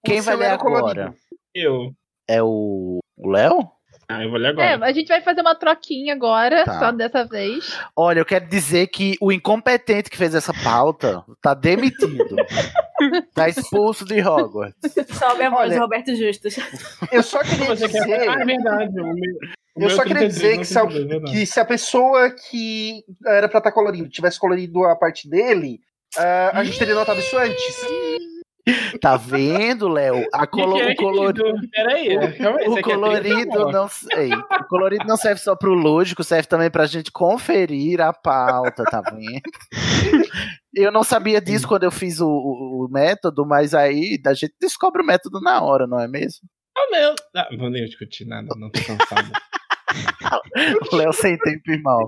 Speaker 8: Quem vai
Speaker 1: seu
Speaker 8: ler
Speaker 1: era colorido.
Speaker 8: agora?
Speaker 6: Eu.
Speaker 8: É o o Léo?
Speaker 6: Ah, eu vou ler
Speaker 3: É, a gente vai fazer uma troquinha agora,
Speaker 8: Tá.
Speaker 3: só dessa vez.
Speaker 8: Olha, eu quero dizer que o incompetente que fez essa pauta tá demitido. tá expulso de Hogwarts.
Speaker 11: Sobe a voz
Speaker 1: Olha,
Speaker 11: do Roberto Justus.
Speaker 1: Eu só queria
Speaker 6: Você quer-
Speaker 1: dizer.
Speaker 6: Ah, é verdade.
Speaker 1: Eu só queria dizer que se, a, que se a pessoa que era pra estar colorindo tivesse colorido a parte dele, ah, a gente teria notado isso antes.
Speaker 8: Tá vendo, Léo? A colo-
Speaker 3: é
Speaker 8: o colorido.
Speaker 6: é Peraí, realmente,
Speaker 8: O
Speaker 6: você quer trinta,
Speaker 8: colorido,
Speaker 6: é amor?
Speaker 8: não, sei. o colorido não serve só pro lúdico, serve também pra gente conferir a pauta, tá vendo? Eu não sabia disso quando eu fiz o, o- o método, mas aí a gente descobre o método na hora, não é mesmo?
Speaker 6: Ah, meu. Ah, não vou nem discutir nada, não tô cansado.
Speaker 8: O Léo sem tempo, irmão.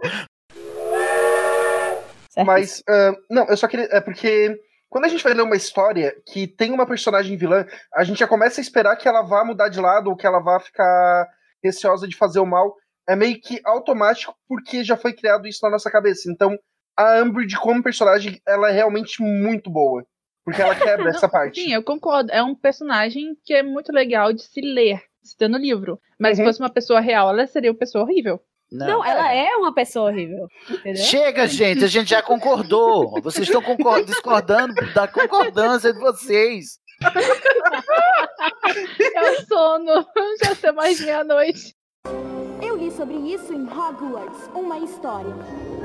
Speaker 1: Mas, ah, não, eu só queria. É porque quando a gente vai ler uma história que tem uma personagem vilã, a gente já começa a esperar que ela vá mudar de lado ou que ela vá ficar receosa de fazer o mal. É meio que automático porque já foi criado isso na nossa cabeça. Então, a Umbridge como personagem, ela é realmente muito boa. Porque ela quebra essa parte.
Speaker 3: Sim, eu concordo. É um personagem que é muito legal de se ler, se ter no livro. Mas se fosse uma pessoa real, ela seria uma pessoa horrível.
Speaker 8: Não.
Speaker 11: Não, ela é né? uma pessoa horrível. Entendeu?
Speaker 8: Chega, gente, a gente já concordou. Vocês estão concor- discordando da concordância de vocês.
Speaker 3: É o sono. Já são mais meia-noite.
Speaker 16: Eu li sobre isso em Hogwarts, uma história.